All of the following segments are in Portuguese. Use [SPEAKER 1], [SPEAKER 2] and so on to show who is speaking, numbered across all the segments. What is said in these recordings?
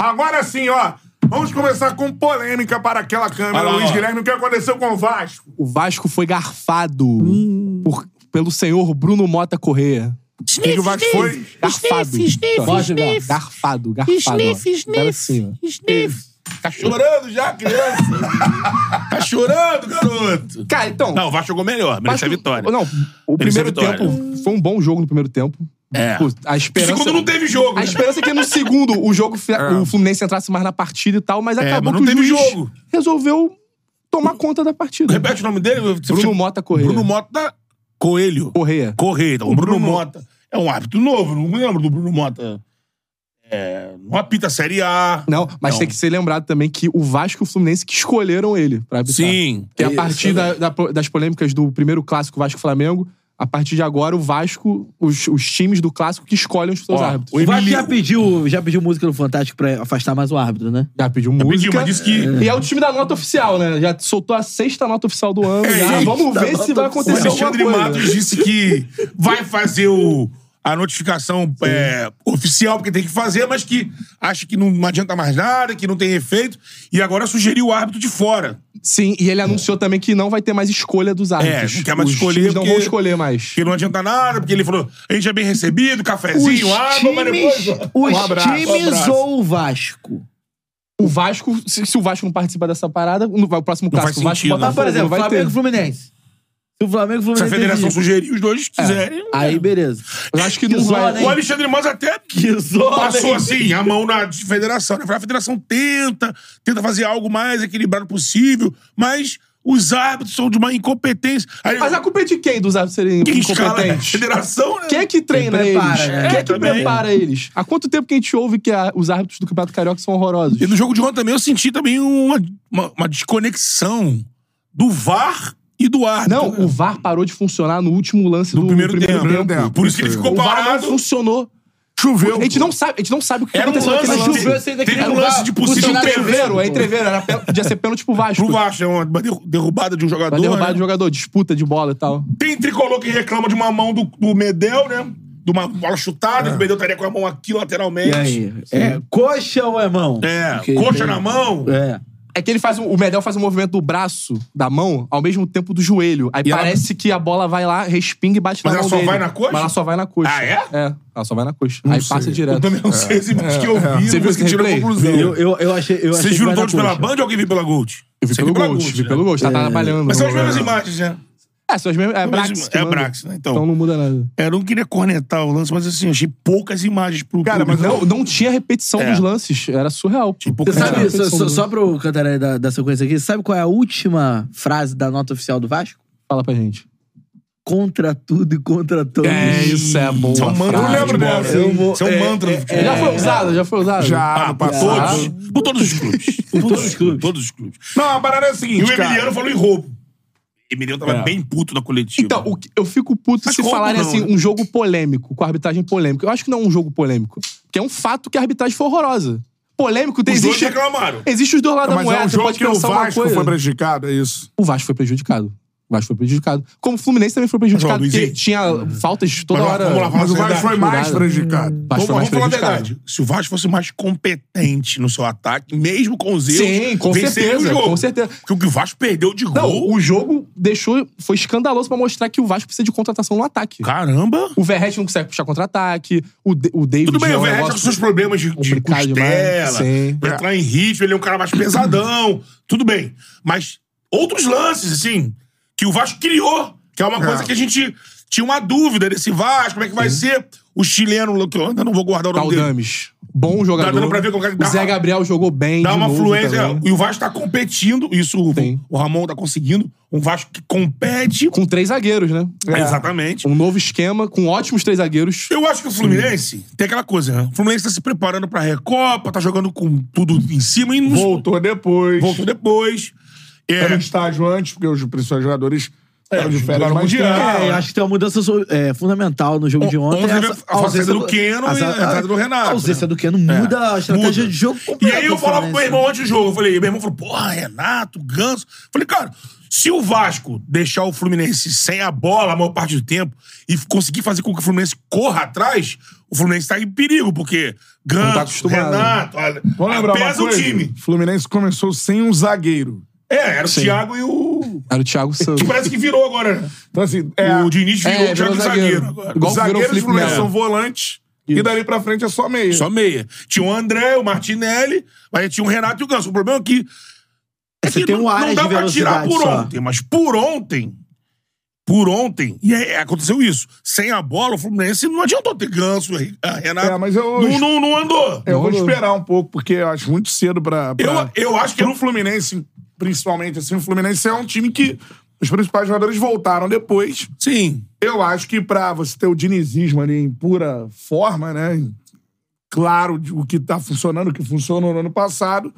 [SPEAKER 1] Agora sim, ó. Vamos começar com polêmica para aquela câmera, Luiz Guilherme. O que aconteceu com o Vasco?
[SPEAKER 2] O Vasco foi garfado hum. por, pelo senhor Bruno Mota Corrêa.
[SPEAKER 1] Sniff, o Vasco foi
[SPEAKER 2] garfado. Sniff, sniff, garfado, garfado. Sniff, sniff, Era assim, ó.
[SPEAKER 1] sniff. Tá chorando já, criança? tá chorando, garoto?
[SPEAKER 2] Cara, então...
[SPEAKER 1] Não, o Vasco jogou melhor. Merecia Vasco, vitória.
[SPEAKER 2] Não, o primeiro tempo... Foi um bom jogo no primeiro tempo.
[SPEAKER 1] É.
[SPEAKER 2] A esperança,
[SPEAKER 1] o segundo não teve jogo. né?
[SPEAKER 2] A esperança é que no segundo o jogo é. o Fluminense entrasse mais na partida e tal, mas é, acabou
[SPEAKER 1] mas não
[SPEAKER 2] que
[SPEAKER 1] teve jogo.
[SPEAKER 2] resolveu tomar conta da partida.
[SPEAKER 1] Repete o nome dele?
[SPEAKER 2] Bruno Mota Correia.
[SPEAKER 1] Bruno Mota Coelho.
[SPEAKER 2] Correia.
[SPEAKER 1] Correia. Então, o Bruno, Bruno, Mota. É um hábito novo, não lembro do Bruno Mota. É, não apita a Série A.
[SPEAKER 2] Não, mas não. tem que ser lembrado também que o Vasco e o Fluminense que escolheram ele pra habitar.
[SPEAKER 1] Sim.
[SPEAKER 2] Que a partir da, da, das polêmicas do primeiro clássico Vasco-Flamengo, a partir de agora, o Vasco, os, os times do clássico que escolhem os seus Ó, árbitros.
[SPEAKER 3] O Vasco já pediu, já pediu música no Fantástico pra afastar mais o árbitro, né?
[SPEAKER 2] Já pediu já música.
[SPEAKER 1] Pediu, disse que...
[SPEAKER 2] E é o time da nota oficial, né? Já soltou a sexta nota oficial do ano. É, é,
[SPEAKER 1] tá
[SPEAKER 2] vamos ver se vai acontecer. O
[SPEAKER 1] Alexandre
[SPEAKER 2] coisa.
[SPEAKER 1] Matos disse que vai fazer o, a notificação é, oficial, porque tem que fazer, mas que acha que não adianta mais nada, que não tem efeito. E agora sugeriu o árbitro de fora.
[SPEAKER 2] Sim, e ele anunciou é. também que não vai ter mais escolha dos árbitros.
[SPEAKER 1] É, não quer mais
[SPEAKER 2] Os
[SPEAKER 1] escolher.
[SPEAKER 2] não vão escolher mais.
[SPEAKER 1] Que não adianta nada, porque ele falou: a gente é bem recebido, cafezinho,
[SPEAKER 3] os
[SPEAKER 1] água,
[SPEAKER 3] times,
[SPEAKER 1] mas Ah, depois.
[SPEAKER 3] Os um abraço, times um ou o Vasco?
[SPEAKER 2] O Vasco, se, se, o Vasco não participar dessa parada, no, o próximo clássico, o Vasco
[SPEAKER 3] sentido, Mas, por exemplo, Flamengo e Fluminense. Se o Flamengo Fluminense.
[SPEAKER 1] Se a federação sugerir, os dois quiserem. É.
[SPEAKER 3] Aí, beleza.
[SPEAKER 2] Eu acho que, que não né?
[SPEAKER 1] zona, vai. O Alexandre Mons até
[SPEAKER 3] zona,
[SPEAKER 1] passou hein? assim, a mão na federação. Né? A federação tenta, tenta fazer algo mais equilibrado possível, mas. Os árbitros são de uma incompetência.
[SPEAKER 2] Aí, mas a culpa é de quem dos árbitros serem incompetentes? Escala,
[SPEAKER 1] né? Federação, né?
[SPEAKER 2] Quem é que treina quem prepara, eles? Né? Quem é que também. prepara eles? Há quanto tempo que a gente ouve que a, os árbitros do Campeonato Carioca são horrorosos?
[SPEAKER 1] E no jogo de ontem também eu senti também uma, uma, uma desconexão do VAR e do árbitro.
[SPEAKER 2] Não, né? o VAR parou de funcionar no último lance no do
[SPEAKER 1] primeiro,
[SPEAKER 2] primeiro
[SPEAKER 1] tempo. tempo. Primeiro Por isso que ele ficou
[SPEAKER 2] o
[SPEAKER 1] parado.
[SPEAKER 2] O VAR não funcionou.
[SPEAKER 1] Choveu.
[SPEAKER 2] A gente não sabe, a gente não sabe o que
[SPEAKER 1] era
[SPEAKER 2] aconteceu.
[SPEAKER 1] Um lance,
[SPEAKER 2] lance.
[SPEAKER 1] Choveu, assim, teve um lance de possível
[SPEAKER 2] entreveiro. É entreveiro, era podia ser pênalti pro Vasco.
[SPEAKER 1] Pro Vasco, é uma derrubada de um jogador. Uma
[SPEAKER 2] derrubada
[SPEAKER 1] né?
[SPEAKER 2] de um jogador, disputa de bola e tal.
[SPEAKER 1] Tem tricolor que reclama de uma mão do, do Medel, né? de uma bola chutada, é. que o Medel estaria com a mão aqui lateralmente.
[SPEAKER 3] Aí, é, coxa ou é mão?
[SPEAKER 1] É, Porque coxa na mão.
[SPEAKER 3] É.
[SPEAKER 2] É que ele faz um, o Medel faz um movimento do braço, da mão, ao mesmo tempo do joelho. Aí e parece ela... que a bola vai lá, respinga e bate
[SPEAKER 1] mas
[SPEAKER 2] na mão
[SPEAKER 1] Mas ela só
[SPEAKER 2] dele.
[SPEAKER 1] vai na coxa?
[SPEAKER 2] Mas ela só vai na coxa.
[SPEAKER 1] Ah, é?
[SPEAKER 2] É, ela só vai na coxa. Não aí sei. passa direto. Eu
[SPEAKER 1] também não sei se é. que eu vi, é.
[SPEAKER 2] Você viu esse replay?
[SPEAKER 1] Conclusão.
[SPEAKER 3] Eu, eu, eu achei, eu
[SPEAKER 1] Vocês
[SPEAKER 3] achei
[SPEAKER 1] viram todos pela Band ou alguém viu pela Gold?
[SPEAKER 2] Eu vi Você
[SPEAKER 1] é
[SPEAKER 2] pelo Gold, vi pelo Gold, né? tá trabalhando.
[SPEAKER 1] Mas são as mesmas imagens, né?
[SPEAKER 2] É, são as mesmas. É Brax.
[SPEAKER 1] É Brax, né? Então,
[SPEAKER 2] então não muda nada.
[SPEAKER 1] É, eu não queria cornetar o lance, mas assim, achei poucas imagens pro
[SPEAKER 2] Cara, público. mas não, não tinha repetição é. dos lances. Era surreal.
[SPEAKER 1] Tipo,
[SPEAKER 3] Você sabe, só, só,
[SPEAKER 2] né?
[SPEAKER 3] só pro Cantaré da, da sequência aqui, sabe qual é a última frase da nota oficial do Vasco?
[SPEAKER 2] Fala pra gente.
[SPEAKER 3] Contra tudo e contra todos.
[SPEAKER 2] É, isso é bom.
[SPEAKER 1] São mantra. né? Eu um lembro dela. São
[SPEAKER 2] é,
[SPEAKER 1] um mantra.
[SPEAKER 2] É, é, já foi usado, já foi usado. tá.
[SPEAKER 1] Já, ah, pra todos. Por todos os clubes.
[SPEAKER 3] Por todos os clubes.
[SPEAKER 1] todos os clubes. Não, a parada é a seguinte. E o Emiliano falou em roubo. Emiliano tava é. bem puto na coletiva.
[SPEAKER 2] Então, o, eu fico puto Mas se falarem não, assim, né? um jogo polêmico, com arbitragem polêmica. Eu acho que não é um jogo polêmico. Porque é um fato que a arbitragem foi horrorosa. Polêmico tem.
[SPEAKER 1] Os
[SPEAKER 2] existe,
[SPEAKER 1] dois reclamaram.
[SPEAKER 2] Existe os dois lados
[SPEAKER 1] é- Mas
[SPEAKER 2] da moeda.
[SPEAKER 1] É um
[SPEAKER 2] jogo
[SPEAKER 1] que o Vasco foi prejudicado, é isso.
[SPEAKER 2] O Vasco foi prejudicado. O Vasco foi prejudicado. Como o Fluminense também foi prejudicado,
[SPEAKER 1] Mas, ó,
[SPEAKER 2] porque
[SPEAKER 1] Luizinho.
[SPEAKER 2] tinha faltas toda
[SPEAKER 1] Hum. Mas, ó,
[SPEAKER 2] hora.
[SPEAKER 1] vamos lá, falar
[SPEAKER 4] Mas o Vasco
[SPEAKER 1] Verdade,
[SPEAKER 4] foi mais
[SPEAKER 2] verdade.
[SPEAKER 4] prejudicado.
[SPEAKER 2] Vasco
[SPEAKER 1] Vamos, vamos
[SPEAKER 2] foi mais
[SPEAKER 1] falar a
[SPEAKER 2] prejudicado.
[SPEAKER 1] verdade. Se o Vasco fosse mais competente no seu ataque, mesmo com os erros,
[SPEAKER 2] Sim, com
[SPEAKER 1] venceria
[SPEAKER 2] certeza,
[SPEAKER 1] o jogo.
[SPEAKER 2] com certeza.
[SPEAKER 1] Porque o que o Vasco perdeu de
[SPEAKER 2] Não,
[SPEAKER 1] gol.
[SPEAKER 2] o jogo deixou. Foi escandaloso pra mostrar que o Vasco precisa de contratação no ataque.
[SPEAKER 1] Caramba!
[SPEAKER 2] O Verrete não consegue puxar contra-ataque. O, De- o David.
[SPEAKER 1] Tudo bem,
[SPEAKER 2] é um
[SPEAKER 1] o Verrete tá
[SPEAKER 2] negócio-
[SPEAKER 1] com seus problemas de, de costela,
[SPEAKER 2] complicado demais, sim.
[SPEAKER 1] entrar em ritmo, ele é um cara mais pesadão, tudo bem. Mas outros lances, assim, que o Vasco criou, que é uma coisa que a gente tinha uma dúvida desse Vasco, como é que vai ser. O chileno, lá, que eu ainda não vou guardar o nome dele.
[SPEAKER 2] Caldames. Tá Bom jogador.
[SPEAKER 1] Tá dando pra ver como é que dá
[SPEAKER 2] o Zé
[SPEAKER 1] uma-
[SPEAKER 2] Gabriel jogou bem.
[SPEAKER 1] Dá
[SPEAKER 2] de
[SPEAKER 1] uma
[SPEAKER 2] novo
[SPEAKER 1] fluência.
[SPEAKER 2] também.
[SPEAKER 1] E o Vasco tá competindo, isso o,
[SPEAKER 2] Sim.
[SPEAKER 1] o Ramon tá conseguindo. Um Vasco que compete.
[SPEAKER 2] Com três zagueiros, né?
[SPEAKER 1] Exatamente.
[SPEAKER 2] Um novo esquema, com ótimos três zagueiros.
[SPEAKER 1] Eu acho que o Fluminense tem aquela coisa, né? O Fluminense tá se preparando pra Recopa, tá jogando com tudo em cima e nos-
[SPEAKER 4] Voltou depois.
[SPEAKER 1] voltou depois. É,
[SPEAKER 4] Era um estágio antes, porque os principais jogadores eram de férias
[SPEAKER 1] jogaram
[SPEAKER 4] mais
[SPEAKER 1] Mundial.
[SPEAKER 4] tempo.
[SPEAKER 1] Ah,
[SPEAKER 3] É, eu acho que tem uma mudança so- é, fundamental no jogo de ontem.
[SPEAKER 1] Ontem
[SPEAKER 3] é
[SPEAKER 1] teve a ausência do Keno e a entrada do Renato,
[SPEAKER 3] A ausência
[SPEAKER 1] né?
[SPEAKER 3] do Keno muda a estratégia
[SPEAKER 1] muda. né?
[SPEAKER 3] de jogo
[SPEAKER 1] E
[SPEAKER 3] completa.
[SPEAKER 1] aí eu
[SPEAKER 3] do
[SPEAKER 1] falava pro meu
[SPEAKER 3] Fluminense.
[SPEAKER 1] irmão antes do jogo, eu falei, meu irmão falou, porra, Renato, Ganso. Eu Falei, cara, se o Vasco deixar o Fluminense sem a bola a maior parte do tempo e f- conseguir fazer com que o Fluminense corra atrás, o Fluminense tá em perigo, porque Ganso,
[SPEAKER 2] acostumado.
[SPEAKER 1] Renato, olha,
[SPEAKER 4] tá né? Vamos lembrar uma
[SPEAKER 1] pesa o
[SPEAKER 4] coisa?
[SPEAKER 1] time.
[SPEAKER 4] Fluminense começou sem um zagueiro.
[SPEAKER 1] É, era o Thiago e o...
[SPEAKER 2] Era o Thiago Santos.
[SPEAKER 1] Que parece que virou agora, né?
[SPEAKER 4] Então, assim, é,
[SPEAKER 1] O Diniz virou
[SPEAKER 2] É,
[SPEAKER 1] o Thiago
[SPEAKER 2] virou
[SPEAKER 1] zagueiro
[SPEAKER 2] zagueiro.
[SPEAKER 1] agora.
[SPEAKER 2] Igual
[SPEAKER 4] os
[SPEAKER 2] virou
[SPEAKER 4] zagueiros
[SPEAKER 2] o Felipe
[SPEAKER 4] do Fluminense
[SPEAKER 2] Melo.
[SPEAKER 4] são volantes e dali pra frente é só meia.
[SPEAKER 1] Só meia. Tinha o André, o Martinelli, mas tinha o Renato e o Ganso. O problema é que. É
[SPEAKER 3] Você
[SPEAKER 1] que
[SPEAKER 3] tem
[SPEAKER 1] não,
[SPEAKER 3] um área
[SPEAKER 1] não dá
[SPEAKER 3] de
[SPEAKER 1] pra tirar
[SPEAKER 3] velocidade
[SPEAKER 1] por
[SPEAKER 3] só.
[SPEAKER 1] ontem, mas por ontem. Por ontem, e é- aconteceu isso. Sem a bola, o Fluminense não adiantou ter ganso, Re- ah, Renato.
[SPEAKER 4] É, mas eu-
[SPEAKER 1] não, não, não andou.
[SPEAKER 4] Eu vou
[SPEAKER 2] Não, não.
[SPEAKER 4] esperar um pouco, porque eu acho muito cedo pra. pra...
[SPEAKER 1] Eu- eu acho que-
[SPEAKER 4] Pro Fluminense, principalmente, assim, o Fluminense é um time que os principais jogadores voltaram depois.
[SPEAKER 1] Sim.
[SPEAKER 4] Eu acho que pra você ter o dinizismo ali em pura forma, né? Claro, de- o que tá funcionando, o que funcionou no ano passado.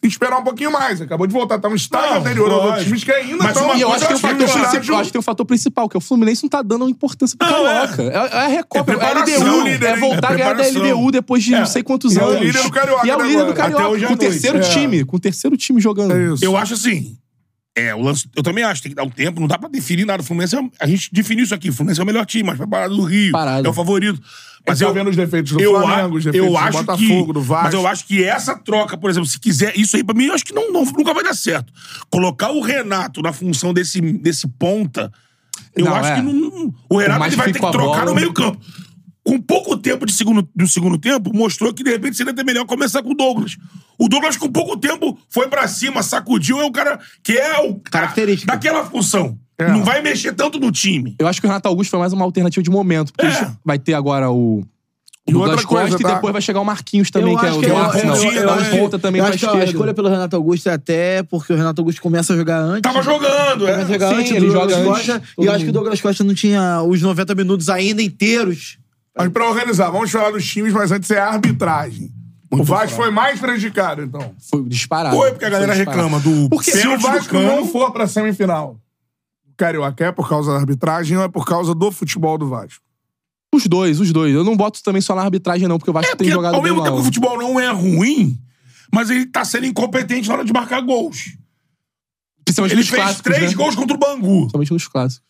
[SPEAKER 4] Tem que esperar um pouquinho mais. Acabou de voltar, tá um estágio
[SPEAKER 1] Não,
[SPEAKER 4] anterior aos
[SPEAKER 1] lógico.
[SPEAKER 4] outros times que tá ainda
[SPEAKER 1] Mas
[SPEAKER 4] estão.
[SPEAKER 1] uma
[SPEAKER 2] E eu
[SPEAKER 1] coisa
[SPEAKER 2] acho, que tem um
[SPEAKER 1] eu acho que o
[SPEAKER 2] fator principal,
[SPEAKER 4] tá
[SPEAKER 1] Rádio-
[SPEAKER 2] eu acho que tem um fator principal, que é o Fluminense não tá dando importância pro
[SPEAKER 1] Não, é.
[SPEAKER 2] Carioca. É, é a
[SPEAKER 1] É
[SPEAKER 2] Recopa, é, a
[SPEAKER 1] preparação,
[SPEAKER 2] LDU.
[SPEAKER 1] líder,
[SPEAKER 2] é
[SPEAKER 1] hein?
[SPEAKER 2] voltar
[SPEAKER 1] É
[SPEAKER 2] a ganhar da
[SPEAKER 1] preparação.
[SPEAKER 2] LDU depois de
[SPEAKER 1] É.
[SPEAKER 2] não sei quantos
[SPEAKER 4] E é o
[SPEAKER 2] anos.
[SPEAKER 4] líder do Carioca,
[SPEAKER 2] E é o
[SPEAKER 4] né,
[SPEAKER 2] líder do
[SPEAKER 4] agora?
[SPEAKER 2] Carioca,
[SPEAKER 1] Até hoje à
[SPEAKER 2] com o
[SPEAKER 1] noite.
[SPEAKER 2] terceiro
[SPEAKER 1] É.
[SPEAKER 2] time, com o terceiro time jogando.
[SPEAKER 4] É isso.
[SPEAKER 1] Eu acho assim. É, o lance. Eu também acho, tem que dar um tempo, não dá pra definir nada. O Fluminense é, a gente definiu isso aqui. O Fluminense é o melhor time, mais preparado do Rio.
[SPEAKER 2] Parado.
[SPEAKER 1] É o favorito. Mas
[SPEAKER 4] Tá
[SPEAKER 1] eu
[SPEAKER 4] vendo os defeitos do
[SPEAKER 1] a-
[SPEAKER 4] Flamengo, os defeitos
[SPEAKER 1] eu
[SPEAKER 4] do
[SPEAKER 1] acho
[SPEAKER 4] Botafogo,
[SPEAKER 1] que,
[SPEAKER 4] do Vasco.
[SPEAKER 1] Mas eu acho que essa troca, por exemplo, se quiser, isso aí pra mim, eu acho que não, não- nunca vai dar certo. Colocar o Renato na função desse, desse ponta, eu
[SPEAKER 2] Não,
[SPEAKER 1] acho
[SPEAKER 2] é.
[SPEAKER 1] que não. O Renato
[SPEAKER 2] mais
[SPEAKER 1] ele
[SPEAKER 2] que
[SPEAKER 1] vai ter
[SPEAKER 2] fique com
[SPEAKER 1] que
[SPEAKER 2] a
[SPEAKER 1] trocar
[SPEAKER 2] bola-
[SPEAKER 1] no meio-campo. Com pouco tempo de segundo, do segundo tempo, mostrou que de repente seria até melhor começar com o Douglas. O Douglas, com pouco tempo, foi pra cima, sacudiu, é o cara que é o cara
[SPEAKER 3] Característica.
[SPEAKER 1] daquela função.
[SPEAKER 4] É.
[SPEAKER 1] Não vai mexer tanto no time.
[SPEAKER 2] Eu acho que o Renato Augusto foi mais uma alternativa de momento, porque
[SPEAKER 1] É.
[SPEAKER 2] eles- vai ter agora o
[SPEAKER 4] E outra
[SPEAKER 2] Douglas
[SPEAKER 4] coisa,
[SPEAKER 2] Costa
[SPEAKER 4] tá?
[SPEAKER 2] e depois vai chegar o Marquinhos também,
[SPEAKER 3] Eu
[SPEAKER 2] que é
[SPEAKER 3] acho
[SPEAKER 2] o
[SPEAKER 3] que
[SPEAKER 2] do
[SPEAKER 3] é-
[SPEAKER 2] Arsenal.
[SPEAKER 1] eu- eu
[SPEAKER 2] É
[SPEAKER 1] acho
[SPEAKER 2] uma
[SPEAKER 1] que-
[SPEAKER 2] ponta também
[SPEAKER 3] Eu
[SPEAKER 2] pra
[SPEAKER 3] acho que a escolha
[SPEAKER 2] esquerda.
[SPEAKER 3] pelo Renato Augusto é até porque o Renato Augusto começa a jogar antes.
[SPEAKER 1] Tava jogando, é.
[SPEAKER 3] Começa a jogar
[SPEAKER 2] Sim,
[SPEAKER 3] antes
[SPEAKER 2] ele
[SPEAKER 3] do
[SPEAKER 2] joga
[SPEAKER 3] Douglas
[SPEAKER 2] antes,
[SPEAKER 3] Costa.
[SPEAKER 2] todo
[SPEAKER 3] E eu acho
[SPEAKER 2] mundo.
[SPEAKER 3] que o Douglas Costa não tinha os 90 minutos ainda inteiros.
[SPEAKER 4] Mas pra organizar, vamos falar dos times, mas antes é a arbitragem. o Vasco foi mais prejudicado, então.
[SPEAKER 2] Foi disparado.
[SPEAKER 1] Foi, porque a galera
[SPEAKER 2] Foi disparado.
[SPEAKER 1] reclama do
[SPEAKER 2] Porque
[SPEAKER 4] Se o
[SPEAKER 1] pênalti do
[SPEAKER 4] Vasco
[SPEAKER 1] Cano.
[SPEAKER 4] não for pra semifinal, o Carioca é por causa da arbitragem ou é por causa do futebol do Vasco?
[SPEAKER 2] Os dois, os dois. Eu não boto também só na arbitragem, não, porque eu acho que tem
[SPEAKER 1] É, Porque,
[SPEAKER 2] jogado
[SPEAKER 1] ao
[SPEAKER 2] bem
[SPEAKER 1] mesmo tempo
[SPEAKER 2] mal.
[SPEAKER 1] que o futebol não é ruim, mas ele tá sendo incompetente na hora de marcar gols.
[SPEAKER 2] Principalmente
[SPEAKER 1] ele
[SPEAKER 2] nos
[SPEAKER 1] fez
[SPEAKER 2] clássicos,
[SPEAKER 1] três
[SPEAKER 2] né?
[SPEAKER 1] gols contra o Bangu.
[SPEAKER 2] Principalmente nos clássicos.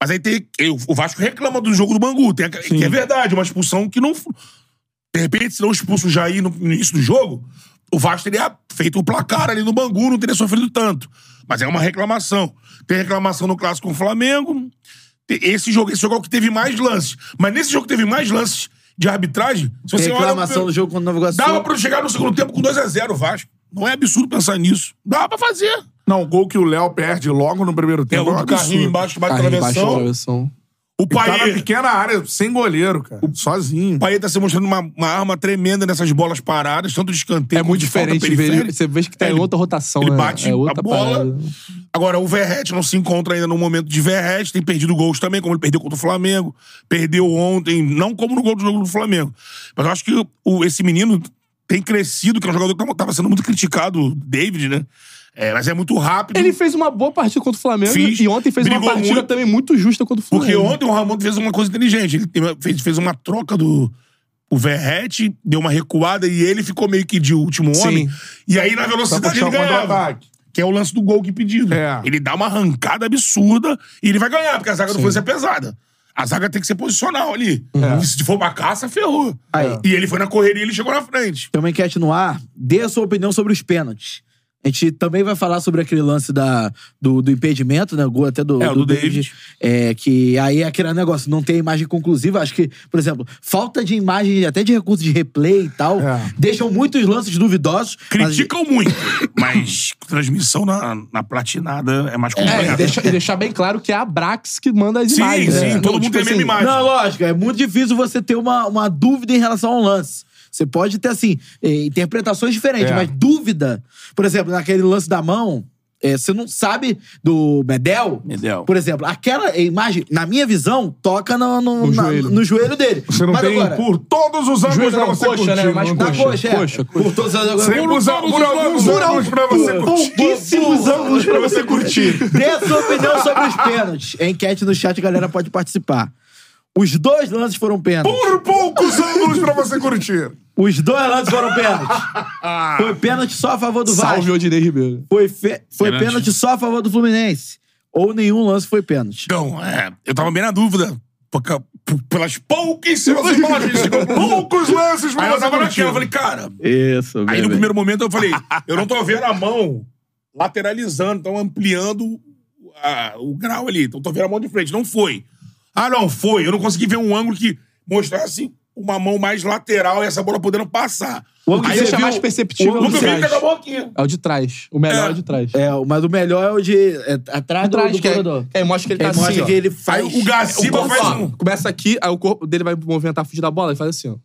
[SPEAKER 1] Mas aí tem. O Vasco reclama do jogo do Bangu. Tem, a- que é verdade, uma expulsão que não. De repente, se não expulso o Jair no, no início do jogo, o Vasco teria feito o placar ali no Bangu, não teria sofrido tanto. Mas é uma reclamação. Tem reclamação no clássico com o Flamengo. Tem- Esse jogo, esse jogo é o que teve mais lances. Mas nesse jogo que teve mais lances de arbitragem, se você
[SPEAKER 3] Reclamação
[SPEAKER 1] olha.
[SPEAKER 3] do jogo contra o Nova Iguaçu.
[SPEAKER 1] Dava pra chegar no segundo tempo com 2x0 o Vasco. Não é absurdo pensar nisso. Dava pra fazer.
[SPEAKER 4] Não, o gol que o Léo perde logo no primeiro
[SPEAKER 1] É
[SPEAKER 4] tempo.
[SPEAKER 1] o
[SPEAKER 4] um
[SPEAKER 1] do carrinho
[SPEAKER 4] absurdo.
[SPEAKER 1] embaixo, bate
[SPEAKER 2] Carrinho embaixo da
[SPEAKER 1] travessão.
[SPEAKER 2] travessão.
[SPEAKER 1] O
[SPEAKER 4] Ele tá na
[SPEAKER 1] Paê,
[SPEAKER 4] pequena área, sem goleiro, cara. Sozinho.
[SPEAKER 1] o Paê tá se mostrando uma, uma arma tremenda nessas bolas paradas, tanto de escanteio
[SPEAKER 2] É muito
[SPEAKER 1] quanto de falta
[SPEAKER 2] diferente ver ele.
[SPEAKER 1] periférica.
[SPEAKER 2] Você vê que tá tem
[SPEAKER 1] É, ele-
[SPEAKER 2] outra rotação,
[SPEAKER 1] ele
[SPEAKER 2] né?
[SPEAKER 1] bate
[SPEAKER 2] é
[SPEAKER 1] a
[SPEAKER 2] outra
[SPEAKER 1] bola.
[SPEAKER 2] parada.
[SPEAKER 1] Agora, o Verrete não se encontra ainda no momento de Verrete, tem perdido gols também, como ele perdeu contra o Flamengo, perdeu ontem, não como no gol do jogo do Flamengo. Mas eu acho que o, esse menino tem crescido, que é um jogador que tava- tava sendo muito criticado, o David, né? É, mas é muito rápido.
[SPEAKER 2] Ele fez uma boa partida contra o Flamengo
[SPEAKER 1] Fiz.
[SPEAKER 2] e ontem fez uma
[SPEAKER 1] Brigou
[SPEAKER 2] partida
[SPEAKER 1] muito.
[SPEAKER 2] também muito justa contra o
[SPEAKER 1] Porque
[SPEAKER 2] Flamengo.
[SPEAKER 1] ontem o Ramon fez uma coisa inteligente. Ele teve- fez, fez uma troca do. O Verrete deu uma recuada e ele ficou meio que de último
[SPEAKER 2] Sim.
[SPEAKER 1] homem. E aí, na velocidade,
[SPEAKER 4] puxar
[SPEAKER 1] ele
[SPEAKER 4] o contra-ataque.
[SPEAKER 1] ganhava. que é o lance do gol que pedido.
[SPEAKER 4] É.
[SPEAKER 1] Ele dá uma arrancada absurda e ele vai ganhar, porque a zaga do Fluminense é pesada. A zaga tem que ser posicional ali.
[SPEAKER 4] É.
[SPEAKER 1] Se for pra caça, ferrou.
[SPEAKER 3] Aí.
[SPEAKER 1] E ele foi na correria e ele chegou na frente.
[SPEAKER 3] Tem uma enquete no ar. Dê a sua opinião sobre os pênaltis. A gente também vai falar sobre aquele lance da, do, do impedimento, né? O gol até do,
[SPEAKER 1] É, o do David.
[SPEAKER 3] É, que aí é aquele negócio, não tem imagem conclusiva. Acho que, por exemplo, falta de imagem, até de recurso de replay e tal,
[SPEAKER 4] É.
[SPEAKER 3] deixam muitos lances duvidosos. mas-
[SPEAKER 1] Criticam muito, mas transmissão na, na platinada é mais
[SPEAKER 2] É,
[SPEAKER 1] complicado.
[SPEAKER 2] e deixa- e deixar bem claro que é a Brax que manda as
[SPEAKER 1] Sim,
[SPEAKER 2] imagens.
[SPEAKER 1] sim,
[SPEAKER 2] né?
[SPEAKER 4] tipo
[SPEAKER 1] todo mundo tem a mesma
[SPEAKER 4] assim,
[SPEAKER 1] imagem.
[SPEAKER 3] Não, lógico, é muito difícil você ter uma, uma dúvida em relação ao lance. Você pode ter, assim, eh, interpretações diferentes,
[SPEAKER 4] É.
[SPEAKER 3] mas dúvida. Por exemplo, naquele lance da mão, eh, você não sabe do Medel.
[SPEAKER 5] Medel.
[SPEAKER 3] Por exemplo, aquela imagem, na minha visão, toca no, no,
[SPEAKER 2] No
[SPEAKER 3] na-
[SPEAKER 2] joelho.
[SPEAKER 3] no joelho dele.
[SPEAKER 4] Você não
[SPEAKER 3] mas
[SPEAKER 4] tem
[SPEAKER 3] agora,
[SPEAKER 4] por todos os
[SPEAKER 2] Joelho
[SPEAKER 4] ângulos pra
[SPEAKER 2] não,
[SPEAKER 4] você
[SPEAKER 2] coxa,
[SPEAKER 4] curtir.
[SPEAKER 2] né? Mais
[SPEAKER 4] não
[SPEAKER 3] na
[SPEAKER 2] coxa.
[SPEAKER 4] curte.
[SPEAKER 3] coxa, é.
[SPEAKER 2] coxa,
[SPEAKER 3] Por todos os ângulos.
[SPEAKER 4] Sempre
[SPEAKER 3] Por
[SPEAKER 4] usa-
[SPEAKER 3] todos
[SPEAKER 4] por
[SPEAKER 3] os
[SPEAKER 4] alguns
[SPEAKER 3] ângulos.
[SPEAKER 4] ângulos pra você
[SPEAKER 3] Por
[SPEAKER 4] curtir.
[SPEAKER 3] Pouquíssimos ângulos pra você
[SPEAKER 4] curtir.
[SPEAKER 3] Dê a sua opinião sobre os pênaltis. É enquete no chat, a galera pode participar. Os dois lances foram pênaltis.
[SPEAKER 4] Por poucos ângulos pra você curtir.
[SPEAKER 3] Os dois lances foram pênaltis. Foi pênalti só a favor do
[SPEAKER 2] Salve
[SPEAKER 3] Vasco.
[SPEAKER 2] Odinei Ribeiro.
[SPEAKER 3] Foi, fe- foi
[SPEAKER 1] Pênalti.
[SPEAKER 3] pênalti só a favor do Fluminense. Ou nenhum lance foi pênalti.
[SPEAKER 1] Então, é, eu tava bem na dúvida. porque- p- pelas pouquíssimas imagens. chegou pouco.
[SPEAKER 4] Poucos lances
[SPEAKER 1] Aí
[SPEAKER 4] pra
[SPEAKER 1] eu
[SPEAKER 4] você
[SPEAKER 1] tava
[SPEAKER 4] curtir.
[SPEAKER 1] naquela, eu falei, cara.
[SPEAKER 3] Isso,
[SPEAKER 1] Aí no primeiro momento eu falei, eu não tô vendo a mão lateralizando, então ampliando a- o grau ali. Então tô vendo a mão de frente. Não foi. Ah, não, foi. Eu não consegui ver um ângulo que mostrasse uma mão mais lateral e essa bola podendo passar.
[SPEAKER 3] O ângulo
[SPEAKER 1] Aí
[SPEAKER 3] que
[SPEAKER 1] eu
[SPEAKER 3] você
[SPEAKER 2] Deixa
[SPEAKER 3] viu-
[SPEAKER 2] mais perceptível
[SPEAKER 3] o-
[SPEAKER 2] o
[SPEAKER 1] Quando
[SPEAKER 2] de
[SPEAKER 1] eu vi, ele
[SPEAKER 2] trás.
[SPEAKER 1] pegou a mão aqui.
[SPEAKER 2] É o de trás. O melhor é,
[SPEAKER 1] É.
[SPEAKER 2] o de trás.
[SPEAKER 3] É, mas o melhor é o de. é, atrás
[SPEAKER 2] De
[SPEAKER 3] do,
[SPEAKER 2] trás,
[SPEAKER 3] do
[SPEAKER 2] que é,
[SPEAKER 3] corredor.
[SPEAKER 2] é, mostra que ele
[SPEAKER 3] Que
[SPEAKER 2] tá
[SPEAKER 3] aí mostra
[SPEAKER 2] assim, ó.
[SPEAKER 3] que ele
[SPEAKER 1] Aí
[SPEAKER 3] faz. É
[SPEAKER 1] o
[SPEAKER 2] O
[SPEAKER 1] Gaciba
[SPEAKER 2] corpo,
[SPEAKER 1] faz
[SPEAKER 2] ó,
[SPEAKER 1] um.
[SPEAKER 2] Começa aqui, aí o corpo dele vai movimentar, fugir da bola, ele faz assim, ó.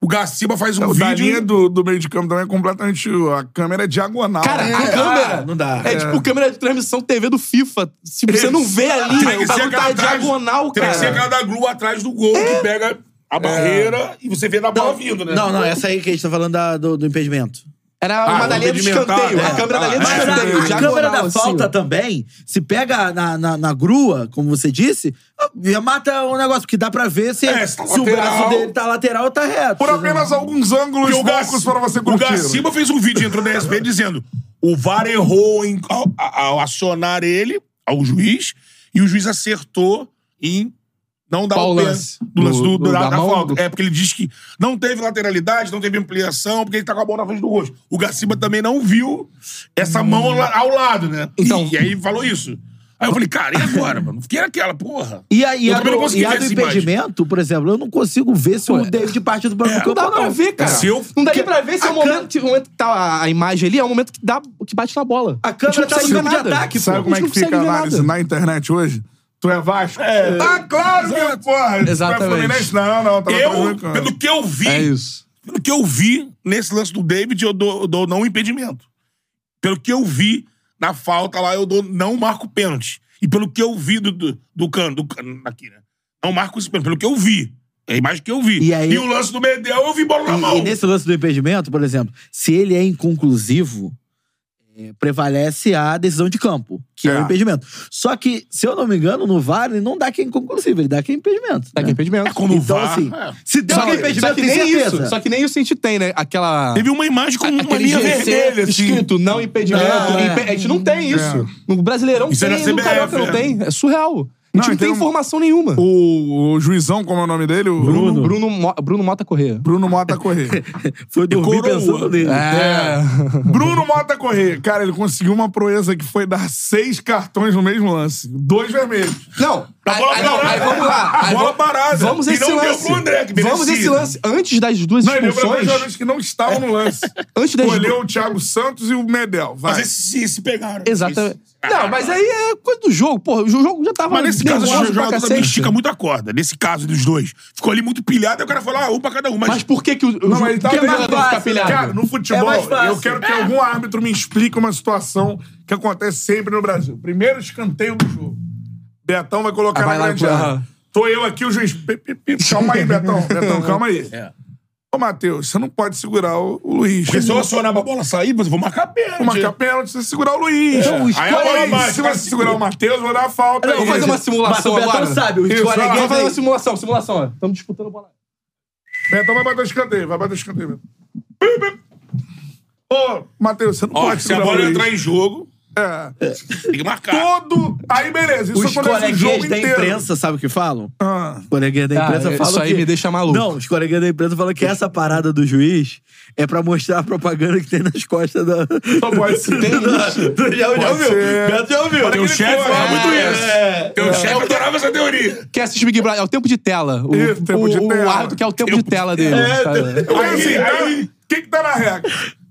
[SPEAKER 1] O Gaciba faz
[SPEAKER 3] É
[SPEAKER 1] um
[SPEAKER 4] O da linha
[SPEAKER 1] vídeo.
[SPEAKER 4] do, do meio de campo também é completamente. A câmera é diagonal.
[SPEAKER 2] Cara,
[SPEAKER 4] né?
[SPEAKER 2] a câmera...
[SPEAKER 3] não dá.
[SPEAKER 2] É, tipo câmera de transmissão TV do FIFA. Se você não vê a
[SPEAKER 1] Tem
[SPEAKER 2] linha,
[SPEAKER 1] que ser
[SPEAKER 2] o bagulho
[SPEAKER 1] aquela
[SPEAKER 2] tá
[SPEAKER 1] atrás-
[SPEAKER 2] diagonal,
[SPEAKER 1] Tem que ser
[SPEAKER 2] cara. É.
[SPEAKER 1] aquela da Glu atrás do gol, que pega a barreira e você vê da
[SPEAKER 3] É, tá
[SPEAKER 1] bola vindo, né?
[SPEAKER 3] Não, não, essa aí que a gente tá falando da- do, do impedimento.
[SPEAKER 2] Era
[SPEAKER 1] Ah,
[SPEAKER 2] uma da linha é do
[SPEAKER 1] rudimentar,
[SPEAKER 2] escanteio.
[SPEAKER 1] né?
[SPEAKER 2] A câmera da linha
[SPEAKER 1] Ah, é.
[SPEAKER 2] do
[SPEAKER 3] Mas
[SPEAKER 2] escanteio.
[SPEAKER 3] a, a
[SPEAKER 2] diagonal,
[SPEAKER 3] câmera da
[SPEAKER 2] assim,
[SPEAKER 3] falta
[SPEAKER 2] ó.
[SPEAKER 3] também, se pega na, na, na grua, como você disse, já mata o negócio, porque dá pra ver se,
[SPEAKER 1] É, se
[SPEAKER 3] se,
[SPEAKER 1] tá
[SPEAKER 3] o
[SPEAKER 1] lateral.
[SPEAKER 3] braço dele tá lateral ou tá reto.
[SPEAKER 4] Por apenas alguns ângulos
[SPEAKER 1] Porque o
[SPEAKER 4] poucos
[SPEAKER 1] Gaci-
[SPEAKER 4] pra você
[SPEAKER 1] O
[SPEAKER 4] curtir. né?
[SPEAKER 1] Gaciba fez um vídeo, entrou na ESPN dizendo o VAR errou em- ao, ao acionar ele, ao juiz, e o juiz acertou em não dar
[SPEAKER 2] Qual
[SPEAKER 1] o
[SPEAKER 2] o
[SPEAKER 1] pênalti
[SPEAKER 2] lance?
[SPEAKER 1] do lance do,
[SPEAKER 2] Do-
[SPEAKER 1] do-
[SPEAKER 2] do-
[SPEAKER 1] da,
[SPEAKER 2] da
[SPEAKER 1] da
[SPEAKER 2] mão?
[SPEAKER 1] falta. É, porque ele diz que não teve lateralidade, não teve ampliação, porque ele tá com a bola na frente do rosto. O Gaciba também não viu essa mão ao, la- ao lado, né?
[SPEAKER 2] Então-
[SPEAKER 1] e, e aí falou isso. Aí eu falei, cara, e agora, mano? Fiquei naquela, porra.
[SPEAKER 3] E aí,
[SPEAKER 1] Eu
[SPEAKER 3] a
[SPEAKER 1] também não
[SPEAKER 3] do,
[SPEAKER 1] consegui
[SPEAKER 3] e a
[SPEAKER 1] ver
[SPEAKER 3] do
[SPEAKER 1] essa imagem.
[SPEAKER 3] impedimento, por exemplo, eu não consigo ver se o David parte do banco
[SPEAKER 1] É,
[SPEAKER 3] do
[SPEAKER 2] Não
[SPEAKER 3] campo.
[SPEAKER 2] dá pra
[SPEAKER 3] não.
[SPEAKER 2] ver, cara.
[SPEAKER 1] Se eu-
[SPEAKER 2] Não dá nem
[SPEAKER 3] que-
[SPEAKER 2] pra ver se é
[SPEAKER 3] a
[SPEAKER 2] o momento, que- o momento que tá a, a imagem ali, é o momento que, dá, que bate na bola.
[SPEAKER 3] A
[SPEAKER 2] gente não
[SPEAKER 3] câmera tá no
[SPEAKER 2] consegue
[SPEAKER 3] campo de
[SPEAKER 2] ver nada.
[SPEAKER 3] ataque, pô.
[SPEAKER 4] Sabe como é que
[SPEAKER 2] Eles não
[SPEAKER 4] fica a
[SPEAKER 2] conseguem ver
[SPEAKER 4] análise
[SPEAKER 2] nada.
[SPEAKER 4] na internet hoje? Tu é Vasco? Ah, claro, meu porra. Tu é
[SPEAKER 2] Exatamente.
[SPEAKER 4] Fluminense? Não, não. Tá
[SPEAKER 1] Eu, pelo que eu vi,
[SPEAKER 2] É isso.
[SPEAKER 1] Pelo que eu vi nesse lance do David, eu dou, eu dou não impedimento. Pelo que eu vi na falta lá, eu dou não marco pênalti. E pelo que eu vi do, do, do cano, do cano aqui, né? Não marco esse pênalti. Pelo que eu vi. É a imagem que eu vi.
[SPEAKER 3] E aí-
[SPEAKER 1] o lance do Medel, eu vi bola na
[SPEAKER 3] E,
[SPEAKER 1] mão.
[SPEAKER 3] e nesse lance do impedimento, por exemplo, se ele é inconclusivo, é, prevalece a decisão de campo, que é.
[SPEAKER 4] É.
[SPEAKER 3] o impedimento. Só que, se eu não me engano, no VAR ele não dá que é inconclusivo, ele dá que é impedimento. né?
[SPEAKER 2] Dá que é impedimento.
[SPEAKER 1] É quando
[SPEAKER 3] Então,
[SPEAKER 1] o VAR,
[SPEAKER 3] assim,
[SPEAKER 1] é.
[SPEAKER 3] se deu
[SPEAKER 2] Só
[SPEAKER 3] que é
[SPEAKER 2] que, só
[SPEAKER 3] impedimento,
[SPEAKER 2] que
[SPEAKER 3] tem
[SPEAKER 2] nem
[SPEAKER 3] certeza.
[SPEAKER 2] isso. Só que nem isso a gente tem, né? Aquela...
[SPEAKER 1] Teve uma imagem com uma
[SPEAKER 2] aquele
[SPEAKER 1] linha
[SPEAKER 2] GC
[SPEAKER 1] vermelha, assim.
[SPEAKER 2] escrito não impedimento.
[SPEAKER 3] Não, é.
[SPEAKER 2] impe- A gente não tem isso. No Brasileirão
[SPEAKER 1] Isso é
[SPEAKER 2] tem,
[SPEAKER 1] na
[SPEAKER 2] no
[SPEAKER 1] CBF,
[SPEAKER 2] Carioca não
[SPEAKER 1] é.
[SPEAKER 2] tem. É surreal. A
[SPEAKER 4] Não,
[SPEAKER 2] gente não,
[SPEAKER 4] e tem
[SPEAKER 2] tem
[SPEAKER 4] um-
[SPEAKER 2] informação nenhuma.
[SPEAKER 4] O, o juizão, como é o nome dele? O
[SPEAKER 2] Bruno, Bruno, Mo- Bruno Mota Corrêa.
[SPEAKER 4] Bruno Mota Corrêa. é.
[SPEAKER 3] Foi dormir
[SPEAKER 1] coroa.
[SPEAKER 3] pensando nele.
[SPEAKER 2] É.
[SPEAKER 4] Bruno Mota Corrêa. Cara, ele conseguiu uma proeza que foi dar seis cartões no mesmo lance. Dois vermelhos.
[SPEAKER 2] Não,
[SPEAKER 1] A bola
[SPEAKER 2] aí, Ah, não,
[SPEAKER 1] parada.
[SPEAKER 2] aí vamos lá.
[SPEAKER 1] A
[SPEAKER 2] Aí
[SPEAKER 1] bola
[SPEAKER 2] vamos-
[SPEAKER 1] parada.
[SPEAKER 2] Vamos
[SPEAKER 1] E
[SPEAKER 2] esse
[SPEAKER 1] não deu
[SPEAKER 2] lance.
[SPEAKER 1] pro André, que merecia.
[SPEAKER 2] vamos esse lance. Antes das duas
[SPEAKER 4] Não, ele deu pra dois
[SPEAKER 2] expulsões.
[SPEAKER 4] jogadores que não estavam no lance.
[SPEAKER 2] Antes das
[SPEAKER 4] Escolheu o Thiago Santos e o Medel. Vai.
[SPEAKER 1] Mas esses se, se pegaram.
[SPEAKER 2] Exatamente.
[SPEAKER 1] Isso. Ah,
[SPEAKER 2] Não, mas aí é coisa do jogo, porra. O jogo já tava.
[SPEAKER 1] Mas nesse caso,
[SPEAKER 2] nervoso
[SPEAKER 1] o
[SPEAKER 2] pra
[SPEAKER 1] jogador também
[SPEAKER 2] cacete.
[SPEAKER 1] estica muito a corda. Nesse caso dos dois. Ficou ali muito pilhado, aí o cara falou, ah, um pra cada um. Mas,
[SPEAKER 2] Mas por é que, que o, o
[SPEAKER 4] Não,
[SPEAKER 2] jogo
[SPEAKER 4] mas ele tava
[SPEAKER 2] por que o
[SPEAKER 4] bem
[SPEAKER 2] jogador
[SPEAKER 4] fácil,
[SPEAKER 2] fica pilhado?
[SPEAKER 4] Cara, no
[SPEAKER 3] É
[SPEAKER 4] futebol,
[SPEAKER 3] mais fácil.
[SPEAKER 4] eu quero que algum árbitro me explique uma situação que acontece sempre no Brasil. Primeiro escanteio do jogo. Betão vai colocar
[SPEAKER 2] Ah, vai
[SPEAKER 4] na
[SPEAKER 2] lá
[SPEAKER 4] grande
[SPEAKER 2] pro-
[SPEAKER 4] área.
[SPEAKER 2] aham.
[SPEAKER 4] Tô eu aqui, o juiz. pi, pi, pi, Calma aí, Betão. Betão, calma aí. Ô, Matheus, você não pode segurar o, o Luiz.
[SPEAKER 1] É. Porque se eu acionar pra bola sair, você vou marcar pênalti.
[SPEAKER 4] Vou marcar pênalti, você segurar o Luiz. Então,
[SPEAKER 1] escolhe aí,
[SPEAKER 4] Se você segurar o Matheus, vou dar a falta.
[SPEAKER 2] Vamos fazer uma
[SPEAKER 3] Mas o
[SPEAKER 2] simulação
[SPEAKER 3] Betão
[SPEAKER 2] agora.
[SPEAKER 3] sabe, o
[SPEAKER 4] Isso,
[SPEAKER 3] Score
[SPEAKER 4] ah,
[SPEAKER 3] é
[SPEAKER 2] Vamos
[SPEAKER 3] game.
[SPEAKER 2] fazer uma simulação, simulação. ó. Estamos disputando bola.
[SPEAKER 4] Betão vai bater o escanteio, vai bater o escanteio. Betão. Pi, pi. Ô, Matheus, você não
[SPEAKER 1] Ó,
[SPEAKER 4] pode
[SPEAKER 1] se a
[SPEAKER 4] segurar o
[SPEAKER 1] bola
[SPEAKER 4] Luiz.
[SPEAKER 1] entrar em jogo, É.
[SPEAKER 6] Tem que marcar.
[SPEAKER 1] Todo. Aí, beleza. Isso
[SPEAKER 3] Os
[SPEAKER 1] acontece o jogo
[SPEAKER 3] coleguinhas da
[SPEAKER 1] inteiro.
[SPEAKER 3] imprensa, sabe o que falam?
[SPEAKER 1] Ah.
[SPEAKER 3] Os coleguinhas da
[SPEAKER 2] Cara,
[SPEAKER 3] imprensa
[SPEAKER 2] isso
[SPEAKER 3] falam
[SPEAKER 2] aí
[SPEAKER 3] que-
[SPEAKER 2] me deixa maluco.
[SPEAKER 3] Não, os coleguinhas da imprensa falam que essa parada do juiz é pra mostrar a propaganda que tem nas costas
[SPEAKER 1] um
[SPEAKER 3] da...
[SPEAKER 1] pode ser.
[SPEAKER 3] da- do- Já já
[SPEAKER 1] Pode
[SPEAKER 3] ouviu.
[SPEAKER 1] ser.
[SPEAKER 3] Beto já ouviu.
[SPEAKER 4] um
[SPEAKER 6] Teu chefe
[SPEAKER 1] É,
[SPEAKER 6] fala muito isso.
[SPEAKER 1] um
[SPEAKER 6] Teu chefe
[SPEAKER 2] É.
[SPEAKER 6] adorava essa teoria.
[SPEAKER 2] Quem assiste Big Brother é o tempo de tela. O,
[SPEAKER 1] Isso, tempo
[SPEAKER 2] o,
[SPEAKER 1] de
[SPEAKER 2] o
[SPEAKER 1] tela.
[SPEAKER 2] árbitro quer o tempo de tela dele. sabe?
[SPEAKER 1] Então, assim, aí,
[SPEAKER 4] né?
[SPEAKER 1] o que que tá na regra?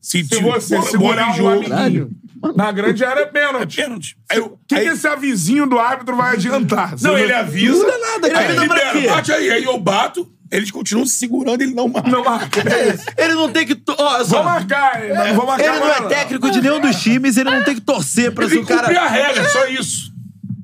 [SPEAKER 6] Se
[SPEAKER 1] Se você segurar um amiguinho na grande área, é pênalti.
[SPEAKER 6] Pênalti. Aí eu-
[SPEAKER 1] O que, que
[SPEAKER 6] aí-
[SPEAKER 1] esse avizinho do árbitro vai adiantar?
[SPEAKER 6] Não,
[SPEAKER 1] Você
[SPEAKER 6] ele avisa.
[SPEAKER 3] Não dá nada,
[SPEAKER 6] aí
[SPEAKER 3] cara.
[SPEAKER 6] Ele
[SPEAKER 3] Não dá pra
[SPEAKER 6] libera,
[SPEAKER 3] quê?
[SPEAKER 6] bate aí. Aí eu bato, eles continuam se segurando, ele não mata.
[SPEAKER 1] Não marca. É isso.
[SPEAKER 3] Ele não tem que... to- Ó, olha
[SPEAKER 1] Vou
[SPEAKER 3] só.
[SPEAKER 1] marcar, hein? mas não vou marcar
[SPEAKER 3] Ele não é
[SPEAKER 1] agora,
[SPEAKER 3] técnico de nenhum dos times, ele não tem que torcer pra se
[SPEAKER 6] Tem
[SPEAKER 3] o
[SPEAKER 6] que cumprir a
[SPEAKER 3] cara...
[SPEAKER 6] regra, só isso.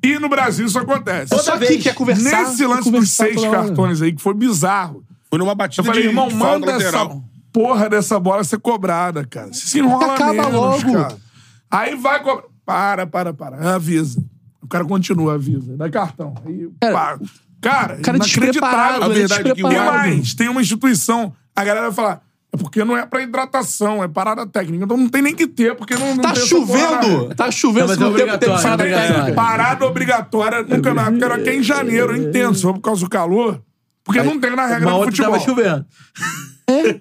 [SPEAKER 1] E no Brasil isso acontece.
[SPEAKER 3] Toda
[SPEAKER 2] Só quem
[SPEAKER 3] vez.
[SPEAKER 2] quer conversar.
[SPEAKER 1] Nesse
[SPEAKER 2] quer
[SPEAKER 1] lance dos
[SPEAKER 2] conversar
[SPEAKER 1] seis
[SPEAKER 2] toda hora.
[SPEAKER 1] cartões aí, que foi bizarro.
[SPEAKER 6] Foi numa
[SPEAKER 1] Eu
[SPEAKER 6] batida
[SPEAKER 1] falei,
[SPEAKER 6] de
[SPEAKER 1] irmão,
[SPEAKER 6] falta
[SPEAKER 1] manda essa
[SPEAKER 6] lateral.
[SPEAKER 1] porra dessa bola ser cobrada, cara. Se se enrola
[SPEAKER 2] Acaba
[SPEAKER 1] menos,
[SPEAKER 2] logo.
[SPEAKER 1] cara. Aí vai cobrar. Para, para, para. Avisa. O cara continua, avisa. Dá cartão. Aí, pá. Cara,
[SPEAKER 2] cara
[SPEAKER 1] inacreditável.
[SPEAKER 2] despreparado,
[SPEAKER 1] a
[SPEAKER 2] ele é
[SPEAKER 1] verdade é que o
[SPEAKER 2] despreparado.
[SPEAKER 1] mais, tem uma instituição. A galera vai falar, é porque não é pra hidratação, é parada técnica. Então não tem nem que ter, porque não, não
[SPEAKER 2] Tá
[SPEAKER 1] tem essa porra na regra.
[SPEAKER 2] chovendo! Tá
[SPEAKER 3] Não,
[SPEAKER 2] chovendo,
[SPEAKER 3] mas
[SPEAKER 2] se não
[SPEAKER 3] é
[SPEAKER 2] tem tempo
[SPEAKER 3] obrigatório,
[SPEAKER 2] parada
[SPEAKER 3] é obrigatório.
[SPEAKER 2] técnica.
[SPEAKER 1] Parada obrigatória no campeonato. Porque era aqui em janeiro, eu entendo. Se for por causa do calor... Porque não tem na regra
[SPEAKER 3] Mas
[SPEAKER 1] do
[SPEAKER 3] ontem
[SPEAKER 1] futebol.
[SPEAKER 3] tava chovendo.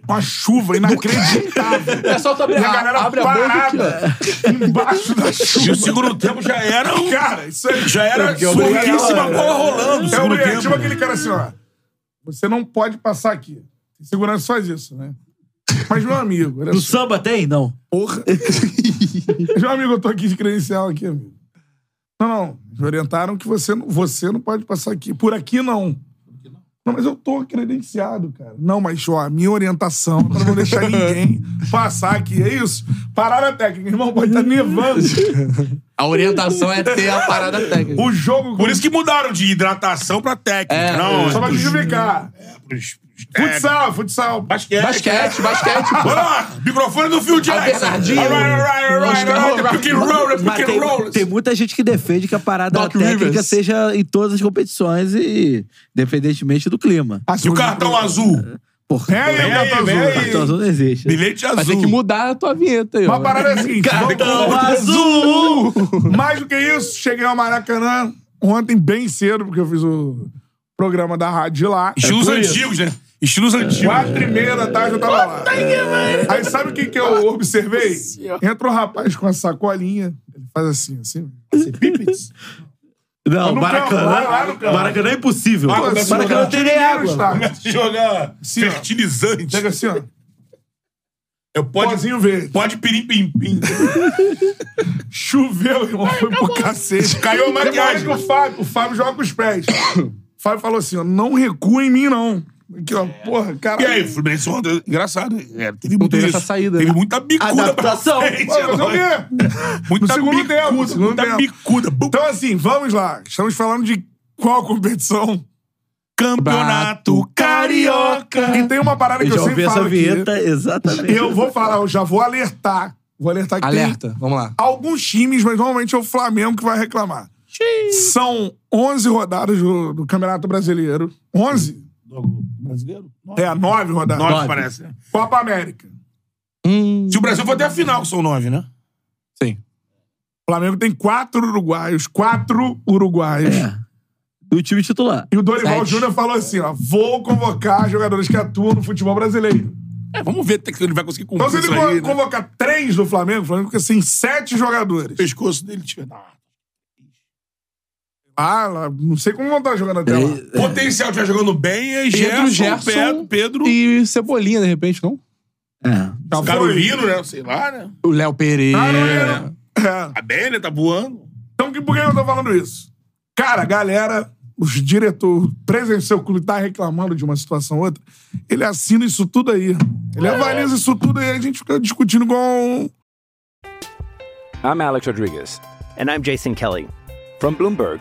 [SPEAKER 1] Uma chuva inacreditável.
[SPEAKER 2] É só tu abrir
[SPEAKER 1] E a
[SPEAKER 2] a-
[SPEAKER 1] galera
[SPEAKER 2] abre a boca aqui,
[SPEAKER 1] parada embaixo da
[SPEAKER 6] E o
[SPEAKER 1] chuva.
[SPEAKER 6] segundo tempo já era um...
[SPEAKER 1] Cara, isso aí
[SPEAKER 6] Já era
[SPEAKER 1] Porque é obrigado,
[SPEAKER 6] pouquíssima
[SPEAKER 1] né?
[SPEAKER 6] bola rolando no
[SPEAKER 1] É
[SPEAKER 6] segundo
[SPEAKER 1] obrigado. Tipo
[SPEAKER 6] tempo.
[SPEAKER 1] aquele cara assim, ó. Você não pode passar aqui. Segurança faz isso, né? Mas, meu amigo, olha
[SPEAKER 3] No
[SPEAKER 1] só.
[SPEAKER 3] samba tem? Não.
[SPEAKER 1] Porra. meu amigo, eu tô aqui de credencial aqui, amigo. Não, não. Me orientaram que você, não- você não pode passar aqui. Por aqui, não. Não, mas eu tô credenciado, cara. Não, mas, ó, a minha orientação, eu não vou deixar ninguém passar aqui. É isso? Parada técnica. Irmão, pode estar nevando.
[SPEAKER 2] A orientação é ter a parada técnica.
[SPEAKER 1] O jogo...
[SPEAKER 6] Por isso que mudaram de hidratação pra técnica.
[SPEAKER 2] É,
[SPEAKER 6] não,
[SPEAKER 1] Só pra justificar.
[SPEAKER 6] pros- pros-
[SPEAKER 1] Futsal, futsal.
[SPEAKER 6] Basquete.
[SPEAKER 2] Basquete, basquete, pô.
[SPEAKER 6] Ah, microfone do Phil Jackson.
[SPEAKER 2] Bernardinho.
[SPEAKER 6] All right, all right, all right, all right. The pick and roll, the
[SPEAKER 3] Mas
[SPEAKER 6] pick and roll.
[SPEAKER 3] tem, tem muita gente que defende que a parada
[SPEAKER 2] Doc
[SPEAKER 3] técnica
[SPEAKER 2] Rivers.
[SPEAKER 3] seja em todas as competições e independentemente do clima.
[SPEAKER 6] E o cartão azul?
[SPEAKER 3] Porra,
[SPEAKER 1] É aí,
[SPEAKER 6] Vem
[SPEAKER 1] o cartão
[SPEAKER 6] aí, vem
[SPEAKER 1] azul.
[SPEAKER 3] cartão azul não existe.
[SPEAKER 6] Bilhete azul.
[SPEAKER 2] Vai ter que mudar a tua vinheta aí. ó.
[SPEAKER 1] Mas a parada é a seguinte:
[SPEAKER 3] né? Cartão
[SPEAKER 1] vamos-
[SPEAKER 3] azul!
[SPEAKER 1] Mais do que isso, cheguei ao Maracanã ontem bem cedo, porque eu fiz o programa da rádio de lá.
[SPEAKER 3] É
[SPEAKER 6] Estilos antigos, né? Estilos antigos.
[SPEAKER 1] Quatro e meia da tarde eu tava lá. Aí sabe o que, que eu observei? Entra um rapaz com a sacolinha, ele faz assim, assim.
[SPEAKER 3] Não,
[SPEAKER 1] no
[SPEAKER 3] Maracanã.
[SPEAKER 1] campo, lá- lá no Assim, campo.
[SPEAKER 3] Maracanã é impossível.
[SPEAKER 1] Água da
[SPEAKER 6] um
[SPEAKER 3] Maracanã não
[SPEAKER 1] cidade.
[SPEAKER 3] tem nem água.
[SPEAKER 1] Está.
[SPEAKER 6] Jogar
[SPEAKER 1] ó.
[SPEAKER 6] fertilizante.
[SPEAKER 1] Chega assim, ó.
[SPEAKER 6] Eu pode,
[SPEAKER 1] Pozinho verde.
[SPEAKER 6] pode pirim pim pim.
[SPEAKER 1] Choveu, irmão. Foi pro cacete.
[SPEAKER 6] Caiu a maquiagem.
[SPEAKER 1] Demora que O Fábio, o Fábio joga com os pés. O Fábio falou assim: ó, não recua em mim, não. Aqui, ó, porra, cara.
[SPEAKER 6] E aí, o Fluminense ontem, engraçado, é, teve
[SPEAKER 2] Não
[SPEAKER 6] muito
[SPEAKER 2] teve
[SPEAKER 6] isso.
[SPEAKER 2] essa saída,
[SPEAKER 6] Teve
[SPEAKER 2] né?
[SPEAKER 6] muita bicuda
[SPEAKER 3] Adaptação.
[SPEAKER 6] pra frente. é um
[SPEAKER 1] Pô, fazer o
[SPEAKER 6] agora.
[SPEAKER 1] quê?
[SPEAKER 6] Muita
[SPEAKER 1] No segundo
[SPEAKER 6] bicuda,
[SPEAKER 1] tempo, no segundo
[SPEAKER 6] muita
[SPEAKER 1] tempo.
[SPEAKER 6] bicuda. Bu-
[SPEAKER 1] Então, assim, vamos lá. Estamos falando de qual competição?
[SPEAKER 6] Campeonato
[SPEAKER 2] Bato
[SPEAKER 6] Carioca.
[SPEAKER 3] Então,
[SPEAKER 1] E tem uma parada
[SPEAKER 3] Eu
[SPEAKER 1] que eu
[SPEAKER 3] já
[SPEAKER 1] sempre
[SPEAKER 3] ouvi essa
[SPEAKER 1] falo aqui.
[SPEAKER 3] vinheta, exatamente.
[SPEAKER 1] Eu vou falar, eu já vou alertar. Vou alertar que
[SPEAKER 2] Alerta,
[SPEAKER 1] tem
[SPEAKER 2] vamos lá.
[SPEAKER 1] alguns times, mas normalmente é o Flamengo que vai reclamar. São 11 rodadas do, do Campeonato Brasileiro. 11?
[SPEAKER 6] Brasileiro?
[SPEAKER 1] É, 9 rodadas.
[SPEAKER 6] Nove,
[SPEAKER 3] Nove.
[SPEAKER 6] parece. né?
[SPEAKER 1] Copa América.
[SPEAKER 2] Hum,
[SPEAKER 6] Se o Brasil for até a final, que são nove, né?
[SPEAKER 2] sim.
[SPEAKER 1] O Flamengo tem quatro uruguaios, quatro uruguaios.
[SPEAKER 6] É.
[SPEAKER 3] Do time titular.
[SPEAKER 1] E o Dorival
[SPEAKER 2] Sete.
[SPEAKER 1] Júnior falou assim, ó, vou convocar jogadores que atuam no futebol brasileiro.
[SPEAKER 6] É, vamos ver até que ele vai conseguir cumprir
[SPEAKER 1] Então se ele
[SPEAKER 6] isso
[SPEAKER 1] co-
[SPEAKER 6] aí, né?
[SPEAKER 1] convocar três do Flamengo, o Flamengo fica sem sete
[SPEAKER 6] O
[SPEAKER 1] jogadores.
[SPEAKER 6] pescoço dele tiver... Ah,
[SPEAKER 1] Ah, lá, não sei como vão estar jogando até lá.
[SPEAKER 6] Potencial de estar jogando bem é Gerson,
[SPEAKER 2] Pedro, Gerson
[SPEAKER 6] Pe- Pedro e
[SPEAKER 2] E Cebolinha, de repente, não?
[SPEAKER 3] É.
[SPEAKER 1] Já foi.
[SPEAKER 6] Carolino, né? Sei lá, né?
[SPEAKER 2] O Léo Pereira.
[SPEAKER 1] Ah, Carolino. É.
[SPEAKER 6] A Bene tá voando.
[SPEAKER 1] Então que- por que eu tô falando isso? Cara, a galera, os diretores, o presidente do seu clube tá reclamando de uma situação ou outra, ele assina isso tudo aí.
[SPEAKER 6] É.
[SPEAKER 1] Ele avalia isso tudo aí, a gente fica discutindo igual um
[SPEAKER 7] I'm Alex Rodriguez.
[SPEAKER 8] And I'm Jason Kelly.
[SPEAKER 7] From Bloomberg,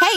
[SPEAKER 9] Hey,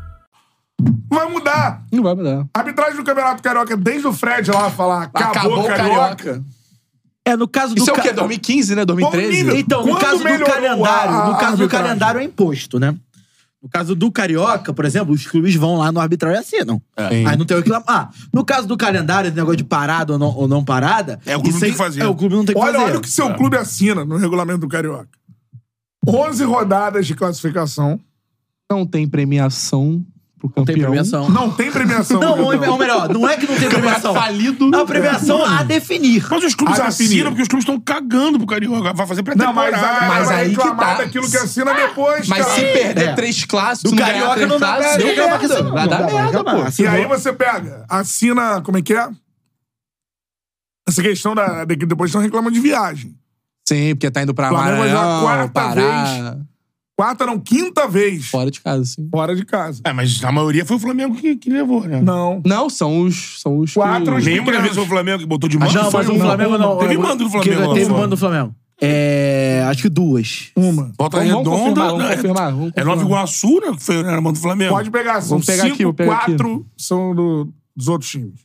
[SPEAKER 4] Não vai mudar.
[SPEAKER 2] Não vai mudar.
[SPEAKER 4] A arbitragem do Campeonato Carioca, desde o Fred lá falar, acabou,
[SPEAKER 2] Acabou o
[SPEAKER 4] Carioca.
[SPEAKER 2] Carioca.
[SPEAKER 3] É, no caso do
[SPEAKER 2] Isso é o
[SPEAKER 3] ca-
[SPEAKER 2] quê? 2015, né? 2013?
[SPEAKER 4] Bom nível.
[SPEAKER 3] Então, no
[SPEAKER 4] Quando
[SPEAKER 3] caso do
[SPEAKER 4] melhorou
[SPEAKER 3] calendário,
[SPEAKER 4] a
[SPEAKER 3] no caso do
[SPEAKER 4] arbitragem?
[SPEAKER 3] calendário é imposto, né? No caso do Carioca, por exemplo, os clubes vão lá no arbitral e assinam.
[SPEAKER 2] Sim.
[SPEAKER 3] Aí não tem o que reclamar. Ah, no caso do calendário, esse negócio de parada ou não, ou não parada.
[SPEAKER 1] É, o clube
[SPEAKER 3] isso
[SPEAKER 1] não tem
[SPEAKER 3] aí-
[SPEAKER 1] que fazer.
[SPEAKER 3] É, o clube não tem que
[SPEAKER 4] Olha,
[SPEAKER 3] fazer. É.
[SPEAKER 4] olha o que seu clube assina no regulamento do Carioca. 11 rodadas de classificação.
[SPEAKER 2] Não tem premiação pro campeão.
[SPEAKER 3] Não tem premiação.
[SPEAKER 4] Não tem premiação.
[SPEAKER 3] Não,
[SPEAKER 4] Gordão.
[SPEAKER 3] ou, ou melhor, não é que não tem premiação.
[SPEAKER 2] falido.
[SPEAKER 3] É uma premiação a definir.
[SPEAKER 1] Mas os clubes
[SPEAKER 4] Ah,
[SPEAKER 1] assinam
[SPEAKER 4] definido.
[SPEAKER 1] porque os clubes estão cagando pro Carioca. Vai fazer
[SPEAKER 4] Não,
[SPEAKER 1] pré-temporada.
[SPEAKER 4] mas, a
[SPEAKER 2] Mas
[SPEAKER 4] mas
[SPEAKER 2] aí
[SPEAKER 4] aí
[SPEAKER 2] que
[SPEAKER 4] reclamar
[SPEAKER 2] tá.
[SPEAKER 4] daquilo que assina depois,
[SPEAKER 2] Mas
[SPEAKER 4] cara.
[SPEAKER 2] se perder
[SPEAKER 3] É.
[SPEAKER 2] três clássicos,
[SPEAKER 3] Do
[SPEAKER 2] não ganhar
[SPEAKER 3] Carioca
[SPEAKER 2] três
[SPEAKER 3] não dá
[SPEAKER 2] clássicos,
[SPEAKER 3] merda,
[SPEAKER 2] deu
[SPEAKER 3] não dá
[SPEAKER 2] merda.
[SPEAKER 3] merda, não
[SPEAKER 2] Vai dar
[SPEAKER 3] dá
[SPEAKER 2] merda,
[SPEAKER 3] merda,
[SPEAKER 2] pô.
[SPEAKER 3] mano.
[SPEAKER 4] E aí você pega, assina, como é que é? Essa questão da. de que Depois estão reclamando de viagem.
[SPEAKER 2] Sim, porque tá indo pra
[SPEAKER 4] Flamengo já é a
[SPEAKER 2] Maranhão,
[SPEAKER 4] quarta
[SPEAKER 2] Pará.
[SPEAKER 4] Quarta, não, quinta vez. Fora,
[SPEAKER 2] Fora de casa, sim.
[SPEAKER 4] de casa.
[SPEAKER 1] É, mas a maioria foi o Flamengo que, que levou, né?
[SPEAKER 4] Não.
[SPEAKER 2] Não, são os... São os
[SPEAKER 4] Quatro,
[SPEAKER 2] que...
[SPEAKER 4] gente.
[SPEAKER 1] Nenhuma das vezes foi o Flamengo que botou de mando.
[SPEAKER 2] Ah,
[SPEAKER 3] Não,
[SPEAKER 1] foi
[SPEAKER 3] mas o
[SPEAKER 1] um.
[SPEAKER 3] Flamengo não.
[SPEAKER 1] Teve
[SPEAKER 3] o-
[SPEAKER 1] mando do
[SPEAKER 3] que-
[SPEAKER 1] Flamengo.
[SPEAKER 3] Teve
[SPEAKER 1] lá
[SPEAKER 3] mando do Flamengo. É, acho que duas.
[SPEAKER 4] Uma.
[SPEAKER 1] Volta
[SPEAKER 2] Vamos-
[SPEAKER 1] Redonda.
[SPEAKER 2] vamos confirmar, vamos
[SPEAKER 1] né?
[SPEAKER 2] confirmar, vamos
[SPEAKER 1] É Nova
[SPEAKER 2] confirmar.
[SPEAKER 1] Iguaçu, né? Que foi, era mando do Flamengo.
[SPEAKER 4] Pode pegar, são
[SPEAKER 2] Vamos pegar
[SPEAKER 4] cinco,
[SPEAKER 2] aqui, vou pegar aqui.
[SPEAKER 4] quatro são do- dos outros times.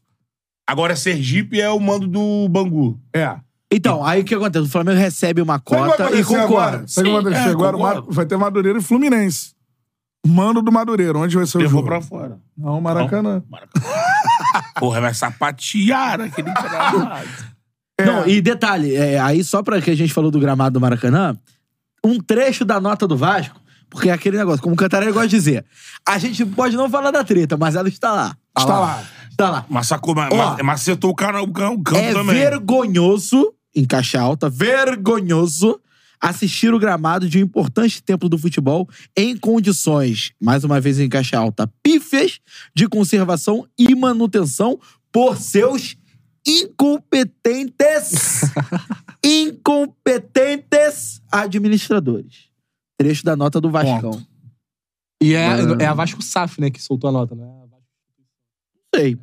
[SPEAKER 1] Agora Sergipe é o mando do Bangu.
[SPEAKER 4] É.
[SPEAKER 3] Então, aí o que acontece? O Flamengo recebe uma
[SPEAKER 1] é
[SPEAKER 4] Sabe o que vai
[SPEAKER 3] cota e
[SPEAKER 4] acontecer
[SPEAKER 3] concorda.
[SPEAKER 4] agora? Sabe o que vai
[SPEAKER 1] Sim,
[SPEAKER 4] acontecer
[SPEAKER 1] é,
[SPEAKER 4] agora? O
[SPEAKER 1] concordo.
[SPEAKER 4] Mar- Vai ter Madureira e Fluminense. Mando do Madureira, onde vai ser o
[SPEAKER 1] Levou
[SPEAKER 4] jogo?
[SPEAKER 1] pra fora.
[SPEAKER 4] Não, Maracanã.
[SPEAKER 1] Porra, vai sapatear aquele cara.
[SPEAKER 3] Não, e detalhe, é, aí só pra que a gente falou do gramado do Maracanã, um trecho da nota do Vasco, porque é aquele negócio, como o Cantarelli gosta de dizer, a gente pode não falar da treta, mas ela está Tá lá.
[SPEAKER 4] Está lá.
[SPEAKER 3] Está lá.
[SPEAKER 1] Massacou, ma-
[SPEAKER 3] Ó.
[SPEAKER 1] ma- macetou o cara o cão- o campo
[SPEAKER 3] é
[SPEAKER 1] também.
[SPEAKER 3] vergonhoso, em caixa alta, vergonhoso assistir o gramado de um importante templo do futebol em condições, mais uma vez em caixa alta, pífias de conservação e manutenção por seus incompetentes incompetentes administradores. Trecho da nota do Vascão. Não
[SPEAKER 2] E é, é a Vasco SAF, né, que soltou a nota, né?
[SPEAKER 3] sei.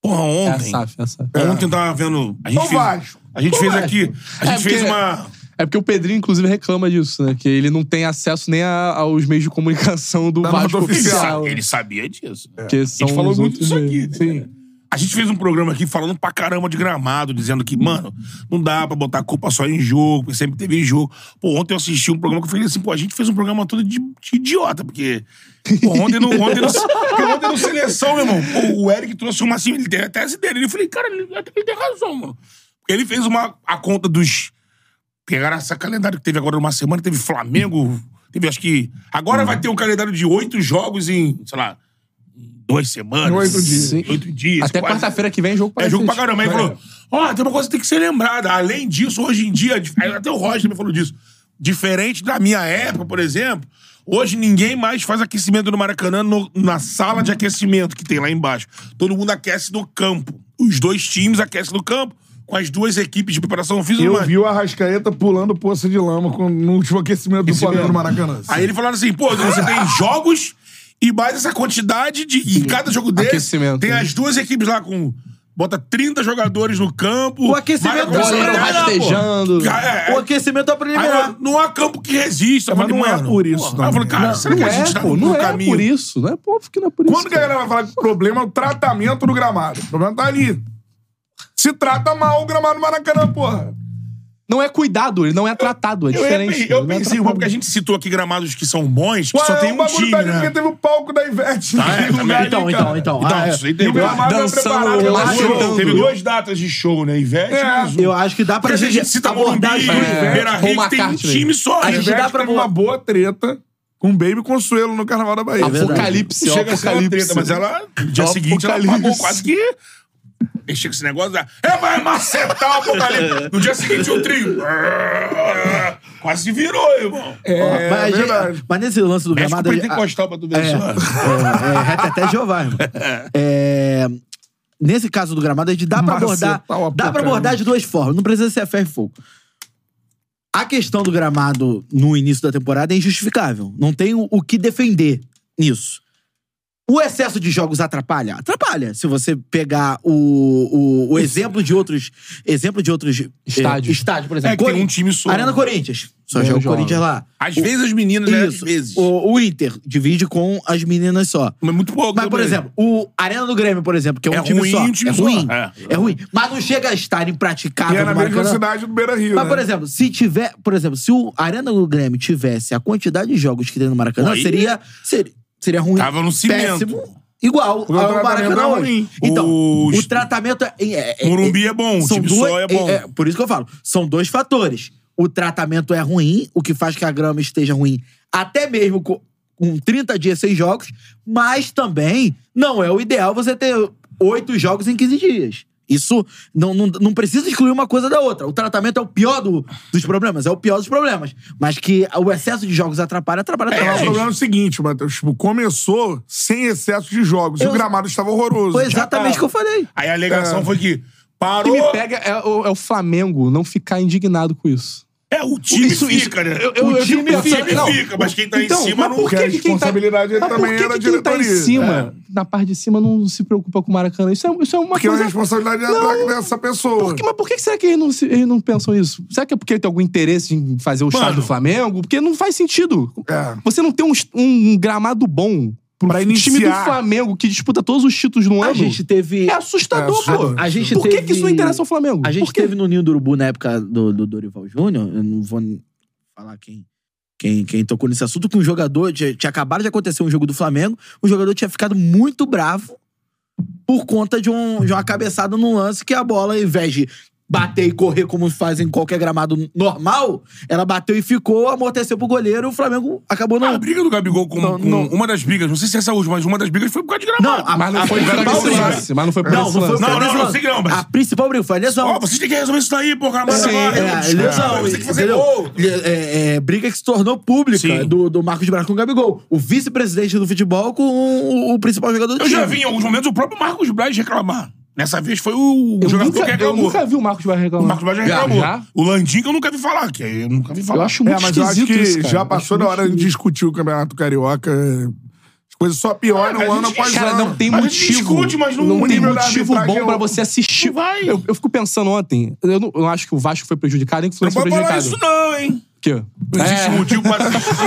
[SPEAKER 1] Porra,
[SPEAKER 2] É a
[SPEAKER 1] ontem.
[SPEAKER 2] SAF, é a SAF.
[SPEAKER 1] Ontem eu tava vendo. A gente
[SPEAKER 4] Ô,
[SPEAKER 1] fez,
[SPEAKER 4] Vasco.
[SPEAKER 1] a gente
[SPEAKER 2] Ô,
[SPEAKER 1] fez
[SPEAKER 2] Vasco.
[SPEAKER 1] aqui. A gente
[SPEAKER 2] É,
[SPEAKER 1] fez
[SPEAKER 2] porque-
[SPEAKER 1] uma.
[SPEAKER 2] É porque o Pedrinho, inclusive, reclama disso, né? Que ele não tem acesso nem a- aos meios de comunicação do
[SPEAKER 4] Da
[SPEAKER 2] Vasco
[SPEAKER 4] nota oficial.
[SPEAKER 2] oficial. né?
[SPEAKER 1] Ele sabia disso.
[SPEAKER 2] Porque são
[SPEAKER 1] a gente falou
[SPEAKER 2] os
[SPEAKER 1] muito
[SPEAKER 2] outros
[SPEAKER 1] disso aqui. né,
[SPEAKER 2] meios. Sim.
[SPEAKER 1] cara? A gente fez um programa aqui falando pra caramba de gramado, dizendo que, mano, não dá pra botar a culpa só em jogo, porque sempre teve jogo. Pô, ontem eu assisti um programa que eu falei assim, pô, a gente fez um programa todo de, de idiota, porque. Pô, ontem no, ontem no, porque ontem no seleção, meu irmão. Pô, o Eric trouxe uma assim, ele tem a tese dele. Ele falei, cara, ele, ele tem razão, mano. Porque ele fez uma, a conta dos. Pegaram essa calendário que teve agora uma semana, teve Flamengo, teve acho que. Agora
[SPEAKER 4] Uhum.
[SPEAKER 1] vai ter um calendário de oito jogos em, sei lá, duas semanas.
[SPEAKER 4] Oito dias.
[SPEAKER 1] Em Oito dias.
[SPEAKER 2] Até
[SPEAKER 1] quase.
[SPEAKER 2] quarta-feira que vem é jogo pra
[SPEAKER 1] É jogo pra
[SPEAKER 2] cacete.
[SPEAKER 1] caramba. Aí ele falou: Ó, tem uma coisa que tem que ser lembrada. Além disso, hoje em dia, dif- aí até o Roger também falou disso. Diferente da minha época, por exemplo, hoje ninguém mais faz aquecimento no Maracanã no- na sala de aquecimento que tem lá embaixo. Todo mundo aquece no campo. Os dois times aquecem no campo, com as duas equipes de preparação física.
[SPEAKER 4] Eu
[SPEAKER 1] mas-
[SPEAKER 4] vi o Arrascaeta pulando poça de lama com- no último aquecimento do Flamengo no Maracanã.
[SPEAKER 1] Aí ele falando assim, pô, você tem jogos e mais essa quantidade de. Em cada jogo desse,
[SPEAKER 2] Aquecimento.
[SPEAKER 1] tem as duas equipes lá com. Bota 30 jogadores no campo.
[SPEAKER 3] O aquecimento
[SPEAKER 1] marca-
[SPEAKER 3] é
[SPEAKER 2] Goleiro
[SPEAKER 3] Não, não, não,
[SPEAKER 2] rastejando.
[SPEAKER 1] É, é.
[SPEAKER 3] O aquecimento é
[SPEAKER 1] Aí,
[SPEAKER 3] preliminar.
[SPEAKER 1] não- não há campo que resista.
[SPEAKER 4] Mas
[SPEAKER 1] Eu falei,
[SPEAKER 4] não é
[SPEAKER 1] mano,
[SPEAKER 4] por isso
[SPEAKER 1] porra. Aí eu falei, cara, será
[SPEAKER 2] Não
[SPEAKER 1] que a gente
[SPEAKER 2] é,
[SPEAKER 1] tá
[SPEAKER 2] pô.
[SPEAKER 1] no
[SPEAKER 2] Não é
[SPEAKER 1] caminho?
[SPEAKER 2] por isso. Não é pô, porque não é por isso.
[SPEAKER 4] Quando que a galera vai falar que o problema é o tratamento do gramado? O problema tá ali. Se trata mal o gramado do Maracanã, porra.
[SPEAKER 2] Não é cuidado, ele não é tratado, é
[SPEAKER 1] Eu,
[SPEAKER 2] diferente.
[SPEAKER 4] né?
[SPEAKER 1] eu, eu
[SPEAKER 2] Não é
[SPEAKER 1] pensei,
[SPEAKER 2] tratado.
[SPEAKER 1] porque a gente citou aqui gramados que são bons, que
[SPEAKER 4] Ué,
[SPEAKER 1] só tem
[SPEAKER 4] o
[SPEAKER 1] um
[SPEAKER 4] bagulho
[SPEAKER 1] time,
[SPEAKER 4] tá ali
[SPEAKER 1] né?
[SPEAKER 4] porque teve o palco da Ivete.
[SPEAKER 1] Ah, é,
[SPEAKER 4] no
[SPEAKER 1] tá
[SPEAKER 4] lugar
[SPEAKER 1] vendo?
[SPEAKER 4] ali,
[SPEAKER 3] Então,
[SPEAKER 4] cara.
[SPEAKER 3] então, então.
[SPEAKER 1] Então,
[SPEAKER 3] Ah, é.
[SPEAKER 1] isso aí
[SPEAKER 4] E
[SPEAKER 1] tem
[SPEAKER 4] o
[SPEAKER 1] dois-
[SPEAKER 4] gramado é
[SPEAKER 2] dançando,
[SPEAKER 4] preparado pela
[SPEAKER 2] marchando.
[SPEAKER 4] chuva.
[SPEAKER 1] Teve duas datas de show, né? Ivete
[SPEAKER 4] É.
[SPEAKER 1] mais um.
[SPEAKER 3] Eu acho que dá pra
[SPEAKER 1] Porque a gente cita Morumbi, né?
[SPEAKER 3] abordar as duas.
[SPEAKER 2] É.
[SPEAKER 1] Beira
[SPEAKER 2] Paul
[SPEAKER 1] Rio, tem um
[SPEAKER 2] McCartney.
[SPEAKER 1] time só.
[SPEAKER 3] A
[SPEAKER 1] né?
[SPEAKER 3] gente
[SPEAKER 4] Ivete
[SPEAKER 3] dá pra
[SPEAKER 4] teve uma boa treta com Baby Consuelo no Carnaval da
[SPEAKER 2] É
[SPEAKER 4] Bahia.
[SPEAKER 3] verdade.
[SPEAKER 2] Apocalipse,
[SPEAKER 1] Chega a ser uma
[SPEAKER 2] apocalipse.
[SPEAKER 1] treta, mas ela, no dia
[SPEAKER 2] É o
[SPEAKER 1] seguinte, ela
[SPEAKER 2] apocalipse.
[SPEAKER 1] acabou quase que Mexer com esse negócio, dá, é, vai macetar o apocalipse. No dia seguinte, o trio. ah, Quase virou, irmão.
[SPEAKER 3] Ó, mas, a gente- mas nesse lance do
[SPEAKER 1] Mexe
[SPEAKER 3] gramado.
[SPEAKER 1] com
[SPEAKER 3] É. a-
[SPEAKER 1] pentecostal pra tu ver
[SPEAKER 3] é,
[SPEAKER 1] isso.
[SPEAKER 3] É, é, reta até Jeová, irmão. É, nesse caso do gramado, a gente dá pra
[SPEAKER 4] Macetar
[SPEAKER 3] abordar.
[SPEAKER 1] tá
[SPEAKER 4] o
[SPEAKER 3] Dá pra abordar de duas formas. Não precisa ser a ferro e fogo. A questão do gramado no início da temporada é injustificável. Não tem o, o que defender nisso. O excesso de jogos atrapalha? Atrapalha. Se você pegar o, o, o exemplo de outros. Exemplo de outros. eh,
[SPEAKER 2] Estádios.
[SPEAKER 3] estádios, por exemplo.
[SPEAKER 1] É que tem
[SPEAKER 3] Corinthians.
[SPEAKER 1] um time só.
[SPEAKER 3] Arena Corinthians. Só
[SPEAKER 2] Menos
[SPEAKER 3] joga o
[SPEAKER 2] jogos.
[SPEAKER 3] Corinthians lá.
[SPEAKER 1] Às
[SPEAKER 3] O-
[SPEAKER 1] vezes as meninas, né? Às
[SPEAKER 3] Isso.
[SPEAKER 1] vezes.
[SPEAKER 3] O, o Inter divide com as meninas só.
[SPEAKER 1] Mas muito pouco.
[SPEAKER 3] Mas, por
[SPEAKER 1] também.
[SPEAKER 3] exemplo, o Arena do Grêmio, por exemplo, que é um
[SPEAKER 1] É
[SPEAKER 3] time
[SPEAKER 1] ruim,
[SPEAKER 3] só.
[SPEAKER 1] um time
[SPEAKER 3] é
[SPEAKER 1] só.
[SPEAKER 3] ruim.
[SPEAKER 1] É.
[SPEAKER 3] É. ruim. Mas não chega a estar
[SPEAKER 4] E
[SPEAKER 3] impraticável
[SPEAKER 4] é na
[SPEAKER 3] no
[SPEAKER 4] mesma
[SPEAKER 3] Maracanã.
[SPEAKER 4] cidade do Beira Rio.
[SPEAKER 3] né?
[SPEAKER 1] né?
[SPEAKER 3] Mas, por exemplo, se tiver. Por exemplo, se o Arena do Grêmio tivesse a quantidade de jogos que tem no Maracanã,
[SPEAKER 1] Aí-
[SPEAKER 3] seria, seria. Seria ruim.
[SPEAKER 1] Tava no cimento.
[SPEAKER 3] Péssimo. Igual
[SPEAKER 4] meu
[SPEAKER 3] ao
[SPEAKER 4] tratamento
[SPEAKER 3] Maracanã
[SPEAKER 4] é
[SPEAKER 3] hoje.
[SPEAKER 4] ruim.
[SPEAKER 3] Então,
[SPEAKER 1] Os-
[SPEAKER 3] o tratamento é. é, é-
[SPEAKER 1] Morumbi é bom, o time só é bom.
[SPEAKER 3] por isso que eu falo, são dois fatores. O tratamento é ruim, o que faz que a grama esteja ruim, até mesmo co- com, 30 dias, sem jogos, mas também não é o ideal você ter oito jogos em 15 dias. Isso não, não, não precisa excluir uma coisa da outra. O tratamento é o pior do- dos problemas, é o pior dos problemas. Mas que o excesso de jogos atrapalha, atrapalha,
[SPEAKER 4] É, o
[SPEAKER 3] atrapalha.
[SPEAKER 4] problema é o seguinte, Matheus. Tipo, começou sem excesso de jogos. E
[SPEAKER 3] Eu-
[SPEAKER 4] o gramado estava horroroso.
[SPEAKER 3] Foi
[SPEAKER 2] tá
[SPEAKER 3] exatamente o que eu falei.
[SPEAKER 1] Ah,
[SPEAKER 3] É.
[SPEAKER 1] Aí a alegação foi que
[SPEAKER 2] O que
[SPEAKER 1] parou.
[SPEAKER 2] me pega é o, é o Flamengo não ficar indignado com isso.
[SPEAKER 1] É, o time
[SPEAKER 2] Isso- isso-
[SPEAKER 1] fica, né?
[SPEAKER 2] eu- eu-
[SPEAKER 1] o
[SPEAKER 2] eu
[SPEAKER 1] time
[SPEAKER 2] fico pensando-
[SPEAKER 1] fica,
[SPEAKER 2] não.
[SPEAKER 1] fica, mas quem tá
[SPEAKER 2] então,
[SPEAKER 1] em cima
[SPEAKER 2] mas
[SPEAKER 1] não
[SPEAKER 2] por que,
[SPEAKER 4] porque a
[SPEAKER 2] que quem tá,
[SPEAKER 4] responsabilidade
[SPEAKER 2] mas por
[SPEAKER 4] também
[SPEAKER 1] é
[SPEAKER 2] que
[SPEAKER 4] era
[SPEAKER 2] que quem tá em
[SPEAKER 4] diretoria.
[SPEAKER 2] cima, na parte de cima, não se preocupa com o Maracanã? Isso é, isso é uma
[SPEAKER 4] Porque
[SPEAKER 2] coisa...
[SPEAKER 4] a responsabilidade é da-
[SPEAKER 2] Não.
[SPEAKER 4] dessa pessoa.
[SPEAKER 2] Por que- mas por que que será que eles não, se- eles não pensam isso? Será que é porque ele tem algum interesse em fazer o estádio
[SPEAKER 1] Mano.
[SPEAKER 2] do Flamengo? Porque não faz sentido.
[SPEAKER 4] É.
[SPEAKER 2] Você não tem um, est- um gramado bom pro
[SPEAKER 4] Pra
[SPEAKER 2] time do
[SPEAKER 4] iniciar.
[SPEAKER 2] Flamengo que disputa todos os títulos no
[SPEAKER 3] A
[SPEAKER 2] ano.
[SPEAKER 3] gente teve.
[SPEAKER 2] É assustador,
[SPEAKER 4] É
[SPEAKER 2] pô.
[SPEAKER 4] assustador.
[SPEAKER 3] A gente
[SPEAKER 2] por que,
[SPEAKER 3] teve-
[SPEAKER 2] que isso não interessa ao Flamengo?
[SPEAKER 3] A gente
[SPEAKER 2] por quê?
[SPEAKER 3] teve no Ninho do Urubu na época do, do Dorival Júnior, eu não vou nem falar quem, quem, quem tocou nesse assunto, que um jogador, tinha, tinha acabado de acontecer um jogo do Flamengo, o jogador tinha ficado muito bravo por conta de, um, de uma cabeçada num lance que a bola, ao invés de bater e correr como faz em qualquer gramado normal, ela bateu e ficou, amorteceu pro goleiro, o Flamengo acabou não...
[SPEAKER 1] Ah, A briga do Gabigol com, com- uma das brigas, não sei se essa é a última, mas uma das brigas foi por causa de gramado.
[SPEAKER 3] Não, a-
[SPEAKER 2] Mas não
[SPEAKER 3] a
[SPEAKER 2] foi por
[SPEAKER 3] principal
[SPEAKER 2] causa desse
[SPEAKER 3] briga-
[SPEAKER 2] lance. Mas não foi por
[SPEAKER 3] Não,
[SPEAKER 2] causa
[SPEAKER 3] não foi por
[SPEAKER 2] desse lance.
[SPEAKER 1] Não,
[SPEAKER 3] causa
[SPEAKER 1] não,
[SPEAKER 3] desse
[SPEAKER 1] não sei que não, mas-
[SPEAKER 3] A principal briga foi a lesão.
[SPEAKER 1] Ó, vocês têm que resolver isso daí, pô, gramado
[SPEAKER 2] Sim,
[SPEAKER 1] agora.
[SPEAKER 2] é,
[SPEAKER 3] É, lesão,
[SPEAKER 1] Você tem que fazer
[SPEAKER 3] entendeu?
[SPEAKER 1] gol.
[SPEAKER 3] É, é, briga que se tornou pública
[SPEAKER 1] Sim.
[SPEAKER 3] do, do Marcos Braz com o Gabigol. O vice-presidente do futebol com o, o principal jogador do
[SPEAKER 1] Eu
[SPEAKER 3] time.
[SPEAKER 1] já vi em alguns momentos o próprio Marcos Braz reclamar. Nessa vez foi o
[SPEAKER 2] Eu
[SPEAKER 1] um jogador
[SPEAKER 2] nunca,
[SPEAKER 1] que
[SPEAKER 2] eu
[SPEAKER 1] reclamou.
[SPEAKER 2] nunca vi o Marcos Braz
[SPEAKER 1] O
[SPEAKER 2] reclamar.
[SPEAKER 1] Marcos Braz já
[SPEAKER 2] Já,
[SPEAKER 1] reclamou.
[SPEAKER 2] já?
[SPEAKER 1] O Landim que eu nunca vi falar, que eu nunca vi falar.
[SPEAKER 2] Eu acho
[SPEAKER 4] É,
[SPEAKER 2] muito
[SPEAKER 4] mas eu acho
[SPEAKER 2] esquisito
[SPEAKER 4] que
[SPEAKER 2] isso, cara.
[SPEAKER 4] já
[SPEAKER 2] Eu
[SPEAKER 4] passou
[SPEAKER 2] acho
[SPEAKER 4] da
[SPEAKER 2] muito
[SPEAKER 4] hora de discutir o Campeonato Carioca. As coisas só pioram
[SPEAKER 1] É, a
[SPEAKER 4] ano
[SPEAKER 1] gente-
[SPEAKER 4] após
[SPEAKER 2] Cara,
[SPEAKER 4] ano.
[SPEAKER 2] não tem
[SPEAKER 1] Mas a gente
[SPEAKER 2] motivo.
[SPEAKER 1] discute, mas não- o
[SPEAKER 2] tem
[SPEAKER 1] nível
[SPEAKER 4] da
[SPEAKER 2] motivo
[SPEAKER 4] arbitragem
[SPEAKER 2] bom pra
[SPEAKER 4] é o-
[SPEAKER 2] você assistir.
[SPEAKER 1] Não vai.
[SPEAKER 2] Eu, eu fico pensando ontem. Eu não, eu não acho que o Vasco foi prejudicado, nem que o
[SPEAKER 1] Não
[SPEAKER 2] Fluminense foi
[SPEAKER 1] pode falar
[SPEAKER 2] prejudicado.
[SPEAKER 1] isso não, hein?
[SPEAKER 2] Que?
[SPEAKER 1] Não existe
[SPEAKER 2] É.
[SPEAKER 1] motivo para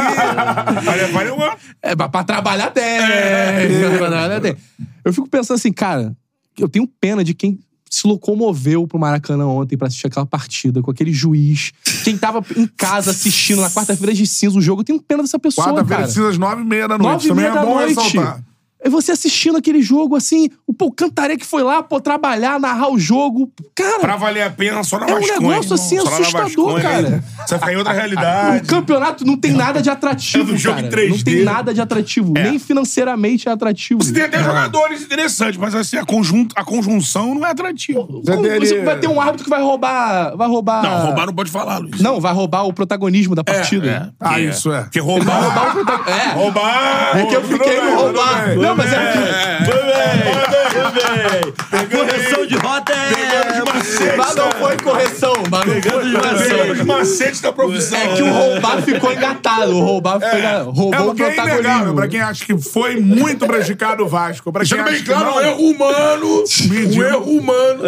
[SPEAKER 1] assistir. Olha, valeu, mano.
[SPEAKER 2] É, pra, pra trabalhar tem.
[SPEAKER 4] É.
[SPEAKER 2] Pra trabalhar tem. Eu fico pensando assim, cara, eu tenho pena de quem se locomoveu pro Maracanã ontem pra assistir aquela partida com aquele juiz. Quem tava em casa assistindo na quarta-feira de cinza o jogo, eu tenho pena dessa pessoa,
[SPEAKER 4] Quarta-feira
[SPEAKER 2] cara.
[SPEAKER 4] precisa às nove e meia da noite.
[SPEAKER 2] Nove e
[SPEAKER 4] Também
[SPEAKER 2] meia
[SPEAKER 4] é
[SPEAKER 2] da
[SPEAKER 4] bom
[SPEAKER 2] noite.
[SPEAKER 4] ressaltar.
[SPEAKER 2] É você assistindo aquele jogo assim, o pô, Cantaré que foi lá, pô, trabalhar, narrar o jogo. Cara,
[SPEAKER 1] Pra valer a pena, só na
[SPEAKER 2] É um
[SPEAKER 1] Vasconha.
[SPEAKER 2] negócio, assim,
[SPEAKER 1] irmão. Só lá na
[SPEAKER 2] assustador,
[SPEAKER 1] Vasconha,
[SPEAKER 2] cara.
[SPEAKER 1] né? Você vai ficar em outra
[SPEAKER 2] O
[SPEAKER 1] realidade.
[SPEAKER 2] campeonato não tem nada de atrativo,
[SPEAKER 1] É do jogo
[SPEAKER 2] cara.
[SPEAKER 1] em 3D.
[SPEAKER 2] Não tem nada de atrativo.
[SPEAKER 1] É.
[SPEAKER 2] Nem financeiramente é atrativo.
[SPEAKER 1] Você tem até jogadores interessantes, mas assim, a, conjunto, a conjunção não é atrativa.
[SPEAKER 2] Como
[SPEAKER 4] Zé
[SPEAKER 2] você
[SPEAKER 4] Dele-
[SPEAKER 2] vai ter um árbitro que vai roubar... Vai roubar...
[SPEAKER 1] Não, roubar não pode falar, Luiz.
[SPEAKER 2] Não, vai roubar o protagonismo da partida.
[SPEAKER 4] Ah, isso é.
[SPEAKER 1] Porque roubar...
[SPEAKER 2] Roubar o protagonismo... É.
[SPEAKER 1] Roubar...
[SPEAKER 2] É que eu fiquei no roubar.
[SPEAKER 4] tudo
[SPEAKER 2] Não, mas é que...
[SPEAKER 1] é... Tudo bem, tudo bem.
[SPEAKER 3] Correção de rota
[SPEAKER 1] Pegando de
[SPEAKER 3] é...
[SPEAKER 1] macete, tá?
[SPEAKER 2] Mas não foi correção, mas não foi
[SPEAKER 1] Pegando de
[SPEAKER 2] correção.
[SPEAKER 1] macete da profissão.
[SPEAKER 2] É que o roubar ficou engatado. O roubar ficou
[SPEAKER 1] né?
[SPEAKER 2] engatado.
[SPEAKER 4] É
[SPEAKER 2] Roubou o
[SPEAKER 4] porque é inegável, pra
[SPEAKER 2] protagonismo.
[SPEAKER 4] quem acha que foi muito prejudicado o Vasco. Pra quem
[SPEAKER 1] Deixando
[SPEAKER 4] acha
[SPEAKER 1] bem
[SPEAKER 4] que
[SPEAKER 1] claro,
[SPEAKER 4] não,
[SPEAKER 1] um erro humano. Um erro humano.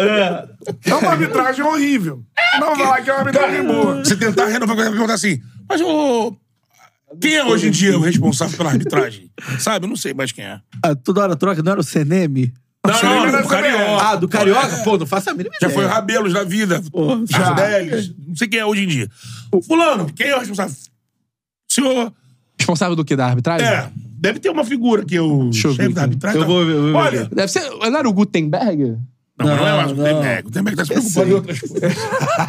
[SPEAKER 4] é uma arbitragem horrível. Não vai falar que é uma arbitragem boa.
[SPEAKER 1] Você tentar renovar, você vai perguntar assim, mas ô, Quem é hoje em dia o responsável pela arbitragem? Sabe? Eu não sei mais quem é.
[SPEAKER 3] Ah, toda hora troca, não era o CNM?
[SPEAKER 1] Não,
[SPEAKER 4] não,
[SPEAKER 1] não,
[SPEAKER 4] não,
[SPEAKER 1] do Carioca.
[SPEAKER 3] Ah, do Carioca? Pô, não faça a mínima
[SPEAKER 2] É.
[SPEAKER 1] Já
[SPEAKER 3] ideia.
[SPEAKER 1] foi o Rabelos da vida. Ardelis. Não sei quem é hoje em dia. Fulano, quem é o responsável? Senhor.
[SPEAKER 2] Responsável do quê? Da arbitragem?
[SPEAKER 1] É. Deve ter uma figura que eu.
[SPEAKER 2] Deixa eu
[SPEAKER 1] chefe
[SPEAKER 2] ver
[SPEAKER 1] da
[SPEAKER 2] aqui.
[SPEAKER 1] arbitragem.
[SPEAKER 3] Eu vou ver, eu vou ver.
[SPEAKER 1] Olha.
[SPEAKER 2] Deve ser... Não era o Gutenberg?
[SPEAKER 1] Não, não, é mais o
[SPEAKER 3] Não, é
[SPEAKER 1] Temerg. O Temerg tá se preocupando em outras coisas.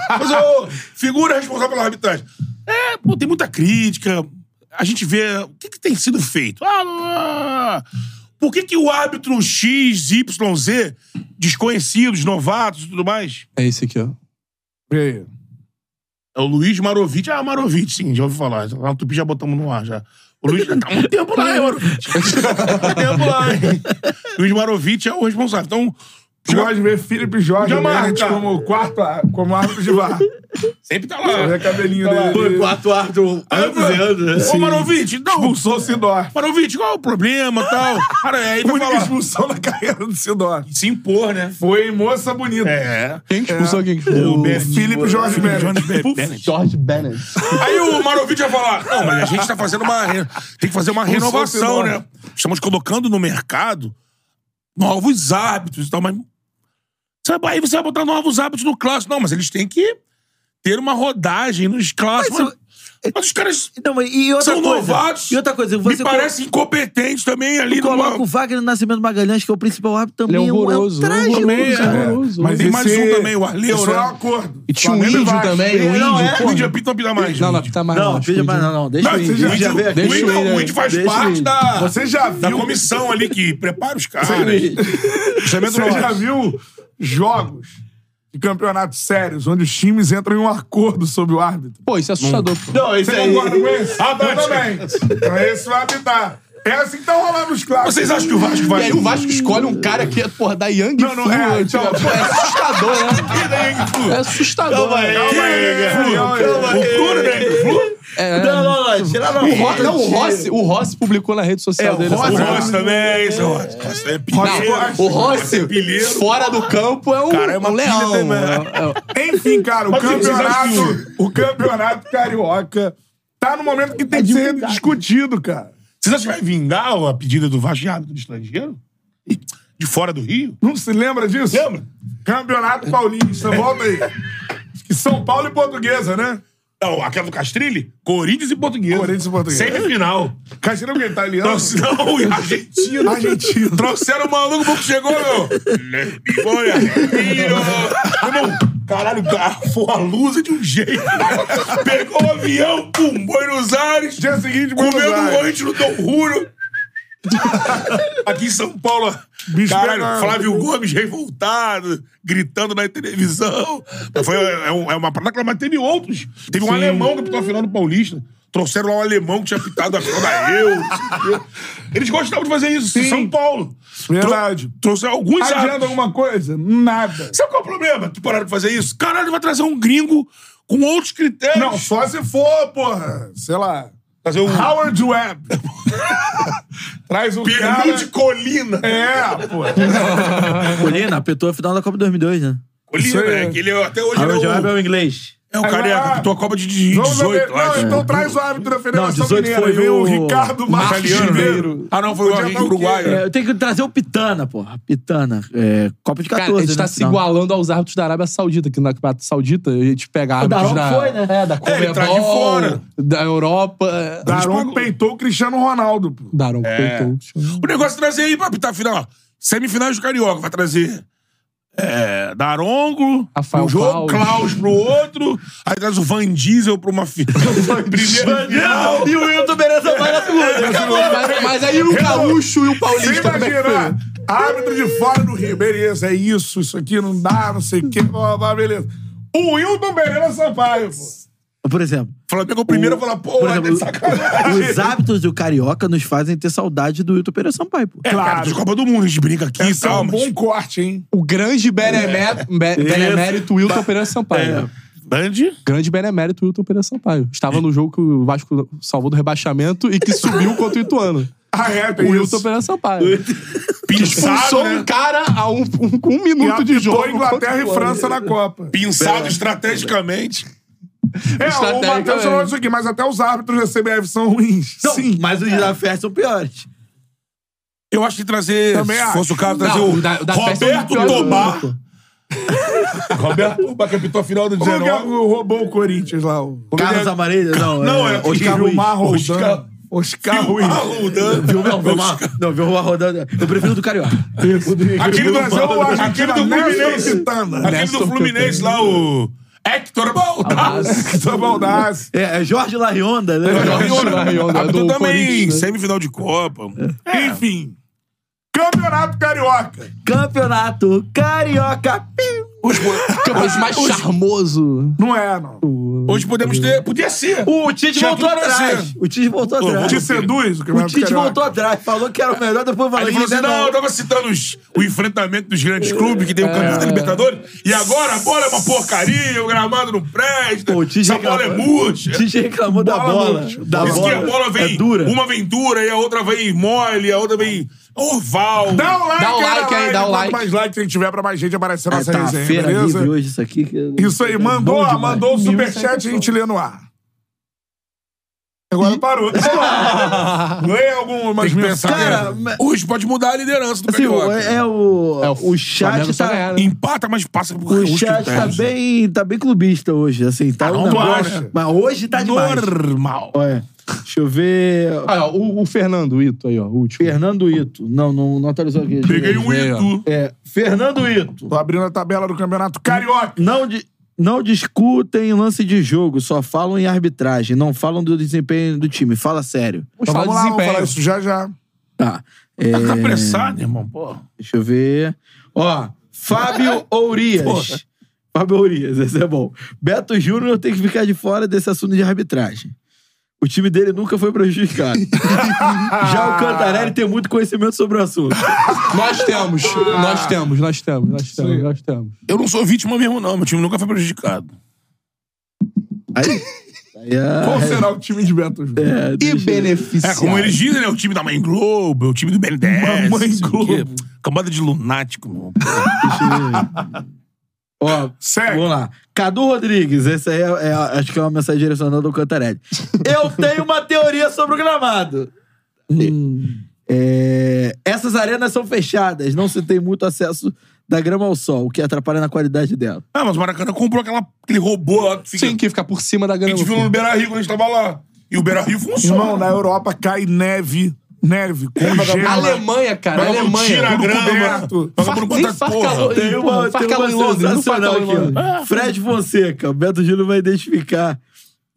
[SPEAKER 1] Mas, ô, figura responsável pela arbitragem. É, pô, tem muita crítica. A gente vê o que, que tem sido feito. Ah, ah, ah. Por que, que o árbitro X, Y, Z, desconhecidos, novatos e tudo mais?
[SPEAKER 2] É esse aqui, ó.
[SPEAKER 1] É o Luiz Marovic. Ah, Marovic, sim, já ouvi falar. Lá no Tupi já botamos no ar, já. O Luiz tá há muito tempo lá, hein, Marovic? Tá há tempo lá, hein? Luiz Marovic é o responsável. Então...
[SPEAKER 4] Jorge vê Felipe Jorge
[SPEAKER 1] Já marca.
[SPEAKER 4] Mendes como quarto ar- como árbitro de VAR.
[SPEAKER 1] Sempre tá lá.
[SPEAKER 4] Você vê cabelinho
[SPEAKER 1] Tá lá.
[SPEAKER 4] dele.
[SPEAKER 3] quarto árbitro
[SPEAKER 1] Ah,
[SPEAKER 3] há anos e anos, um né?
[SPEAKER 1] Ô, Marovic, não.
[SPEAKER 4] Expulsou o Sidor.
[SPEAKER 1] Marovic, qual é o problema e tal? Cara, aí tá vai
[SPEAKER 4] Única
[SPEAKER 1] falar.
[SPEAKER 4] expulsão na carreira do Sidor.
[SPEAKER 1] Se impor, né?
[SPEAKER 4] Foi moça bonita.
[SPEAKER 1] É.
[SPEAKER 2] Quem que expulsou quem que
[SPEAKER 4] O
[SPEAKER 2] expulsou?
[SPEAKER 4] Felipe Jorge
[SPEAKER 1] Puf.
[SPEAKER 4] Mendes.
[SPEAKER 2] George Bennett.
[SPEAKER 1] Aí o Marovic vai falar: não, mas a gente tá fazendo uma. re- Tem que fazer uma
[SPEAKER 4] Expulsou o
[SPEAKER 1] renovação,
[SPEAKER 4] Sidor.
[SPEAKER 1] né? Estamos colocando no mercado novos hábitos e tal, mas. Você vai- Aí você vai botar novos hábitos no clássico. Não, mas eles têm que ter uma rodagem nos clássicos.
[SPEAKER 3] Mas
[SPEAKER 1] Mas, mas os caras
[SPEAKER 3] Então, mas- e outra
[SPEAKER 1] são
[SPEAKER 3] coisa,
[SPEAKER 1] novados.
[SPEAKER 3] E outra coisa,
[SPEAKER 1] me
[SPEAKER 3] você
[SPEAKER 1] parece incompetente também ali
[SPEAKER 3] co- coloca o
[SPEAKER 1] numa...
[SPEAKER 3] Wagner Nascimento Magalhães, que é o principal árbitro,
[SPEAKER 2] Ele é
[SPEAKER 3] também um-
[SPEAKER 2] horroroso.
[SPEAKER 3] um trágico.
[SPEAKER 2] Horroroso,
[SPEAKER 3] cara.
[SPEAKER 2] horroroso.
[SPEAKER 4] Mas
[SPEAKER 1] É. Tem
[SPEAKER 4] esse-
[SPEAKER 1] mais um também, o Arleu,
[SPEAKER 4] isso
[SPEAKER 1] né?
[SPEAKER 4] é um acordo.
[SPEAKER 2] E tinha um
[SPEAKER 4] Flamengo e
[SPEAKER 2] índio
[SPEAKER 4] Vasco.
[SPEAKER 2] também, o
[SPEAKER 4] Não,
[SPEAKER 2] índio,
[SPEAKER 4] é.
[SPEAKER 2] pô.
[SPEAKER 1] O Índio apita, não apita mais.
[SPEAKER 2] Não, não,
[SPEAKER 1] gente.
[SPEAKER 2] tá mais
[SPEAKER 3] Não,
[SPEAKER 2] não. acho que
[SPEAKER 3] veja,
[SPEAKER 2] o
[SPEAKER 3] mas não, não, deixa
[SPEAKER 4] Não,
[SPEAKER 3] o
[SPEAKER 4] você
[SPEAKER 3] índio.
[SPEAKER 4] já-
[SPEAKER 3] já veio aqui.
[SPEAKER 1] O
[SPEAKER 2] Deixa
[SPEAKER 1] Índio,
[SPEAKER 2] eu ir,
[SPEAKER 1] não, o
[SPEAKER 2] né?
[SPEAKER 1] Índio faz
[SPEAKER 3] Deixa eu
[SPEAKER 1] parte
[SPEAKER 3] ir.
[SPEAKER 1] da,
[SPEAKER 4] Você já
[SPEAKER 1] da
[SPEAKER 4] viu-
[SPEAKER 1] comissão ali que prepara os caras. Chamando
[SPEAKER 4] Você
[SPEAKER 1] nós.
[SPEAKER 4] já viu jogos de campeonatos sérios onde os times entram em um acordo sobre o árbitro?
[SPEAKER 2] Pô, isso é assustador, pô.
[SPEAKER 3] Não, isso
[SPEAKER 4] Você
[SPEAKER 3] aí.
[SPEAKER 4] concorda com esse?
[SPEAKER 1] Ah, tá.
[SPEAKER 4] Eu também. Então esse vai apitar. É assim que tá rolando os clássicos.
[SPEAKER 1] Vocês acham que o Vasco
[SPEAKER 2] E
[SPEAKER 1] vai...
[SPEAKER 2] aí o Vasco escolhe um cara que é, porra, da Young
[SPEAKER 4] Não, não,
[SPEAKER 2] Fu,
[SPEAKER 4] é,
[SPEAKER 2] tipo,
[SPEAKER 4] então-
[SPEAKER 2] pô, é assustador, né? É
[SPEAKER 1] Vasco...
[SPEAKER 2] assustador.
[SPEAKER 1] Calma aí,
[SPEAKER 2] né?
[SPEAKER 4] Calma aí.
[SPEAKER 1] Flu. Loucura, né? Flu?
[SPEAKER 2] É,
[SPEAKER 3] Não, não, não, tira
[SPEAKER 2] O Rossi, não, o Rossi, o Rossi publicou na rede social
[SPEAKER 3] É, o
[SPEAKER 2] dele. essa
[SPEAKER 1] O
[SPEAKER 2] parada.
[SPEAKER 1] Rossi também, esse é o Rossi. Rossi é pilheiro.
[SPEAKER 2] O Rossi,
[SPEAKER 1] é pilheiro.
[SPEAKER 2] fora do campo, é um,
[SPEAKER 1] Cara, é uma
[SPEAKER 2] um
[SPEAKER 1] pilha
[SPEAKER 2] leão.
[SPEAKER 1] também.
[SPEAKER 2] É- é-
[SPEAKER 4] Enfim, cara, o
[SPEAKER 1] Mas vocês acham
[SPEAKER 4] campeonato, o campeonato carioca tá no momento que tem
[SPEAKER 1] É
[SPEAKER 4] que ser discutido, cara.
[SPEAKER 1] Vocês acham que vai vingar a pedida do Vasco de árbitro do estrangeiro? De fora do Rio?
[SPEAKER 4] Não se lembra disso?
[SPEAKER 1] Lembra?
[SPEAKER 4] Campeonato Paulista, volta aí. Acho que São Paulo e Portuguesa, né?
[SPEAKER 1] Não, aquela do Castrilli? Corinthians e Portuguesa.
[SPEAKER 4] Corinthians e Portuguesa.
[SPEAKER 1] Semifinal.
[SPEAKER 4] Caixeira que é italiano. Ah,
[SPEAKER 1] Trouxe, não, e argentino.
[SPEAKER 4] Argentino.
[SPEAKER 1] Trouxeram o maluco, o pouco chegou, meu. Olha, irmão. Caralho, garfou a luz de um jeito. Pegou o avião, pum, Buenos Aires.
[SPEAKER 4] Dia seguinte, Buenos
[SPEAKER 1] comendo um
[SPEAKER 4] Aires.
[SPEAKER 1] lanche no Dom Rúlio. Aqui em São Paulo,
[SPEAKER 4] Bicho
[SPEAKER 1] caralho,
[SPEAKER 4] pegando.
[SPEAKER 1] Flávio Gomes revoltado, gritando na televisão. Foi, é, um- é uma parada, mas teve outros. Teve um alemão que apitou a final do Paulista. Trouxeram lá um alemão que tinha apitado a final da Euro. não sei o quê. Eles gostavam de fazer isso em
[SPEAKER 4] Sim.
[SPEAKER 1] São Paulo.
[SPEAKER 4] Verdade.
[SPEAKER 1] Trou- trouxeram alguns
[SPEAKER 4] Adianta
[SPEAKER 1] árbitros.
[SPEAKER 4] alguma coisa? Nada.
[SPEAKER 1] Sabe qual é o problema que pararam de fazer isso? Caralho, vai trazer um gringo com outros critérios.
[SPEAKER 4] Não, só se for, porra, sei lá.
[SPEAKER 1] Trazer um
[SPEAKER 4] Howard Webb. Traz o cara...
[SPEAKER 1] Peru de colina.
[SPEAKER 4] É, pô.
[SPEAKER 3] Colina apitou a final da Copa 2002, né?
[SPEAKER 4] Isso
[SPEAKER 1] Colina,
[SPEAKER 4] aí.
[SPEAKER 1] né? Que ele é- até hoje ele
[SPEAKER 3] Agora
[SPEAKER 1] é
[SPEAKER 3] já
[SPEAKER 1] o...
[SPEAKER 3] vai o inglês.
[SPEAKER 1] É o
[SPEAKER 4] Aí
[SPEAKER 1] careca
[SPEAKER 4] vai lá.
[SPEAKER 1] que tua Copa de 18,
[SPEAKER 4] Vamos ver.
[SPEAKER 1] eu acho.
[SPEAKER 4] Não, então traz o árbitro da Federação
[SPEAKER 3] 18
[SPEAKER 4] Mineira.
[SPEAKER 3] foi
[SPEAKER 4] Vem o
[SPEAKER 3] o
[SPEAKER 4] Ricardo Marques
[SPEAKER 1] Italiano, né?
[SPEAKER 4] Ribeiro.
[SPEAKER 1] Ah, não, foi
[SPEAKER 4] Podia
[SPEAKER 1] o
[SPEAKER 4] dar o quê?
[SPEAKER 1] uruguaio.
[SPEAKER 3] É, eu tenho que trazer o Pitana, porra. Pitana. É, Copa de 14,
[SPEAKER 2] Cara, a gente tá
[SPEAKER 3] né?
[SPEAKER 2] se
[SPEAKER 3] Não.
[SPEAKER 2] igualando aos árbitros da Arábia Saudita, que no Campeonato Saudita a gente pega
[SPEAKER 3] Daron
[SPEAKER 2] árbitros da...
[SPEAKER 3] foi, né?
[SPEAKER 2] É, da
[SPEAKER 1] ele traz de
[SPEAKER 2] Conmebol,
[SPEAKER 1] fora.
[SPEAKER 2] Da Europa... é,
[SPEAKER 4] Daron peitou o Cristiano Ronaldo, pô.
[SPEAKER 2] Daron peitou.
[SPEAKER 1] É. O negócio é trazer aí pra apitar a final. Semifinais do Carioca, vai trazer é, Darongo,
[SPEAKER 2] Rafael
[SPEAKER 1] um jogo,
[SPEAKER 2] Claus.
[SPEAKER 1] Klaus pro outro, aí traz o Van Diesel pra uma final. Primeira final.
[SPEAKER 3] E o Wilton Bereza vai na
[SPEAKER 1] é
[SPEAKER 3] segunda.
[SPEAKER 2] Mas, mas aí o Gaúcho e o
[SPEAKER 4] Você
[SPEAKER 2] Paulista é também
[SPEAKER 4] imagina, árbitro de fora do Rio, beleza, é isso, isso aqui não dá, não sei o que, blá, blá, blá, beleza. O Wilton Pereira Sampaio, pô.
[SPEAKER 3] Por exemplo,
[SPEAKER 1] O Flamengo é o primeiro e fala, pô,
[SPEAKER 3] por
[SPEAKER 1] vai ter
[SPEAKER 3] exemplo
[SPEAKER 1] sacanagem.
[SPEAKER 3] os hábitos do Carioca nos fazem ter saudade do Wilton Pereira Sampaio, pô.
[SPEAKER 1] É, cara, de Copa do Mundo, a gente brinca aqui e
[SPEAKER 4] Esse é
[SPEAKER 1] tal,
[SPEAKER 4] um
[SPEAKER 1] mas...
[SPEAKER 4] bom corte, hein?
[SPEAKER 2] O grande benemé- be- benemérito Wilton Pereira Sampaio.
[SPEAKER 1] É. Band?
[SPEAKER 2] Grande benemérito Wilton Pereira Sampaio. Estava no jogo que o Vasco salvou do rebaixamento e que subiu contra o Ituano.
[SPEAKER 4] Ah, é,
[SPEAKER 2] O
[SPEAKER 4] tem
[SPEAKER 2] Wilton
[SPEAKER 4] isso.
[SPEAKER 2] Pereira Sampaio. Expulsou
[SPEAKER 1] Pinçado,
[SPEAKER 2] um
[SPEAKER 1] né?
[SPEAKER 2] cara a um, um- com um
[SPEAKER 4] E
[SPEAKER 2] minuto de
[SPEAKER 4] apitou
[SPEAKER 2] jogo.
[SPEAKER 4] Inglaterra e
[SPEAKER 2] contra o Ituano.
[SPEAKER 4] França na Copa.
[SPEAKER 1] Pinçado estrategicamente.
[SPEAKER 4] É, o
[SPEAKER 2] Estratégia
[SPEAKER 4] Matheus
[SPEAKER 2] também.
[SPEAKER 4] falou isso aqui, mas até os árbitros da CBF são ruins.
[SPEAKER 3] Não,
[SPEAKER 4] Sim.
[SPEAKER 3] Mas
[SPEAKER 2] É.
[SPEAKER 3] os da festa são piores.
[SPEAKER 1] Eu acho que trazer,
[SPEAKER 4] Também
[SPEAKER 1] se
[SPEAKER 4] acho.
[SPEAKER 1] fosse o caso, trazer
[SPEAKER 2] Não,
[SPEAKER 1] o
[SPEAKER 2] o da- o da festa é o
[SPEAKER 1] Roberto
[SPEAKER 2] pior
[SPEAKER 1] Tomar.
[SPEAKER 2] jogo,
[SPEAKER 1] Roberto Tomar, que apitou a final do
[SPEAKER 4] Como é que é
[SPEAKER 1] 19.
[SPEAKER 4] o- roubou o Corinthians lá? O...
[SPEAKER 3] Carlos Amarelho, não.
[SPEAKER 1] Não, é
[SPEAKER 3] Oscar
[SPEAKER 1] Oscar
[SPEAKER 3] Ruiz.
[SPEAKER 4] Vilmar
[SPEAKER 1] Oscar-
[SPEAKER 4] Roldano. Oscar Ruiz.
[SPEAKER 1] Vilmar Roldano.
[SPEAKER 3] Não, Vilmar. Não, Vilmar rodando. Eu prefiro o do Carioca.
[SPEAKER 1] Aquele do,
[SPEAKER 4] é Brasil, o
[SPEAKER 1] aquele do
[SPEAKER 4] Argentina,
[SPEAKER 1] Fluminense.
[SPEAKER 4] Nelson Santana.
[SPEAKER 1] Aquele do Fluminense lá, o Hector Baldas.
[SPEAKER 4] São Baldassi.
[SPEAKER 3] É, é Jorge Larionda, né?
[SPEAKER 2] Jorge Arraiola, do
[SPEAKER 1] Apitou também
[SPEAKER 2] Corinthians, né?
[SPEAKER 3] É.
[SPEAKER 1] semifinal de Copa. Enfim.
[SPEAKER 4] Campeonato Carioca.
[SPEAKER 3] Campeonato Carioca.
[SPEAKER 1] Os,
[SPEAKER 3] Ah,
[SPEAKER 2] Campeonato mais charmoso.
[SPEAKER 4] Não é, não.
[SPEAKER 1] Hoje podemos ter. Podia ser.
[SPEAKER 3] O Tite
[SPEAKER 1] Tinha
[SPEAKER 3] voltou
[SPEAKER 1] tudo pra
[SPEAKER 3] atrás.
[SPEAKER 1] ser.
[SPEAKER 3] O Tite voltou
[SPEAKER 1] Pô,
[SPEAKER 3] atrás.
[SPEAKER 1] te seduz
[SPEAKER 4] o
[SPEAKER 3] O
[SPEAKER 4] Campeonato
[SPEAKER 3] Tite
[SPEAKER 4] Carioca.
[SPEAKER 3] voltou atrás. né, Falou que era o melhor, depois
[SPEAKER 1] Aí
[SPEAKER 3] falou
[SPEAKER 1] ele
[SPEAKER 3] que
[SPEAKER 1] falou assim: não, eu tava citando os, o enfrentamento dos grandes
[SPEAKER 3] É.
[SPEAKER 1] clubes que tem o campeonato da Libertadores. E agora a bola é uma porcaria, o gramado não presta,
[SPEAKER 3] Pô, o Tite
[SPEAKER 1] essa bola é
[SPEAKER 3] reclamou.
[SPEAKER 1] murcha.
[SPEAKER 3] O Tite reclamou da bola.
[SPEAKER 1] murcha.
[SPEAKER 3] Da
[SPEAKER 1] Diz que a
[SPEAKER 3] bola.
[SPEAKER 1] bola vem
[SPEAKER 3] É dura.
[SPEAKER 1] uma vem dura e a outra vem mole, a outra vem orval.
[SPEAKER 4] Dá um like,
[SPEAKER 2] Dá um
[SPEAKER 4] aí na
[SPEAKER 2] like aí,
[SPEAKER 4] live.
[SPEAKER 2] dá um
[SPEAKER 4] Quanto
[SPEAKER 2] like.
[SPEAKER 4] mais like que tiver pra mais gente aparecer na
[SPEAKER 3] É,
[SPEAKER 4] nossa
[SPEAKER 3] tá uma
[SPEAKER 4] resenha,
[SPEAKER 3] feira
[SPEAKER 4] beleza?
[SPEAKER 3] livre hoje isso aqui. que eu-
[SPEAKER 4] Isso aí,
[SPEAKER 3] é
[SPEAKER 4] mandou,
[SPEAKER 3] bom demais.
[SPEAKER 4] mandou o superchat e a gente lê no ar. Agora parou. lê algumas
[SPEAKER 1] Tem que pensar,
[SPEAKER 4] mensagens.
[SPEAKER 3] Cara,
[SPEAKER 1] né?
[SPEAKER 3] mas-
[SPEAKER 1] Hoje pode mudar a liderança do
[SPEAKER 3] Assim, o-
[SPEAKER 1] Carioca.
[SPEAKER 3] é, o,
[SPEAKER 2] É,
[SPEAKER 3] o, chat
[SPEAKER 2] Flamengo só
[SPEAKER 3] tá,
[SPEAKER 2] ganhar, né?
[SPEAKER 1] Empata, mas passa por
[SPEAKER 3] o
[SPEAKER 1] Rusca e
[SPEAKER 3] chat tá
[SPEAKER 1] perde.
[SPEAKER 3] bem, tá bem clubista hoje, assim, tá
[SPEAKER 1] Ah,
[SPEAKER 3] um
[SPEAKER 1] não, tu
[SPEAKER 3] negócio,
[SPEAKER 1] acha?
[SPEAKER 3] mas hoje tá demais.
[SPEAKER 1] Normal.
[SPEAKER 3] Olha, deixa eu ver,
[SPEAKER 2] Aí, ó, o, o Fernando Ito aí, ó, o último.
[SPEAKER 3] Fernando Ito, não, não, não atualizou aqui. deixa eu
[SPEAKER 1] Peguei
[SPEAKER 3] ver.
[SPEAKER 1] um Itu.
[SPEAKER 3] É, Fernando Ito,
[SPEAKER 4] Tô abrindo a tabela do Campeonato Carioca.
[SPEAKER 3] não, di- não discutem lance de jogo, só falam em arbitragem, não falam do desempenho do time, fala sério.
[SPEAKER 4] Então,
[SPEAKER 2] falar
[SPEAKER 4] vamos lá,
[SPEAKER 2] de
[SPEAKER 4] vamos
[SPEAKER 2] desempenho.
[SPEAKER 4] falar isso já já.
[SPEAKER 3] Tá,
[SPEAKER 1] Tá com apressado, irmão, pô.
[SPEAKER 3] Deixa eu ver. Ó, Fábio
[SPEAKER 1] Porra.
[SPEAKER 3] Ourias. Fábio Ourias, esse é bom. Beto Júnior tem que ficar de fora desse assunto de arbitragem. O time dele nunca foi prejudicado. Já o Cantarelli tem muito conhecimento sobre o assunto.
[SPEAKER 2] Nós temos, nós temos, nós temos, nós temos, nós temos.
[SPEAKER 1] Eu não sou vítima mesmo, não. Meu time nunca foi prejudicado.
[SPEAKER 3] Aí. aí é-
[SPEAKER 4] Qual será o time de Beto Júnior?
[SPEAKER 3] é,
[SPEAKER 2] E
[SPEAKER 3] deixa-
[SPEAKER 1] É,
[SPEAKER 2] beneficiário.
[SPEAKER 1] como eles dizem, né? O time da Mãe Globo, o time do
[SPEAKER 4] Mamãe
[SPEAKER 1] BNDES. não sei o
[SPEAKER 4] Globo.
[SPEAKER 1] quê. Camada de lunático, meu.
[SPEAKER 3] Ó,
[SPEAKER 4] Segue.
[SPEAKER 3] vamos lá. Cadu Rodrigues, essa aí é, é- acho que é uma mensagem direcionada ao Cantarelli. Eu tenho uma teoria sobre o gramado. É, essas arenas são fechadas, não se tem muito acesso da grama ao sol, o que atrapalha na qualidade dela.
[SPEAKER 1] Ah, mas o Maracanã comprou aquela, aquele robô lá que fica.
[SPEAKER 2] Sim, que é ficar por cima da
[SPEAKER 1] A
[SPEAKER 2] grama.
[SPEAKER 1] gente viu no Beira Rio quando a gente tava lá. E o Beira Rio funciona.
[SPEAKER 4] Irmão, na Europa cai neve, neve,
[SPEAKER 2] A
[SPEAKER 4] congela.
[SPEAKER 2] Alemanha, cara, a
[SPEAKER 1] Vagabundo
[SPEAKER 2] Alemanha.
[SPEAKER 1] tira a
[SPEAKER 4] tudo
[SPEAKER 1] grama.
[SPEAKER 4] coberto.
[SPEAKER 1] Vagabundo
[SPEAKER 2] Faz-
[SPEAKER 1] bota
[SPEAKER 2] faz
[SPEAKER 1] porra.
[SPEAKER 2] calor.
[SPEAKER 3] Tem uma,
[SPEAKER 2] Porra,
[SPEAKER 3] tem
[SPEAKER 2] Farcalão
[SPEAKER 3] uma
[SPEAKER 2] em Londres, não
[SPEAKER 3] sensacional
[SPEAKER 2] Farcalão em
[SPEAKER 3] aqui.
[SPEAKER 2] Londres.
[SPEAKER 4] Ah.
[SPEAKER 2] Ah.
[SPEAKER 3] ó. Fred Fonseca, o Beto Júlio vai identificar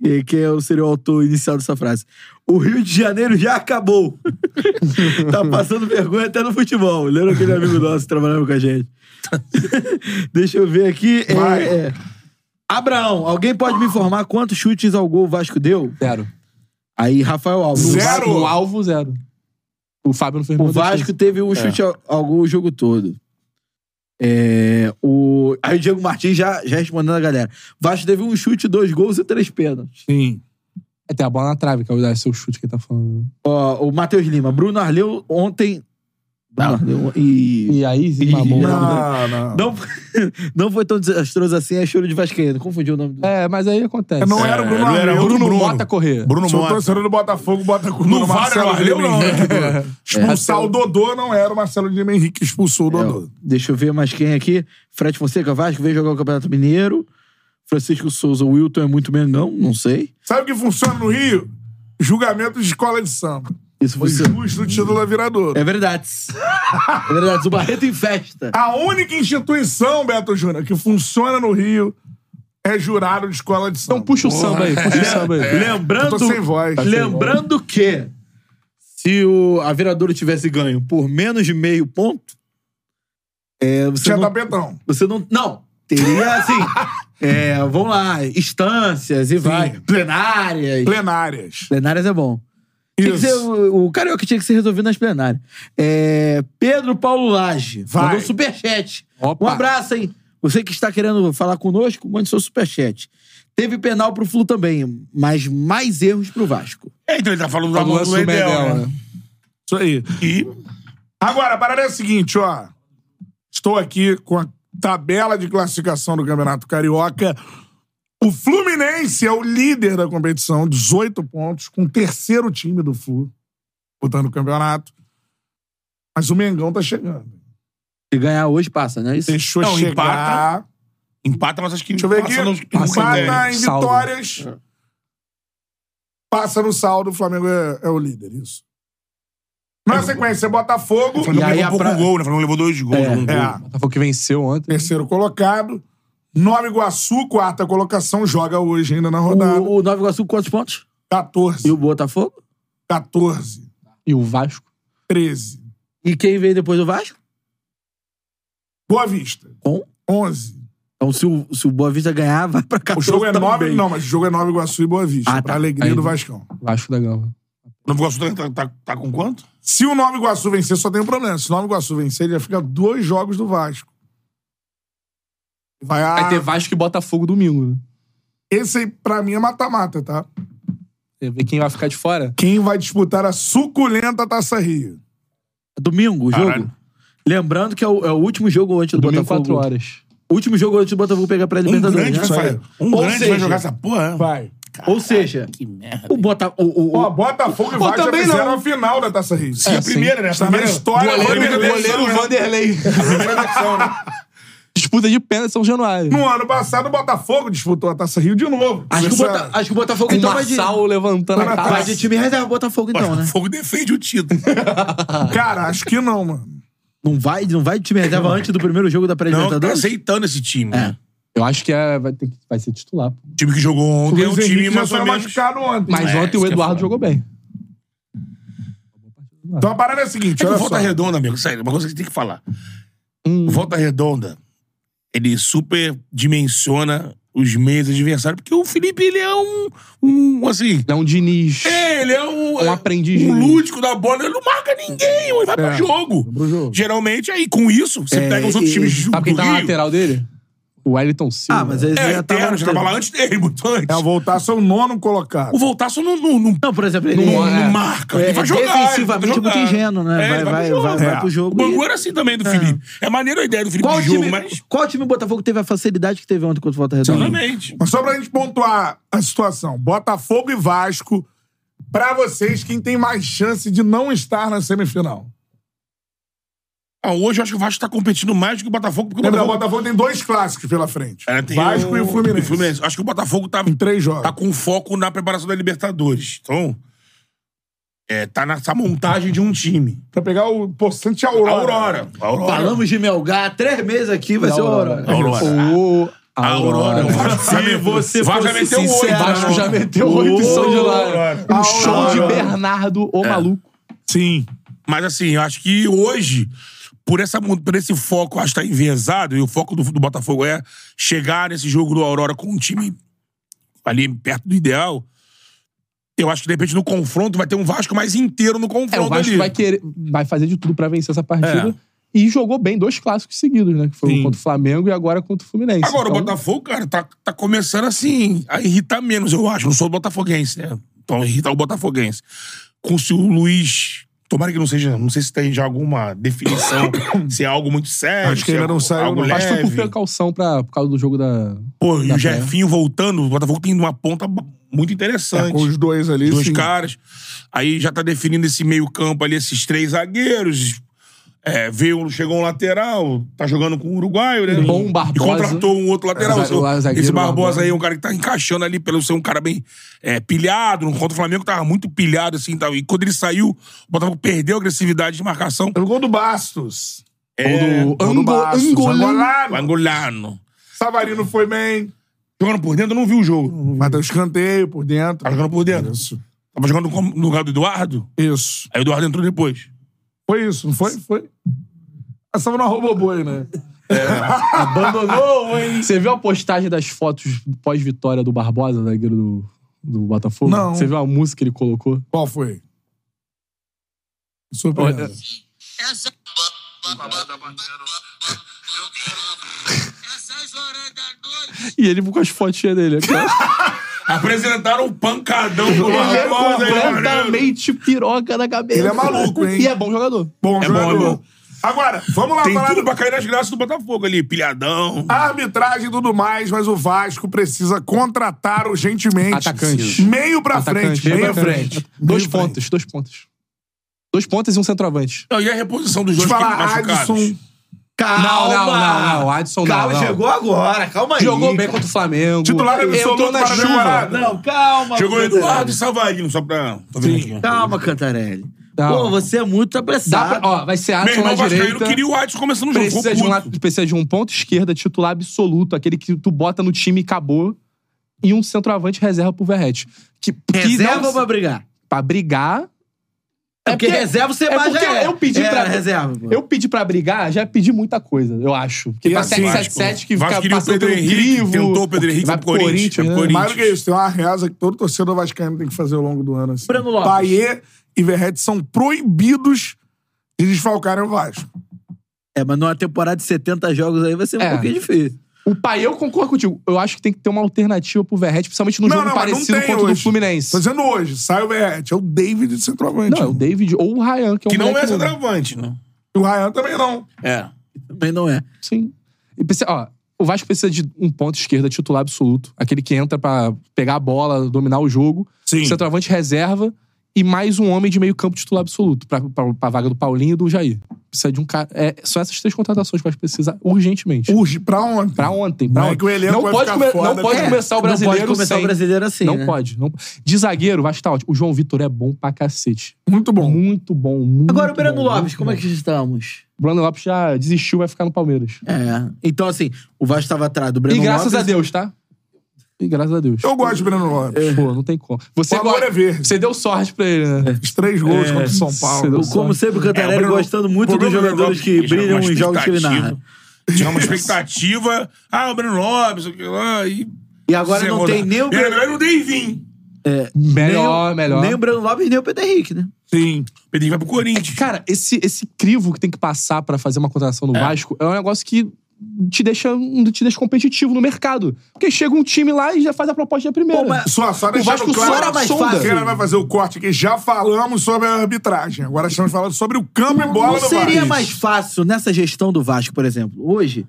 [SPEAKER 3] eh, quem é o- seria o autor inicial dessa frase. O Rio de Janeiro já acabou. tá passando vergonha até no futebol. Lembra aquele amigo nosso que trabalhava com a gente? Deixa eu ver aqui. eh,
[SPEAKER 4] Vai.
[SPEAKER 3] eh, Abraão, alguém pode me informar quantos chutes ao gol o Vasco deu?
[SPEAKER 2] Zero.
[SPEAKER 3] Aí, Rafael Alves.
[SPEAKER 4] Zero.
[SPEAKER 2] O alvo, zero. O Fábio não fez
[SPEAKER 3] O
[SPEAKER 2] nenhuma
[SPEAKER 3] Vasco
[SPEAKER 2] defesa.
[SPEAKER 4] É.
[SPEAKER 3] teve um chute ao, ao gol o jogo todo. É, o... Aí o Diego Martins já, já respondendo a galera. Vasco teve um chute, dois gols e três pênaltis.
[SPEAKER 2] Sim. É, tem a bola na trave, que é o esse é o chute que ele tá falando.
[SPEAKER 3] Ó, o Matheus Lima. Bruno Arleu ontem... Bruno Arleu e...
[SPEAKER 2] E aí,
[SPEAKER 3] Ih,
[SPEAKER 2] Zima Moura.
[SPEAKER 4] Não, Ah, não.
[SPEAKER 3] Não, não foi tão desastroso assim, é choro de Vasqueiro. Confundiu o nome do...
[SPEAKER 2] É, mas aí acontece.
[SPEAKER 4] Não era
[SPEAKER 3] É,
[SPEAKER 4] o Bruno
[SPEAKER 1] É, não era
[SPEAKER 4] Arleu.
[SPEAKER 1] o
[SPEAKER 2] Bruno,
[SPEAKER 1] Bruno.
[SPEAKER 2] Mota correr.
[SPEAKER 1] Bruno
[SPEAKER 4] Se eu tô
[SPEAKER 1] Mota.
[SPEAKER 4] torcedor do Botafogo, bota a culpa
[SPEAKER 1] Não
[SPEAKER 4] no
[SPEAKER 1] vale
[SPEAKER 4] Marcelo
[SPEAKER 1] o Arleu,
[SPEAKER 3] É.
[SPEAKER 4] Lima
[SPEAKER 1] não.
[SPEAKER 4] Henrique.
[SPEAKER 1] né?
[SPEAKER 4] Expulsar
[SPEAKER 2] É,
[SPEAKER 4] o Dodô não era o Marcelo Lima Henrique que expulsou o
[SPEAKER 3] É,
[SPEAKER 4] Dodô.
[SPEAKER 3] deixa eu ver mais quem aqui. Fred Fonseca, Vasco, veio jogar o Campeonato Mineiro. Francisco Souza, Wilton é muito Mengão, não sei.
[SPEAKER 4] Sabe o que funciona no Rio? Julgamento de escola de samba.
[SPEAKER 3] Isso
[SPEAKER 4] Foi
[SPEAKER 3] foi...
[SPEAKER 4] justo o título da viradouro.
[SPEAKER 3] É verdade. É verdade, o Barreto em festa.
[SPEAKER 4] A única instituição, Beto Júnior, que funciona no Rio é jurado de escola de samba.
[SPEAKER 2] Então puxa o samba aí,
[SPEAKER 4] É.
[SPEAKER 2] puxa o samba
[SPEAKER 3] É.
[SPEAKER 2] aí.
[SPEAKER 4] Eu tô
[SPEAKER 3] Lembrando,
[SPEAKER 4] sem voz. Tá sem
[SPEAKER 3] lembrando que se o, a viradora tivesse ganho por menos de meio ponto, é, você,
[SPEAKER 4] Tinha
[SPEAKER 1] tá
[SPEAKER 3] não,
[SPEAKER 4] tapetão.
[SPEAKER 3] você não. Não, teria assim. é, vamos lá, instâncias e vai. Plenárias.
[SPEAKER 4] Plenárias.
[SPEAKER 3] Plenárias é bom. Tinha que
[SPEAKER 4] Isso.
[SPEAKER 3] ser, o, o carioca tinha que ser resolvido nas plenárias. É, Pedro Paulo Lage
[SPEAKER 4] Vai.
[SPEAKER 3] mandou um superchat.
[SPEAKER 2] Opa.
[SPEAKER 3] Um abraço, hein? Você que está querendo falar conosco, mande seu superchat. Teve penal pro Flu também, mas mais erros pro Vasco.
[SPEAKER 1] É, então ele tá falando da
[SPEAKER 2] Falando
[SPEAKER 3] assim,
[SPEAKER 1] mão
[SPEAKER 2] do
[SPEAKER 1] do Edel,
[SPEAKER 2] Medel,
[SPEAKER 1] né?
[SPEAKER 2] né?
[SPEAKER 4] Isso aí.
[SPEAKER 1] E
[SPEAKER 4] Agora, a parada é a seguinte, ó. Estou aqui com a tabela de classificação do Campeonato Carioca. O Fluminense é o líder da competição, 18 pontos, com o terceiro time do Flu, botando o campeonato. Mas o Mengão tá chegando.
[SPEAKER 3] Se ganhar hoje, passa, né? Isso.
[SPEAKER 4] Deixou
[SPEAKER 1] Não,
[SPEAKER 4] chegar.
[SPEAKER 1] empata. empata, mas acho que
[SPEAKER 4] Deixa eu ver
[SPEAKER 1] passa no- no
[SPEAKER 4] aqui. Empata
[SPEAKER 1] critério.
[SPEAKER 4] em
[SPEAKER 2] saldo.
[SPEAKER 4] vitórias. Passa no saldo, o Flamengo é, é o líder, isso. Na sequência, Botafogo.
[SPEAKER 1] É. O Flamengo
[SPEAKER 3] E aí
[SPEAKER 1] levou
[SPEAKER 3] a
[SPEAKER 1] pouco
[SPEAKER 3] pra-
[SPEAKER 1] gol, né? O Flamengo levou dois gols. um gol.
[SPEAKER 4] É.
[SPEAKER 2] Botafogo que venceu ontem.
[SPEAKER 4] terceiro colocado. Nova Iguaçu, quarta colocação, joga hoje ainda na rodada.
[SPEAKER 3] O, o Nova Iguaçu, quantos pontos?
[SPEAKER 4] 14,
[SPEAKER 3] E o Botafogo?
[SPEAKER 4] 14,
[SPEAKER 2] E o Vasco.
[SPEAKER 4] 13,
[SPEAKER 3] E quem veio depois do Vasco?
[SPEAKER 4] Boa Vista.
[SPEAKER 3] Com?
[SPEAKER 4] 11.
[SPEAKER 3] Então, se o, se o Boa Vista ganhar, vai pra 14
[SPEAKER 4] O jogo é
[SPEAKER 3] também.
[SPEAKER 4] nove Não, mas o jogo é Nova Iguaçu e Boa Vista.
[SPEAKER 3] Ah,
[SPEAKER 4] Pra
[SPEAKER 3] tá.
[SPEAKER 4] alegria
[SPEAKER 3] Aí-
[SPEAKER 4] do Vascão.
[SPEAKER 2] Vasco da Gama.
[SPEAKER 4] Nova Iguaçu tá, tá- tá- tá com quanto? Se o Nova Iguaçu vencer, só tem um problema. Se o Nova Iguaçu vencer, ele vai ficar dois jogos do Vasco. Vai a...
[SPEAKER 2] Vai
[SPEAKER 1] Ah.
[SPEAKER 2] ter Vasco e Botafogo domingo. né?
[SPEAKER 4] Esse aí, pra mim, é mata-mata, tá?
[SPEAKER 2] Você vê quem vai ficar de fora?
[SPEAKER 4] Quem vai disputar a suculenta Taça Rio?
[SPEAKER 3] Domingo, o jogo.
[SPEAKER 4] Caralho.
[SPEAKER 3] Lembrando que é o, é o último jogo antes do
[SPEAKER 2] Domingo,
[SPEAKER 3] Botafogo.
[SPEAKER 2] 4 horas.
[SPEAKER 3] Último jogo antes do Botafogo pegar pra
[SPEAKER 4] Um
[SPEAKER 3] Libertadores.
[SPEAKER 4] grande,
[SPEAKER 3] né?
[SPEAKER 4] vai, um
[SPEAKER 3] Ou
[SPEAKER 4] grande vai
[SPEAKER 3] seja-
[SPEAKER 4] jogar essa porra. né? Vai.
[SPEAKER 3] Ou seja, o Bota, o, o,
[SPEAKER 4] Ó, Botafogo e
[SPEAKER 2] Pô,
[SPEAKER 4] Vasco já
[SPEAKER 2] também
[SPEAKER 4] fizeram
[SPEAKER 2] não.
[SPEAKER 4] a final da Taça Rio. Sim,
[SPEAKER 2] a primeira,
[SPEAKER 4] né? A
[SPEAKER 1] é
[SPEAKER 4] primeira história. a primeira
[SPEAKER 2] Goleiro,
[SPEAKER 4] versão,
[SPEAKER 2] goleiro
[SPEAKER 4] né?
[SPEAKER 2] Vanderlei.
[SPEAKER 4] A primeira versão, né?
[SPEAKER 2] Disputa de pênalti São Januário.
[SPEAKER 4] No ano passado, o Botafogo disputou a Taça Rio de novo.
[SPEAKER 3] acho, que o
[SPEAKER 4] Essa-
[SPEAKER 3] Bota- acho que o Botafogo
[SPEAKER 2] Com o
[SPEAKER 3] então vai de,
[SPEAKER 2] Marçal levantando a
[SPEAKER 3] vai de
[SPEAKER 2] taça.
[SPEAKER 3] time reserva o Botafogo então, né?
[SPEAKER 4] Botafogo defende o título. Cara, acho que não, mano.
[SPEAKER 3] Não vai, não vai de time reserva antes do primeiro jogo da
[SPEAKER 1] Não, tá
[SPEAKER 3] pré-libertadores?
[SPEAKER 1] aceitando esse time. né?
[SPEAKER 2] Eu acho que, é, vai, ter que vai ser titular. pô.
[SPEAKER 1] O time que jogou ontem é um
[SPEAKER 4] Luiz
[SPEAKER 1] time
[SPEAKER 4] Henrique já
[SPEAKER 1] mais
[SPEAKER 4] foi
[SPEAKER 1] ou menos...
[SPEAKER 4] machucado ontem.
[SPEAKER 2] Mas
[SPEAKER 1] É,
[SPEAKER 2] ontem
[SPEAKER 1] isso
[SPEAKER 2] o
[SPEAKER 1] que é
[SPEAKER 2] Eduardo
[SPEAKER 1] foda.
[SPEAKER 2] jogou bem.
[SPEAKER 4] Então a parada é a seguinte,
[SPEAKER 1] É que
[SPEAKER 4] olha
[SPEAKER 1] o
[SPEAKER 4] só.
[SPEAKER 1] Volta Redonda, amigo, sério, uma coisa que você tem que falar.
[SPEAKER 2] Um
[SPEAKER 1] O Volta Redonda, ele superdimensiona os meios adversários, porque o Felipe, ele é um, um assim...
[SPEAKER 2] É um Diniz.
[SPEAKER 1] É, ele é um...
[SPEAKER 2] Um aprendiz É.
[SPEAKER 1] Um
[SPEAKER 2] de-
[SPEAKER 1] lúdico da bola, ele não marca ninguém, ele vai pro jogo. Geralmente, aí, com isso, você
[SPEAKER 3] É,
[SPEAKER 1] pega os outros
[SPEAKER 3] e-
[SPEAKER 1] times do,
[SPEAKER 2] Sabe quem
[SPEAKER 1] do
[SPEAKER 2] tá na
[SPEAKER 1] Rio.
[SPEAKER 2] lateral dele? O Wellington Silva.
[SPEAKER 3] Ah, mas eles
[SPEAKER 1] É,
[SPEAKER 3] já estavam
[SPEAKER 1] eterno, já tava lá antes dele, muito antes.
[SPEAKER 4] É, o Voltaço é o nono colocado.
[SPEAKER 1] O Voltaço não, não, não,
[SPEAKER 3] Não, por exemplo, ele
[SPEAKER 1] não,
[SPEAKER 2] Não, é.
[SPEAKER 1] não marca.
[SPEAKER 3] É,
[SPEAKER 1] ele vai jogar.
[SPEAKER 3] defensivamente
[SPEAKER 1] ele vai
[SPEAKER 3] é muito
[SPEAKER 1] jogar.
[SPEAKER 3] ingênuo, né?
[SPEAKER 1] É,
[SPEAKER 3] Vai-
[SPEAKER 1] ele
[SPEAKER 3] vai-
[SPEAKER 1] pro jogo.
[SPEAKER 3] vai- vai pro jogo
[SPEAKER 1] O Bangu
[SPEAKER 3] e-
[SPEAKER 1] era assim também do Felipe. É maneiro a ideia do Felipe
[SPEAKER 3] Qual
[SPEAKER 1] de jogo,
[SPEAKER 3] time,
[SPEAKER 1] mas...
[SPEAKER 3] qual time do Botafogo teve a facilidade que teve ontem contra o Volta Redonda?
[SPEAKER 1] Exatamente.
[SPEAKER 4] Mas só pra gente pontuar a situação. Botafogo e Vasco, pra vocês, quem tem mais chance de não estar na semifinal?
[SPEAKER 1] Ah, hoje eu acho que o Vasco tá competindo mais do que o Botafogo, porque o
[SPEAKER 4] Lembra, o
[SPEAKER 1] Botafogo...
[SPEAKER 4] Botafogo tem dois clássicos pela frente.
[SPEAKER 1] É, tem
[SPEAKER 4] Vasco e o Fluminense.
[SPEAKER 1] Acho que o Botafogo tá,
[SPEAKER 4] Em três
[SPEAKER 1] tá
[SPEAKER 4] jogos.
[SPEAKER 1] com foco na preparação da Libertadores. Então, é, tá nessa montagem de um time.
[SPEAKER 4] Pra pegar o Poçante
[SPEAKER 1] A
[SPEAKER 4] Aurora.
[SPEAKER 1] Aurora. A Aurora.
[SPEAKER 3] Falamos de Melgar há três meses aqui, vai
[SPEAKER 2] Da
[SPEAKER 3] ser o
[SPEAKER 2] Aurora.
[SPEAKER 3] Aurora.
[SPEAKER 1] Aurora.
[SPEAKER 2] O...
[SPEAKER 1] A Aurora. O Vasco já
[SPEAKER 3] Se
[SPEAKER 1] meteu-
[SPEAKER 3] você
[SPEAKER 1] o Vasco já
[SPEAKER 3] fosse
[SPEAKER 1] meteu oito,
[SPEAKER 3] sincero,
[SPEAKER 1] né?
[SPEAKER 2] Vasco já meteu oito em São Januário.
[SPEAKER 4] Aurora.
[SPEAKER 2] Um show de
[SPEAKER 4] Aurora.
[SPEAKER 2] Bernardo, o maluco.
[SPEAKER 1] Sim. Mas assim, eu acho que hoje, por, essa, mu- por esse foco, eu acho que tá enviesado, e o foco do, do Botafogo é chegar nesse jogo do Aurora com um time ali perto do ideal. Eu acho que de repente no confronto vai ter um Vasco mais inteiro no confronto
[SPEAKER 2] É, o Vasco
[SPEAKER 1] ali.
[SPEAKER 2] vai, querer, vai fazer de tudo pra vencer essa partida. E jogou bem dois clássicos seguidos, né? Que foi
[SPEAKER 1] Sim.
[SPEAKER 2] um contra o Flamengo e agora contra o Fluminense.
[SPEAKER 1] Agora, o
[SPEAKER 2] Então,
[SPEAKER 1] Botafogo, cara, tá, tá começando assim a irritar menos, eu acho. Não sou botafoguense, né? Então, irritar o botafoguense. Com se o Luiz. Tomara que não seja. Não sei se tem já alguma definição, se é algo muito sério.
[SPEAKER 4] Acho que
[SPEAKER 1] se é
[SPEAKER 4] ainda não
[SPEAKER 1] algo-
[SPEAKER 4] saiu,
[SPEAKER 1] algo
[SPEAKER 4] não.
[SPEAKER 2] Acho que foi por
[SPEAKER 1] leve.
[SPEAKER 2] precaução pra, por causa do jogo da.
[SPEAKER 1] Pô, e
[SPEAKER 2] Da
[SPEAKER 1] o
[SPEAKER 2] praia.
[SPEAKER 1] Jefinho voltando, o Botafogo tem uma ponta b- muito
[SPEAKER 4] É, com
[SPEAKER 1] interessante.
[SPEAKER 4] os dois ali.
[SPEAKER 1] Dois
[SPEAKER 4] sim.
[SPEAKER 1] caras. Aí já tá definindo esse meio-campo ali, esses três zagueiros. É, veio, chegou um lateral, tá jogando com o uruguaio, né?
[SPEAKER 2] Um Bom
[SPEAKER 1] E
[SPEAKER 2] Barbosa.
[SPEAKER 1] contratou um outro lateral.
[SPEAKER 2] É, o
[SPEAKER 1] Esse-
[SPEAKER 2] zagueiro
[SPEAKER 1] esse Barbosa,
[SPEAKER 2] Barbosa.
[SPEAKER 1] aí é um cara que tá encaixando ali, pelo ser um cara bem é, pilhado. Contra o Flamengo tava muito pilhado, assim. Tal. E quando ele saiu, o Botafogo perdeu a agressividade de marcação.
[SPEAKER 4] É o gol do Bastos.
[SPEAKER 1] É,
[SPEAKER 2] Ou do
[SPEAKER 4] Gol do
[SPEAKER 2] Ango-
[SPEAKER 4] Bastos.
[SPEAKER 2] Angolano.
[SPEAKER 4] Angolano.
[SPEAKER 1] o angolano.
[SPEAKER 4] Savarino foi bem.
[SPEAKER 1] Jogando por dentro, eu não vi o jogo.
[SPEAKER 4] Bateu escanteio por dentro.
[SPEAKER 1] Tava jogando por dentro.
[SPEAKER 4] Isso.
[SPEAKER 1] Tava jogando como- no lugar do Eduardo.
[SPEAKER 4] Isso.
[SPEAKER 1] Aí o Eduardo entrou depois.
[SPEAKER 4] Foi isso, não foi? Foi. Ah, Tava no Roboboi, né?
[SPEAKER 2] Abandonou, hein? Você viu a postagem das fotos pós-vitória do Barbosa, zagueiro do, do Botafogo?
[SPEAKER 4] Não.
[SPEAKER 2] Você viu a música que ele colocou?
[SPEAKER 4] Qual foi? Surpresa.
[SPEAKER 2] E ele com as fotinhas dele.
[SPEAKER 1] Apresentaram um pancadão do
[SPEAKER 2] Ele é
[SPEAKER 1] Barbosa aí, Gabriel.
[SPEAKER 2] completamente piroca na cabeça.
[SPEAKER 4] Ele é maluco, hein?
[SPEAKER 2] E é bom jogador.
[SPEAKER 4] Bom, né,
[SPEAKER 1] É
[SPEAKER 4] jogador.
[SPEAKER 1] bom, é bom.
[SPEAKER 4] Agora, vamos lá
[SPEAKER 1] Tem
[SPEAKER 4] falar
[SPEAKER 1] tudo
[SPEAKER 4] do...
[SPEAKER 1] pra cair nas graças do Botafogo ali, pilhadão.
[SPEAKER 4] Ah. Arbitragem e tudo mais, mas o Vasco precisa contratar urgentemente.
[SPEAKER 2] Atacante.
[SPEAKER 4] Meio pra
[SPEAKER 2] Atacante,
[SPEAKER 4] frente, meio
[SPEAKER 2] pra
[SPEAKER 4] frente.
[SPEAKER 2] Dois
[SPEAKER 4] Meio frente.
[SPEAKER 2] pontos, dois pontos. Dois pontos e um centroavante.
[SPEAKER 1] Não, e a reposição dos
[SPEAKER 4] Deixa
[SPEAKER 1] dois
[SPEAKER 4] eu falar,
[SPEAKER 1] machucados?
[SPEAKER 4] Adson.
[SPEAKER 3] Calma!
[SPEAKER 2] Não, não, não, não, Adson não,
[SPEAKER 3] Calma,
[SPEAKER 2] não.
[SPEAKER 3] chegou agora, calma aí. Ah,
[SPEAKER 2] Jogou bem contra o Flamengo.
[SPEAKER 4] Titular absoluto
[SPEAKER 2] Entrou na
[SPEAKER 4] para a
[SPEAKER 2] chuva.
[SPEAKER 4] temporada.
[SPEAKER 3] Não, calma.
[SPEAKER 1] Chegou
[SPEAKER 3] Cantarelli.
[SPEAKER 1] Eduardo e Savarino, só pra... Tô vendo aqui.
[SPEAKER 2] Tá,
[SPEAKER 3] Calma, Cantarelli.
[SPEAKER 2] Calma.
[SPEAKER 3] Pô, você é muito
[SPEAKER 2] Dá pra,
[SPEAKER 3] apressado.
[SPEAKER 2] ó, vai ser
[SPEAKER 1] Meu
[SPEAKER 2] Adson tá na
[SPEAKER 1] irmão Vascaíno
[SPEAKER 2] direita.
[SPEAKER 1] queria o Adson começando o jogo, ficou
[SPEAKER 2] Precisa de, um, la-
[SPEAKER 1] puto.
[SPEAKER 2] precisa de um ponto esquerda, titular absoluto, aquele que tu bota no time e acabou. E um centroavante reserva pro Verrete. Que, que
[SPEAKER 3] Reserva
[SPEAKER 2] não-
[SPEAKER 3] pra brigar.
[SPEAKER 2] pra brigar
[SPEAKER 3] É porque reserva você
[SPEAKER 2] é
[SPEAKER 3] mais
[SPEAKER 2] porque
[SPEAKER 3] já é.
[SPEAKER 2] Eu pedi
[SPEAKER 3] É,
[SPEAKER 2] pra.
[SPEAKER 3] reserva, pô.
[SPEAKER 2] Eu pedi pra brigar, já pedi muita coisa, eu acho. Porque
[SPEAKER 4] E
[SPEAKER 2] tá
[SPEAKER 4] assim,
[SPEAKER 2] 777 que
[SPEAKER 4] Vasco
[SPEAKER 2] fica
[SPEAKER 4] queria o
[SPEAKER 2] passando
[SPEAKER 4] Pedro
[SPEAKER 2] pelo
[SPEAKER 4] Henrique,
[SPEAKER 2] crivo.
[SPEAKER 4] tentou o Pedro Henrique
[SPEAKER 2] vai
[SPEAKER 4] pro Corinthians,
[SPEAKER 2] né?
[SPEAKER 4] pro Mais do que isso, tem uma reaça que todo torcedor vascaíno tem que fazer ao longo do ano. Assim.
[SPEAKER 3] Breno Lopes.
[SPEAKER 4] Paier e Verrete são proibidos de desfalcarem o Vasco.
[SPEAKER 3] É, mas numa temporada de 70 jogos aí vai ser um
[SPEAKER 2] É.
[SPEAKER 3] pouquinho difícil.
[SPEAKER 2] O pai, eu concordo contigo. Eu acho que tem que ter uma alternativa pro Verrete, principalmente num Um jogo parecido contra o do Fluminense.
[SPEAKER 4] Tô dizendo hoje, sai o Verrete. É o David de centroavante.
[SPEAKER 2] Não, é o David ou o Ryan, que é um
[SPEAKER 4] Que não é
[SPEAKER 2] moleque novo.
[SPEAKER 4] centroavante, não. O Ryan também não.
[SPEAKER 3] É. Também não é.
[SPEAKER 2] Sim. E precisa- ó, o Vasco precisa de um ponto esquerda titular absoluto. Aquele que entra pra pegar a bola, dominar o jogo.
[SPEAKER 4] Sim.
[SPEAKER 2] Centroavante reserva e mais um homem de meio campo titular absoluto pra, pra, pra vaga do Paulinho e do Jair. Precisa de um cara... É, são essas três contratações que o Vasco precisa urgentemente.
[SPEAKER 4] Urge pra ontem.
[SPEAKER 2] Pra ontem. Pra
[SPEAKER 4] Não é
[SPEAKER 2] ontem.
[SPEAKER 4] que o elenco
[SPEAKER 2] não
[SPEAKER 4] vai
[SPEAKER 2] pode,
[SPEAKER 4] ficar foda,
[SPEAKER 2] não
[SPEAKER 3] É,
[SPEAKER 2] pode
[SPEAKER 4] né?
[SPEAKER 2] começar o brasileiro
[SPEAKER 3] não pode começar
[SPEAKER 2] sem-
[SPEAKER 3] o brasileiro assim,
[SPEAKER 2] Não
[SPEAKER 3] né?
[SPEAKER 2] pode. Não... De zagueiro, o Vasco tá ótimo. O João Vitor é bom pra cacete.
[SPEAKER 4] Muito bom.
[SPEAKER 2] Muito bom, muito
[SPEAKER 3] Agora o Breno
[SPEAKER 2] bom,
[SPEAKER 3] Lopes,
[SPEAKER 2] muito
[SPEAKER 3] como é
[SPEAKER 2] bom.
[SPEAKER 3] que estamos?
[SPEAKER 2] O Breno Lopes já desistiu, vai ficar no Palmeiras.
[SPEAKER 3] É. Então, assim, o Vasco estava atrás do Breno
[SPEAKER 2] e graças
[SPEAKER 3] Lopes.
[SPEAKER 2] a Deus, tá? E graças a Deus.
[SPEAKER 4] Eu gosto de Breno Lopes.
[SPEAKER 2] Pô, não tem como. Você,
[SPEAKER 4] O amor
[SPEAKER 2] gosta-
[SPEAKER 4] é verde.
[SPEAKER 2] você deu sorte pra ele, né?
[SPEAKER 4] Os três gols
[SPEAKER 2] É.
[SPEAKER 4] contra o São
[SPEAKER 2] Você deu
[SPEAKER 4] Paulo.
[SPEAKER 2] sorte.
[SPEAKER 3] Como sempre, o Cantarelli
[SPEAKER 4] É, o Breno-
[SPEAKER 3] gostando muito
[SPEAKER 4] o
[SPEAKER 3] dos
[SPEAKER 4] Breno
[SPEAKER 3] jogadores
[SPEAKER 4] Lopes
[SPEAKER 3] que
[SPEAKER 2] é
[SPEAKER 4] tinha
[SPEAKER 3] brilham
[SPEAKER 4] uma
[SPEAKER 3] em jogos que ele
[SPEAKER 1] é expectativa.
[SPEAKER 3] narra.
[SPEAKER 1] Tinha uma expectativa. Ah, o Breno Lopes, aquilo lá. E,
[SPEAKER 3] E agora não tem nem o
[SPEAKER 1] E
[SPEAKER 3] Breno-
[SPEAKER 1] era melhor não tem vim.
[SPEAKER 2] Melhor, melhor.
[SPEAKER 3] Nem o Breno Lopes, nem o Pedro Henrique, né?
[SPEAKER 1] Sim. O Pedrinho vai pro
[SPEAKER 2] É que,
[SPEAKER 1] Corinthians.
[SPEAKER 2] cara, esse, esse crivo que tem que passar pra fazer uma contratação no Vasco é um negócio que te deixa, um, te deixa competitivo no mercado. Porque chega um time lá e já faz a proposta da primeira.
[SPEAKER 3] Pô, mas-
[SPEAKER 4] Só, só
[SPEAKER 2] O
[SPEAKER 4] deixando
[SPEAKER 2] Vasco
[SPEAKER 4] claro
[SPEAKER 2] só era mais
[SPEAKER 4] sonda.
[SPEAKER 2] fácil.
[SPEAKER 4] que ela vai fazer o corte aqui. Já falamos sobre a arbitragem. Agora estamos falando sobre o campo e bola
[SPEAKER 3] Não
[SPEAKER 4] do
[SPEAKER 3] seria
[SPEAKER 4] Vasco.
[SPEAKER 3] mais fácil nessa gestão do Vasco, por exemplo, hoje,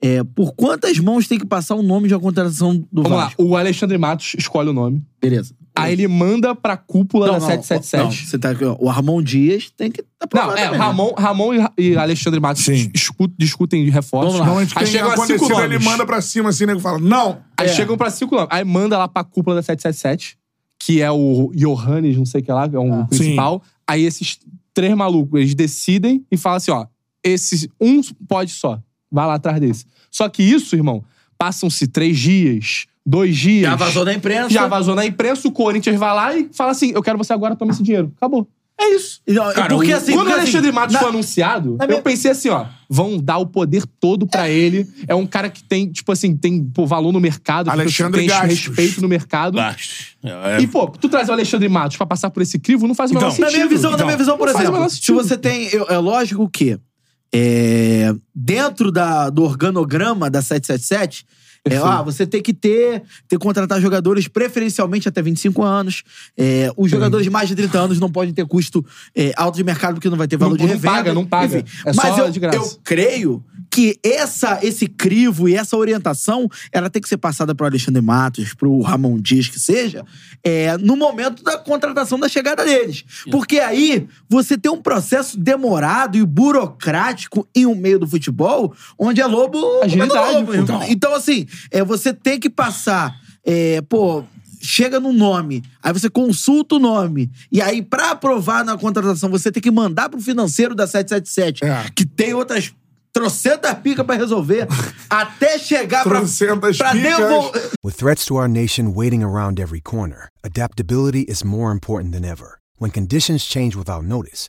[SPEAKER 3] é, por quantas mãos tem que passar o nome de uma contratação do
[SPEAKER 2] Vamos lá,
[SPEAKER 3] Vasco?
[SPEAKER 2] o Alexandre Matos escolhe o nome.
[SPEAKER 3] Beleza.
[SPEAKER 2] Aí ele manda pra cúpula da
[SPEAKER 3] Não,
[SPEAKER 2] 777.
[SPEAKER 3] você tá aqui, ó. O Ramon Dias tem que aprovar
[SPEAKER 2] Não, é,
[SPEAKER 3] também, né?
[SPEAKER 2] Ramon, Ramon e- e Alexandre Matos
[SPEAKER 4] Sim.
[SPEAKER 2] discu- discutem de reforços.
[SPEAKER 3] Vamos lá.
[SPEAKER 4] Normalmente,
[SPEAKER 2] Aí
[SPEAKER 4] quem
[SPEAKER 2] chegam a cinco
[SPEAKER 4] acontecido,
[SPEAKER 2] nomes.
[SPEAKER 4] ele manda pra cima assim, nego fala, não.
[SPEAKER 3] É.
[SPEAKER 2] Aí um chegam pra cinco nomes. Aí manda lá pra cúpula da 777, que é o Johannes, não sei o que lá, que é um
[SPEAKER 3] Ah.
[SPEAKER 2] principal. Aí esses três malucos, eles decidem e falam assim, ó, esses um pode só. Vai lá atrás desse. Só que isso, irmão, passam-se três dias, dois dias.
[SPEAKER 3] Já vazou na imprensa.
[SPEAKER 2] Já vazou na imprensa, o Corinthians vai lá e fala assim, eu quero você agora, toma esse dinheiro. Acabou. É isso.
[SPEAKER 3] Não, é
[SPEAKER 1] Cara,
[SPEAKER 3] porque
[SPEAKER 1] o-
[SPEAKER 3] assim,
[SPEAKER 2] Quando o
[SPEAKER 3] porque, assim,
[SPEAKER 2] Alexandre Matos
[SPEAKER 3] na-
[SPEAKER 2] foi anunciado,
[SPEAKER 3] na
[SPEAKER 2] eu
[SPEAKER 3] minha-
[SPEAKER 2] pensei assim, ó, vão dar o poder todo pra ele. É um cara que tem, tipo assim, tem pô, valor no mercado, que
[SPEAKER 4] Alexandre
[SPEAKER 2] tem
[SPEAKER 4] Gastos.
[SPEAKER 2] respeito no mercado.
[SPEAKER 1] Bastos. É, é.
[SPEAKER 2] E, pô, tu traz o Alexandre Matos pra passar por esse crivo, não faz o menor
[SPEAKER 1] Então,
[SPEAKER 3] Na
[SPEAKER 2] sentido.
[SPEAKER 3] minha visão, na minha visão, por
[SPEAKER 2] Não faz o menor
[SPEAKER 3] exemplo, se
[SPEAKER 2] sentido.
[SPEAKER 3] você tem. eu- É lógico que é, dentro da, do organograma da 777, é, ah, você tem que ter, ter que contratar jogadores preferencialmente até 25 anos. É, os jogadores de mais de 30 anos não podem ter custo é, alto de mercado porque não vai ter
[SPEAKER 2] Não-
[SPEAKER 3] valor de
[SPEAKER 2] não
[SPEAKER 3] revenda.
[SPEAKER 2] paga, não paga. É só
[SPEAKER 3] mas eu,
[SPEAKER 2] de graça.
[SPEAKER 3] eu creio que essa, esse crivo e essa orientação, ela tem que ser passada pro Alexandre Matos, pro Ramon Dias, que seja, é, no momento da contratação da chegada deles. Porque aí você tem um processo demorado e burocrático em um meio do futebol, onde é lobo.
[SPEAKER 2] Agilidade,
[SPEAKER 3] comendo lobo,
[SPEAKER 2] pô.
[SPEAKER 3] irmão. Então, assim, é, você tem que passar. é, pô. Chega no nome, aí você consulta o nome. E aí, pra aprovar na contratação, você tem que mandar pro financeiro da 777,
[SPEAKER 4] É.
[SPEAKER 3] que tem outras trocentas picas pra resolver, até chegar pra,
[SPEAKER 4] Trocentas
[SPEAKER 3] pra
[SPEAKER 4] picas.
[SPEAKER 3] devolver.
[SPEAKER 10] With threats to our nation waiting around every corner, adaptability is more important than ever. When conditions change without notice,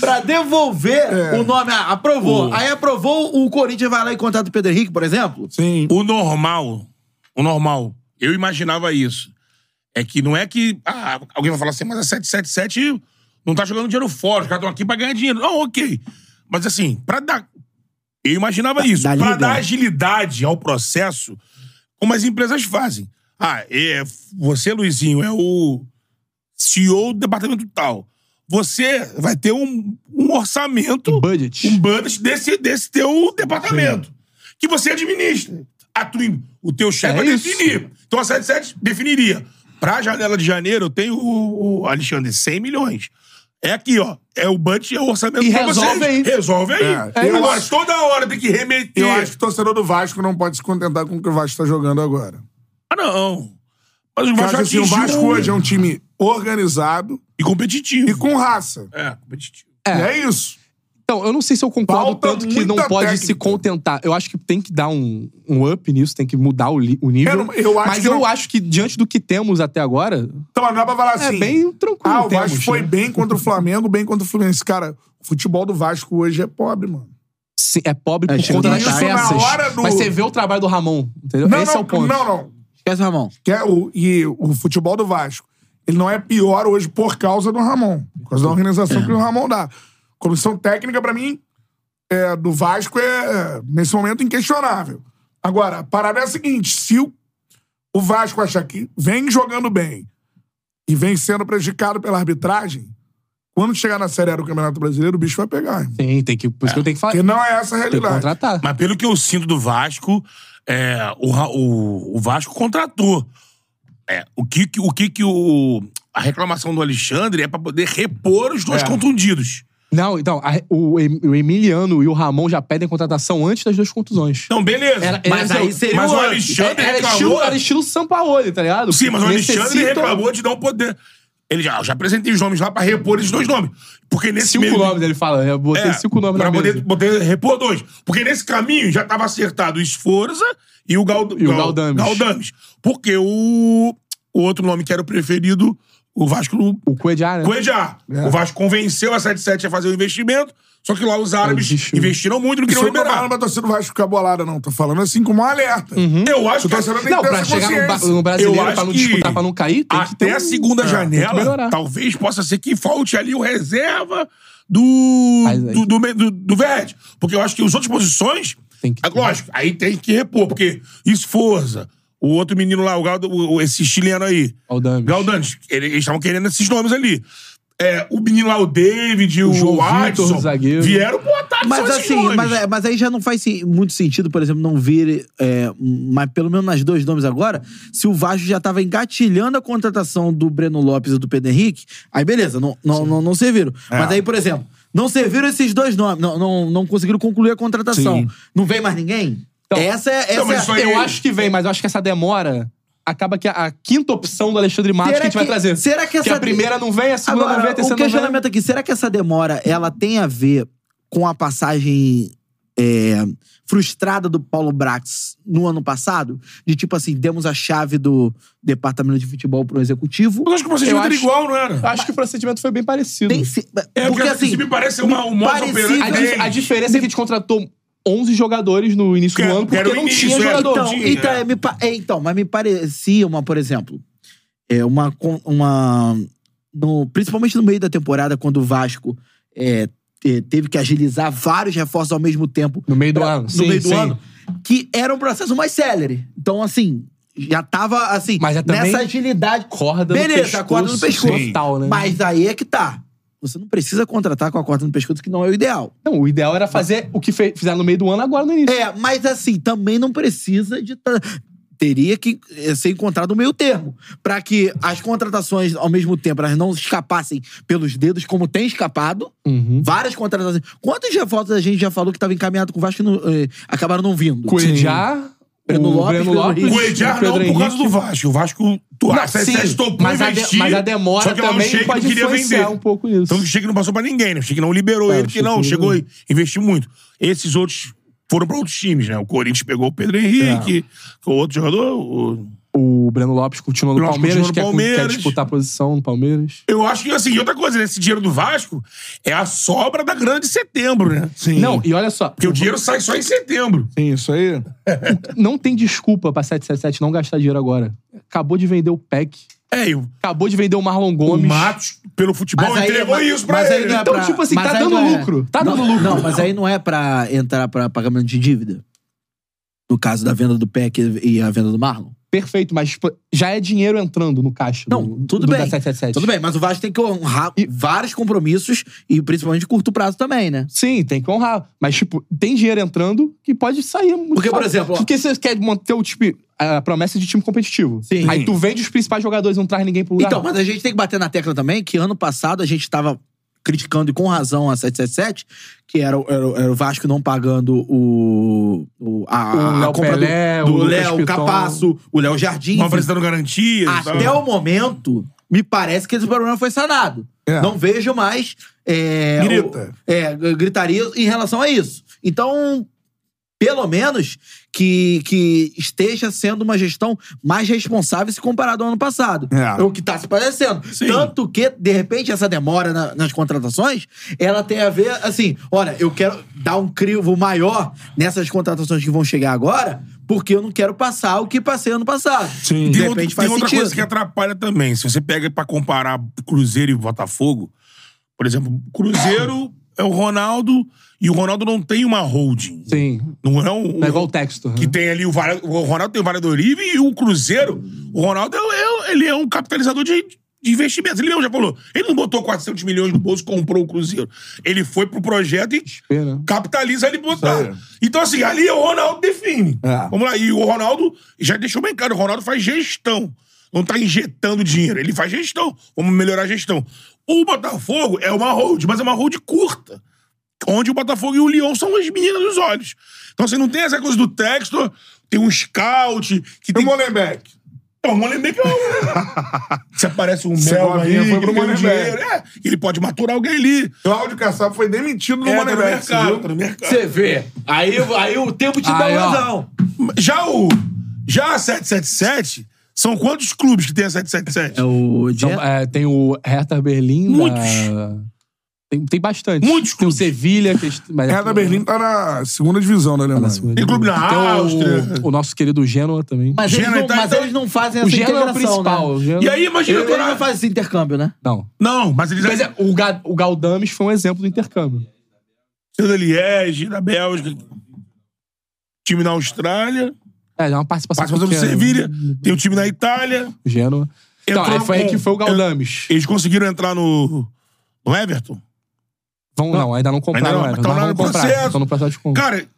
[SPEAKER 3] pra devolver
[SPEAKER 4] É.
[SPEAKER 3] o nome. Ah, aprovou. Aí aprovou, o Corinthians vai lá e contrata o Pedro Henrique, por exemplo.
[SPEAKER 4] Sim.
[SPEAKER 1] O normal, o normal, eu imaginava isso. É que não é que. Ah, alguém vai falar assim, mas a 777 não tá jogando dinheiro fora, os caras estão aqui pra ganhar dinheiro. Não, ok. Mas assim, pra dar. Eu imaginava isso. Para dar agilidade ao processo, como as empresas fazem. Ah, é, você, Luizinho, é o CEO do departamento tal. Você vai ter um, um orçamento. Um budget. Um budget desse, desse teu departamento. Que você administra. A tua em- o teu chefe
[SPEAKER 4] É
[SPEAKER 1] vai definir. Então a 77 definiria. Pra janela de janeiro, eu tenho, o, o Alexandre, 100 milhões. É aqui, ó. É o budget, é o orçamento
[SPEAKER 4] E
[SPEAKER 1] pra
[SPEAKER 4] resolve
[SPEAKER 1] vocês.
[SPEAKER 4] aí.
[SPEAKER 1] Resolve aí.
[SPEAKER 4] É, eu
[SPEAKER 1] Agora,
[SPEAKER 4] acho-
[SPEAKER 1] toda hora tem que remeter.
[SPEAKER 4] Eu acho que o torcedor do Vasco não pode se contentar com o que o Vasco tá jogando agora.
[SPEAKER 1] Ah, não. Mas
[SPEAKER 4] Porque
[SPEAKER 1] o
[SPEAKER 4] eu
[SPEAKER 1] Vasco,
[SPEAKER 4] acho assim, o
[SPEAKER 1] atingiu
[SPEAKER 4] Vasco
[SPEAKER 1] um-
[SPEAKER 4] hoje é um time organizado.
[SPEAKER 1] E competitivo.
[SPEAKER 4] E com raça.
[SPEAKER 1] É, competitivo.
[SPEAKER 4] É, isso.
[SPEAKER 2] Então, eu não sei se eu concordo
[SPEAKER 4] Falta
[SPEAKER 2] tanto que não
[SPEAKER 4] muita
[SPEAKER 2] pode
[SPEAKER 4] técnica.
[SPEAKER 2] se contentar. Eu acho que tem que dar um, um up nisso, tem que mudar o, li- o nível.
[SPEAKER 4] Eu não- eu acho
[SPEAKER 2] Mas
[SPEAKER 4] que
[SPEAKER 2] eu
[SPEAKER 4] não-
[SPEAKER 2] acho que diante do que temos até agora,
[SPEAKER 4] Então, não dá pra falar
[SPEAKER 2] É
[SPEAKER 4] assim.
[SPEAKER 2] bem tranquilo,
[SPEAKER 4] Ah, o Vasco
[SPEAKER 2] temos,
[SPEAKER 4] foi
[SPEAKER 2] né?
[SPEAKER 4] bem contra o Flamengo, bem contra o Fluminense. Cara, o futebol do Vasco hoje é pobre, mano.
[SPEAKER 2] se- é pobre
[SPEAKER 4] É,
[SPEAKER 2] por
[SPEAKER 4] chega
[SPEAKER 2] conta
[SPEAKER 4] na
[SPEAKER 2] das
[SPEAKER 4] hora
[SPEAKER 2] peças.
[SPEAKER 4] do-
[SPEAKER 2] Mas você vê o trabalho do Ramon, entendeu?
[SPEAKER 4] Não,
[SPEAKER 2] Esse
[SPEAKER 4] não,
[SPEAKER 2] é o ponto.
[SPEAKER 4] Não, não.
[SPEAKER 3] Esquece o Ramon.
[SPEAKER 4] Que é o, e o futebol do Vasco, ele não é pior hoje por causa do Ramon. Por causa da organização que o Ramon dá. Comissão técnica, pra mim, é, do Vasco é, nesse momento, inquestionável. Agora, a parada é a seguinte: se o, o Vasco achar que vem jogando bem e vem sendo prejudicado pela arbitragem, quando chegar na Série A do Campeonato Brasileiro, o bicho vai pegar. irmão.
[SPEAKER 2] Sim, tem que, por isso que eu tenho que falar.
[SPEAKER 4] Porque não é essa a
[SPEAKER 2] Tem que
[SPEAKER 4] realidade.
[SPEAKER 2] contratar.
[SPEAKER 1] Mas pelo que eu sinto do Vasco, é, o, Ra- o- o Vasco contratou. É, o que, que- o que que o- a reclamação do Alexandre é pra poder repor os dois
[SPEAKER 2] É.
[SPEAKER 1] contundidos.
[SPEAKER 2] Não, então, a- o, Em- o Emiliano e o Ramon já pedem contratação antes das duas contusões.
[SPEAKER 1] Então, beleza.
[SPEAKER 2] Era- era-
[SPEAKER 1] mas aí seria mas o Alexandre
[SPEAKER 2] era, era,
[SPEAKER 1] reclamou.
[SPEAKER 2] estilo, era estilo Sampaoli, tá ligado?
[SPEAKER 1] Sim, mas o Alexandre
[SPEAKER 2] Necessitam-
[SPEAKER 1] reclamou de não poder. Ele já, eu já apresentei os nomes lá pra repor esses dois nomes. Porque nesse
[SPEAKER 2] Cinco
[SPEAKER 1] meio-
[SPEAKER 2] nomes, ele fala. Eu botei
[SPEAKER 1] É,
[SPEAKER 2] cinco nomes
[SPEAKER 1] pra
[SPEAKER 2] na
[SPEAKER 1] poder,
[SPEAKER 2] mesa.
[SPEAKER 1] poder repor dois. Porque nesse caminho já tava acertado o Esforza e o, Gald
[SPEAKER 2] E o Galdames.
[SPEAKER 1] Galdames. Porque o, o outro nome que era o preferido, o Vasco...
[SPEAKER 2] O Cuejá, né?
[SPEAKER 1] Cuejá.
[SPEAKER 2] É.
[SPEAKER 1] O Vasco convenceu a 77 a fazer o investimento, só que lá os árabes investiram muito e não
[SPEAKER 4] Isso
[SPEAKER 1] queriam
[SPEAKER 4] eu não tô falando
[SPEAKER 1] liberar.
[SPEAKER 4] pra torcida do Vasco ficar bolada, não. Tô falando assim com um alerta.
[SPEAKER 3] Uhum.
[SPEAKER 2] Uhum.
[SPEAKER 1] Eu acho
[SPEAKER 4] O
[SPEAKER 1] que...
[SPEAKER 4] torcedor tem
[SPEAKER 2] Não,
[SPEAKER 4] que ter
[SPEAKER 2] pra
[SPEAKER 4] essa
[SPEAKER 2] chegar no, ba-
[SPEAKER 4] consciência.
[SPEAKER 2] no brasileiro,
[SPEAKER 1] Eu acho
[SPEAKER 2] pra não
[SPEAKER 1] que
[SPEAKER 2] disputar, pra não cair, tem que ter
[SPEAKER 1] Até
[SPEAKER 2] um-
[SPEAKER 1] a segunda
[SPEAKER 2] É, tem que
[SPEAKER 1] janela,
[SPEAKER 2] melhorar.
[SPEAKER 1] talvez possa ser que falte ali o reserva do, do, do, me- do, do Verde. Porque eu acho que as outras posições. é lógico, aí tem que repor, porque esforça. O outro menino lá, o Galdo, o- o- esse chileno aí.
[SPEAKER 2] Galdames.
[SPEAKER 1] ele- eles estavam querendo esses nomes ali. É, o menino lá, o David, o,
[SPEAKER 2] O João
[SPEAKER 1] o
[SPEAKER 2] Vitor,
[SPEAKER 1] Adson,
[SPEAKER 2] o zagueiro.
[SPEAKER 1] vieram pro ataque.
[SPEAKER 3] Mas
[SPEAKER 1] são esses
[SPEAKER 3] assim,
[SPEAKER 1] nomes.
[SPEAKER 3] mas, é- mas aí já não faz sim- muito sentido, por exemplo, não vir, é, mas pelo menos nas dois nomes agora, se o Vasco já tava engatilhando a contratação do Breno Lopes e do Pedro Henrique, aí beleza, não, não, não, não serviram.
[SPEAKER 2] É.
[SPEAKER 3] Mas aí, por exemplo, não serviram esses dois nomes, não, não, não conseguiram concluir a contratação. Não vem mais ninguém? essa é. Essa
[SPEAKER 2] Então, mas
[SPEAKER 3] é-
[SPEAKER 2] eu acho que vem, mas eu acho que essa demora acaba que a, a quinta opção do Alexandre Matos que a gente vai trazer.
[SPEAKER 3] Será que essa
[SPEAKER 2] a primeira não vem, a segunda
[SPEAKER 3] Agora,
[SPEAKER 2] não vem, a
[SPEAKER 3] O
[SPEAKER 2] terceira não vem.
[SPEAKER 3] questionamento aqui, será que essa demora ela tem a ver com a passagem é, frustrada do Paulo Brax no ano passado? De tipo assim, demos a chave do departamento de futebol pro executivo.
[SPEAKER 1] Eu acho que o
[SPEAKER 3] Eu
[SPEAKER 1] procedimento era
[SPEAKER 3] acho-
[SPEAKER 1] igual, não era?
[SPEAKER 2] Eu Acho que o procedimento foi bem parecido.
[SPEAKER 3] Tem se-
[SPEAKER 1] É, porque, assim, me parece uma- um modus
[SPEAKER 3] parecido-
[SPEAKER 1] operandi
[SPEAKER 2] A, di- a diferença é que a gente contratou 11 jogadores no início
[SPEAKER 1] Que-
[SPEAKER 2] do ano
[SPEAKER 1] que era
[SPEAKER 2] porque
[SPEAKER 1] o
[SPEAKER 2] não
[SPEAKER 1] início,
[SPEAKER 2] tinha
[SPEAKER 1] é,
[SPEAKER 2] jogador.
[SPEAKER 3] Então,
[SPEAKER 1] Tinha,
[SPEAKER 3] então,
[SPEAKER 1] é.
[SPEAKER 3] é, me pa- é, então, mas me parecia uma, por exemplo, é uma con- uma no- principalmente no meio da temporada quando o Vasco é, te- teve que agilizar vários reforços ao mesmo tempo
[SPEAKER 2] No
[SPEAKER 1] é,
[SPEAKER 2] meio do ano.
[SPEAKER 3] no
[SPEAKER 2] sim,
[SPEAKER 3] meio do
[SPEAKER 2] sim.
[SPEAKER 3] ano, que era um processo mais célere. Então, assim, já tava, assim,
[SPEAKER 2] Mas já também-
[SPEAKER 3] nessa agilidade.
[SPEAKER 2] Corda no
[SPEAKER 3] Beleza,
[SPEAKER 2] pescoço.
[SPEAKER 3] corda no pescoço.
[SPEAKER 2] Total, né?
[SPEAKER 3] Mas aí é que tá. Você não precisa contratar com a corda no pescoço, que não é o ideal.
[SPEAKER 2] Não, o ideal era fazer o que fe- fizeram no meio do ano agora no início.
[SPEAKER 3] É, mas assim, também não precisa de. tra- Teria que eh, ser encontrado o meio termo. Pra que as contratações, ao mesmo tempo, elas não escapassem pelos dedos, como tem escapado.
[SPEAKER 2] Uhum.
[SPEAKER 3] Várias contratações. Quantos reforços a gente já falou que tava encaminhado com o Vasco e não, eh, acabaram não vindo?
[SPEAKER 2] Cuejá,
[SPEAKER 3] Breno
[SPEAKER 2] o
[SPEAKER 3] Lopes,
[SPEAKER 2] Breno
[SPEAKER 3] Pedro
[SPEAKER 2] Lopes,
[SPEAKER 3] Henrique.
[SPEAKER 1] O Ediar
[SPEAKER 2] Pedro
[SPEAKER 1] não por causa
[SPEAKER 2] Henrique.
[SPEAKER 1] do Vasco. O Vasco, tu
[SPEAKER 2] Não,
[SPEAKER 1] acha
[SPEAKER 2] sim,
[SPEAKER 1] que topou
[SPEAKER 2] mas a de-
[SPEAKER 1] investir.
[SPEAKER 2] mas a demora
[SPEAKER 1] só que lá o
[SPEAKER 2] também
[SPEAKER 1] Sheik
[SPEAKER 2] pode
[SPEAKER 1] não queria
[SPEAKER 2] influenciar
[SPEAKER 1] vender.
[SPEAKER 2] um pouco nisso.
[SPEAKER 1] Então o Sheik não passou pra ninguém, né? O Sheik não liberou
[SPEAKER 2] É, o
[SPEAKER 1] ele, porque
[SPEAKER 2] Sheik
[SPEAKER 1] não,
[SPEAKER 2] não
[SPEAKER 1] chegou e
[SPEAKER 2] liberou.
[SPEAKER 1] investiu muito. Esses outros foram pra outros times, né? O Corinthians pegou o Pedro Henrique, o outro jogador. o-
[SPEAKER 2] O Breno Lopes continua no
[SPEAKER 1] Breno Lopes
[SPEAKER 2] Palmeiras,
[SPEAKER 1] continua no
[SPEAKER 2] quer, quer
[SPEAKER 1] Palmeiras.
[SPEAKER 2] disputar a posição no Palmeiras.
[SPEAKER 1] Eu acho que, assim, e outra coisa, né? esse dinheiro do Vasco é a sobra da grana de setembro, né? Sim.
[SPEAKER 2] Não, e olha só,
[SPEAKER 1] Porque o dinheiro sai só em setembro.
[SPEAKER 4] Sim, isso aí.
[SPEAKER 2] não tem desculpa pra 777 não gastar dinheiro agora. Acabou de vender o PEC.
[SPEAKER 1] É, eu...
[SPEAKER 2] Acabou de vender o Marlon Gomes.
[SPEAKER 1] O Matos, pelo futebol,
[SPEAKER 3] Mas aí-
[SPEAKER 1] entregou
[SPEAKER 3] mas-
[SPEAKER 1] isso pra
[SPEAKER 3] mas aí
[SPEAKER 1] ele.
[SPEAKER 3] não é
[SPEAKER 1] então,
[SPEAKER 3] pra-
[SPEAKER 1] tipo assim,
[SPEAKER 3] mas
[SPEAKER 1] tá
[SPEAKER 3] aí
[SPEAKER 1] dando
[SPEAKER 3] não é-
[SPEAKER 1] lucro. Tá
[SPEAKER 3] não,
[SPEAKER 1] dando lucro.
[SPEAKER 3] Não, mas aí não é pra entrar pra pagamento de dívida. No caso da venda do PEC e a venda do Marlon.
[SPEAKER 2] Perfeito, mas pô, já é dinheiro entrando no caixa. Não, do,
[SPEAKER 3] Tudo
[SPEAKER 2] do
[SPEAKER 3] bem.
[SPEAKER 2] da 777.
[SPEAKER 3] Tudo bem, mas o Vasco tem que honrar vários compromissos e principalmente de curto prazo também, né?
[SPEAKER 2] Sim, tem que honrar. Mas, tipo, tem dinheiro entrando que pode sair muito
[SPEAKER 3] Porque, por
[SPEAKER 2] fácil.
[SPEAKER 3] exemplo, ó-
[SPEAKER 2] Porque você quer manter o time, a promessa de time competitivo.
[SPEAKER 3] Sim.
[SPEAKER 2] Aí tu vende os principais jogadores e não traz ninguém pro lugar.
[SPEAKER 3] Então, mas a gente tem que bater na tecla também que ano passado a gente tava criticando e com razão a 777, que era, o- era, o- era o Vasco não pagando o, o a,
[SPEAKER 2] O
[SPEAKER 3] a
[SPEAKER 2] Léo
[SPEAKER 3] compra do-
[SPEAKER 2] Pelé,
[SPEAKER 3] do
[SPEAKER 2] o Lucas
[SPEAKER 3] Léo
[SPEAKER 2] Piton.
[SPEAKER 3] Capasso, o Léo Jardim.
[SPEAKER 1] Não apresentando garantias.
[SPEAKER 3] Até
[SPEAKER 1] tá?
[SPEAKER 3] o momento, me parece que esse problema foi sanado.
[SPEAKER 4] É.
[SPEAKER 3] Não vejo mais é,
[SPEAKER 4] Grita.
[SPEAKER 3] o- é, g- gritaria em relação a isso. Então, pelo menos que, que esteja sendo uma gestão mais responsável se comparado ao ano passado.
[SPEAKER 4] É.
[SPEAKER 3] É o que está se parecendo. Tanto que, de repente, essa demora na- nas contratações, ela tem a ver, assim, olha, eu quero dar um crivo maior nessas contratações que vão chegar agora, porque eu não quero passar o que passei ano passado.
[SPEAKER 2] Sim.
[SPEAKER 3] De repente
[SPEAKER 1] Tem, outra-
[SPEAKER 3] faz
[SPEAKER 1] tem outra
[SPEAKER 3] sentido.
[SPEAKER 1] coisa que atrapalha também. Se você pega pra comparar Cruzeiro e Botafogo, por exemplo, Cruzeiro é o Ronaldo e o Ronaldo não tem uma holding.
[SPEAKER 2] Sim.
[SPEAKER 1] Não é um...
[SPEAKER 2] Não é igual o texto.
[SPEAKER 1] Que tem ali o, Vale- o Ronaldo tem o Valedor Livre e o Cruzeiro. O Ronaldo é, é- ele é um capitalizador de, de investimentos. Ele mesmo já falou. Ele não botou 400 milhões no bolso e comprou o Cruzeiro. Ele foi pro projeto e
[SPEAKER 2] Pena.
[SPEAKER 1] capitaliza ele
[SPEAKER 4] Isso
[SPEAKER 1] botar.
[SPEAKER 4] aí.
[SPEAKER 1] Então, assim, ali o Ronaldo define.
[SPEAKER 4] É.
[SPEAKER 1] Vamos lá. E o Ronaldo já deixou bem claro: o Ronaldo faz gestão. Não tá injetando dinheiro. Ele faz gestão. Vamos melhorar a gestão. O Botafogo é uma hold, mas é uma hold curta onde o Botafogo e o Lyon são as meninas dos olhos. Então, assim, não tem essa coisa do texto, tem um scout, que tem...
[SPEAKER 4] o Molenbeek.
[SPEAKER 1] É, o Molenbeek é um... Se aparece um
[SPEAKER 4] Seu
[SPEAKER 1] Mel aí,
[SPEAKER 4] Govinha foi
[SPEAKER 1] que
[SPEAKER 4] pro
[SPEAKER 1] tem um
[SPEAKER 4] é Molenbeek.
[SPEAKER 1] dinheiro, é, ele pode maturar alguém ali.
[SPEAKER 4] Cláudio Kassab foi demitido no
[SPEAKER 1] É, tá no
[SPEAKER 4] Molenbeek, você
[SPEAKER 1] mercado,
[SPEAKER 4] viu?
[SPEAKER 1] tá no mercado.
[SPEAKER 3] Você vê. Aí, aí o tempo te dá um
[SPEAKER 2] Aí, ó.
[SPEAKER 3] razão.
[SPEAKER 1] Já o... Já a 777, são quantos clubes que tem a 777?
[SPEAKER 3] É o
[SPEAKER 2] Então, é, tem o Hertha Berlim. da-
[SPEAKER 1] Muitos.
[SPEAKER 2] Tem, tem bastante.
[SPEAKER 1] Muitos
[SPEAKER 2] Tem o Sevilha. Que... Mas...
[SPEAKER 4] É, da Berlim tá na segunda divisão né, da
[SPEAKER 2] Tá
[SPEAKER 4] Alemanha.
[SPEAKER 1] Tem clube na Áustria.
[SPEAKER 2] Tem o, o nosso querido Genoa também.
[SPEAKER 3] Mas,
[SPEAKER 1] Gênero,
[SPEAKER 3] eles, não,
[SPEAKER 1] então,
[SPEAKER 3] mas
[SPEAKER 1] então-
[SPEAKER 3] eles não fazem
[SPEAKER 2] o
[SPEAKER 3] essa
[SPEAKER 2] Genoa é o
[SPEAKER 3] integração,
[SPEAKER 2] principal. o
[SPEAKER 3] né?
[SPEAKER 2] Genoa-
[SPEAKER 1] E aí, imagina...
[SPEAKER 3] tá Ele, ele
[SPEAKER 1] agora-
[SPEAKER 3] não faz esse intercâmbio, né?
[SPEAKER 2] Não.
[SPEAKER 1] Não, mas eles...
[SPEAKER 2] Mas é, o, Ga- o Galdames foi um exemplo do intercâmbio.
[SPEAKER 1] Da Liege, da Bélgica, time na Austrália,
[SPEAKER 2] É, é uma participação
[SPEAKER 1] participação do
[SPEAKER 2] pequena.
[SPEAKER 1] Sevilha, tem o time na Itália...
[SPEAKER 2] Genoa. Então,
[SPEAKER 1] Entrou
[SPEAKER 2] aí foi aí
[SPEAKER 1] com-
[SPEAKER 2] que foi o Galdames.
[SPEAKER 1] Eles conseguiram entrar no, no Everton?
[SPEAKER 2] Vão, não, ainda não compraram,
[SPEAKER 1] Ainda não,
[SPEAKER 2] ainda
[SPEAKER 1] tá
[SPEAKER 2] não,
[SPEAKER 1] lá
[SPEAKER 2] mas
[SPEAKER 1] no
[SPEAKER 2] vão comprar.
[SPEAKER 1] processo.
[SPEAKER 2] Estão no processo de compra.
[SPEAKER 1] Cara,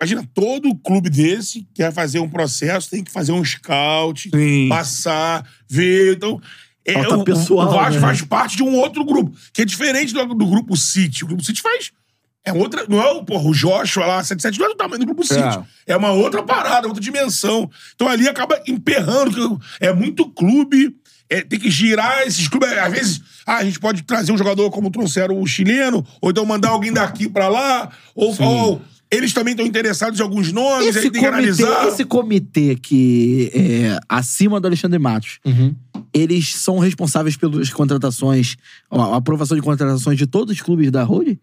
[SPEAKER 1] imagina, todo clube desse quer fazer um processo, tem que fazer um scout,
[SPEAKER 4] Sim.
[SPEAKER 1] passar, ver. Então, é,
[SPEAKER 3] Falta
[SPEAKER 1] o,
[SPEAKER 3] pessoal,
[SPEAKER 1] o Vasco
[SPEAKER 3] né?
[SPEAKER 1] faz parte de um outro grupo, que é diferente do, do grupo City. O grupo City faz. É outra. Não é o, porra, o Joshua lá, 77 não é do tamanho do grupo City. É uma outra parada, outra dimensão. Então ali acaba emperrando. que É muito clube. é, tem que girar esses clubes. Às vezes, ah, a gente pode trazer um jogador como trouxeram o chileno, ou então mandar alguém daqui pra lá, ou, ou eles também estão interessados em alguns nomes,
[SPEAKER 3] Esse
[SPEAKER 1] aí tem que
[SPEAKER 3] comitê,
[SPEAKER 1] analisar.
[SPEAKER 3] esse comitê que é acima do Alexandre Matos,
[SPEAKER 2] Uhum.
[SPEAKER 3] eles são responsáveis pelas contratações, ó, a aprovação de contratações de todos os clubes da Rode?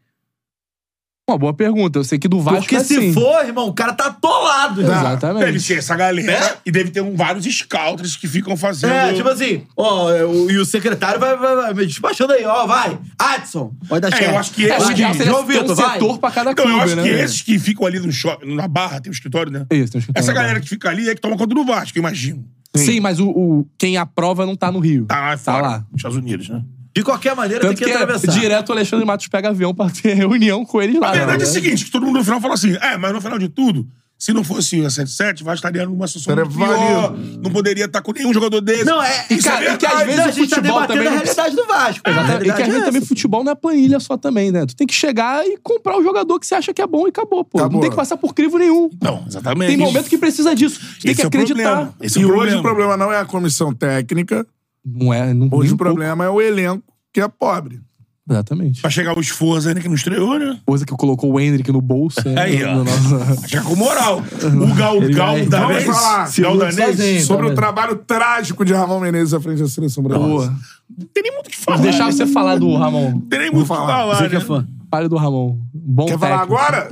[SPEAKER 2] Uma boa pergunta. Eu sei que do Vasco
[SPEAKER 3] Porque
[SPEAKER 2] é
[SPEAKER 3] se
[SPEAKER 2] assim.
[SPEAKER 3] for, irmão, o cara tá atolado. né?
[SPEAKER 2] Exatamente.
[SPEAKER 1] Deve ser essa galera, e deve ter um, vários scouts que ficam fazendo.
[SPEAKER 3] É, tipo assim, ó, o- e o secretário vai, vai, vai me despachando aí, ó, vai. Adson, pode dar
[SPEAKER 1] É,
[SPEAKER 3] chefe.
[SPEAKER 1] eu acho que esse-
[SPEAKER 2] É, o
[SPEAKER 3] Vai,
[SPEAKER 2] ideal seria
[SPEAKER 3] João
[SPEAKER 2] ter um
[SPEAKER 3] Vitor, vai.
[SPEAKER 2] setor pra cada
[SPEAKER 1] Então,
[SPEAKER 2] clube,
[SPEAKER 1] eu acho
[SPEAKER 2] né?
[SPEAKER 1] que esses que ficam ali no shopping, na barra, tem um escritório, né?
[SPEAKER 2] Isso, tem um escritório
[SPEAKER 1] Essa
[SPEAKER 2] na
[SPEAKER 1] galera
[SPEAKER 2] Barra.
[SPEAKER 1] que fica ali é que toma conta do Vasco, eu imagino.
[SPEAKER 2] Sim, mas o, o- quem aprova não tá no Rio.
[SPEAKER 1] Tá lá fora,
[SPEAKER 2] lá.
[SPEAKER 1] nos Estados Unidos, né?
[SPEAKER 3] De qualquer maneira,
[SPEAKER 2] Tanto
[SPEAKER 3] tem
[SPEAKER 2] que,
[SPEAKER 3] que,
[SPEAKER 2] é
[SPEAKER 3] atravessar.
[SPEAKER 2] direto o Alexandre Matos pega avião pra ter reunião com eles lá.
[SPEAKER 1] A verdade é
[SPEAKER 2] né?
[SPEAKER 1] o seguinte, que todo mundo no final fala assim, é, mas no final de tudo, se não fosse a 77, o Vasco estaria numa situação
[SPEAKER 4] Seria
[SPEAKER 1] muito pior, não poderia estar com nenhum jogador desse.
[SPEAKER 3] Não, é, e,
[SPEAKER 1] Isso
[SPEAKER 3] cara,
[SPEAKER 1] é
[SPEAKER 3] e que às
[SPEAKER 1] verdade.
[SPEAKER 3] vezes
[SPEAKER 2] Não,
[SPEAKER 3] a gente tá
[SPEAKER 2] futebol
[SPEAKER 3] debatendo
[SPEAKER 2] também
[SPEAKER 3] a
[SPEAKER 2] não
[SPEAKER 3] realidade do Vasco.
[SPEAKER 2] Exatamente.
[SPEAKER 3] A
[SPEAKER 2] E que às
[SPEAKER 3] realidade é
[SPEAKER 2] vezes também
[SPEAKER 3] essa.
[SPEAKER 2] futebol não é planilha só também, né? Tu tem que chegar e comprar o jogador que você acha que é bom e acabou, pô. Não
[SPEAKER 4] Acabou.
[SPEAKER 2] tem que passar por crivo nenhum.
[SPEAKER 1] Não, exatamente.
[SPEAKER 2] Tem momento que precisa disso. Tu tem
[SPEAKER 1] Esse
[SPEAKER 2] que
[SPEAKER 1] é o
[SPEAKER 2] acreditar.
[SPEAKER 1] problema. Esse é
[SPEAKER 4] E
[SPEAKER 1] o
[SPEAKER 4] hoje o problema não é a comissão técnica,
[SPEAKER 2] Não é, não
[SPEAKER 4] hoje
[SPEAKER 2] nem
[SPEAKER 4] o
[SPEAKER 2] um
[SPEAKER 4] problema é o elenco, que é pobre.
[SPEAKER 2] pouco. Exatamente.
[SPEAKER 1] Pra chegar o esforço ainda que não estreou, né?
[SPEAKER 2] Coisa que colocou o Hendrick no bolso. né?
[SPEAKER 1] Aí, ó.
[SPEAKER 2] No nosso-
[SPEAKER 1] Chega com moral.
[SPEAKER 2] Uhum.
[SPEAKER 1] O Gal, Gal
[SPEAKER 4] Vamos falar
[SPEAKER 1] Danês. Gal Danês.
[SPEAKER 4] sobre
[SPEAKER 2] né?
[SPEAKER 4] o trabalho trágico de Ramon Menezes à frente da seleção brasileira.
[SPEAKER 2] Boa.
[SPEAKER 1] Não tem nem muito o que falar.
[SPEAKER 2] Deixar
[SPEAKER 1] né?
[SPEAKER 2] você falar do Ramon.
[SPEAKER 1] Não tem nem muito o que falar,
[SPEAKER 3] Você que é
[SPEAKER 1] né?
[SPEAKER 3] fã.
[SPEAKER 2] Fale do Ramon. Bom
[SPEAKER 4] Quer falar
[SPEAKER 2] técnico.
[SPEAKER 4] agora?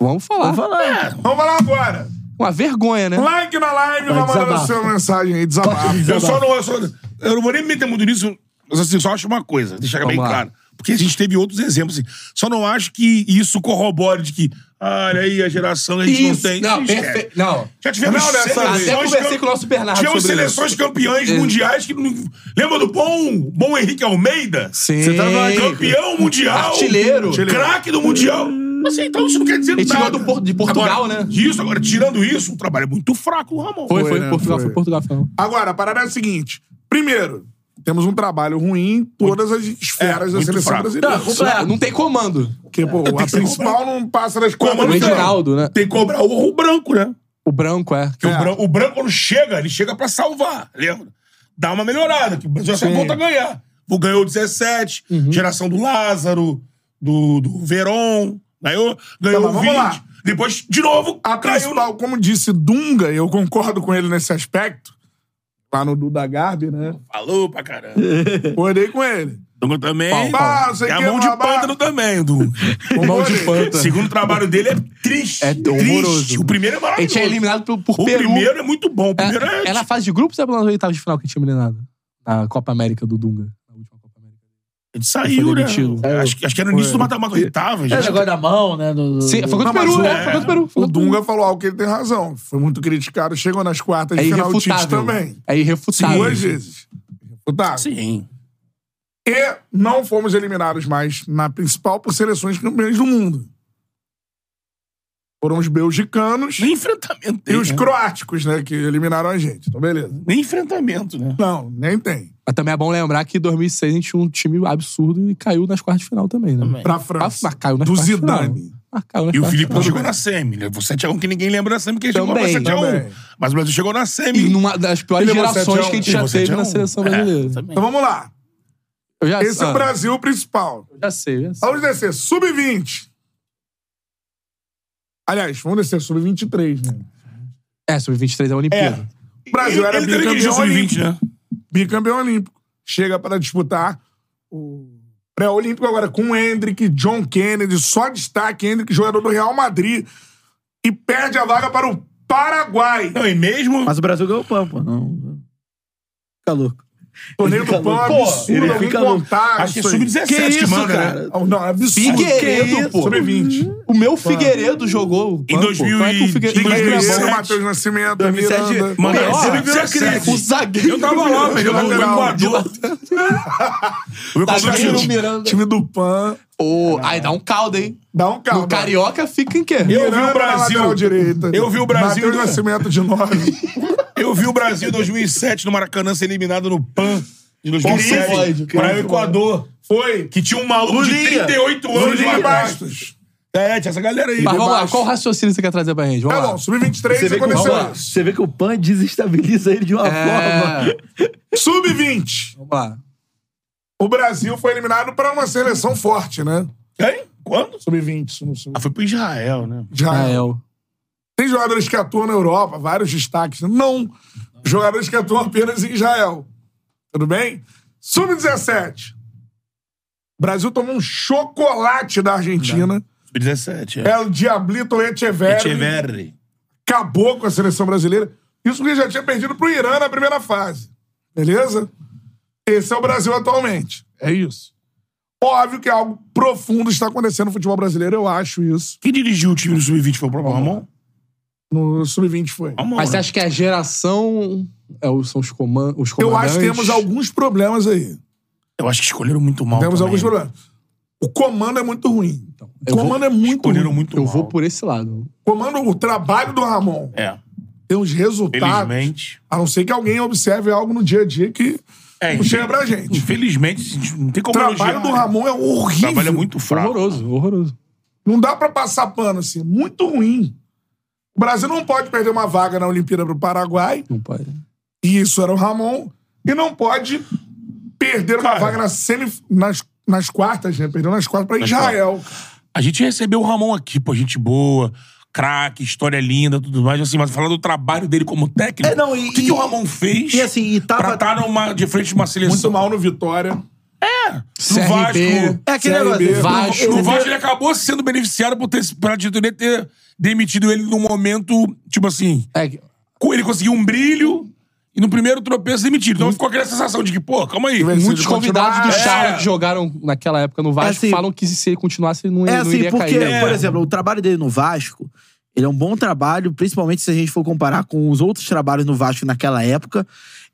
[SPEAKER 4] É.
[SPEAKER 2] Vamos falar.
[SPEAKER 1] É,
[SPEAKER 4] Vamos falar agora.
[SPEAKER 2] Uma vergonha, né?
[SPEAKER 4] Like na live, vai mandando
[SPEAKER 3] desabafa.
[SPEAKER 4] sua mensagem aí, desabafa.
[SPEAKER 1] Eu só não... Eu só, Eu não vou nem me meter muito nisso, mas assim, só acho uma coisa, deixar
[SPEAKER 2] Vamos
[SPEAKER 1] bem
[SPEAKER 2] lá.
[SPEAKER 1] claro. Porque a gente teve outros exemplos, assim. Só não acho que isso corrobore de que, ah, olha aí, a geração a gente
[SPEAKER 2] Isso,
[SPEAKER 1] não tem.
[SPEAKER 2] não,
[SPEAKER 1] Esquece.
[SPEAKER 2] perfe- não.
[SPEAKER 1] Já tivemos
[SPEAKER 2] Não, dessa
[SPEAKER 1] seleções
[SPEAKER 2] vez. Até conversei
[SPEAKER 1] cam-
[SPEAKER 2] com o nosso Bernardo
[SPEAKER 1] Tivemos
[SPEAKER 2] sobre
[SPEAKER 1] seleções
[SPEAKER 2] isso.
[SPEAKER 1] campeões
[SPEAKER 2] É.
[SPEAKER 1] mundiais que. não- Lembra do bom, bom Henrique Almeida?
[SPEAKER 2] Sim.
[SPEAKER 4] tá
[SPEAKER 1] Você tava campeão mundial.
[SPEAKER 2] Artilheiro.
[SPEAKER 1] Craque do mundial. Assim, então isso não quer dizer
[SPEAKER 2] Ele
[SPEAKER 1] nada.
[SPEAKER 2] tirou do Por- de Portugal,
[SPEAKER 1] Agora,
[SPEAKER 2] né?
[SPEAKER 1] Isso, agora, tirando isso, um trabalho muito fraco do Ramon.
[SPEAKER 2] Foi, foi,
[SPEAKER 4] né?
[SPEAKER 2] Portugal,
[SPEAKER 4] Foi.
[SPEAKER 2] foi Portugal, foi.
[SPEAKER 4] Agora, a parada é a seguinte. Primeiro, temos um trabalho ruim em todas as esferas da
[SPEAKER 2] muito
[SPEAKER 4] seleção
[SPEAKER 2] fraco.
[SPEAKER 4] brasileira.
[SPEAKER 2] Não, completo. Não tem comando.
[SPEAKER 4] Porque, pô,
[SPEAKER 2] Tem
[SPEAKER 4] a
[SPEAKER 2] que ser
[SPEAKER 4] principal não passa das
[SPEAKER 2] Comando
[SPEAKER 4] quadras.
[SPEAKER 2] do Edinaldo, né?
[SPEAKER 1] Tem que cobrar o, o branco, né?
[SPEAKER 2] O branco, é.
[SPEAKER 1] Porque o, branco, o branco, quando chega, ele chega pra salvar, lembra? Dá uma melhorada, que o Brasil já
[SPEAKER 4] Sim. Uhum.
[SPEAKER 1] volta a ganhar. O ganhou 17, geração do Lázaro, do, do né? Veron, ganhou, ganhou
[SPEAKER 4] Tá, mas
[SPEAKER 1] 20.
[SPEAKER 4] vamos lá.
[SPEAKER 1] Depois, de novo,
[SPEAKER 4] A
[SPEAKER 1] caiu.
[SPEAKER 4] principal, como disse Dunga, e eu concordo com ele nesse aspecto, lá no Duda Garbi, né?
[SPEAKER 1] Falou pra caramba.
[SPEAKER 4] Concordei com ele.
[SPEAKER 1] Dunga também.
[SPEAKER 4] Pau, pau. Ah, não sei
[SPEAKER 1] é a
[SPEAKER 4] que,
[SPEAKER 1] mão de
[SPEAKER 4] babá.
[SPEAKER 1] pântano também, do
[SPEAKER 2] Mão de pântano.
[SPEAKER 1] Segundo trabalho dele é triste.
[SPEAKER 2] É
[SPEAKER 1] triste.
[SPEAKER 2] horroroso.
[SPEAKER 1] O primeiro é maravilhoso.
[SPEAKER 2] Ele tinha eliminado por, por
[SPEAKER 1] O
[SPEAKER 2] Peru.
[SPEAKER 1] primeiro é muito bom. O primeiro é.
[SPEAKER 2] É, é na fase de grupos ou é nas oitavas de final que ele tinha eliminado? Na Copa América do Dunga.
[SPEAKER 1] Ele saiu,
[SPEAKER 2] Foi
[SPEAKER 1] né?
[SPEAKER 2] demitido.
[SPEAKER 1] Acho, que- acho que era no início do mata-mata oitavas.
[SPEAKER 11] É o
[SPEAKER 1] acho que-
[SPEAKER 11] negócio da mão, né? Do, do-
[SPEAKER 2] Sim, foi contra o
[SPEAKER 4] Não, mas
[SPEAKER 2] Peru,
[SPEAKER 4] o- é,
[SPEAKER 2] né? Foi contra o Peru. foi
[SPEAKER 4] O
[SPEAKER 2] contra
[SPEAKER 4] Dunga falou algo que ele tem razão. Foi muito criticado, chegou nas quartas
[SPEAKER 2] É
[SPEAKER 4] de final o Tite
[SPEAKER 2] irrefutável.
[SPEAKER 4] também.
[SPEAKER 2] É irrefutável.
[SPEAKER 4] Duas vezes. Irrefutável.
[SPEAKER 1] Sim.
[SPEAKER 4] E não fomos eliminados mais na principal por seleções campeãs do mundo. Foram os belgicanos
[SPEAKER 1] Nem enfrentamento
[SPEAKER 4] e
[SPEAKER 1] tem,
[SPEAKER 4] os
[SPEAKER 1] né?
[SPEAKER 4] croáticos, né? Que eliminaram a gente. Então, beleza.
[SPEAKER 1] Nem enfrentamento, né?
[SPEAKER 4] Não, nem tem.
[SPEAKER 2] Mas também é bom lembrar que em 2006 a gente tinha um time absurdo e caiu nas quartas de final também, né?
[SPEAKER 1] Também.
[SPEAKER 4] Pra França.
[SPEAKER 2] Mas caiu nas
[SPEAKER 4] Do
[SPEAKER 2] quartas de final.
[SPEAKER 4] Zidane.
[SPEAKER 2] Mas caiu nas
[SPEAKER 1] E o
[SPEAKER 2] quartas de
[SPEAKER 1] Felipe
[SPEAKER 2] final.
[SPEAKER 1] chegou na semi, né? 7x1 que ninguém lembra da semi, que ele chegou pra
[SPEAKER 2] Tá Também,
[SPEAKER 1] 7x1.
[SPEAKER 4] também.
[SPEAKER 1] Mas o Brasil chegou na semi.
[SPEAKER 2] E numa das piores
[SPEAKER 4] Ele levou
[SPEAKER 2] gerações
[SPEAKER 4] 7 a 1.
[SPEAKER 2] que a
[SPEAKER 1] Ele
[SPEAKER 2] gente já um
[SPEAKER 1] levou
[SPEAKER 2] teve
[SPEAKER 1] 7 a 1.
[SPEAKER 2] na seleção
[SPEAKER 1] É,
[SPEAKER 2] brasileira.
[SPEAKER 1] também.
[SPEAKER 4] Então, vamos lá.
[SPEAKER 2] Eu já,
[SPEAKER 4] Esse é
[SPEAKER 2] ah,
[SPEAKER 4] o Brasil principal.
[SPEAKER 2] eu Já sei, eu já sei.
[SPEAKER 4] Vamos descer sub-20. Aliás, vamos descer sub-23, né?
[SPEAKER 2] É, sub-23 é a Olimpíada.
[SPEAKER 4] O Brasil era
[SPEAKER 1] ele teve aquele
[SPEAKER 4] bicampeão
[SPEAKER 1] jogo
[SPEAKER 4] olímpico.
[SPEAKER 1] sub-20, né?
[SPEAKER 4] Bicampeão olímpico. Chega para disputar o pré-olímpico agora com o Hendrick, John Kennedy, só destaque, Hendrick, jogador do Real Madrid, e perde a vaga para o Paraguai.
[SPEAKER 1] Não, e mesmo.
[SPEAKER 3] Mas o Brasil ganhou o Pampa. Não. Fica louco.
[SPEAKER 2] É,
[SPEAKER 4] Torneio do Pan,
[SPEAKER 3] Pô,
[SPEAKER 4] absurdo,
[SPEAKER 3] ele
[SPEAKER 4] alguém
[SPEAKER 3] fica louco.
[SPEAKER 4] contar.
[SPEAKER 1] Acho que é
[SPEAKER 4] isso aí.
[SPEAKER 1] sub-17
[SPEAKER 4] Que
[SPEAKER 1] que
[SPEAKER 4] isso,
[SPEAKER 1] manda,
[SPEAKER 4] cara?
[SPEAKER 1] né?
[SPEAKER 4] Não, é absurdo.
[SPEAKER 2] Figueiredo,
[SPEAKER 4] Que isso?
[SPEAKER 2] pô.
[SPEAKER 4] Sub-20.
[SPEAKER 2] O meu Figueiredo jogou.
[SPEAKER 1] Em 2000
[SPEAKER 2] Como é que o Figueiredo-
[SPEAKER 1] e-
[SPEAKER 2] Figueiredo é bom?
[SPEAKER 4] Figueiredo, Matheus Nascimento,
[SPEAKER 3] 2007,
[SPEAKER 4] Miranda.
[SPEAKER 1] Mano,
[SPEAKER 2] Pior,
[SPEAKER 1] ele virou
[SPEAKER 2] o zagueiro- O
[SPEAKER 1] 17.
[SPEAKER 2] zagueiro.
[SPEAKER 1] Eu tava lá, velho. O Equador. O Equador
[SPEAKER 2] Zagueiro
[SPEAKER 1] tirou-
[SPEAKER 2] Miranda.
[SPEAKER 4] Time do Pan.
[SPEAKER 2] Ô, aí dá um caldo, hein?
[SPEAKER 4] Dá um caldo.
[SPEAKER 2] No Carioca fica em quê?
[SPEAKER 1] Eu vi
[SPEAKER 4] Miranda
[SPEAKER 1] o
[SPEAKER 4] na lateral
[SPEAKER 1] Brasil.
[SPEAKER 4] direita.
[SPEAKER 1] Eu vi o Brasil.
[SPEAKER 4] Matheus Nascimento de nove.
[SPEAKER 1] Eu vi o Brasil em 2007 no Maracanã ser eliminado no PAN de
[SPEAKER 2] pode,
[SPEAKER 1] 2007 para o
[SPEAKER 2] cara.
[SPEAKER 1] Equador. Foi. Que tinha um maluco de
[SPEAKER 3] Lulinha.
[SPEAKER 1] 38 anos
[SPEAKER 4] Lulinha
[SPEAKER 1] lá atrás.
[SPEAKER 4] Bastos.
[SPEAKER 1] É, tinha essa galera aí.
[SPEAKER 2] Mas vamos lá,
[SPEAKER 4] baixo.
[SPEAKER 2] qual raciocínio você quer trazer pra gente?
[SPEAKER 4] Tá
[SPEAKER 2] Vamos lá.
[SPEAKER 4] bom, sub-23
[SPEAKER 3] Você
[SPEAKER 4] e
[SPEAKER 3] vê, que o
[SPEAKER 4] começou.
[SPEAKER 3] Pan, você vê que o Pan desestabiliza ele de uma forma.
[SPEAKER 2] É,
[SPEAKER 4] Sub-20.
[SPEAKER 2] Vamos lá.
[SPEAKER 4] O Brasil foi eliminado para uma seleção forte, né?
[SPEAKER 1] Quem? Quando?
[SPEAKER 4] Sub-20. sub- sub-
[SPEAKER 1] Ah, foi pro Israel, né?
[SPEAKER 4] Já.
[SPEAKER 2] Israel.
[SPEAKER 4] Tem jogadores que atuam na Europa, vários destaques. Não. Jogadores que atuam apenas em Israel. Tudo bem? Sub-17. O Brasil tomou um chocolate da Argentina.
[SPEAKER 1] Sub-17, é.
[SPEAKER 4] É o Diablito Echeverri.
[SPEAKER 1] Echeverri.
[SPEAKER 4] Acabou com a seleção brasileira. Isso porque já tinha perdido pro Irã na primeira fase. Beleza? Esse é o Brasil atualmente. É isso. Óbvio que algo profundo está acontecendo no futebol brasileiro, eu acho isso.
[SPEAKER 1] Quem dirigiu o time do Sub-20 foi o próprio Ramon?
[SPEAKER 4] No Sub-20 foi.
[SPEAKER 1] Ramon.
[SPEAKER 2] Mas você
[SPEAKER 1] né?
[SPEAKER 2] acha que a geração é, os- são os, coman os
[SPEAKER 4] Eu
[SPEAKER 2] comandantes?
[SPEAKER 4] acho que temos alguns problemas aí.
[SPEAKER 1] Eu acho que escolheram muito mal.
[SPEAKER 4] Temos
[SPEAKER 1] também. Então,
[SPEAKER 4] alguns problemas. O comando é muito ruim. o
[SPEAKER 2] eu vou-
[SPEAKER 4] comando é muito
[SPEAKER 1] Escolheram
[SPEAKER 4] ruim.
[SPEAKER 1] muito
[SPEAKER 2] Eu
[SPEAKER 1] mal.
[SPEAKER 2] vou por esse lado.
[SPEAKER 4] Comando, o trabalho do Ramon
[SPEAKER 1] É.
[SPEAKER 4] tem uns resultados.
[SPEAKER 1] Felizmente.
[SPEAKER 4] A não ser que alguém observe algo no dia a dia que
[SPEAKER 1] É,
[SPEAKER 4] não chega pra gente.
[SPEAKER 1] Infelizmente, não tem
[SPEAKER 4] O
[SPEAKER 1] como
[SPEAKER 4] trabalho
[SPEAKER 1] elogiar,
[SPEAKER 4] do
[SPEAKER 1] né?
[SPEAKER 4] Ramon é
[SPEAKER 1] O
[SPEAKER 4] horrível.
[SPEAKER 1] trabalho é muito fraco.
[SPEAKER 2] Horroroso, horroroso.
[SPEAKER 4] Não dá pra passar pano assim. Muito ruim. O Brasil não pode perder uma vaga na Olimpíada pro Paraguai.
[SPEAKER 2] Não pode.
[SPEAKER 4] E isso era o Ramon. E não pode perder uma
[SPEAKER 1] Cara.
[SPEAKER 4] vaga na semif- nas, nas quartas, né? Perdeu nas quartas pra Israel.
[SPEAKER 1] A gente recebeu o Ramon aqui, pô, gente boa, craque, história linda, tudo mais, assim, mas falar do trabalho dele como técnico.
[SPEAKER 3] É, não, e-
[SPEAKER 1] o que, que o Ramon fez
[SPEAKER 3] E assim, e
[SPEAKER 1] pra
[SPEAKER 3] tava.
[SPEAKER 1] estar numa, de frente de uma seleção? É,
[SPEAKER 4] Muito mal no Vitória.
[SPEAKER 1] No Vasco.
[SPEAKER 2] CRB.
[SPEAKER 3] É aquele
[SPEAKER 4] CRB,
[SPEAKER 3] negócio.
[SPEAKER 2] Vasco.
[SPEAKER 3] Eu-
[SPEAKER 1] No
[SPEAKER 3] eu-
[SPEAKER 1] Vasco ele acabou sendo beneficiado por ter, pela diretoria ter demitido ele num momento, tipo assim,
[SPEAKER 2] É, que-
[SPEAKER 1] co- ele conseguiu um brilho E no primeiro tropeço demitiram.
[SPEAKER 2] Hum.
[SPEAKER 1] Então ficou aquela sensação de que, pô, calma aí. É.
[SPEAKER 2] Muitos convidados do Charla que
[SPEAKER 1] jogo.
[SPEAKER 2] jogaram naquela época no Vasco
[SPEAKER 3] É assim-
[SPEAKER 2] falam que se ele continuasse, ele não,
[SPEAKER 3] É
[SPEAKER 2] não
[SPEAKER 3] assim,
[SPEAKER 2] iria
[SPEAKER 3] porque,
[SPEAKER 2] cair. né?
[SPEAKER 3] por exemplo, o trabalho dele no Vasco, ele é um bom trabalho, principalmente se a gente for comparar com os outros trabalhos no Vasco naquela época.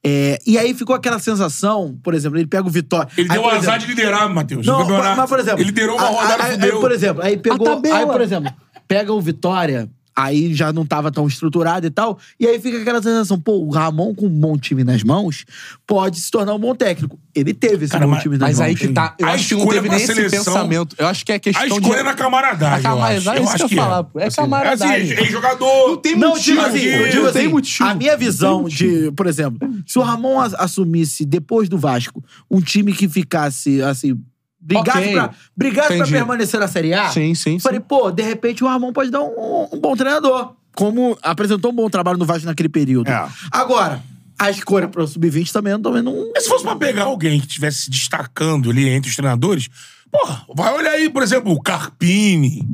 [SPEAKER 3] É, e aí ficou aquela sensação, por exemplo, ele pega o Vitória.
[SPEAKER 1] Ele
[SPEAKER 3] aí,
[SPEAKER 1] deu um
[SPEAKER 3] por
[SPEAKER 1] azar
[SPEAKER 3] exemplo-
[SPEAKER 1] de liderar, Matheus.
[SPEAKER 3] Não,
[SPEAKER 1] o campeonato.
[SPEAKER 3] mas por exemplo.
[SPEAKER 1] Ele liderou uma
[SPEAKER 3] a- a-
[SPEAKER 1] rodada
[SPEAKER 3] aí- aí,
[SPEAKER 1] fudeu.
[SPEAKER 3] Por exemplo, aí
[SPEAKER 1] A
[SPEAKER 3] pegou.
[SPEAKER 1] tabela.
[SPEAKER 3] Aí, por exemplo, pega o Vitória. Aí já não tava tão estruturado e tal. E aí fica aquela sensação, pô, o Ramon com um bom time nas mãos pode se tornar um bom técnico. Ele teve esse bom time nas
[SPEAKER 2] Mas
[SPEAKER 3] mãos.
[SPEAKER 2] aí que tá. Eu
[SPEAKER 3] A
[SPEAKER 2] acho que não
[SPEAKER 3] escolha
[SPEAKER 2] teve
[SPEAKER 3] pra
[SPEAKER 2] nem esse
[SPEAKER 3] seleção-
[SPEAKER 2] pensamento. Eu acho que é questão
[SPEAKER 1] A escolha
[SPEAKER 2] de...
[SPEAKER 1] é na camaradagem,
[SPEAKER 2] A
[SPEAKER 1] eu acho.
[SPEAKER 2] camaradagem,
[SPEAKER 1] Eu
[SPEAKER 2] é isso
[SPEAKER 1] acho
[SPEAKER 2] que eu
[SPEAKER 1] que
[SPEAKER 2] ia
[SPEAKER 1] é.
[SPEAKER 2] falar. pô. É
[SPEAKER 1] Assim,
[SPEAKER 2] camaradagem.
[SPEAKER 1] é assim, é jogador-
[SPEAKER 2] Não tem
[SPEAKER 3] Não, digo
[SPEAKER 2] motivo. tipo
[SPEAKER 3] assim,
[SPEAKER 1] tipo
[SPEAKER 2] aqui.
[SPEAKER 3] digo
[SPEAKER 2] Não
[SPEAKER 3] assim,
[SPEAKER 2] tem motivo.
[SPEAKER 3] A minha visão de, por exemplo, se o Ramon as- assumisse depois do Vasco um time que ficasse assim. Brigasse,
[SPEAKER 2] Ok.
[SPEAKER 3] pra, brigasse pra
[SPEAKER 2] Entendi.
[SPEAKER 3] permanecer na Série A.
[SPEAKER 2] Sim, sim,
[SPEAKER 3] Falei, pô, de repente o Ramon pode dar um, um bom treinador. Como apresentou um bom trabalho no Vasco naquele período.
[SPEAKER 2] É.
[SPEAKER 3] Agora, a escolha pro Sub-20 também, também não.
[SPEAKER 1] Mas se fosse pra pegar alguém que estivesse se destacando ali entre os treinadores, porra, vai olhar aí, por exemplo, o Carpini.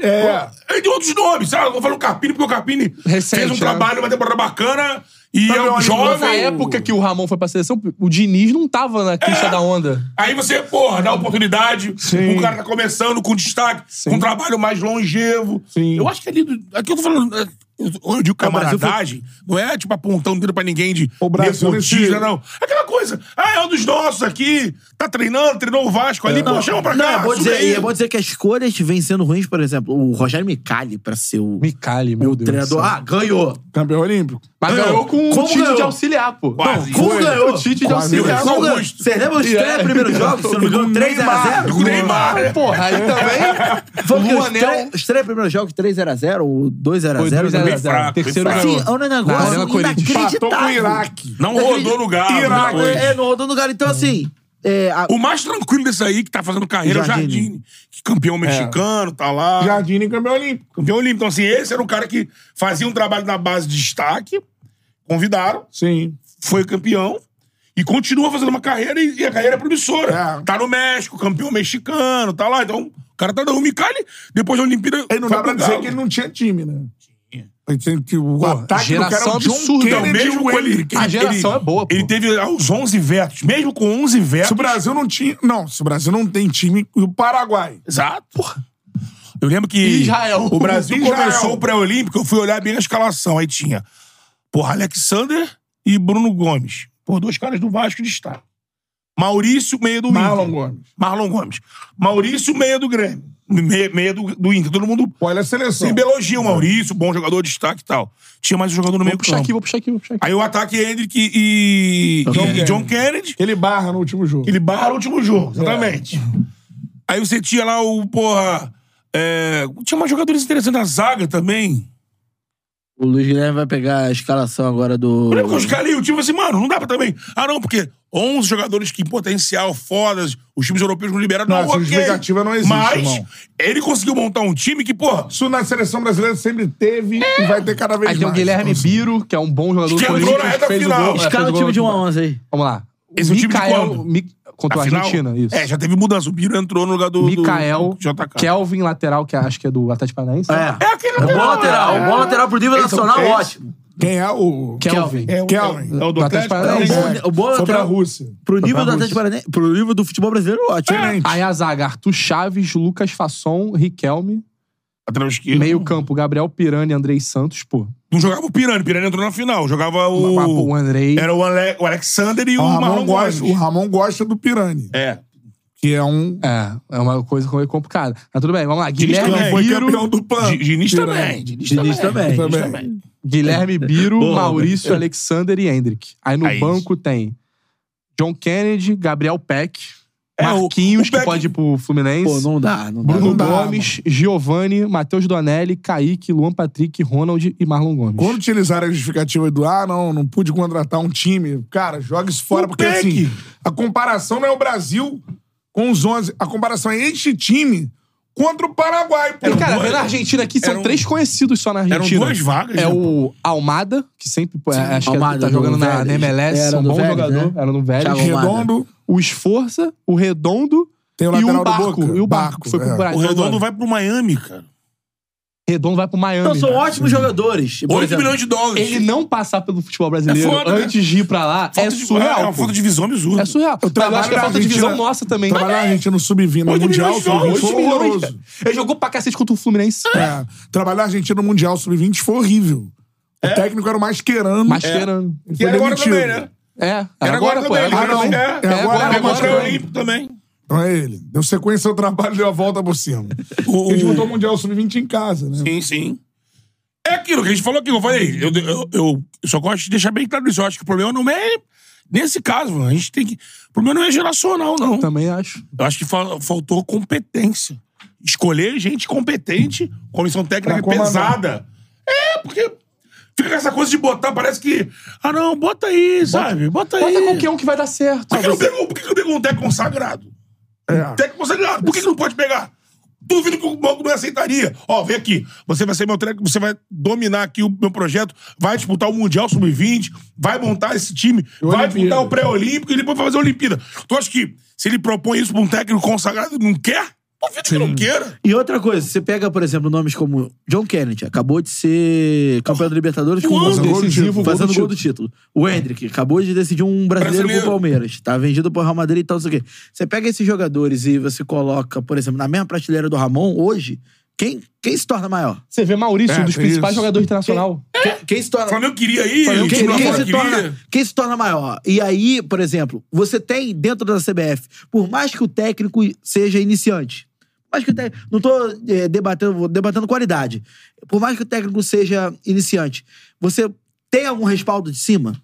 [SPEAKER 1] É. Ele tem outros nomes, sabe? Eu vou falar o Carpini porque o Carpini
[SPEAKER 2] Recente,
[SPEAKER 1] fez um
[SPEAKER 2] né?
[SPEAKER 1] trabalho, uma temporada bacana e é um jovem.
[SPEAKER 2] Na época que o Ramon foi pra seleção, o Diniz não tava na crista
[SPEAKER 1] É.
[SPEAKER 2] da onda.
[SPEAKER 1] Aí você, porra, dá oportunidade. Um cara tá começando com destaque, com um trabalho mais longevo. Eu
[SPEAKER 3] é
[SPEAKER 1] acho que ali. do- Aqui eu tô falando. é, eu- Eu digo camaradagem, não é tipo apontando o dedo pra ninguém de
[SPEAKER 4] O Brasil
[SPEAKER 1] nepotismo, né,
[SPEAKER 4] nesse-
[SPEAKER 1] não. Aquela coisa, ah, é um dos nossos aqui, tá treinando, treinou o Vasco ali, pô, chama pra
[SPEAKER 3] não,
[SPEAKER 1] cá.
[SPEAKER 3] é bom,
[SPEAKER 1] sube
[SPEAKER 3] dizer,
[SPEAKER 1] aí.
[SPEAKER 3] e é bom dizer que as escolhas vêm sendo ruins, por exemplo, o Rogério Micali pra ser o.
[SPEAKER 2] Micali,
[SPEAKER 3] meu Deus
[SPEAKER 2] do
[SPEAKER 3] treinador.
[SPEAKER 2] céu.
[SPEAKER 3] Ah, ganhou.
[SPEAKER 4] Campeão olímpico.
[SPEAKER 2] Mas
[SPEAKER 3] Ganhou.
[SPEAKER 2] ganhou com o
[SPEAKER 3] Como
[SPEAKER 2] Tite de
[SPEAKER 3] ganhou?
[SPEAKER 2] auxiliar, pô.
[SPEAKER 3] Não, como
[SPEAKER 2] foi.
[SPEAKER 3] ganhou?
[SPEAKER 2] O Tite de
[SPEAKER 3] Quase
[SPEAKER 2] auxiliar.
[SPEAKER 3] ganhou. Como ganhou?
[SPEAKER 2] Augusto.
[SPEAKER 3] Você lembra os
[SPEAKER 2] E é.
[SPEAKER 3] três primeiros jogos? Se não me engano,
[SPEAKER 2] Com
[SPEAKER 3] 3 a 0?
[SPEAKER 2] Com Neymar.
[SPEAKER 1] é.
[SPEAKER 2] Porra, aí também...
[SPEAKER 3] Foi que os,
[SPEAKER 2] Luanel-
[SPEAKER 3] três, os três primeiros jogos, 3x0 ou 2x0.
[SPEAKER 2] Foi 2 a 0. Terceiro
[SPEAKER 3] Assim,
[SPEAKER 2] ganhou.
[SPEAKER 3] é um
[SPEAKER 2] Na
[SPEAKER 3] negócio
[SPEAKER 2] Arena Corinthians.
[SPEAKER 3] inacreditável.
[SPEAKER 1] Empatou com o Iraque. Não rodou no Galo
[SPEAKER 3] Iraque.
[SPEAKER 1] depois.
[SPEAKER 3] É, não rodou no Galo. Então, assim... É, a-
[SPEAKER 1] O mais tranquilo desse aí que tá fazendo carreira é o
[SPEAKER 3] Jardine.
[SPEAKER 1] Jardine, que campeão mexicano, tá lá.
[SPEAKER 4] Jardine campeão olímpico.
[SPEAKER 1] Campeão olímpico. Então, assim, esse era o cara que fazia um trabalho na base de destaque, convidaram,
[SPEAKER 4] Sim.
[SPEAKER 1] foi campeão e continua fazendo uma carreira e, e a carreira é promissora. Tá no México, campeão mexicano, tá lá. Então, o cara tá dando um Micali, depois da Olimpíada.
[SPEAKER 4] Ele não
[SPEAKER 1] foi
[SPEAKER 4] dá pra
[SPEAKER 1] pro
[SPEAKER 4] dizer
[SPEAKER 1] Galo.
[SPEAKER 4] que ele não tinha time, né? Ele tem que o ataque do cara é
[SPEAKER 2] geração
[SPEAKER 4] o John
[SPEAKER 2] absurda,
[SPEAKER 1] Então,
[SPEAKER 4] Kennedy e
[SPEAKER 1] mesmo
[SPEAKER 4] o
[SPEAKER 1] com ele,
[SPEAKER 4] Wayne.
[SPEAKER 1] ele-
[SPEAKER 2] é
[SPEAKER 1] ele- Ele teve ah, os 11 vetos. Mesmo com 11 vetos.
[SPEAKER 4] Se o Brasil não tinha... Não, se o Brasil não tem time... E o Paraguai.
[SPEAKER 1] Exato. Porra. Eu lembro que
[SPEAKER 2] Israel.
[SPEAKER 1] o Brasil
[SPEAKER 4] Israel.
[SPEAKER 1] começou o pré-olímpico, eu fui olhar bem a escalação. Aí tinha, porra, Alexander e Bruno Gomes. Por dois caras do Vasco de destaque. Maurício, meia do
[SPEAKER 4] Marlon
[SPEAKER 1] Inter.
[SPEAKER 4] Gomes.
[SPEAKER 1] Marlon Gomes. Maurício, meia do Grêmio. Meia, meia do, do Inter. Todo mundo
[SPEAKER 4] Olha a seleção.
[SPEAKER 1] sempre elogia o Maurício, bom jogador, destaque e tal. Tinha mais um jogador no meio
[SPEAKER 2] Vou puxar aqui,
[SPEAKER 1] campo.
[SPEAKER 2] vou puxar aqui, vou puxar aqui.
[SPEAKER 1] Aí o ataque é Hendrick e,
[SPEAKER 4] John
[SPEAKER 1] e
[SPEAKER 4] Kennedy.
[SPEAKER 1] John Kennedy.
[SPEAKER 4] Ele barra no último jogo.
[SPEAKER 1] Ele barra o último jogo,
[SPEAKER 4] É.
[SPEAKER 1] exatamente. Aí você tinha lá o, porra. é, tinha mais jogadores interessantes na zaga também.
[SPEAKER 3] O Luiz Guilherme vai pegar a escalação agora do...
[SPEAKER 1] Eu lembro que eu escalei o time assim, mano, não dá pra também. Ah, não, porque 11 jogadores que em potencial fodas, os times europeus não liberaram. Não,
[SPEAKER 4] Não, essa
[SPEAKER 1] ok.
[SPEAKER 4] justificativa não existe,
[SPEAKER 1] Mas
[SPEAKER 4] irmão.
[SPEAKER 1] ele conseguiu montar um time que, porra,
[SPEAKER 4] Isso na seleção brasileira sempre teve e vai ter cada vez
[SPEAKER 2] Aí
[SPEAKER 4] mais.
[SPEAKER 2] tem o Guilherme
[SPEAKER 4] Então,
[SPEAKER 2] Biro, que é um bom jogador
[SPEAKER 1] Que
[SPEAKER 2] do
[SPEAKER 1] entrou
[SPEAKER 2] Corinthians.
[SPEAKER 1] na reta
[SPEAKER 2] fez
[SPEAKER 1] final.
[SPEAKER 2] O gol, é,
[SPEAKER 3] Escala
[SPEAKER 2] fez
[SPEAKER 3] o time
[SPEAKER 2] gol
[SPEAKER 3] de
[SPEAKER 2] do-
[SPEAKER 3] 1 a 11 aí.
[SPEAKER 2] Vamos lá.
[SPEAKER 1] Esse é o time de
[SPEAKER 2] Mikael-
[SPEAKER 1] quando?
[SPEAKER 2] Mi- Contra
[SPEAKER 1] na
[SPEAKER 2] a
[SPEAKER 1] final-
[SPEAKER 2] Argentina, isso.
[SPEAKER 1] É, já teve mudança. O Biro entrou no lugar do.
[SPEAKER 2] Mikael,
[SPEAKER 1] do JK.
[SPEAKER 2] Kelvin, lateral, que acho que é do Atlético Paranaense. né?
[SPEAKER 1] É aquele
[SPEAKER 3] É um bom lateral.
[SPEAKER 1] é.
[SPEAKER 3] Um bom lateral pro nível
[SPEAKER 4] esse é o
[SPEAKER 3] nacional,
[SPEAKER 4] Kennedy.
[SPEAKER 3] ótimo.
[SPEAKER 4] Quem é o...
[SPEAKER 2] Kelvin.
[SPEAKER 1] É o,
[SPEAKER 4] Kelvin.
[SPEAKER 1] é o do
[SPEAKER 2] Do
[SPEAKER 1] Atlético.
[SPEAKER 2] Atlético
[SPEAKER 4] É,
[SPEAKER 2] Paranaense.
[SPEAKER 3] bom- o bom
[SPEAKER 4] foi pra
[SPEAKER 3] lateral-
[SPEAKER 4] Rússia.
[SPEAKER 3] Pro nível do
[SPEAKER 2] Vamos.
[SPEAKER 3] Atlético Paranaense... Pro nível do futebol brasileiro, ótimo.
[SPEAKER 2] Aí a zaga, Arthur Chaves, Lucas Fasson, Riquelme.
[SPEAKER 1] Lateral esquerdo.
[SPEAKER 2] Meio campo, Gabriel Pirani, Andrei Santos, pô.
[SPEAKER 1] Não jogava o Pirani. O Pirani entrou na final. Jogava o.
[SPEAKER 2] Mas, pô, o Andrei...
[SPEAKER 1] Era o, Ale- o Alexander e o,
[SPEAKER 4] O
[SPEAKER 1] Marlon
[SPEAKER 4] Ramon,
[SPEAKER 1] Gomes.
[SPEAKER 4] gosta, o Ramon gosta do Pirani,
[SPEAKER 1] É.
[SPEAKER 4] que é um...
[SPEAKER 2] É, é uma coisa meio complicada. Mas tudo bem, vamos lá. Guilherme
[SPEAKER 1] também.
[SPEAKER 4] Foi
[SPEAKER 2] Biro,
[SPEAKER 4] campeão do PAN.
[SPEAKER 1] Gi- Diniz
[SPEAKER 4] Pirani.
[SPEAKER 1] também. Diniz
[SPEAKER 3] Diniz também.
[SPEAKER 4] Também.
[SPEAKER 2] Guilherme Biro,
[SPEAKER 3] Boa,
[SPEAKER 2] Maurício, Alexander e Hendrick. Aí no
[SPEAKER 1] Aí.
[SPEAKER 2] banco tem John Kennedy, Gabriel Peck,
[SPEAKER 1] É, o-
[SPEAKER 2] Marquinhos,
[SPEAKER 1] o Peck-
[SPEAKER 2] que pode ir pro Fluminense.
[SPEAKER 3] Pô, não dá, não dá.
[SPEAKER 2] Bruno
[SPEAKER 4] não dá,
[SPEAKER 2] Gomes, Giovanni, Matheus Donelli, Kaique, Luan Patrick, Ronald e Marlon Gomes.
[SPEAKER 4] Quando utilizaram a justificativa do ah, não, não pude contratar um time, cara, joga isso fora,
[SPEAKER 1] O
[SPEAKER 4] porque
[SPEAKER 1] Peck.
[SPEAKER 4] assim, a comparação não é o Brasil com os 11, a comparação é este time contra o Paraguai, pô.
[SPEAKER 2] E, cara, vendo a Argentina aqui, são
[SPEAKER 1] Eram-
[SPEAKER 2] três conhecidos só na
[SPEAKER 1] eram
[SPEAKER 2] Argentina.
[SPEAKER 1] duas vagas,
[SPEAKER 2] É
[SPEAKER 1] né,
[SPEAKER 2] o Almada, que sempre pô, acho que
[SPEAKER 3] Almada,
[SPEAKER 2] tá
[SPEAKER 3] do
[SPEAKER 2] jogando na,
[SPEAKER 3] Vélez.
[SPEAKER 2] na MLS,
[SPEAKER 3] Era
[SPEAKER 2] é um
[SPEAKER 3] do
[SPEAKER 2] bom
[SPEAKER 3] Vélez,
[SPEAKER 2] jogador,
[SPEAKER 3] né?
[SPEAKER 2] era no Vélez.
[SPEAKER 3] Thiago Almada.
[SPEAKER 4] Redondo,
[SPEAKER 2] O Esforça, o Redondo
[SPEAKER 4] Tem o
[SPEAKER 2] e
[SPEAKER 4] lateral
[SPEAKER 2] o
[SPEAKER 4] do
[SPEAKER 2] Barco.
[SPEAKER 4] Boca.
[SPEAKER 2] E o Barco,
[SPEAKER 4] Barco,
[SPEAKER 2] que foi pro
[SPEAKER 4] é.
[SPEAKER 2] Brasil.
[SPEAKER 1] O Redondo vai pro Miami, cara.
[SPEAKER 2] Redondo vai pro Miami.
[SPEAKER 3] Então são ótimos jogadores. Por
[SPEAKER 2] 8
[SPEAKER 3] exemplo,
[SPEAKER 2] milhões de dólares. Ele não passar pelo futebol brasileiro
[SPEAKER 3] É foda, né?
[SPEAKER 2] antes de ir pra lá
[SPEAKER 3] Falta
[SPEAKER 2] é
[SPEAKER 3] de-
[SPEAKER 2] surreal.
[SPEAKER 3] é uma
[SPEAKER 2] pô.
[SPEAKER 3] falta de visão
[SPEAKER 2] É surreal.
[SPEAKER 4] Eu
[SPEAKER 2] Mas Eu acho que é
[SPEAKER 4] trabalho
[SPEAKER 2] falta de
[SPEAKER 4] na
[SPEAKER 2] visão
[SPEAKER 4] Argentina-
[SPEAKER 2] nossa também.
[SPEAKER 4] trabalho na Argentina no sub-20, no
[SPEAKER 2] Oito
[SPEAKER 4] Mundial,
[SPEAKER 2] milhões de
[SPEAKER 4] sub-20
[SPEAKER 2] jogos,
[SPEAKER 4] foi um
[SPEAKER 2] oito milhões,
[SPEAKER 4] horroroso.
[SPEAKER 2] cara. Ele jogou pra cacete contra o Fluminense.
[SPEAKER 4] É. Trabalhar na Argentina no Mundial Sub-20 foi horrível. O técnico era o Mascherano.
[SPEAKER 2] Mascherano.
[SPEAKER 4] É.
[SPEAKER 2] E
[SPEAKER 4] Ele foi
[SPEAKER 2] agora
[SPEAKER 4] demitido.
[SPEAKER 2] também, né? É.
[SPEAKER 4] Era agora
[SPEAKER 2] pô,
[SPEAKER 4] também.
[SPEAKER 2] era
[SPEAKER 1] né?
[SPEAKER 4] Ah, não.
[SPEAKER 2] também.
[SPEAKER 4] É,
[SPEAKER 2] É
[SPEAKER 4] agora, agora,
[SPEAKER 2] agora, agora.
[SPEAKER 4] agora.
[SPEAKER 1] também.
[SPEAKER 4] Então é ele. Deu sequência ao trabalho, deu a volta por cima.
[SPEAKER 1] O-
[SPEAKER 4] Ele disputou o Mundial Sub-20 em casa, né?
[SPEAKER 1] Sim, sim. É aquilo que a gente falou aqui, eu falei. Eu, eu, eu só gosto de deixar bem claro isso. Eu acho que o problema não é. Nesse caso, a gente tem que. O problema não é geracional, não.
[SPEAKER 2] Também acho.
[SPEAKER 1] Eu acho que fal- faltou competência. Escolher gente competente, comissão técnica
[SPEAKER 4] Pra comandar.
[SPEAKER 1] pesada. É, porque fica com essa coisa de botar, parece que. Ah, não, bota aí, sabe? Bota aí.
[SPEAKER 2] Bota qualquer um que vai dar certo.
[SPEAKER 1] Por que, não pegou, por que não pegou um técnico consagrado? Técnico consagrado, por que, que não pode pegar? Duvido que o banco não aceitaria. Ó, vem aqui, você vai ser meu técnico, você vai dominar aqui o meu projeto, vai disputar o Mundial Sub-20, vai montar esse time, vai disputar o pré-olímpico e depois vai fazer a Olimpíada. Tu acha que se ele propõe isso pra um técnico consagrado e não quer? Duvido que não queira.
[SPEAKER 3] E outra coisa, você pega, por exemplo, nomes como John Kennedy, acabou de ser campeão da Libertadores com
[SPEAKER 4] Um ano
[SPEAKER 3] fazendo gol do
[SPEAKER 4] decisivo,
[SPEAKER 3] título.
[SPEAKER 4] gol do
[SPEAKER 3] Fazendo gol do título. O Hendrick acabou de decidir um brasileiro,
[SPEAKER 4] Brasileiro.
[SPEAKER 3] com o Palmeiras. Tá vendido pro Real Madrid e tal, não sei o quê. Você pega esses jogadores e você coloca, por exemplo, na mesma prateleira do Ramon, hoje, quem, quem se torna maior?
[SPEAKER 2] Você vê Maurício,
[SPEAKER 4] É,
[SPEAKER 2] um dos principais jogadores internacional.
[SPEAKER 3] Quem, quem se torna...
[SPEAKER 1] Flamengo queria ir,
[SPEAKER 3] Flamengo
[SPEAKER 1] o time
[SPEAKER 3] quem,
[SPEAKER 1] lá
[SPEAKER 3] quem
[SPEAKER 1] fora
[SPEAKER 3] se
[SPEAKER 1] queria.
[SPEAKER 3] torna, quem se torna maior? E aí, por exemplo, você tem dentro da CBF, por mais que o técnico seja iniciante, por mais que o técnico, não tô eh, debatendo, vou debatendo qualidade, por mais que o técnico seja iniciante, você tem algum respaldo de cima?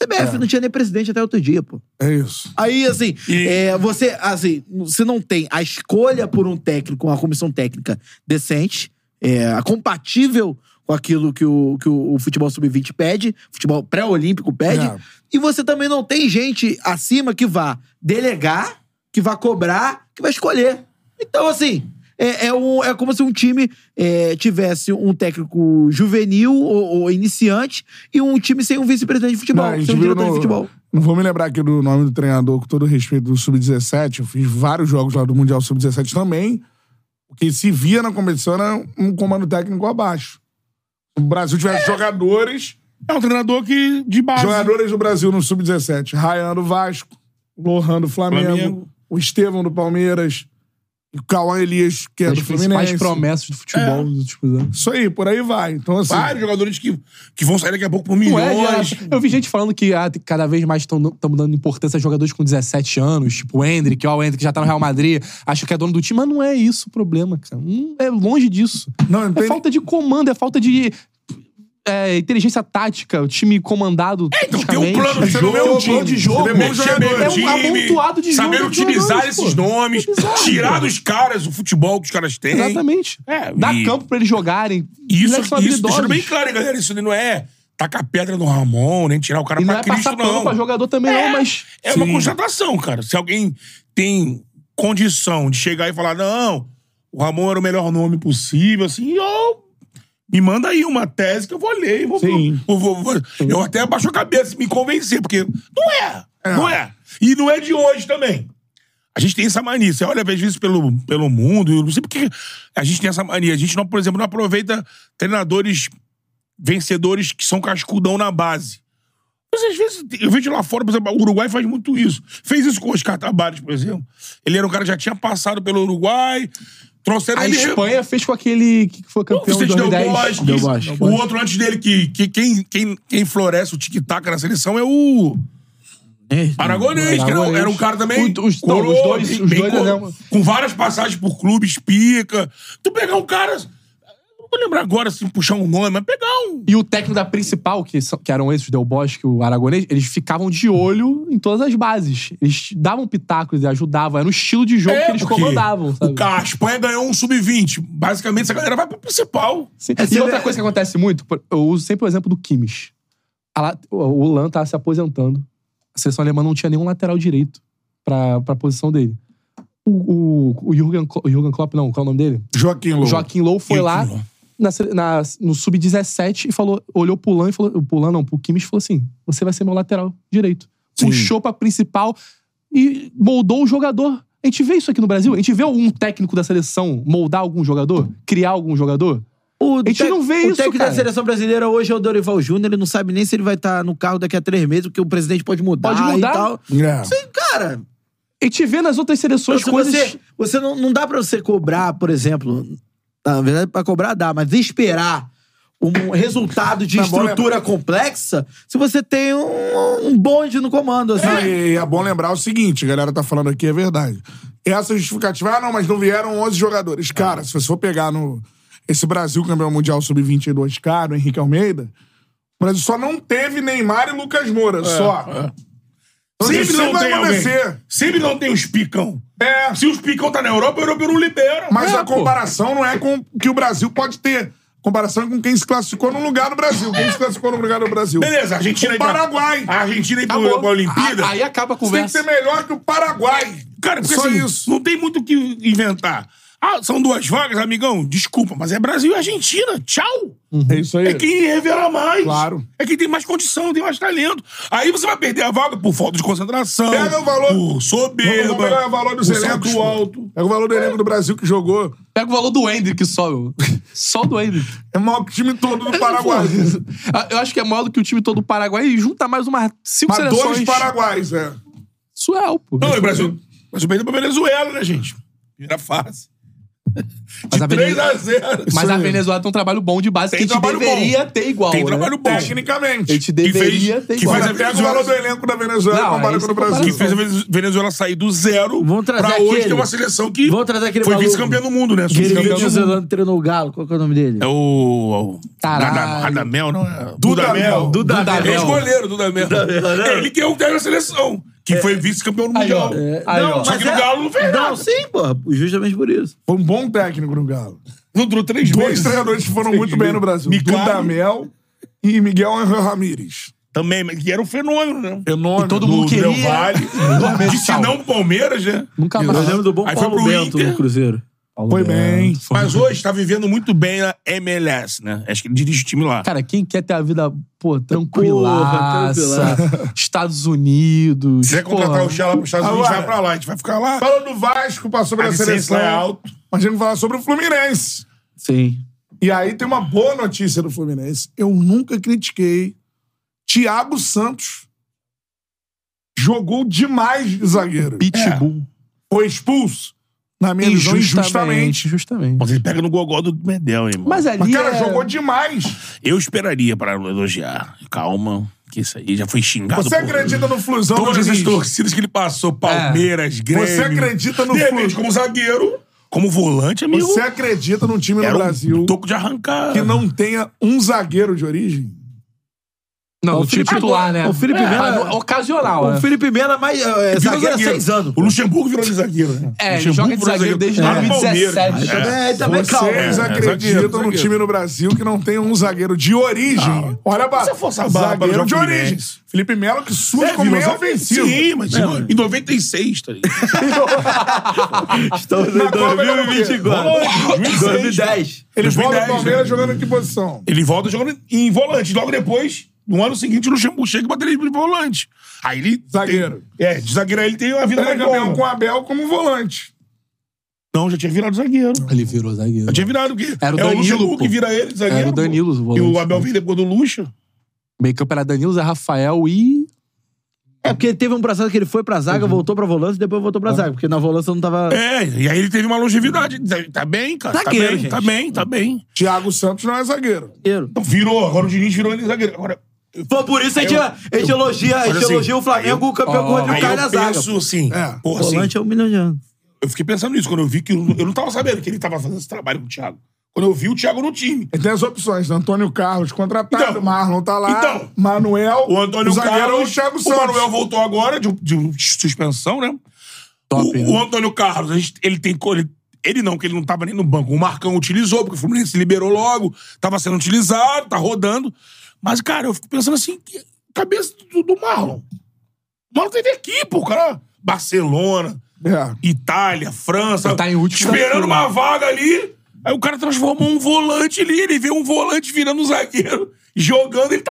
[SPEAKER 3] CBF não tinha nem presidente até outro dia, pô.
[SPEAKER 4] É isso.
[SPEAKER 3] Aí, assim, é, você, assim, você não tem a escolha por um técnico, uma comissão técnica decente, é, a compatível com aquilo que o, que o, o futebol sub-20 pede, futebol pré-olímpico pede,
[SPEAKER 4] É.
[SPEAKER 3] e você também não tem gente acima que vá delegar, que vá cobrar, que vai escolher. Então, assim, é, é, um- é como se um time é, tivesse um técnico juvenil ou, ou iniciante e um time sem um vice-presidente de futebol,
[SPEAKER 4] Não, a gente
[SPEAKER 3] sem um
[SPEAKER 4] viu
[SPEAKER 3] diretor
[SPEAKER 4] no-
[SPEAKER 3] de futebol.
[SPEAKER 4] Não vou me lembrar aqui do nome do treinador, com todo respeito do Sub-17. Eu fiz vários jogos lá do Mundial Sub-17 também. O que se via na competição era um comando técnico abaixo. Se O Brasil tivesse jogadores.
[SPEAKER 1] É um treinador que de base.
[SPEAKER 4] Jogadores do Brasil no Sub-17. Ryan do Vasco, Lohan do Flamengo,
[SPEAKER 1] Flamengo.
[SPEAKER 4] o Estevão do Palmeiras, o Cauã Elias, que é
[SPEAKER 2] As
[SPEAKER 4] do
[SPEAKER 2] principais
[SPEAKER 4] Fluminense. É.
[SPEAKER 2] promessas do futebol dos últimos anos.
[SPEAKER 4] Isso aí, por aí vai. Então, assim.
[SPEAKER 1] Vários jogadores que, que vão sair daqui a pouco por
[SPEAKER 2] Não
[SPEAKER 1] milhões.
[SPEAKER 2] é,
[SPEAKER 1] Então,
[SPEAKER 2] geração. eu vi gente falando que ah, cada vez mais estamos dando importância a jogadores com 17 anos, tipo o Hendrick, ó, o Hendrick já tá no Real Madrid, acha que é dono do time, mas não é isso o problema, cara. Não é longe disso.
[SPEAKER 4] Não, não
[SPEAKER 2] É
[SPEAKER 4] tem-
[SPEAKER 2] falta de comando, é falta de é, inteligência tática, o time comandado. É,
[SPEAKER 1] Então tem um plano de
[SPEAKER 4] Você não
[SPEAKER 1] jogo,
[SPEAKER 4] vê um plano de jogo.
[SPEAKER 1] você vê um
[SPEAKER 4] Mexer
[SPEAKER 1] jogador,
[SPEAKER 4] no
[SPEAKER 2] time,
[SPEAKER 1] Saber
[SPEAKER 2] jogadores,
[SPEAKER 1] utilizar
[SPEAKER 2] pô.
[SPEAKER 1] esses nomes,
[SPEAKER 2] É bizarro,
[SPEAKER 1] tirar
[SPEAKER 2] pô.
[SPEAKER 1] dos caras o futebol que os caras têm.
[SPEAKER 2] Exatamente.
[SPEAKER 1] É,
[SPEAKER 2] Dá
[SPEAKER 1] e-
[SPEAKER 2] campo pra eles jogarem.
[SPEAKER 1] Isso,
[SPEAKER 2] moleques são
[SPEAKER 1] isso
[SPEAKER 2] habilidosos.
[SPEAKER 1] deixando bem claro, hein, galera. Isso não é tacar pedra no Ramon, nem tirar o cara
[SPEAKER 2] E não
[SPEAKER 1] pra
[SPEAKER 2] é
[SPEAKER 1] Cristo,
[SPEAKER 2] passar pano
[SPEAKER 1] não.
[SPEAKER 2] pra jogador também, não, mas.
[SPEAKER 1] É uma constatação, cara. Se alguém tem condição de chegar e falar, não, o Ramon era o melhor nome possível, assim, eu... me manda aí uma tese que eu vou ler. e Vou,
[SPEAKER 4] Sim.
[SPEAKER 1] vou- vou- vou- Eu até abaixo a cabeça e me convencer, porque não é, não é. E não é de hoje também. A gente tem essa mania. Você olha, às vezes, pelo, pelo mundo, eu não sei porque a gente tem essa mania. A gente, não, por exemplo, não aproveita treinadores vencedores que são cascudão na base. Mas às vezes eu vejo lá fora, por exemplo, o Uruguai faz muito isso. Fez isso com o Oscar Tabares, por exemplo. Ele era um cara que já tinha passado pelo Uruguai, trouxeram
[SPEAKER 2] A
[SPEAKER 1] ele.
[SPEAKER 2] Espanha fez com aquele que foi campeão
[SPEAKER 1] Você
[SPEAKER 2] em
[SPEAKER 1] deu
[SPEAKER 2] 2010.
[SPEAKER 1] Bosque,
[SPEAKER 2] Del Bosque.
[SPEAKER 1] O outro é antes dele, que, que quem, quem, quem floresce o tic-tac na seleção é o. Aragonês, que era,
[SPEAKER 2] Aragonês.
[SPEAKER 1] era um cara também.
[SPEAKER 2] O- os- não,
[SPEAKER 1] coroa,
[SPEAKER 2] os dois-
[SPEAKER 1] bem-
[SPEAKER 2] os
[SPEAKER 1] bem
[SPEAKER 2] dois
[SPEAKER 1] cor-
[SPEAKER 2] eram-
[SPEAKER 1] Com várias passagens por clubes, pica. Tu pegar um cara. Não vou lembrar agora, assim, puxar um nome, mas pegar um.
[SPEAKER 2] E o técnico da principal, que, são- que eram esses, o Del Bosque, o Aragonês, eles ficavam de olho em todas as bases. Eles davam pitacos e ajudavam. Era o estilo de jogo É, que eles
[SPEAKER 1] É, porque
[SPEAKER 2] comandavam, sabe?
[SPEAKER 1] O cara, a Espanha ganhou um sub-20. Basicamente, essa galera vai pro principal.
[SPEAKER 2] Sim.
[SPEAKER 4] É,
[SPEAKER 2] E outra coisa que acontece muito, por- eu uso sempre o exemplo do Kimmich. A la- o- O Lan tava se aposentando. A seleção alemã não tinha nenhum lateral direito pra, pra posição dele. O, o, o Jürgen, Klo- o Jürgen Klopp, não, qual é o nome dele?
[SPEAKER 4] Joaquim Lowe.
[SPEAKER 2] Joaquim Low foi
[SPEAKER 4] Joaquim
[SPEAKER 2] lá
[SPEAKER 4] Low.
[SPEAKER 2] na sele- na- no sub-17 e falou, olhou pro Lan e falou, pro Lan não, pro Kimmich e falou assim, você vai ser meu lateral direito. Puxou pra principal e moldou o jogador. A gente vê isso aqui no Brasil? A gente vê algum técnico da seleção moldar algum jogador? Criar algum jogador?
[SPEAKER 3] O
[SPEAKER 2] a gente
[SPEAKER 3] tec-
[SPEAKER 2] não vê
[SPEAKER 3] O
[SPEAKER 2] isso,
[SPEAKER 3] técnico
[SPEAKER 2] cara.
[SPEAKER 3] da seleção brasileira hoje é o Dorival Júnior. Ele não sabe nem se ele vai estar no carro daqui a três meses, porque o presidente pode mudar,
[SPEAKER 2] Pode mudar.
[SPEAKER 3] e tal.
[SPEAKER 2] É.
[SPEAKER 3] Sim, cara.
[SPEAKER 2] E te vê nas outras seleções
[SPEAKER 3] Então, se
[SPEAKER 2] coisas...
[SPEAKER 3] Você, você não, não dá pra você cobrar, por exemplo... Na verdade, pra cobrar dá, mas esperar um resultado de
[SPEAKER 4] Tá bom,
[SPEAKER 3] estrutura
[SPEAKER 4] lembra-
[SPEAKER 3] complexa se você tem um, um bonde no comando, assim.
[SPEAKER 4] É, e é bom lembrar o seguinte, a galera tá falando aqui, é verdade. Essa justificativa, ah, não, mas não vieram 11 jogadores. Cara, se você for pegar no esse Brasil campeão mundial sub-22, cara, o Henrique Almeida, o Brasil só não teve Neymar e Lucas Moura, só.
[SPEAKER 1] Sempre
[SPEAKER 4] Isso
[SPEAKER 1] É, não
[SPEAKER 4] vai
[SPEAKER 1] tem alguém.
[SPEAKER 4] acontecer.
[SPEAKER 1] Sempre não tem os picão. É. Se os picão tá na Europa, o europeu não libera.
[SPEAKER 4] Mas
[SPEAKER 1] É,
[SPEAKER 4] a
[SPEAKER 1] pô.
[SPEAKER 4] comparação não é com o que o Brasil pode ter. Comparação é com quem se classificou no lugar do Brasil. Quem se classificou no lugar do Brasil.
[SPEAKER 1] Beleza, a Argentina
[SPEAKER 4] O
[SPEAKER 1] ir pra-
[SPEAKER 4] Paraguai.
[SPEAKER 1] A Argentina ir pra,
[SPEAKER 4] Acabou.
[SPEAKER 1] pra Olimpíada.
[SPEAKER 4] A- aí
[SPEAKER 2] acaba a
[SPEAKER 4] conversa.
[SPEAKER 1] Tem que ser melhor que o Paraguai. Cara, porque
[SPEAKER 4] Só
[SPEAKER 1] assim,
[SPEAKER 4] isso.
[SPEAKER 1] não tem muito o que inventar. Ah, são duas vagas, amigão? Desculpa, mas é Brasil e Argentina. Tchau.
[SPEAKER 2] Uhum.
[SPEAKER 4] É isso aí.
[SPEAKER 1] É quem revela mais.
[SPEAKER 4] Claro.
[SPEAKER 1] É quem tem mais condição, tem mais talento. Aí você vai perder a vaga por falta de concentração.
[SPEAKER 4] Pega o valor.
[SPEAKER 1] Por soberba.
[SPEAKER 4] Vamos pegar o valor dos
[SPEAKER 1] por salto
[SPEAKER 4] elencos, pô.
[SPEAKER 1] alto.
[SPEAKER 4] Pega o valor do elenco do Brasil que jogou.
[SPEAKER 2] Pega o valor do Hendrick só, meu. Só do Hendrick.
[SPEAKER 4] É maior que o time todo do Paraguai.
[SPEAKER 2] Pô, Eu acho que é maior do que o time todo do Paraguai e junta mais umas cinco
[SPEAKER 4] Mas
[SPEAKER 2] seleções.
[SPEAKER 4] dois paraguaios, é.
[SPEAKER 2] Suel, pô.
[SPEAKER 1] Não, e o Brasil. O Brasil perdeu pra Venezuela, né, gente? Primeira fase.
[SPEAKER 2] Mas a,
[SPEAKER 1] De
[SPEAKER 2] Vene-
[SPEAKER 1] 3 tipo, a 0.
[SPEAKER 2] Mas a Venezuela tem um trabalho bom de base
[SPEAKER 1] Tem
[SPEAKER 2] que a gente
[SPEAKER 1] trabalho
[SPEAKER 2] deveria
[SPEAKER 1] bom.
[SPEAKER 2] ter igual.
[SPEAKER 1] Tem
[SPEAKER 2] né?
[SPEAKER 1] trabalho bom.
[SPEAKER 4] Tecnicamente.
[SPEAKER 2] A gente
[SPEAKER 1] Que fez-
[SPEAKER 2] deveria ter
[SPEAKER 1] que
[SPEAKER 2] igual.
[SPEAKER 1] faz a
[SPEAKER 4] Pega o valor do elenco da Venezuela
[SPEAKER 2] Não, tá
[SPEAKER 4] e compara
[SPEAKER 2] aí
[SPEAKER 4] com o
[SPEAKER 2] você
[SPEAKER 4] do Brasil.
[SPEAKER 1] Que fez a Vene- Venezuela sair do zero
[SPEAKER 3] Vamos trazer
[SPEAKER 1] pra hoje
[SPEAKER 3] aquele-
[SPEAKER 1] ter uma seleção que
[SPEAKER 3] Vamos trazer aquele
[SPEAKER 1] foi
[SPEAKER 3] maluco.
[SPEAKER 1] vice-campeã do mundo, né?
[SPEAKER 3] Que ele
[SPEAKER 1] Vice-campeã do mundo.
[SPEAKER 3] venezuelano treinou o Galo. Qual que é o nome dele?
[SPEAKER 1] É o. o
[SPEAKER 2] Caralho.
[SPEAKER 1] Rada- Radamel, não é?
[SPEAKER 4] Dudamel.
[SPEAKER 2] Dudamel.
[SPEAKER 1] Ex-goleiro, É Dudamel.
[SPEAKER 3] Dudamel, né?
[SPEAKER 1] Ele que é o que tá na seleção, que foi vice-campeão do
[SPEAKER 2] Aí, ó.
[SPEAKER 1] Mundial.
[SPEAKER 2] Aí, ó.
[SPEAKER 1] Só
[SPEAKER 3] mas
[SPEAKER 1] que no
[SPEAKER 3] é-
[SPEAKER 1] Galo não fez
[SPEAKER 3] Não,
[SPEAKER 1] nada.
[SPEAKER 3] sim, porra. Justamente por isso.
[SPEAKER 4] Foi um bom técnico no Galo.
[SPEAKER 1] Não durou três
[SPEAKER 4] Dois
[SPEAKER 1] meses.
[SPEAKER 4] treinadores que foram muito bem no Brasil.
[SPEAKER 1] Micali.
[SPEAKER 4] Dudamel e Miguel Angel Ramírez.
[SPEAKER 1] Também, mas que era um fenômeno, né?
[SPEAKER 4] Fenômeno.
[SPEAKER 2] todo mundo
[SPEAKER 1] Do Del
[SPEAKER 2] queria.
[SPEAKER 1] Valle.
[SPEAKER 2] Dormir,
[SPEAKER 1] Disse
[SPEAKER 2] salva.
[SPEAKER 1] não pro Palmeiras, né?
[SPEAKER 2] Nunca
[SPEAKER 3] Eu
[SPEAKER 2] mais.
[SPEAKER 3] lembro do bom
[SPEAKER 1] Aí foi
[SPEAKER 3] Paulo
[SPEAKER 1] pro
[SPEAKER 3] Bento
[SPEAKER 1] Inter.
[SPEAKER 3] no Cruzeiro.
[SPEAKER 4] Foi bem.
[SPEAKER 1] Mas hoje tá vivendo muito bem na MLS, né? Acho que ele dirige o time lá.
[SPEAKER 2] Cara, quem quer ter a vida, pô,
[SPEAKER 3] Porra,
[SPEAKER 2] tranquilaça, Estados Unidos.
[SPEAKER 1] Se quiser contratar
[SPEAKER 2] porra.
[SPEAKER 1] o Xalá pros Estados Unidos,
[SPEAKER 4] Agora-
[SPEAKER 1] vai pra lá. A gente vai ficar lá.
[SPEAKER 4] Falando do Vasco, passou
[SPEAKER 1] A
[SPEAKER 4] pela
[SPEAKER 1] licença
[SPEAKER 4] seleção.
[SPEAKER 1] é alto.
[SPEAKER 4] Mas vamos falar sobre o Fluminense.
[SPEAKER 3] Sim.
[SPEAKER 4] E aí tem uma boa notícia do Fluminense. Eu nunca critiquei. Thiago Santos jogou demais de zagueiro. É.
[SPEAKER 2] Pitbull.
[SPEAKER 4] Foi expulso, na minha
[SPEAKER 2] um,
[SPEAKER 4] visão, injustamente.
[SPEAKER 2] Injustamente. Justamente.
[SPEAKER 1] Mas ele pega no gogó do Medel, hein, mano?
[SPEAKER 2] Mas ali.
[SPEAKER 4] Mas, cara,
[SPEAKER 2] é-
[SPEAKER 4] jogou demais.
[SPEAKER 1] Eu esperaria para elogiar. Calma, que isso aí já foi xingado.
[SPEAKER 4] Você
[SPEAKER 1] por
[SPEAKER 4] acredita no Flusão,
[SPEAKER 1] Todas
[SPEAKER 4] Dorival?
[SPEAKER 1] essas torcidas que ele passou,
[SPEAKER 2] É.
[SPEAKER 1] Palmeiras, Grêmio.
[SPEAKER 4] Você acredita no
[SPEAKER 1] De repente,
[SPEAKER 4] Fluminense?
[SPEAKER 1] como zagueiro, como volante, amigo.
[SPEAKER 3] é
[SPEAKER 4] Você acredita num time
[SPEAKER 1] era
[SPEAKER 4] no
[SPEAKER 1] um
[SPEAKER 4] Brasil
[SPEAKER 1] toco de arrancar.
[SPEAKER 4] que não tenha um zagueiro de origem?
[SPEAKER 2] Não,
[SPEAKER 3] O
[SPEAKER 2] o time
[SPEAKER 3] Felipe-
[SPEAKER 2] titular, né?
[SPEAKER 3] o Felipe
[SPEAKER 2] é,
[SPEAKER 3] Melo-
[SPEAKER 2] mas Ocasional,
[SPEAKER 3] O
[SPEAKER 2] né?
[SPEAKER 3] Felipe Melo é, mais, é
[SPEAKER 1] Virou
[SPEAKER 3] zagueiro há seis anos.
[SPEAKER 1] O Luxemburgo virou de zagueiro. né?
[SPEAKER 2] É, ele
[SPEAKER 1] Luxemburgo
[SPEAKER 2] joga de
[SPEAKER 1] virou
[SPEAKER 2] zagueiro Ah, desde
[SPEAKER 1] Lá no
[SPEAKER 2] 2017.
[SPEAKER 1] Palmeiras.
[SPEAKER 2] Aí
[SPEAKER 1] É.
[SPEAKER 3] É, também calma.
[SPEAKER 4] Vocês
[SPEAKER 1] é,
[SPEAKER 4] acreditam
[SPEAKER 1] zagueiro,
[SPEAKER 4] num
[SPEAKER 1] zagueiro.
[SPEAKER 4] time no Brasil que não tem um zagueiro de origem? Olha a barra.
[SPEAKER 1] Você força a barra pra
[SPEAKER 4] um Zagueiro
[SPEAKER 1] jogar
[SPEAKER 4] de
[SPEAKER 1] com
[SPEAKER 4] origem.
[SPEAKER 1] Fluminense.
[SPEAKER 4] Felipe Melo que surge
[SPEAKER 1] É,
[SPEAKER 4] como
[SPEAKER 1] virou
[SPEAKER 4] meio
[SPEAKER 1] zagueiro.
[SPEAKER 4] ofensivo.
[SPEAKER 1] Sim, mas
[SPEAKER 2] É.
[SPEAKER 1] tipo, em 96, tá ligado?
[SPEAKER 3] Estamos em
[SPEAKER 4] Na Copa ele era o quê?
[SPEAKER 3] 2024. 2010.
[SPEAKER 4] Ele volta
[SPEAKER 1] 2010,
[SPEAKER 4] pro Palmeiras
[SPEAKER 1] né?
[SPEAKER 4] jogando em que posição?
[SPEAKER 1] Ele volta jogando em volante. Logo depois, no ano seguinte, o Luxemburgo chega e bota ele de volante. Aí ele.
[SPEAKER 4] Zagueiro.
[SPEAKER 1] tem- é, de zagueiro aí ele tem a vida
[SPEAKER 4] Ele é
[SPEAKER 1] mais
[SPEAKER 4] campeão
[SPEAKER 1] longa.
[SPEAKER 4] com o Abel como volante.
[SPEAKER 1] Não, já tinha virado zagueiro.
[SPEAKER 2] Ele virou zagueiro.
[SPEAKER 1] Já tinha virado o quê?
[SPEAKER 2] Era o
[SPEAKER 1] é
[SPEAKER 2] Danilo,
[SPEAKER 1] o Luxemburgo
[SPEAKER 2] pô.
[SPEAKER 1] que vira ele, de zagueiro.
[SPEAKER 2] Era o Danilo, o
[SPEAKER 1] pô. E
[SPEAKER 2] volante.
[SPEAKER 1] o Abel vem depois do Luxa.
[SPEAKER 2] Meio campo era Danilo, Zé Rafael e.
[SPEAKER 3] É porque teve um processo que ele foi pra zaga, voltou pra volância e depois voltou pra zaga. Porque na volância não tava...
[SPEAKER 1] É, e aí ele teve uma longevidade. Tá bem, cara.
[SPEAKER 3] Zagueiro,
[SPEAKER 1] tá bem,
[SPEAKER 3] gente.
[SPEAKER 1] tá bem, tá bem.
[SPEAKER 4] Thiago Santos não é zagueiro.
[SPEAKER 3] zagueiro.
[SPEAKER 1] Então virou, agora o Diniz virou ele de zagueiro. Agora,
[SPEAKER 3] Pô, por isso a gente,
[SPEAKER 1] Eu-
[SPEAKER 3] a gente elogia, a
[SPEAKER 1] Mas
[SPEAKER 3] gente
[SPEAKER 1] assim,
[SPEAKER 3] elogia o Flamengo, o campeão com o Rodrigo
[SPEAKER 1] aí
[SPEAKER 3] Caio na
[SPEAKER 1] eu
[SPEAKER 3] zaga.
[SPEAKER 1] penso assim,
[SPEAKER 4] É,
[SPEAKER 1] porra, assim,
[SPEAKER 3] Volante é um milhão de anos.
[SPEAKER 1] eu fiquei pensando nisso quando eu vi que... Eu, eu não tava sabendo que ele tava fazendo esse trabalho com o Thiago. Quando eu vi o Thiago no time.
[SPEAKER 4] Ele tem as opções. né? Antônio Carlos contratado,
[SPEAKER 1] Então,
[SPEAKER 4] Marlon tá lá.
[SPEAKER 1] então,
[SPEAKER 4] Manuel,
[SPEAKER 1] O Antônio
[SPEAKER 4] zagueiro
[SPEAKER 1] Carlos.
[SPEAKER 4] e o Thiago
[SPEAKER 1] o
[SPEAKER 4] Santos.
[SPEAKER 1] Manuel voltou agora de, de suspensão, né?
[SPEAKER 2] Top,
[SPEAKER 1] o,
[SPEAKER 2] né?
[SPEAKER 1] o Antônio Carlos, a gente- ele tem. co- Ele, ele não, que ele não tava nem no banco. O Marcão utilizou, porque o Fluminense liberou logo, tava sendo utilizado, tá rodando. Mas, cara, eu fico pensando assim, que- cabeça do, do Marlon. O Marlon teve aqui, pô, cara. Barcelona,
[SPEAKER 4] É.
[SPEAKER 1] Itália, França.
[SPEAKER 2] Ele tá em último.
[SPEAKER 1] Esperando uma vaga ali. Aí o cara transformou um volante ali, ele vê um volante virando um zagueiro, jogando, ele tá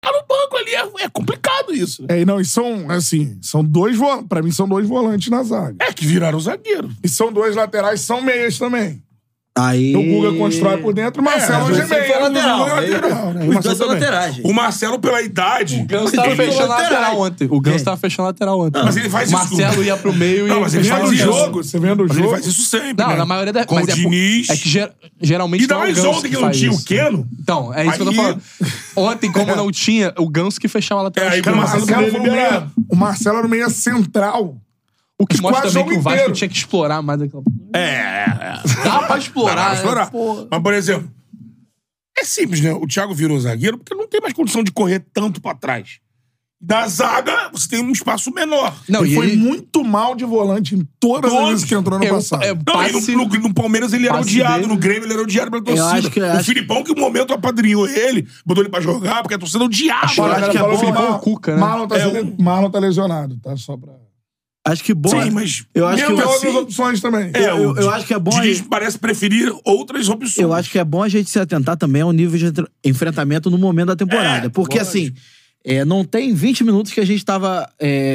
[SPEAKER 2] Tá no banco ali, é, é complicado isso.
[SPEAKER 1] É, e não, e são, assim, são dois volantes. Pra mim, são dois volantes na zaga.
[SPEAKER 2] É, que viraram zagueiro.
[SPEAKER 1] E são dois laterais, são meias também.
[SPEAKER 3] Aí.
[SPEAKER 1] O Guga constrói por dentro, o Marcelo
[SPEAKER 3] mas
[SPEAKER 1] é,
[SPEAKER 3] você foi
[SPEAKER 1] meia.
[SPEAKER 3] lateral,
[SPEAKER 1] o Guga é
[SPEAKER 3] aí-
[SPEAKER 1] lateral, né?
[SPEAKER 3] os
[SPEAKER 1] O
[SPEAKER 3] dois
[SPEAKER 1] Marcelo
[SPEAKER 3] são
[SPEAKER 1] também.
[SPEAKER 3] laterais, gente.
[SPEAKER 2] O Marcelo, pela idade. O
[SPEAKER 12] Ganso tava fechando a lateral ontem. O Ganso tava fechando a lateral ontem.
[SPEAKER 2] Mas ele faz isso.
[SPEAKER 12] Marcelo ia pro meio
[SPEAKER 2] Não,
[SPEAKER 12] e
[SPEAKER 2] mas ele
[SPEAKER 12] fechava
[SPEAKER 2] faz
[SPEAKER 12] o
[SPEAKER 2] isso.
[SPEAKER 12] Ganso.
[SPEAKER 1] jogo, você vendo o
[SPEAKER 2] Mas
[SPEAKER 1] jogo.
[SPEAKER 2] ele faz isso sempre.
[SPEAKER 12] Não,
[SPEAKER 2] né?
[SPEAKER 12] na maioria das
[SPEAKER 2] Com
[SPEAKER 12] mas
[SPEAKER 2] o
[SPEAKER 12] é por-
[SPEAKER 2] Diniz.
[SPEAKER 12] É, que ger- geralmente
[SPEAKER 2] E dá
[SPEAKER 12] não é o
[SPEAKER 2] mais
[SPEAKER 12] Ganso
[SPEAKER 2] ontem que não
[SPEAKER 12] faz
[SPEAKER 2] tinha o
[SPEAKER 12] isso.
[SPEAKER 2] Keno.
[SPEAKER 12] Então, é isso que eu tô
[SPEAKER 2] Aí-
[SPEAKER 12] falando. Ontem, como não tinha, o Ganso que fechava a lateral.
[SPEAKER 2] É, aí
[SPEAKER 12] esquerda.
[SPEAKER 1] O
[SPEAKER 2] pro
[SPEAKER 1] Marcelo,
[SPEAKER 2] Marcelo
[SPEAKER 1] foi o
[SPEAKER 2] liberado.
[SPEAKER 1] meia- o Marcelo era o meia central.
[SPEAKER 12] O que mostra
[SPEAKER 1] quase
[SPEAKER 12] também
[SPEAKER 1] o
[SPEAKER 12] que o
[SPEAKER 1] jogo
[SPEAKER 12] Vasco
[SPEAKER 1] inteiro.
[SPEAKER 12] tinha que explorar mais aquela.
[SPEAKER 2] É, é, é.
[SPEAKER 12] Dá pra explorar.
[SPEAKER 2] Dá pra
[SPEAKER 12] né?
[SPEAKER 2] explorar.
[SPEAKER 12] Porra.
[SPEAKER 2] Mas, por exemplo, é simples, né? O Thiago virou zagueiro porque não tem mais condição de correr tanto pra trás. Da zaga, você tem um espaço menor.
[SPEAKER 12] Não,
[SPEAKER 1] ele
[SPEAKER 12] e
[SPEAKER 1] foi
[SPEAKER 12] ele-
[SPEAKER 1] muito mal de volante em todas as
[SPEAKER 2] Todos.
[SPEAKER 1] vezes que entrou no
[SPEAKER 12] Eu-
[SPEAKER 1] passado.
[SPEAKER 12] é,
[SPEAKER 2] Não, e
[SPEAKER 12] passe-
[SPEAKER 2] no, no- no Palmeiras ele era
[SPEAKER 12] passe
[SPEAKER 2] odiado,
[SPEAKER 12] dele.
[SPEAKER 2] no Grêmio ele era odiado pela torcida.
[SPEAKER 3] acho que-
[SPEAKER 2] o
[SPEAKER 3] acho-
[SPEAKER 2] Filipão, que no momento apadrinhou ele, botou ele pra jogar, porque a torcida odiava.
[SPEAKER 12] Acho que
[SPEAKER 2] ele.
[SPEAKER 12] era-
[SPEAKER 1] Falou
[SPEAKER 12] bom,
[SPEAKER 1] que
[SPEAKER 12] Filipão,
[SPEAKER 1] Mar-
[SPEAKER 12] o Cuca, né?
[SPEAKER 1] Marlon tá,
[SPEAKER 2] É,
[SPEAKER 1] sendo- Marlon tá lesionado, tá? Só pra...
[SPEAKER 3] Acho que bom.
[SPEAKER 2] Sim, mas.
[SPEAKER 3] Eu acho
[SPEAKER 1] Tem
[SPEAKER 3] que
[SPEAKER 2] mesmo
[SPEAKER 3] o-
[SPEAKER 1] outras
[SPEAKER 2] assim,
[SPEAKER 1] opções também.
[SPEAKER 2] é,
[SPEAKER 3] eu-
[SPEAKER 2] o
[SPEAKER 3] eu acho que é bom
[SPEAKER 2] Diniz
[SPEAKER 3] aí-
[SPEAKER 2] parece preferir outras opções.
[SPEAKER 3] Eu acho que é bom a gente se atentar também ao nível de entre- enfrentamento no momento da temporada.
[SPEAKER 2] É,
[SPEAKER 3] porque,
[SPEAKER 2] lógico.
[SPEAKER 3] assim, é, não tem 20 minutos que a gente estava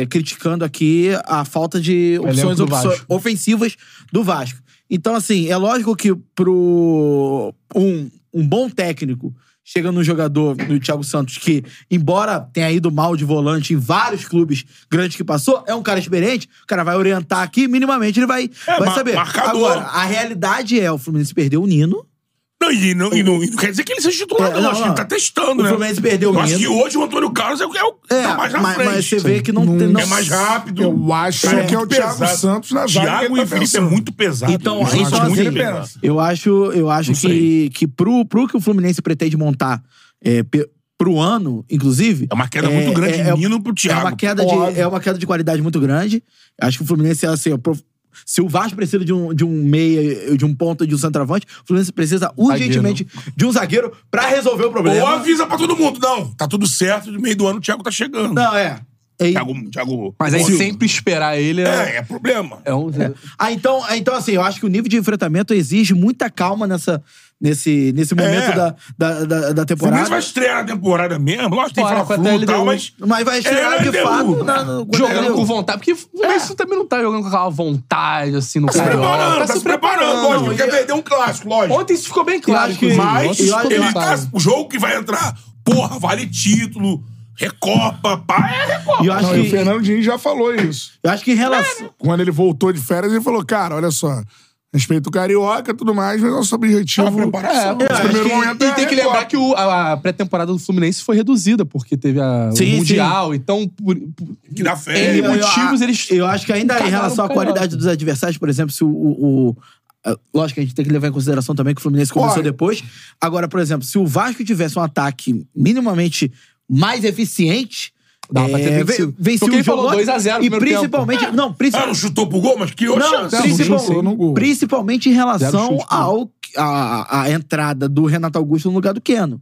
[SPEAKER 3] criticando aqui a falta de opções
[SPEAKER 12] do
[SPEAKER 3] opço-
[SPEAKER 12] Vasco.
[SPEAKER 3] ofensivas do Vasco. Então, assim, é lógico que pro um, um bom técnico chega num jogador, no Thiago Santos, que, embora tenha ido mal de volante em vários clubes grandes que passou, é um cara experiente, o cara vai orientar aqui, minimamente ele vai,
[SPEAKER 2] É,
[SPEAKER 3] vai
[SPEAKER 2] ma-
[SPEAKER 3] saber.
[SPEAKER 2] marcador.
[SPEAKER 3] Agora, a realidade é, o Fluminense perdeu o Nino,
[SPEAKER 2] Não, e não, e não, e não quer dizer que ele seja titular,
[SPEAKER 3] É,
[SPEAKER 2] não.
[SPEAKER 3] não,
[SPEAKER 2] Acho que
[SPEAKER 3] não.
[SPEAKER 2] ele tá testando,
[SPEAKER 3] O
[SPEAKER 2] né?
[SPEAKER 3] Fluminense perdeu
[SPEAKER 2] Eu
[SPEAKER 3] o
[SPEAKER 2] acho que
[SPEAKER 3] Nino.
[SPEAKER 2] hoje o Antônio Carlos é o que é o-
[SPEAKER 3] É,
[SPEAKER 2] tá mais na
[SPEAKER 3] mas,
[SPEAKER 2] frente.
[SPEAKER 3] mas você vê que não, tem. Não,
[SPEAKER 2] É mais rápido.
[SPEAKER 1] Eu acho
[SPEAKER 2] Cara,
[SPEAKER 1] que é o
[SPEAKER 2] muito
[SPEAKER 1] Thiago
[SPEAKER 2] pesado.
[SPEAKER 1] Santos na zaga. que
[SPEAKER 2] Thiago
[SPEAKER 1] ele
[SPEAKER 2] e
[SPEAKER 1] tá
[SPEAKER 2] o Felipe é
[SPEAKER 1] pensando.
[SPEAKER 2] muito pesado.
[SPEAKER 3] Então,
[SPEAKER 2] Eu acho
[SPEAKER 3] então,
[SPEAKER 2] muito
[SPEAKER 3] assim,
[SPEAKER 2] pesado.
[SPEAKER 3] Eu acho, eu acho
[SPEAKER 2] Não sei.
[SPEAKER 3] que, que pro, pro que o Fluminense pretende montar é, pe- pro ano, inclusive.
[SPEAKER 2] É uma queda muito grande de Nino pro Thiago.
[SPEAKER 3] É uma, queda de, é uma queda de qualidade muito grande. Acho que o Fluminense, assim, ó, pro- se o Vasco precisa de um, de um meia, de um ponta, de um centroavante, o Fluminense precisa urgentemente de um zagueiro pra resolver o
[SPEAKER 2] Ou
[SPEAKER 3] problema.
[SPEAKER 2] avisa pra todo mundo, não, tá tudo certo, no meio do ano o Thiago tá chegando.
[SPEAKER 3] Não, é. E-
[SPEAKER 2] Thiago, Thiago,
[SPEAKER 12] Mas aí
[SPEAKER 2] Silva.
[SPEAKER 12] sempre esperar ele
[SPEAKER 2] É,
[SPEAKER 12] é.
[SPEAKER 2] é problema.
[SPEAKER 12] é um...
[SPEAKER 3] Ah, então, ah, então, assim, eu acho que o nível de enfrentamento exige muita calma nessa, nesse, nesse momento
[SPEAKER 2] É.
[SPEAKER 3] da, da, da, da
[SPEAKER 2] O Fluminense vai
[SPEAKER 3] temporada.
[SPEAKER 2] estrear na temporada mesmo, lógico, tem
[SPEAKER 12] Fora, com a
[SPEAKER 2] Fla-Flu e tal,
[SPEAKER 12] TLDU.
[SPEAKER 2] mas...
[SPEAKER 3] Mas vai estrear
[SPEAKER 2] É,
[SPEAKER 3] de
[SPEAKER 2] LDU.
[SPEAKER 3] fato. na- no- quando
[SPEAKER 12] Jogando
[SPEAKER 3] ele-
[SPEAKER 12] com vontade. Porque o Messi também não tá jogando com aquela vontade, assim, no
[SPEAKER 2] É. Tá se
[SPEAKER 12] Carioca.
[SPEAKER 2] preparando, tá, se preparando, lógico,
[SPEAKER 12] Não,
[SPEAKER 2] quer perder um clássico, lógico.
[SPEAKER 12] Ontem isso ficou bem claro.
[SPEAKER 3] acho que-
[SPEAKER 12] inclusive.
[SPEAKER 2] Mas
[SPEAKER 12] Ontem isso ficou
[SPEAKER 2] ele
[SPEAKER 12] bem
[SPEAKER 2] tá,
[SPEAKER 12] claro.
[SPEAKER 2] o jogo que vai entrar, porra, vale título, recopa, pá, é recopa.
[SPEAKER 3] E eu acho
[SPEAKER 1] Não, e o
[SPEAKER 3] que,
[SPEAKER 1] Fernando Diniz já falou isso.
[SPEAKER 3] eu acho que em relação.
[SPEAKER 1] Quando ele voltou de férias, ele falou, cara, olha só, respeito o Carioca e tudo mais, mas nosso objetivo...
[SPEAKER 2] Ah, preparação.
[SPEAKER 1] Nosso
[SPEAKER 12] É, acho
[SPEAKER 1] primeiro
[SPEAKER 12] que-
[SPEAKER 2] um
[SPEAKER 1] momento
[SPEAKER 12] e
[SPEAKER 1] é
[SPEAKER 12] tem que
[SPEAKER 1] Recopa.
[SPEAKER 12] lembrar que o- a, a pré-temporada do Fluminense foi reduzida, porque teve a, o
[SPEAKER 3] Sim,
[SPEAKER 12] Mundial, então, por, por-
[SPEAKER 2] Que dá
[SPEAKER 12] N
[SPEAKER 3] né?
[SPEAKER 2] fé.
[SPEAKER 12] motivos,
[SPEAKER 3] É, eu,
[SPEAKER 12] eles
[SPEAKER 3] Eu acho que ainda em
[SPEAKER 12] cagaram
[SPEAKER 3] relação à
[SPEAKER 12] pra caralho.
[SPEAKER 3] qualidade dos adversários, por exemplo, se o. o- o- ah, Lógico que a gente tem que levar em consideração também que o Fluminense começou
[SPEAKER 1] Olha.
[SPEAKER 3] depois. Agora, por exemplo, se o Vasco tivesse um ataque minimamente mais eficiente.
[SPEAKER 12] Dava pra ter
[SPEAKER 3] é,
[SPEAKER 12] vencido.
[SPEAKER 3] ve- venceu
[SPEAKER 12] Porque
[SPEAKER 3] o
[SPEAKER 12] ele
[SPEAKER 3] jogo
[SPEAKER 12] falou
[SPEAKER 3] antes.
[SPEAKER 12] 2 a 0 no
[SPEAKER 3] E
[SPEAKER 12] primeiro tempo.
[SPEAKER 3] principalmente. Não,
[SPEAKER 2] Ah, não
[SPEAKER 3] principalmente.
[SPEAKER 2] chutou pro gol, mas que ô
[SPEAKER 3] Não,
[SPEAKER 2] chance.
[SPEAKER 3] principal-
[SPEAKER 1] chutou no gol.
[SPEAKER 3] principalmente em
[SPEAKER 12] Zero
[SPEAKER 3] relação
[SPEAKER 12] chute,
[SPEAKER 3] ao, a, a entrada do Renato Augusto no lugar do Keno.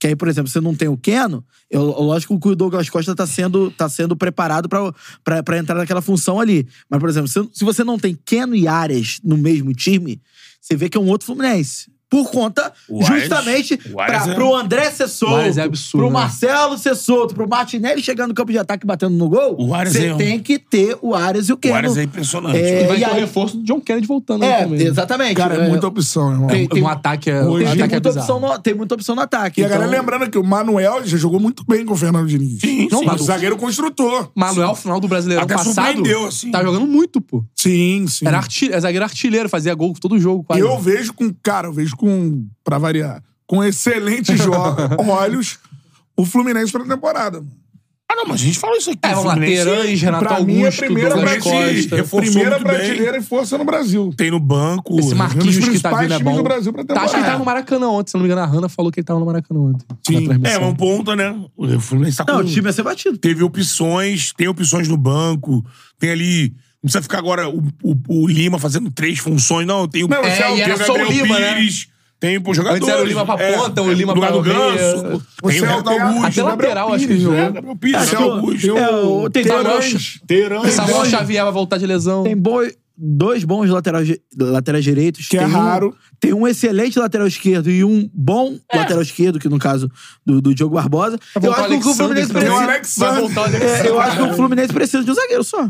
[SPEAKER 3] Que aí, por exemplo, você não tem o Keno, eu, lógico que o Douglas Costa tá sendo, tá sendo preparado pra- pra pra entrar naquela função ali. Mas, por exemplo, se, se você não tem Keno e Arias no mesmo time, você vê que é um outro Fluminense. Por conta,
[SPEAKER 2] O Arias-
[SPEAKER 3] justamente,
[SPEAKER 2] o Arias
[SPEAKER 3] pra,
[SPEAKER 2] é-
[SPEAKER 3] pro André ser solto,
[SPEAKER 12] Arias é absurdo,
[SPEAKER 3] pro
[SPEAKER 12] né?
[SPEAKER 3] Marcelo ser solto, pro Martinelli chegar no campo de ataque batendo no gol,
[SPEAKER 2] O Arias
[SPEAKER 3] você
[SPEAKER 2] é um-
[SPEAKER 3] tem que ter o Arias e o Keno.
[SPEAKER 2] O Arias é impressionante.
[SPEAKER 3] É,
[SPEAKER 12] E vai
[SPEAKER 3] e
[SPEAKER 12] ter o
[SPEAKER 3] aí-
[SPEAKER 12] reforço do John Kennedy voltando aí
[SPEAKER 3] é,
[SPEAKER 12] também.
[SPEAKER 3] exatamente.
[SPEAKER 1] Cara, é muita opção, irmão.
[SPEAKER 3] tem- tem-
[SPEAKER 12] um ataque é,
[SPEAKER 1] Hoje-
[SPEAKER 12] um
[SPEAKER 3] tem,
[SPEAKER 12] ataque é
[SPEAKER 3] muita
[SPEAKER 12] bizarro.
[SPEAKER 3] opção no, tem muita opção no ataque.
[SPEAKER 1] E a galera
[SPEAKER 3] então-
[SPEAKER 1] lembrando que o Manuel já jogou muito bem com o Fernando Diniz.
[SPEAKER 2] Sim,
[SPEAKER 1] não,
[SPEAKER 2] sim.
[SPEAKER 1] mas o zagueiro construtor.
[SPEAKER 12] Manuel, final do Brasileirão
[SPEAKER 2] Até
[SPEAKER 12] passado,
[SPEAKER 2] surpreendeu, assim.
[SPEAKER 12] tá jogando muito, pô.
[SPEAKER 1] Sim, sim.
[SPEAKER 12] Era artil- é zagueiro artilheiro, fazia gol todo jogo, quase.
[SPEAKER 1] Eu vejo com, cara, eu vejo com, pra variar, com excelentes jo- olhos o Fluminense pra temporada. mano.
[SPEAKER 2] Ah, não, mas a gente falou isso aqui.
[SPEAKER 1] É, vamos lá,
[SPEAKER 2] Fluminense-
[SPEAKER 1] Terães, Renato
[SPEAKER 2] Pra mim,
[SPEAKER 1] Augusto,
[SPEAKER 2] a primeira
[SPEAKER 1] Douglas
[SPEAKER 2] brasileira,
[SPEAKER 1] Costa.
[SPEAKER 2] reforçou
[SPEAKER 1] Primeira
[SPEAKER 2] muito bem.
[SPEAKER 1] brasileira
[SPEAKER 13] em força no Brasil.
[SPEAKER 2] Tem no banco.
[SPEAKER 1] Esse Marquinhos
[SPEAKER 2] um dos
[SPEAKER 1] que tá
[SPEAKER 2] principais
[SPEAKER 1] vindo é
[SPEAKER 2] times
[SPEAKER 1] bom.
[SPEAKER 2] do Brasil pra
[SPEAKER 1] Tá, acho que ele
[SPEAKER 2] temporada.
[SPEAKER 1] tava no Maracanã ontem, se não me engano. A Hanna falou que ele tava no Maracanã ontem.
[SPEAKER 2] Sim. É,
[SPEAKER 1] transmissão.
[SPEAKER 2] mas um ponta, né? O Fluminense tá
[SPEAKER 1] Não,
[SPEAKER 2] com-
[SPEAKER 1] o time
[SPEAKER 3] ia ser batido.
[SPEAKER 2] Teve opções, tem opções no banco, tem ali. Não precisa ficar agora o, o- o Lima fazendo três funções, não. Tem o
[SPEAKER 1] Não,
[SPEAKER 2] Celso,
[SPEAKER 1] é, e era
[SPEAKER 2] tem
[SPEAKER 1] só o Lima, né?
[SPEAKER 2] Né? Tem pô, jogadores.
[SPEAKER 1] Antes era o Lima pra
[SPEAKER 2] É,
[SPEAKER 1] ponta, o Lima
[SPEAKER 2] do lado
[SPEAKER 1] pra
[SPEAKER 2] do
[SPEAKER 1] meia.
[SPEAKER 2] Ganso.
[SPEAKER 1] O
[SPEAKER 2] Tem o
[SPEAKER 1] Celso
[SPEAKER 2] Renato
[SPEAKER 1] tem a-
[SPEAKER 2] Augusto.
[SPEAKER 1] até lateral, acho que ele
[SPEAKER 2] né?
[SPEAKER 1] jogou.
[SPEAKER 2] Gabriel Pires,
[SPEAKER 1] Acho que
[SPEAKER 2] Renato
[SPEAKER 1] o-
[SPEAKER 2] Augusto.
[SPEAKER 3] É, o- tem dois-
[SPEAKER 2] Terãs.
[SPEAKER 1] Samuel Xavier vai voltar de lesão.
[SPEAKER 3] Tem boi- dois bons laterais, laterais direitos.
[SPEAKER 1] Que é
[SPEAKER 3] tem um-
[SPEAKER 1] raro.
[SPEAKER 3] tem um excelente lateral esquerdo e um bom
[SPEAKER 2] É.
[SPEAKER 3] lateral esquerdo, que no caso do, do Diogo Barbosa. Eu
[SPEAKER 1] Vai voltar
[SPEAKER 3] acho que o
[SPEAKER 1] Alexandre
[SPEAKER 3] Fluminense
[SPEAKER 1] tá
[SPEAKER 2] É,
[SPEAKER 1] também.
[SPEAKER 3] precisa.
[SPEAKER 1] Vai voltar o
[SPEAKER 3] É,
[SPEAKER 1] Alexandre.
[SPEAKER 3] eu acho que o Fluminense precisa de um zagueiro só.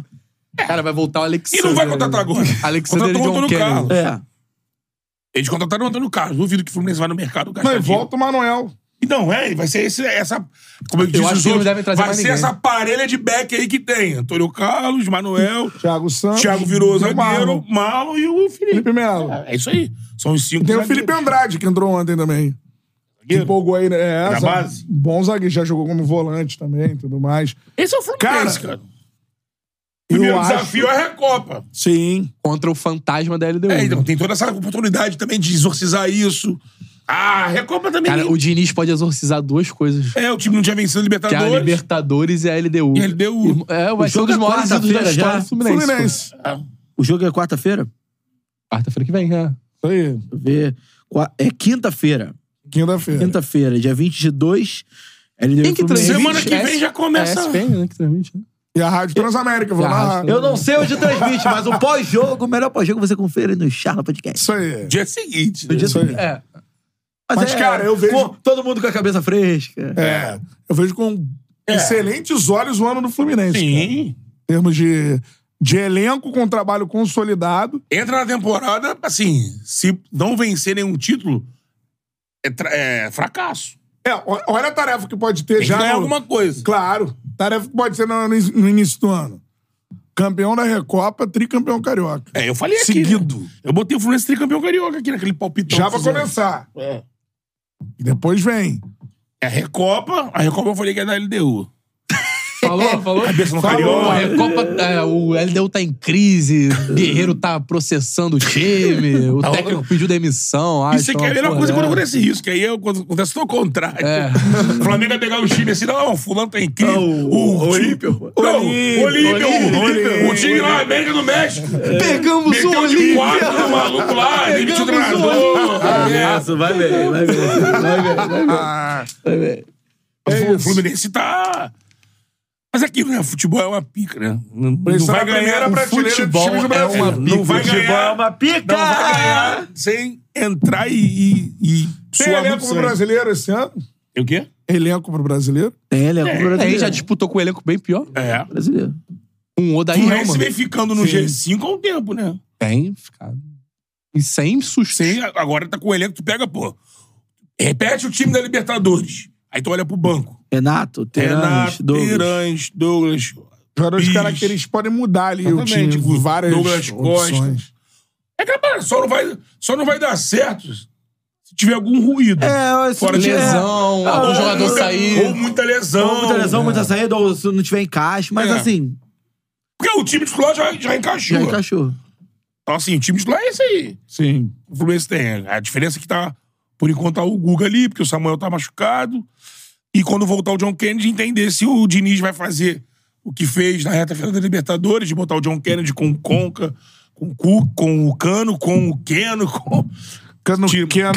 [SPEAKER 1] Cara, vai voltar o Alexandre.
[SPEAKER 2] E não vai contratar agora.
[SPEAKER 14] É.
[SPEAKER 2] tá
[SPEAKER 1] Alexandre e
[SPEAKER 2] Contratou o
[SPEAKER 1] John
[SPEAKER 2] Antônio Carlos.
[SPEAKER 1] Kennedy.
[SPEAKER 3] É.
[SPEAKER 2] Eles contrataram o Antônio Carlos. Duvido que o Fluminense vai no mercado gastar
[SPEAKER 13] Não, e
[SPEAKER 2] dinheiro.
[SPEAKER 13] volta o Manuel.
[SPEAKER 2] Então, é, vai ser esse, essa. Como eu disse,
[SPEAKER 1] acho
[SPEAKER 2] os
[SPEAKER 1] que não
[SPEAKER 2] outros,
[SPEAKER 1] devem trazer
[SPEAKER 2] vai
[SPEAKER 1] mais
[SPEAKER 2] ser
[SPEAKER 1] ninguém.
[SPEAKER 2] essa parelha de back aí que tem. Antônio Carlos, Manuel,
[SPEAKER 13] Thiago Santos.
[SPEAKER 2] Thiago virou
[SPEAKER 13] e o
[SPEAKER 2] zagueiro,
[SPEAKER 13] Marlon.
[SPEAKER 2] Marlon e o Felipe.
[SPEAKER 13] Felipe Melo.
[SPEAKER 2] É isso aí. São os cinco.
[SPEAKER 13] Tem o
[SPEAKER 2] zagueiros.
[SPEAKER 13] Felipe Andrade, que entrou ontem também. Que empolgou aí, né? É,
[SPEAKER 2] Da
[SPEAKER 13] zague-
[SPEAKER 2] base?
[SPEAKER 13] Bom zagueiro, já jogou como volante também e tudo mais.
[SPEAKER 2] Esse é o Fluminense, cara. Primeiro desafio é a Recopa.
[SPEAKER 13] Sim.
[SPEAKER 1] Contra o fantasma da LDU.
[SPEAKER 2] É,
[SPEAKER 1] né?
[SPEAKER 2] então, tem toda essa oportunidade também de exorcizar isso. Ah, a Recopa também.
[SPEAKER 1] Cara, o Diniz pode exorcizar duas coisas.
[SPEAKER 2] É, o time não tinha vencido a
[SPEAKER 1] Que é a
[SPEAKER 2] Libertadores.
[SPEAKER 1] Libertadores e a LDU.
[SPEAKER 2] E a LDU.
[SPEAKER 1] É, vai
[SPEAKER 3] O
[SPEAKER 1] ser
[SPEAKER 3] jogo
[SPEAKER 1] um dos
[SPEAKER 3] é
[SPEAKER 1] maiores ídolos da
[SPEAKER 3] quarta-feira
[SPEAKER 1] história
[SPEAKER 3] já.
[SPEAKER 1] do Fluminense. pô.
[SPEAKER 13] Fluminense.
[SPEAKER 2] Ah.
[SPEAKER 3] O jogo é quarta-feira?
[SPEAKER 1] Quarta-feira que vem, é.
[SPEAKER 13] Isso aí.
[SPEAKER 3] Ver. Qua- É quinta-feira.
[SPEAKER 2] É.
[SPEAKER 13] Quinta-feira.
[SPEAKER 3] Quinta-feira, dia 22. LDU
[SPEAKER 1] Quem que transmite?
[SPEAKER 3] Fluminense.
[SPEAKER 2] Semana que vem já começa.
[SPEAKER 1] É, SPN, né, que transmite, né?
[SPEAKER 13] E a Rádio Transamérica, vou
[SPEAKER 1] E a
[SPEAKER 13] lá.
[SPEAKER 1] Rádio
[SPEAKER 3] Eu não sei onde transmite, mas o pós-jogo, o melhor pós-jogo você confere no Charla Podcast.
[SPEAKER 13] Isso aí.
[SPEAKER 2] Dia seguinte.
[SPEAKER 3] No dia
[SPEAKER 13] Isso aí.
[SPEAKER 3] seguinte.
[SPEAKER 1] É.
[SPEAKER 13] Mas, cara, eu vejo-
[SPEAKER 3] é, com- todo mundo com a cabeça fresca.
[SPEAKER 13] É. Eu vejo com
[SPEAKER 2] É.
[SPEAKER 13] excelentes olhos o ano do Fluminense. cara. Em
[SPEAKER 2] Sim.
[SPEAKER 13] termos de, de elenco com trabalho consolidado.
[SPEAKER 2] entra na temporada, assim, se não vencer nenhum título, é, tra- é fracasso.
[SPEAKER 13] É, o- olha a tarefa que pode ter
[SPEAKER 2] Tem que
[SPEAKER 13] já.
[SPEAKER 2] ganhar
[SPEAKER 13] no-
[SPEAKER 2] alguma coisa.
[SPEAKER 13] Claro. Tarefa que pode ser no, no in- no início do ano. Campeão da Recopa, tricampeão carioca.
[SPEAKER 2] É, eu falei aqui.
[SPEAKER 13] Seguido.
[SPEAKER 2] né? Eu botei o Fluminense tricampeão carioca aqui naquele palpitão.
[SPEAKER 13] Já
[SPEAKER 2] que
[SPEAKER 13] pra
[SPEAKER 2] fizeram.
[SPEAKER 13] começar.
[SPEAKER 2] É.
[SPEAKER 13] E depois vem.
[SPEAKER 2] É a Recopa. A Recopa eu falei que é da LDU.
[SPEAKER 1] Falou, falou.
[SPEAKER 2] Cabeça no
[SPEAKER 1] Pô,
[SPEAKER 2] carioca.
[SPEAKER 1] a Recopa, é, o LDU tá em crise, o Guerreiro tá processando o time, o
[SPEAKER 2] Tá
[SPEAKER 1] técnico
[SPEAKER 2] rolando.
[SPEAKER 1] pediu demissão. Ah,
[SPEAKER 2] Isso aqui é a melhor coisa quando acontece isso, que aí eu- quando acontece o contrário.
[SPEAKER 1] É.
[SPEAKER 2] O Flamengo vai pegar o time assim, não, fulano tá incrível.
[SPEAKER 3] Não,
[SPEAKER 2] o
[SPEAKER 3] o
[SPEAKER 2] Olímpio. Não, o Olímpio.
[SPEAKER 13] Olímpio.
[SPEAKER 2] O time lá, América do México.
[SPEAKER 1] Pegamos
[SPEAKER 2] Meteu de quatro do maluco lá, demitiu o treinador. É.
[SPEAKER 3] Ah, vai ver, vai ver.
[SPEAKER 13] Ah,
[SPEAKER 2] o Fluminense tá. Mas é aquilo, né? Futebol é uma pica, né? Não, não
[SPEAKER 13] Precisa
[SPEAKER 2] vai
[SPEAKER 13] da primeira
[SPEAKER 2] ganhar o
[SPEAKER 13] prateleira dos
[SPEAKER 2] futebol
[SPEAKER 13] times do
[SPEAKER 2] é
[SPEAKER 13] Brasil.
[SPEAKER 2] uma
[SPEAKER 13] Não
[SPEAKER 2] pica. Não vai
[SPEAKER 13] futebol
[SPEAKER 2] ganhar,
[SPEAKER 3] é uma pica.
[SPEAKER 2] Não vai ganhar sem entrar e, e, e
[SPEAKER 13] tem
[SPEAKER 2] suar muito
[SPEAKER 13] elenco pro
[SPEAKER 2] sangue.
[SPEAKER 13] brasileiro esse ano?
[SPEAKER 2] É O quê?
[SPEAKER 13] Elenco pro brasileiro?
[SPEAKER 3] Tem elenco brasileiro.
[SPEAKER 1] Aí já disputou com o elenco bem pior.
[SPEAKER 2] É.
[SPEAKER 3] brasileiro.
[SPEAKER 1] Um Odaí
[SPEAKER 2] O
[SPEAKER 1] Helman.
[SPEAKER 2] Fluminense vem ficando no G5 há um tempo, né?
[SPEAKER 1] Tem ficado. E sem susto.
[SPEAKER 2] Sem, agora tá com o elenco, tu pega, pô. Repete o time da Libertadores. Aí tu olha pro banco.
[SPEAKER 3] Renato, Terãs,
[SPEAKER 2] Renato,
[SPEAKER 3] Douglas.
[SPEAKER 2] Terãs, Douglas.
[SPEAKER 13] Jogadores
[SPEAKER 2] Pires.
[SPEAKER 13] características podem mudar ali
[SPEAKER 2] Exatamente,
[SPEAKER 13] o time.
[SPEAKER 2] Guto.
[SPEAKER 13] Várias
[SPEAKER 2] Douglas Costa.
[SPEAKER 13] opções.
[SPEAKER 2] É que, rapaz, só não vai, só não vai dar certo se tiver algum ruído.
[SPEAKER 3] É, se
[SPEAKER 2] Fora
[SPEAKER 3] não tiver-
[SPEAKER 1] Lesão,
[SPEAKER 3] Ah,
[SPEAKER 1] algum
[SPEAKER 3] ou
[SPEAKER 1] jogador
[SPEAKER 2] muita- Ou
[SPEAKER 1] sair.
[SPEAKER 2] muita lesão.
[SPEAKER 3] Ou muita lesão, muita saída, ou se não tiver encaixe, mas
[SPEAKER 2] É.
[SPEAKER 3] assim,
[SPEAKER 2] Porque o time titular já, já encaixou.
[SPEAKER 3] já encaixou.
[SPEAKER 2] Então, assim, o time titular é esse aí.
[SPEAKER 13] Sim.
[SPEAKER 2] O Fluminense tem. A diferença é que tá, por enquanto, tá o Guga ali, porque o Samuel tá machucado. E quando voltar o John Kennedy, entender se o Diniz vai fazer o que fez na reta final da Libertadores, de botar o John Kennedy com o Conca, com o Cu, com o Cano, com o Keno, com...
[SPEAKER 13] Cano,
[SPEAKER 2] Ti-
[SPEAKER 13] Keno,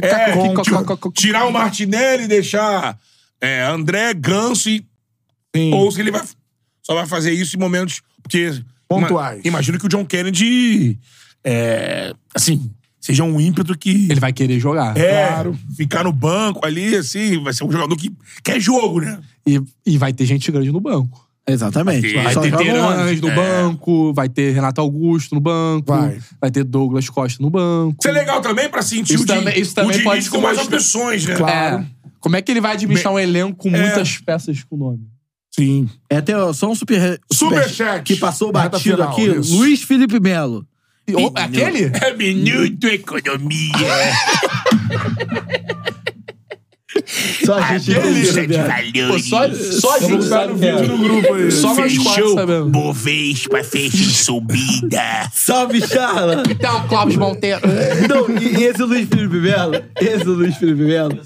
[SPEAKER 2] É,
[SPEAKER 13] Conte.
[SPEAKER 2] ti- tirar o Martinelli e deixar é, André, Ganso e... Ou se ele vai, só vai fazer isso em momentos... Porque...
[SPEAKER 13] Pontuais.
[SPEAKER 2] Ima- imagino que o John Kennedy... é, assim, seja um ímpeto que...
[SPEAKER 1] Ele vai querer jogar.
[SPEAKER 2] É,
[SPEAKER 13] Claro.
[SPEAKER 2] ficar no banco ali, assim, vai ser um jogador que quer jogo, né?
[SPEAKER 1] E, e vai ter gente grande no banco.
[SPEAKER 3] Exatamente.
[SPEAKER 2] Vai
[SPEAKER 3] Só
[SPEAKER 2] ter
[SPEAKER 3] joga um
[SPEAKER 2] Terãs.
[SPEAKER 3] ano.
[SPEAKER 1] Anjo no
[SPEAKER 2] É.
[SPEAKER 1] banco, vai ter Renato Augusto no banco,
[SPEAKER 13] Vai.
[SPEAKER 1] ter Douglas Costa no banco.
[SPEAKER 2] Isso é legal também pra sentir
[SPEAKER 1] Isso
[SPEAKER 2] o, Di-
[SPEAKER 1] também- isso
[SPEAKER 2] o
[SPEAKER 1] também
[SPEAKER 2] Diniz
[SPEAKER 1] pode
[SPEAKER 2] com
[SPEAKER 1] se
[SPEAKER 2] mais
[SPEAKER 1] mostrar.
[SPEAKER 2] opções, né?
[SPEAKER 1] É. Como é que ele vai administrar um elenco
[SPEAKER 14] É.
[SPEAKER 1] com muitas peças com nome?
[SPEAKER 13] Sim.
[SPEAKER 3] É até ó, só um super,
[SPEAKER 13] Superchat.
[SPEAKER 3] que passou
[SPEAKER 13] Reta
[SPEAKER 3] batido
[SPEAKER 13] final,
[SPEAKER 3] aqui.
[SPEAKER 13] isso.
[SPEAKER 3] Luiz Felipe Melo.
[SPEAKER 1] E- ou- aquele?
[SPEAKER 2] É minuto economia.
[SPEAKER 15] Só a gente
[SPEAKER 14] Aquele-
[SPEAKER 2] né?
[SPEAKER 15] sabe.
[SPEAKER 1] é.
[SPEAKER 14] de valores. Pô, só- só a
[SPEAKER 15] Eu
[SPEAKER 14] gente
[SPEAKER 15] vou botar
[SPEAKER 14] sabe quem
[SPEAKER 2] Tá
[SPEAKER 14] é. Só nós quatro
[SPEAKER 15] Fechou.
[SPEAKER 14] sabemos.
[SPEAKER 15] Bovespa fez subida.
[SPEAKER 3] Salve, Charla!
[SPEAKER 14] Então, Clóvis Monteiro.
[SPEAKER 1] É.
[SPEAKER 3] Não, e e esse é Luiz Felipe Melo, esse é Luiz Felipe Melo,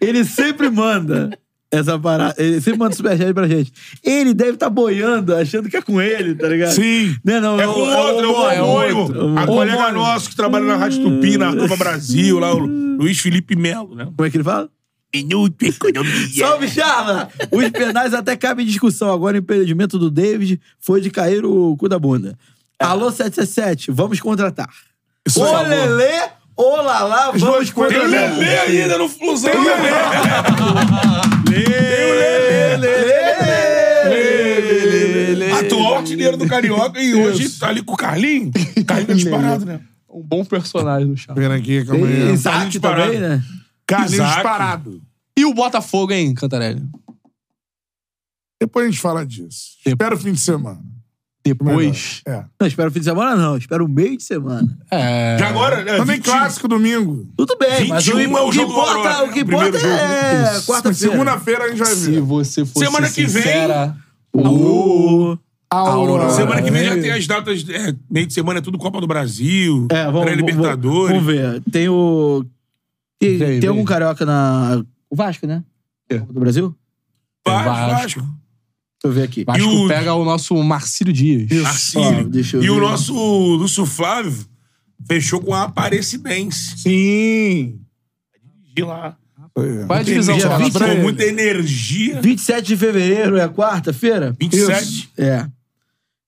[SPEAKER 3] ele sempre manda essa parada, ele sempre manda superchat pra gente. Ele deve estar boiando, achando que é com ele, tá ligado?
[SPEAKER 2] Sim. Um
[SPEAKER 3] Não, não, um
[SPEAKER 2] É com outro, é o
[SPEAKER 3] homônio,
[SPEAKER 2] homônio. A
[SPEAKER 3] homônio.
[SPEAKER 2] colega nossa que trabalha na Rádio Tupi, na Copa Brasil, lá, o Luiz Felipe Melo, né?
[SPEAKER 3] Como é que ele fala?
[SPEAKER 2] Minuto Economia.
[SPEAKER 3] Salve, Charla! Os penais até cabem em discussão. Agora o impedimento do David foi de cair o cu da bunda. Alô, 777, vamos contratar.
[SPEAKER 2] É. Isso, por
[SPEAKER 3] Ô,
[SPEAKER 2] favor. é
[SPEAKER 3] Lelê, ô, Lalá,
[SPEAKER 2] Os
[SPEAKER 3] vamos
[SPEAKER 2] dois coelhos.
[SPEAKER 3] contratar.
[SPEAKER 2] Tem o Lelê ainda no Flusão. um Tem um o Lelê. Atual artilheiro do Carioca e hoje tá ali com o Carlinho. Carlinho tá disparado, né?
[SPEAKER 14] Um bom personagem do Charles.
[SPEAKER 1] Pera aqui, calma aí.
[SPEAKER 3] Tem Isaac também, né?
[SPEAKER 1] Carlinhos
[SPEAKER 14] Isaac.
[SPEAKER 1] disparado.
[SPEAKER 14] E o Botafogo, hein, Cantarelli?
[SPEAKER 1] Depois a gente fala disso. Espera o fim de semana.
[SPEAKER 14] Depois.
[SPEAKER 1] É.
[SPEAKER 3] Não, espero o fim de semana, não. Espero o meio de semana.
[SPEAKER 14] É.
[SPEAKER 2] Já agora, né?
[SPEAKER 1] Também
[SPEAKER 2] 20
[SPEAKER 1] clássico domingo.
[SPEAKER 3] Tudo bem, mas o,
[SPEAKER 2] 21 é o
[SPEAKER 3] o que
[SPEAKER 2] jogo do
[SPEAKER 3] importa,
[SPEAKER 2] Aurora, né?
[SPEAKER 3] o que
[SPEAKER 2] o primeiro
[SPEAKER 3] importa
[SPEAKER 2] jogo.
[SPEAKER 3] é
[SPEAKER 2] Isso.
[SPEAKER 1] um.
[SPEAKER 3] quarta-feira.
[SPEAKER 1] Segunda-feira a gente vai
[SPEAKER 14] Se
[SPEAKER 1] ver.
[SPEAKER 14] você fosse assim.
[SPEAKER 2] Semana que vem-
[SPEAKER 14] sincera,
[SPEAKER 3] O...
[SPEAKER 14] Aurora.
[SPEAKER 2] Semana que vem já tem as datas. é, meio de semana é tudo Copa do Brasil.
[SPEAKER 3] É, vamos, vamos,
[SPEAKER 2] Pré-Libertadores.
[SPEAKER 3] vamos ver. Tem o... Tem,
[SPEAKER 14] Tem,
[SPEAKER 3] tem
[SPEAKER 14] vem.
[SPEAKER 3] algum carioca na... O Vasco, né?
[SPEAKER 14] É.
[SPEAKER 3] Copa do Brasil?
[SPEAKER 2] Vasco. Vasco.
[SPEAKER 3] Deixa eu ver aqui.
[SPEAKER 14] Vasco
[SPEAKER 2] E o-
[SPEAKER 14] pega o nosso Marcílio Dias.
[SPEAKER 3] Ó,
[SPEAKER 2] Marcílio.
[SPEAKER 3] deixa eu
[SPEAKER 2] e o
[SPEAKER 3] ver.
[SPEAKER 2] nosso Lúcio Flávio fechou com a Aparecidense.
[SPEAKER 1] Sim.
[SPEAKER 2] De lá.
[SPEAKER 14] Qual é a divisão?
[SPEAKER 2] Energia,
[SPEAKER 14] Sérgio?
[SPEAKER 2] com
[SPEAKER 14] Pra ele.
[SPEAKER 2] muita energia.
[SPEAKER 3] 27 de fevereiro é quarta-feira?
[SPEAKER 2] 27.
[SPEAKER 3] Isso. É.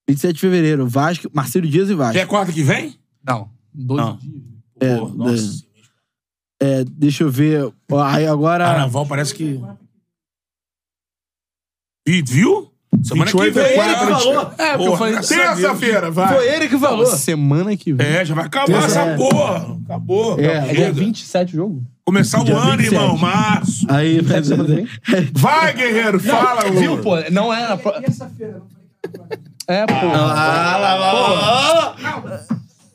[SPEAKER 3] 27 de fevereiro. Vasco, Marcelo Dias e
[SPEAKER 2] Já é
[SPEAKER 3] Vasco.
[SPEAKER 2] quarta que vem?
[SPEAKER 14] Não, dois
[SPEAKER 2] Não.
[SPEAKER 14] dias.
[SPEAKER 3] É,
[SPEAKER 2] Pô, nossa.
[SPEAKER 3] É, deixa eu ver. Ó, Aí agora...
[SPEAKER 2] Carnaval parece que. Ih, viu? Semana que
[SPEAKER 1] 28
[SPEAKER 2] vem.
[SPEAKER 1] é
[SPEAKER 3] Ele
[SPEAKER 1] quarta,
[SPEAKER 3] que
[SPEAKER 1] né?
[SPEAKER 3] falou.
[SPEAKER 14] É, porque eu
[SPEAKER 2] Porra,
[SPEAKER 14] falei.
[SPEAKER 2] graças a Deus.
[SPEAKER 1] Terça-feira, vai.
[SPEAKER 3] Foi ele que falou.
[SPEAKER 14] Semana que vem.
[SPEAKER 2] É, já vai acabar
[SPEAKER 3] Terça-
[SPEAKER 2] essa
[SPEAKER 3] é.
[SPEAKER 2] porra. Acabou.
[SPEAKER 3] É,
[SPEAKER 2] Chega.
[SPEAKER 3] é dia
[SPEAKER 14] 27 o jogo?
[SPEAKER 2] Começar o
[SPEAKER 3] dia
[SPEAKER 2] ano,
[SPEAKER 3] 27.
[SPEAKER 2] irmão. Março.
[SPEAKER 3] Aí, É,
[SPEAKER 1] Vai, guerreiro, fala, Lu.
[SPEAKER 14] Viu, pô? Não é na. pro- É, pô.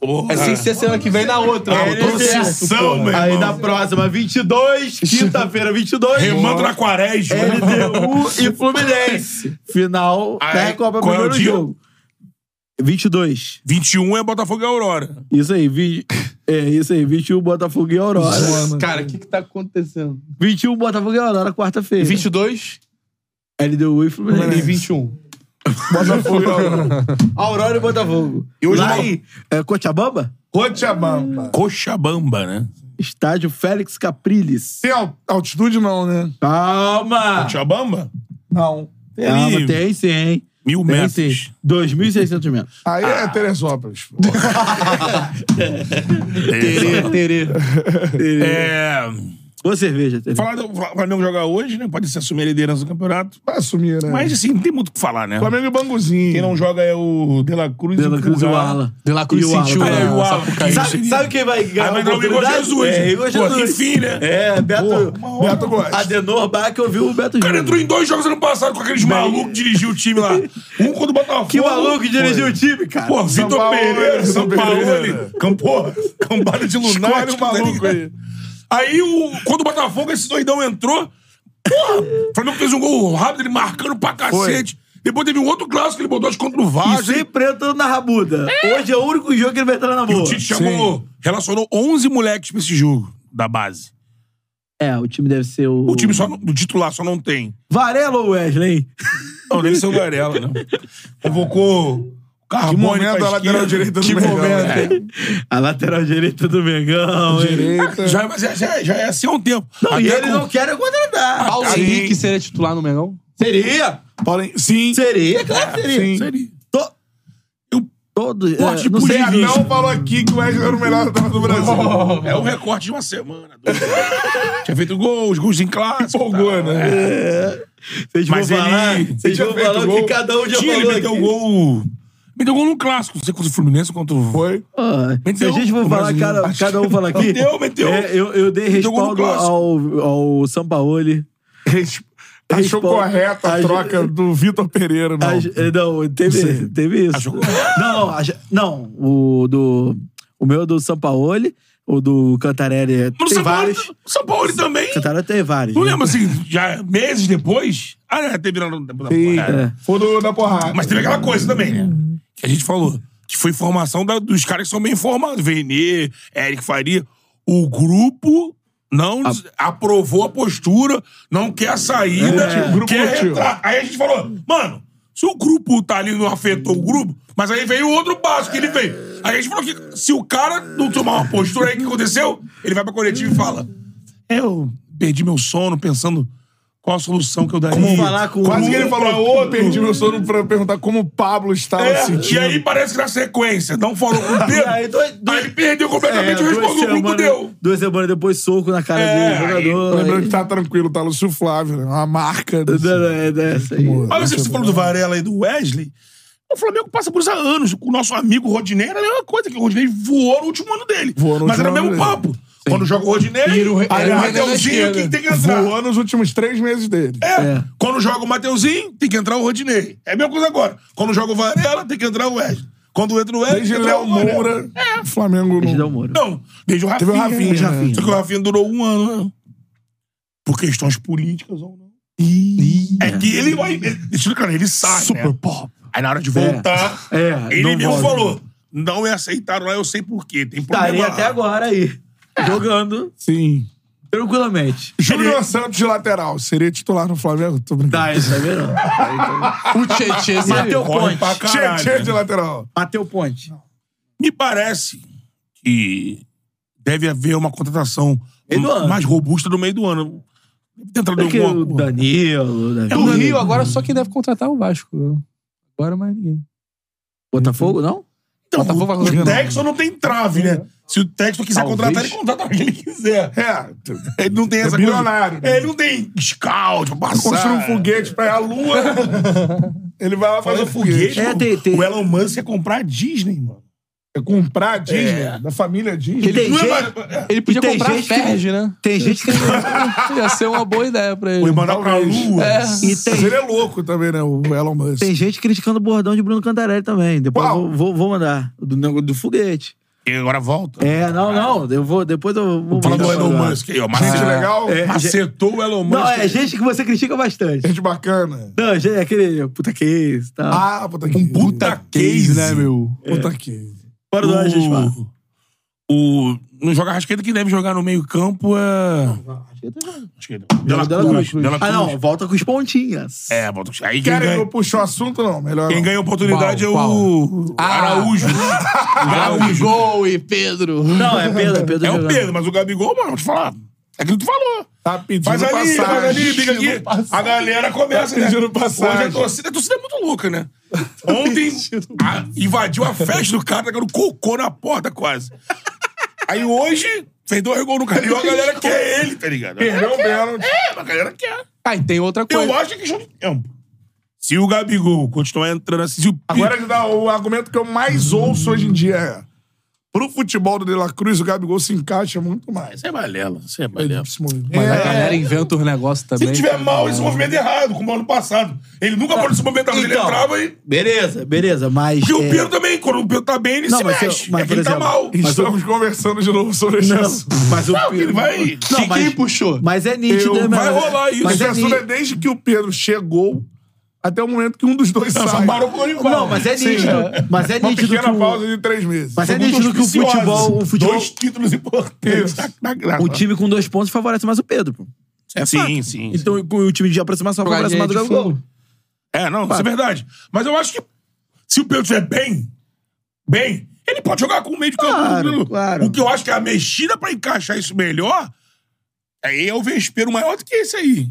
[SPEAKER 2] Porra.
[SPEAKER 14] É sem ser semana que vem na outra.
[SPEAKER 2] Ah,
[SPEAKER 14] né?
[SPEAKER 2] eu tô sessão, meu
[SPEAKER 3] então, assim, Aí
[SPEAKER 2] irmão.
[SPEAKER 3] na próxima, 22, quinta-feira, 22.
[SPEAKER 2] Remando na quaresma.
[SPEAKER 3] É, LDU e Fluminense. Final
[SPEAKER 2] Aí,
[SPEAKER 3] da Recopa,
[SPEAKER 2] qual é o
[SPEAKER 3] primeiro
[SPEAKER 2] dia?
[SPEAKER 3] jogo. 22.
[SPEAKER 2] 21 é Botafogo e Aurora.
[SPEAKER 3] Isso aí, vi... é isso aí, 21 Botafogo e Aurora.
[SPEAKER 14] Cara, o que que tá acontecendo?
[SPEAKER 3] 21 Botafogo e Aurora, quarta-feira.
[SPEAKER 14] 22
[SPEAKER 3] LDU e
[SPEAKER 14] e
[SPEAKER 3] Fluminense.
[SPEAKER 14] 21.
[SPEAKER 1] Botafogo. Aurora.
[SPEAKER 3] Aurora e Botafogo.
[SPEAKER 2] E hoje
[SPEAKER 3] Lá
[SPEAKER 2] não-
[SPEAKER 3] em é, Cochabamba,
[SPEAKER 1] Cochabamba.
[SPEAKER 2] Cochabamba, né?
[SPEAKER 3] estádio Félix Capriles.
[SPEAKER 1] Tem al- altitude, não, né?
[SPEAKER 3] Calma!
[SPEAKER 2] Cochabamba?
[SPEAKER 1] Não.
[SPEAKER 3] Calma, Ah, tem sim, hein?
[SPEAKER 2] Mil
[SPEAKER 3] Tem
[SPEAKER 2] metros.
[SPEAKER 3] sim. 2.600 metros.
[SPEAKER 1] Aí é
[SPEAKER 14] Ah.
[SPEAKER 1] Teresópolis. pô.
[SPEAKER 3] Terê, terê.
[SPEAKER 2] É.
[SPEAKER 3] Ou cerveja, terê.
[SPEAKER 2] Falar do o Flamengo jogar hoje, né? Pode se assumir a liderança do campeonato.
[SPEAKER 1] Vai assumir, né?
[SPEAKER 2] Mas, assim, não tem muito o que falar, né?
[SPEAKER 1] Flamengo e Banguzinho.
[SPEAKER 2] Quem não joga é o De La Cruz
[SPEAKER 3] Dela Cruz e o
[SPEAKER 2] Pulgar.
[SPEAKER 3] Arla.
[SPEAKER 14] De La Cruz
[SPEAKER 3] E o né? Arla.
[SPEAKER 14] sentiu
[SPEAKER 2] Ah, é,
[SPEAKER 14] na
[SPEAKER 2] o Arla.
[SPEAKER 14] Sapucaí.
[SPEAKER 2] Sabe-
[SPEAKER 3] Sabe, sabe quem vai ganhar?
[SPEAKER 2] Aí vai
[SPEAKER 3] a
[SPEAKER 2] entrar o Igor
[SPEAKER 3] oportunidade?
[SPEAKER 2] Jesus,
[SPEAKER 3] É,
[SPEAKER 2] né?
[SPEAKER 3] Igor
[SPEAKER 2] Pô,
[SPEAKER 3] Jesus.
[SPEAKER 2] enfim, né?
[SPEAKER 3] É, Beto.
[SPEAKER 2] Pô,
[SPEAKER 1] Beto gosta.
[SPEAKER 3] Adenor Bach ouviu o Beto
[SPEAKER 2] O cara
[SPEAKER 3] Júnior.
[SPEAKER 2] entrou em dois jogos ano passado com aqueles malucos que dirigiu o time lá. Um contra o Botafogo.
[SPEAKER 3] Que maluco que dirigiu o time, cara.
[SPEAKER 2] Pô,
[SPEAKER 1] São
[SPEAKER 2] Vitor
[SPEAKER 1] Paulo,
[SPEAKER 2] Pereira,
[SPEAKER 1] São
[SPEAKER 2] São Paulo,
[SPEAKER 1] Pereira.
[SPEAKER 2] Campo, cambada de
[SPEAKER 1] Escolhe
[SPEAKER 2] lunático.
[SPEAKER 1] o maluco
[SPEAKER 2] tá ligado?
[SPEAKER 1] aí.
[SPEAKER 2] Aí, o, quando o Botafogo, esse doidão entrou, porra, o Flamengo fez um gol rápido, ele marcando pra cacete. Depois teve um outro clássico que ele botou acho, contra o
[SPEAKER 3] E
[SPEAKER 2] Vasco.
[SPEAKER 3] sempre entrando na rabuda. Hoje é o único jogo que ele vai entrar na
[SPEAKER 2] E o
[SPEAKER 3] boa.
[SPEAKER 2] Tite chamou, relacionou 11 moleques pra esse jogo da base.
[SPEAKER 3] É, o time deve ser o...
[SPEAKER 2] O time só, não- o titular só não tem.
[SPEAKER 3] Varela ou Wesley, hein?
[SPEAKER 2] Não, deve ser o Varela, né? Convocou o
[SPEAKER 1] Que
[SPEAKER 2] Carbone
[SPEAKER 1] momento
[SPEAKER 2] pra
[SPEAKER 1] a né, lateral
[SPEAKER 2] esquerda.
[SPEAKER 1] direita do
[SPEAKER 2] Que
[SPEAKER 1] Mengão,
[SPEAKER 2] momento. É.
[SPEAKER 1] né?
[SPEAKER 3] A lateral direita do Mengão, hein?
[SPEAKER 1] É. Direita.
[SPEAKER 2] Já, mas já, já, já é assim há um tempo.
[SPEAKER 3] Não, e
[SPEAKER 2] Até
[SPEAKER 3] eles
[SPEAKER 2] com- Ah,
[SPEAKER 3] não querem contratar.
[SPEAKER 14] Paulo
[SPEAKER 2] Sim.
[SPEAKER 14] Henrique seria titular no Mengão?
[SPEAKER 3] Seria?
[SPEAKER 1] Podem- Sim.
[SPEAKER 3] Seria, claro
[SPEAKER 2] Ah,
[SPEAKER 3] que seria.
[SPEAKER 1] Sim.
[SPEAKER 3] seria. To...
[SPEAKER 2] Eu-
[SPEAKER 3] Todos.
[SPEAKER 2] Porte
[SPEAKER 3] É, não sei,
[SPEAKER 2] político.
[SPEAKER 3] não.
[SPEAKER 1] Não falou aqui que o Wesley era o melhor atleta do Brasil.
[SPEAKER 2] É o recorte de uma semana. dois. Tinha feito gols, gols em clássico.
[SPEAKER 1] Empolgou,
[SPEAKER 2] e tal. É.
[SPEAKER 1] né?
[SPEAKER 3] É. Vocês vão
[SPEAKER 2] Mas ele-
[SPEAKER 3] falar,
[SPEAKER 2] ele
[SPEAKER 3] vocês
[SPEAKER 1] tinha
[SPEAKER 3] vão
[SPEAKER 1] feito
[SPEAKER 3] falar o que
[SPEAKER 1] gol.
[SPEAKER 3] cada um já
[SPEAKER 2] Tinha, ele
[SPEAKER 3] falou
[SPEAKER 2] meteu
[SPEAKER 3] aqui.
[SPEAKER 2] gol. Meteu gol no clássico. Não sei contra o Fluminense, contra o.
[SPEAKER 1] Foi.
[SPEAKER 3] Ah, se a
[SPEAKER 2] Meteu
[SPEAKER 3] gente for
[SPEAKER 2] o
[SPEAKER 3] falar,
[SPEAKER 2] brasileiro.
[SPEAKER 3] cada, cada um fala aqui.
[SPEAKER 2] Meteu, meteu.
[SPEAKER 3] É, eu, eu dei
[SPEAKER 2] Meteu gol no
[SPEAKER 3] respaldo
[SPEAKER 2] clássico.
[SPEAKER 3] ao, ao Sampaoli.
[SPEAKER 1] Res-
[SPEAKER 3] Responde.
[SPEAKER 1] Achou correta
[SPEAKER 3] A
[SPEAKER 1] a
[SPEAKER 3] ge-
[SPEAKER 1] troca do Vitor Pereira, não.
[SPEAKER 3] Ah, eh, Não, teve,
[SPEAKER 1] Sim.
[SPEAKER 2] Ah,
[SPEAKER 3] teve isso.
[SPEAKER 2] Achou-
[SPEAKER 3] Não, não, acha- não, o do. O meu é do Sampaoli. ou do Cantarelli. é,
[SPEAKER 2] Mas o
[SPEAKER 3] tem
[SPEAKER 2] São Paulo,
[SPEAKER 3] vários.
[SPEAKER 2] São Paulo também.
[SPEAKER 3] Cantarelli tem né? vários.
[SPEAKER 2] Não lembro assim, já meses depois. Ah, né, teve na, na, na
[SPEAKER 1] Sim,
[SPEAKER 3] é.
[SPEAKER 2] porrada.
[SPEAKER 1] Foi do- da porrada.
[SPEAKER 2] Mas teve aquela coisa também, né? Que a gente falou. Que foi formação da- dos caras que são bem formados. Vene, Eric Faria. O grupo não aprovou a postura, não quer a saída.
[SPEAKER 1] É, o grupo
[SPEAKER 2] quer
[SPEAKER 1] curtiu.
[SPEAKER 2] retrato. Aí a gente falou, mano, se o grupo tá ali não afetou o grupo, mas aí veio outro passo que ele veio. Aí a gente falou que se o cara não tomar uma postura aí que aconteceu, ele vai pra coletiva e fala: Eu perdi meu sono pensando qual a solução que eu daria.
[SPEAKER 1] Quase que ele
[SPEAKER 2] Pra
[SPEAKER 1] falou, ô, perdi meu sono é pra perguntar como o Pablo estava
[SPEAKER 2] é,
[SPEAKER 1] sentindo.
[SPEAKER 2] e aí parece que na sequência, não falou com o dedo. aí, ele perdeu completamente
[SPEAKER 3] É,
[SPEAKER 2] o
[SPEAKER 3] duas
[SPEAKER 2] responde o grupo
[SPEAKER 3] semanas-
[SPEAKER 2] deu.
[SPEAKER 3] Duas semanas depois, soco na cara
[SPEAKER 2] É,
[SPEAKER 3] dele, jogador.
[SPEAKER 1] né? Lembrando
[SPEAKER 3] aí-
[SPEAKER 1] que tá tranquilo, tá Lúcio Flávio, né? Uma marca. Desse...
[SPEAKER 3] É dessa aí.
[SPEAKER 2] Mas você, você falou do Varela e do Wesley. O Flamengo passa por isso há anos. O nosso amigo Rodinei era a mesma coisa, que o Rodinei voou no último ano dele.
[SPEAKER 1] no
[SPEAKER 2] Mas era o
[SPEAKER 1] último
[SPEAKER 2] mesmo
[SPEAKER 1] ano
[SPEAKER 2] papo. Quando joga o Rodinei,
[SPEAKER 1] E o- era o
[SPEAKER 2] aí o
[SPEAKER 1] Renan da
[SPEAKER 2] Mateuzinho
[SPEAKER 1] esquerda.
[SPEAKER 2] quem tem que entrar.
[SPEAKER 1] Voou nos últimos três meses dele.
[SPEAKER 2] É. Quando joga o Mateuzinho, tem que entrar o Rodinei. É a mesma coisa agora. Quando joga o Varela, tem que entrar o Wesley. Quando entra o Wesley,
[SPEAKER 1] Desde
[SPEAKER 2] tem que entrar
[SPEAKER 1] Léo
[SPEAKER 2] o Varela.
[SPEAKER 1] Moura,
[SPEAKER 2] É.
[SPEAKER 1] o Flamengo não...
[SPEAKER 3] um
[SPEAKER 2] Não, desde o Rafinha.
[SPEAKER 1] Teve o Rafinha,
[SPEAKER 2] Desde
[SPEAKER 1] né?
[SPEAKER 2] Só que o Rafinha durou um ano, né? Por questões políticas ou não. É que ele vai. Isso, cara, ele sai. Super
[SPEAKER 1] pop.
[SPEAKER 2] Aí na hora de voltar,
[SPEAKER 3] É, é,
[SPEAKER 2] ele
[SPEAKER 3] não
[SPEAKER 2] mesmo
[SPEAKER 3] volta.
[SPEAKER 2] falou: não me aceitaram lá, eu sei por quê. Tem
[SPEAKER 3] Estaria
[SPEAKER 2] problema.
[SPEAKER 3] Tá, até agora aí. Jogando.
[SPEAKER 1] Sim.
[SPEAKER 3] Tranquilamente.
[SPEAKER 1] Júnior Santos de lateral. Seria titular no Flamengo? Tô brincando.
[SPEAKER 3] Tá, é isso é verão.
[SPEAKER 14] O Tietchan
[SPEAKER 3] Mateu
[SPEAKER 2] Corre pra
[SPEAKER 3] Ponte.
[SPEAKER 2] caralho.
[SPEAKER 1] Tietchan de lateral.
[SPEAKER 3] Mateu Ponte.
[SPEAKER 2] Me parece que deve haver uma contratação mais robusta no meio do ano. Deve ter entrado
[SPEAKER 3] Porque
[SPEAKER 2] em alguma
[SPEAKER 3] É o É Danilo, Davi.
[SPEAKER 14] Do Rio, agora só quem deve contratar é o Vasco. Agora mais ninguém.
[SPEAKER 3] Botafogo, não?
[SPEAKER 2] Então,
[SPEAKER 1] tá,
[SPEAKER 14] Botafogo vai
[SPEAKER 2] o
[SPEAKER 14] contratar.
[SPEAKER 2] Texon não tem trave, né? Se o Texon quiser
[SPEAKER 14] Talvez.
[SPEAKER 2] contratar, ele contrata quem ele quiser.
[SPEAKER 1] É.
[SPEAKER 2] Ele não tem
[SPEAKER 1] É
[SPEAKER 2] essa
[SPEAKER 1] bilionário,
[SPEAKER 2] coisa. Ele não tem scout, pra passar.
[SPEAKER 1] Construir um foguete pra ir à lua. ele vai lá fazer
[SPEAKER 2] Fazer
[SPEAKER 1] um foguete.
[SPEAKER 2] foguete.
[SPEAKER 3] É,
[SPEAKER 2] mano.
[SPEAKER 3] tem- tem-
[SPEAKER 2] O Elon Musk ia comprar a Disney, mano.
[SPEAKER 1] É comprar a Disney,
[SPEAKER 2] É.
[SPEAKER 1] da família Disney.
[SPEAKER 3] E tem
[SPEAKER 2] Não é
[SPEAKER 3] gente-
[SPEAKER 2] mais- é.
[SPEAKER 14] Ele podia
[SPEAKER 3] tem
[SPEAKER 14] comprar a
[SPEAKER 3] gente que-
[SPEAKER 14] Ferg, né?
[SPEAKER 3] Tem gente que.
[SPEAKER 14] Ia ser uma boa ideia pra
[SPEAKER 2] Foi
[SPEAKER 14] ele.
[SPEAKER 2] mandar pra
[SPEAKER 1] Talvez.
[SPEAKER 2] lua.
[SPEAKER 14] É.
[SPEAKER 3] E
[SPEAKER 1] Mas ele
[SPEAKER 3] tem,
[SPEAKER 1] é louco também, né? O Elon Musk.
[SPEAKER 3] tem gente criticando o bordão de Bruno Cantarelli também. Depois eu
[SPEAKER 1] Qual?
[SPEAKER 3] vou, vou, vou mandar. Do, negócio do foguete.
[SPEAKER 2] E agora volta.
[SPEAKER 3] É, não, não. Eu vou, depois eu vou.
[SPEAKER 2] Fala do
[SPEAKER 3] mandar.
[SPEAKER 2] Elon Musk aí, ó. Macete
[SPEAKER 1] Gente legal.
[SPEAKER 2] É, Macetou o Elon Musk.
[SPEAKER 3] Não, é gente que você critica bastante.
[SPEAKER 1] Gente bacana.
[SPEAKER 3] Não, gente, é aquele puta que isso tá? e tal.
[SPEAKER 1] Ah, puta que...
[SPEAKER 2] Um puta case, né,
[SPEAKER 1] meu? Puta que...
[SPEAKER 3] Fora do ar, gente fala.
[SPEAKER 2] O... Não joga Rasqueta, quem deve jogar no meio campo é... Rasqueta. Dela
[SPEAKER 3] Dela
[SPEAKER 2] Cruz.
[SPEAKER 3] Cruz.
[SPEAKER 2] Dela
[SPEAKER 3] Ah,
[SPEAKER 2] Cruz.
[SPEAKER 3] não, volta com os pontinhas.
[SPEAKER 2] É, bota... Aí quem
[SPEAKER 1] Querem
[SPEAKER 2] ganha...
[SPEAKER 1] eu puxar o assunto? Não, melhor
[SPEAKER 2] Quem
[SPEAKER 1] não.
[SPEAKER 2] ganha a oportunidade
[SPEAKER 14] Qual?
[SPEAKER 2] é o
[SPEAKER 14] Ah.
[SPEAKER 2] Araújo. Araújo.
[SPEAKER 14] Gabigol e Pedro.
[SPEAKER 3] Não, é Pedro, é Pedro.
[SPEAKER 2] É o
[SPEAKER 3] jogando.
[SPEAKER 2] Pedro, mas o Gabigol, mano, vou te falar. É aquilo que tu falou.
[SPEAKER 1] Tá pedindo
[SPEAKER 2] Faz ali,
[SPEAKER 1] passagem.
[SPEAKER 2] faz ali, briga aqui. A galera começa,
[SPEAKER 1] Tá
[SPEAKER 2] né?
[SPEAKER 1] pedindo
[SPEAKER 2] Hoje
[SPEAKER 1] passagem. Tá
[SPEAKER 2] a torcida, a torcida é muito louca, né? Ontem a- invadiu a festa do cara, tacando cocô na porta quase. Aí hoje, fez dois gols no Carioca, a galera quer ele, tá ligado?
[SPEAKER 1] Perdeu o pênalti.
[SPEAKER 2] É, mas a galera quer.
[SPEAKER 14] Ah, e tem outra coisa.
[SPEAKER 2] Eu acho que é questão de tempo. Se o Gabigol continuar entrando assim, se o
[SPEAKER 1] Agora que dá o argumento que eu mais ouço hoje em dia é... Pro futebol do De La Cruz, o Gabigol se encaixa muito mais.
[SPEAKER 2] Isso é balela, isso é balela.
[SPEAKER 1] Esse movimento.
[SPEAKER 14] Mas
[SPEAKER 1] É.
[SPEAKER 14] a galera inventa os negócios também.
[SPEAKER 2] Se
[SPEAKER 3] tá
[SPEAKER 2] tiver mal, ele se movimenta errado, como ano passado. Ele nunca
[SPEAKER 1] Tá.
[SPEAKER 2] pode se movimentar, mas ele
[SPEAKER 3] Então.
[SPEAKER 2] entrava e.
[SPEAKER 3] Beleza, beleza, mas.
[SPEAKER 2] Porque o
[SPEAKER 3] é,
[SPEAKER 2] Pedro também, quando o Pedro tá bem, ele
[SPEAKER 3] Não,
[SPEAKER 2] se
[SPEAKER 3] mas se eu-
[SPEAKER 2] mexe.
[SPEAKER 3] mas,
[SPEAKER 2] é que
[SPEAKER 3] por
[SPEAKER 2] ele tá
[SPEAKER 3] exemplo,
[SPEAKER 2] mal.
[SPEAKER 3] mas o-
[SPEAKER 1] Estamos conversando de novo sobre esse
[SPEAKER 3] Não,
[SPEAKER 1] assunto.
[SPEAKER 3] mas o
[SPEAKER 2] tá Não, ele vai-
[SPEAKER 3] Não,
[SPEAKER 2] Quem-
[SPEAKER 3] mas-
[SPEAKER 14] quem puxou?
[SPEAKER 3] Mas é nítido,
[SPEAKER 1] Eu-
[SPEAKER 3] né,
[SPEAKER 1] vai
[SPEAKER 3] mano?
[SPEAKER 1] rolar isso.
[SPEAKER 3] Mas
[SPEAKER 1] Esse
[SPEAKER 3] é
[SPEAKER 1] assunto é
[SPEAKER 3] nítido.
[SPEAKER 1] desde que o Pedro chegou até o momento que um dos dois
[SPEAKER 2] Não, só
[SPEAKER 1] sai.
[SPEAKER 2] parou com o Dorival.
[SPEAKER 3] Não, mas é
[SPEAKER 1] Sim.
[SPEAKER 3] nítido. Mas é
[SPEAKER 1] Uma
[SPEAKER 3] nítido que
[SPEAKER 1] pequena
[SPEAKER 3] o-
[SPEAKER 1] pausa de três meses.
[SPEAKER 3] Mas é
[SPEAKER 1] Foi muito
[SPEAKER 3] nítido que o
[SPEAKER 1] auspiciosa.
[SPEAKER 3] futebol- o futebol-
[SPEAKER 2] Dois títulos importantes. Tá, na graça.
[SPEAKER 3] O time com dois pontos favorece mais o Pedro, pô. É
[SPEAKER 2] Sim,
[SPEAKER 3] fato.
[SPEAKER 2] sim,
[SPEAKER 3] Então, com o time de aproximação favorece mais o
[SPEAKER 14] Jogadinha de
[SPEAKER 3] Gabigol.
[SPEAKER 2] É, não, isso é verdade. Mas eu acho que se o Pedro estiver bem, bem, ele pode jogar com o meio de campo.
[SPEAKER 3] Claro,
[SPEAKER 2] tranquilo.
[SPEAKER 3] claro.
[SPEAKER 2] O que eu acho que é a mexida pra encaixar isso melhor, aí é o vespeiro maior do que esse aí.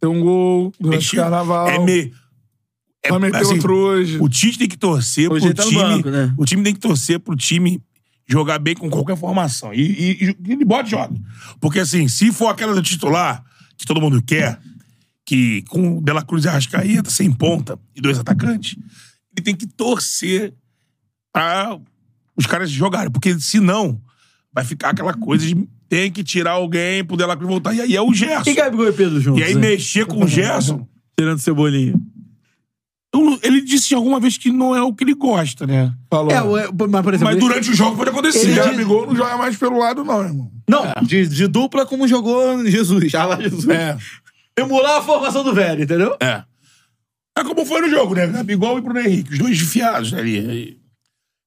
[SPEAKER 1] Tem um gol durante o
[SPEAKER 2] Mexida.
[SPEAKER 1] carnaval.
[SPEAKER 2] É me... é,
[SPEAKER 1] Vai meter
[SPEAKER 2] assim,
[SPEAKER 1] outro hoje.
[SPEAKER 2] O Tite tem que torcer
[SPEAKER 3] Hoje
[SPEAKER 2] pro
[SPEAKER 3] ele tá no
[SPEAKER 2] time.
[SPEAKER 3] banco, né?
[SPEAKER 2] O time tem que torcer pro time jogar bem com qualquer formação. E, e, e ele bota joga. Porque assim, se for aquela do titular, que todo mundo quer, que com o De La Cruz e Arrascaeta, sem ponta e dois atacantes, ele tem que torcer pra os caras jogarem. Porque senão, vai ficar aquela coisa de tem que tirar alguém pro De La Cruz voltar. E aí é o Gerson.
[SPEAKER 3] né? E Gabigol e Pedro juntos.
[SPEAKER 2] E aí
[SPEAKER 3] né?
[SPEAKER 2] mexer com o Gerson.
[SPEAKER 3] Tirando Cebolinha.
[SPEAKER 2] Eu não- Então, ele disse alguma vez que não é o que ele gosta, né? Falou.
[SPEAKER 3] É, o- mas, por exemplo,
[SPEAKER 2] Mas durante
[SPEAKER 3] ele-
[SPEAKER 2] o jogo pode acontecer.
[SPEAKER 3] ele
[SPEAKER 2] Ele
[SPEAKER 3] diz-
[SPEAKER 2] Gabigol não joga mais pelo lado, não, irmão.
[SPEAKER 3] Não, de, de dupla como jogou Jesus. Ah lá, Jesus. Emular a formação do velho, entendeu?
[SPEAKER 2] É. É como foi no jogo, né? Gabigol e Bruno Henrique, os dois enfiados ali. E-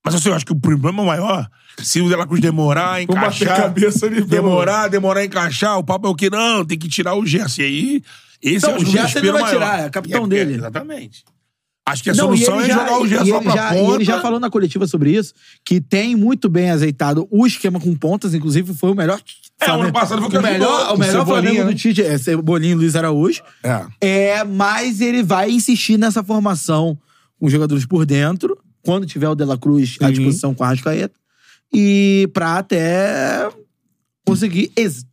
[SPEAKER 2] Mas assim, eu acho que o problema maior, se o Dela Cruz demorar,
[SPEAKER 16] Vou bater
[SPEAKER 2] encaixar.
[SPEAKER 16] a cabeça ali, pelo-
[SPEAKER 2] demorar, demorar, encaixar, o papo é o que? Não, tem que tirar o Gerson. E aí, esse
[SPEAKER 3] Então,
[SPEAKER 2] é
[SPEAKER 3] o
[SPEAKER 2] o
[SPEAKER 3] Gerson ele
[SPEAKER 2] desespero
[SPEAKER 3] vai
[SPEAKER 2] maior.
[SPEAKER 3] tirar, é o capitão dele.
[SPEAKER 2] Exatamente. Acho que a
[SPEAKER 3] Não, e
[SPEAKER 2] solução
[SPEAKER 3] ele
[SPEAKER 2] é
[SPEAKER 3] já-
[SPEAKER 2] jogar o Gerson
[SPEAKER 3] e
[SPEAKER 2] lá
[SPEAKER 3] ele
[SPEAKER 2] pra
[SPEAKER 3] já, e
[SPEAKER 2] ponta.
[SPEAKER 3] ele já falou na coletiva sobre isso, que tem muito bem azeitado o esquema com pontas, inclusive foi o melhor...
[SPEAKER 2] É, o ano passado foi o que
[SPEAKER 3] o melhor,
[SPEAKER 2] ajudou.
[SPEAKER 3] o melhor
[SPEAKER 2] Cebolinha,
[SPEAKER 3] Flamengo
[SPEAKER 2] né?
[SPEAKER 3] do Tite é Cebolinha e Luiz Araújo.
[SPEAKER 2] É.
[SPEAKER 3] É, mas ele vai insistir nessa formação com os jogadores por dentro, quando tiver o De La Cruz
[SPEAKER 2] Uhum.
[SPEAKER 3] à disposição com a Rascaeta, e pra até conseguir êxito.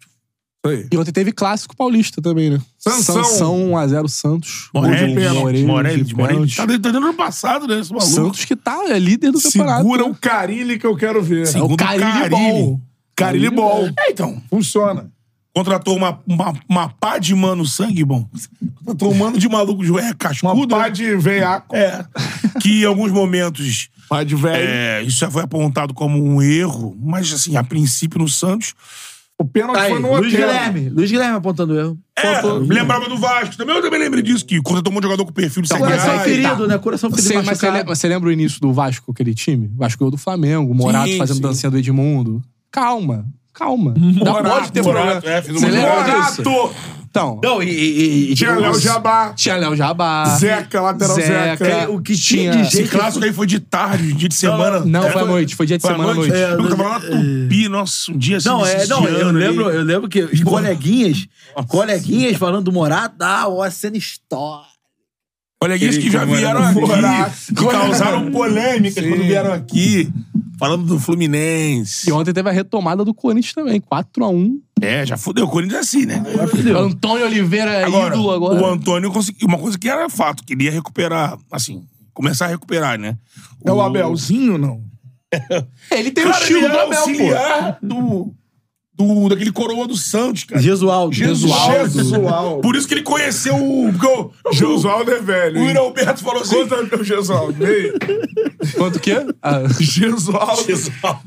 [SPEAKER 1] E ontem teve clássico paulista também, né?
[SPEAKER 3] Sansão.
[SPEAKER 1] Sansão 1x0 Santos.
[SPEAKER 2] Morelli,
[SPEAKER 1] Gol de
[SPEAKER 2] Morelli, Morelli,
[SPEAKER 1] de
[SPEAKER 2] Morelli.
[SPEAKER 1] pênalti.
[SPEAKER 2] Tá dentro do passado, né? Esse maluco.
[SPEAKER 1] Santos que tá, é líder do campeonato.
[SPEAKER 16] Segura
[SPEAKER 1] né?
[SPEAKER 16] o Carilli que eu quero ver.
[SPEAKER 1] É o Carilli Ball.
[SPEAKER 16] Carilli Ball.
[SPEAKER 2] É, então.
[SPEAKER 16] Funciona.
[SPEAKER 2] Contratou uma, uma, uma pá de mano sangue, bom. Contratou um mano de maluco é, cascudo. Uma pá
[SPEAKER 16] de veiaco.
[SPEAKER 2] É. Que em alguns momentos.
[SPEAKER 16] Pá de velho.
[SPEAKER 2] É, isso já foi apontado como um erro, mas assim, a princípio no Santos.
[SPEAKER 16] O pênalti
[SPEAKER 3] Tá aí, Luiz Guilherme. Luiz Guilherme apontando eu.
[SPEAKER 2] É, lembrava do Vasco. Também eu também lembrei disso, que contratou um monte de jogador com perfil de
[SPEAKER 3] Então,
[SPEAKER 2] Serie
[SPEAKER 3] coração
[SPEAKER 2] A e
[SPEAKER 3] ferido,
[SPEAKER 2] tal.
[SPEAKER 3] né? Coração ferido
[SPEAKER 1] Você, mas é você,
[SPEAKER 3] machucado.
[SPEAKER 1] lembra, você lembra o início do Vasco, aquele time? O Vasco ganhou do Flamengo, o Morato
[SPEAKER 2] Sim,
[SPEAKER 1] fazendo
[SPEAKER 2] sim.
[SPEAKER 1] dancinha do Edmundo. Calma, calma. Não
[SPEAKER 2] Morato,
[SPEAKER 1] pode ter
[SPEAKER 2] Morato,
[SPEAKER 1] problema.
[SPEAKER 2] é, fez um
[SPEAKER 1] você
[SPEAKER 2] monte de
[SPEAKER 1] lembra
[SPEAKER 2] gol.
[SPEAKER 1] disso?
[SPEAKER 2] Morato!
[SPEAKER 1] Então,
[SPEAKER 3] Não, e, e, e
[SPEAKER 16] Tinha Léo Jabá.
[SPEAKER 1] tinha Léo Jabá.
[SPEAKER 16] Zeca, lateral Zeca.
[SPEAKER 3] O que tinha de
[SPEAKER 2] Esse
[SPEAKER 3] gente...
[SPEAKER 2] clássico é aí foi de tarde, dia de semana.
[SPEAKER 1] Não,
[SPEAKER 2] É,
[SPEAKER 1] foi à noite, foi dia de
[SPEAKER 2] Foi à
[SPEAKER 1] semana à
[SPEAKER 2] noite.
[SPEAKER 1] noite.
[SPEAKER 2] Eu tava lá na Tupi, nossa, um dia assim.
[SPEAKER 3] Não, é, não, eu
[SPEAKER 2] desistiando aí.
[SPEAKER 3] lembro, eu lembro que os
[SPEAKER 2] Porra.
[SPEAKER 3] coleguinhas, coleguinhas falando do Morato, ah, ó, a cena histórica.
[SPEAKER 2] Olha, aqueles que já vieram aqui,
[SPEAKER 16] Morato.
[SPEAKER 2] que causaram polêmicas quando vieram aqui, falando do Fluminense.
[SPEAKER 1] E ontem teve a retomada do Corinthians também, 4x1.
[SPEAKER 2] É, já fudeu. O Corinthians é assim, né?
[SPEAKER 1] Antônio Oliveira é
[SPEAKER 2] Agora,
[SPEAKER 1] ídolo agora.
[SPEAKER 2] o Antônio conseguiu. Uma coisa que era fato, queria recuperar, assim, começar a recuperar, né?
[SPEAKER 16] É o Abelzinho, não?
[SPEAKER 1] É, Ele tem
[SPEAKER 2] Cara,
[SPEAKER 1] o estilo
[SPEAKER 2] ele
[SPEAKER 1] do
[SPEAKER 2] era
[SPEAKER 1] Abel, pô.
[SPEAKER 2] auxiliar do, do, daquele coroa do Santos, cara.
[SPEAKER 3] Jesualdo.
[SPEAKER 2] Jesualdo.
[SPEAKER 16] Jesualdo.
[SPEAKER 2] Por isso que ele conheceu o. porque o-
[SPEAKER 16] Gesualdo é
[SPEAKER 2] O
[SPEAKER 16] velho. hein?
[SPEAKER 2] Yuri Alberto falou assim.
[SPEAKER 16] Conta meu Gesualdo. Ei,
[SPEAKER 1] Quanto que?
[SPEAKER 2] é?
[SPEAKER 1] Ah,
[SPEAKER 16] Gesualdo.
[SPEAKER 2] Jesualdo.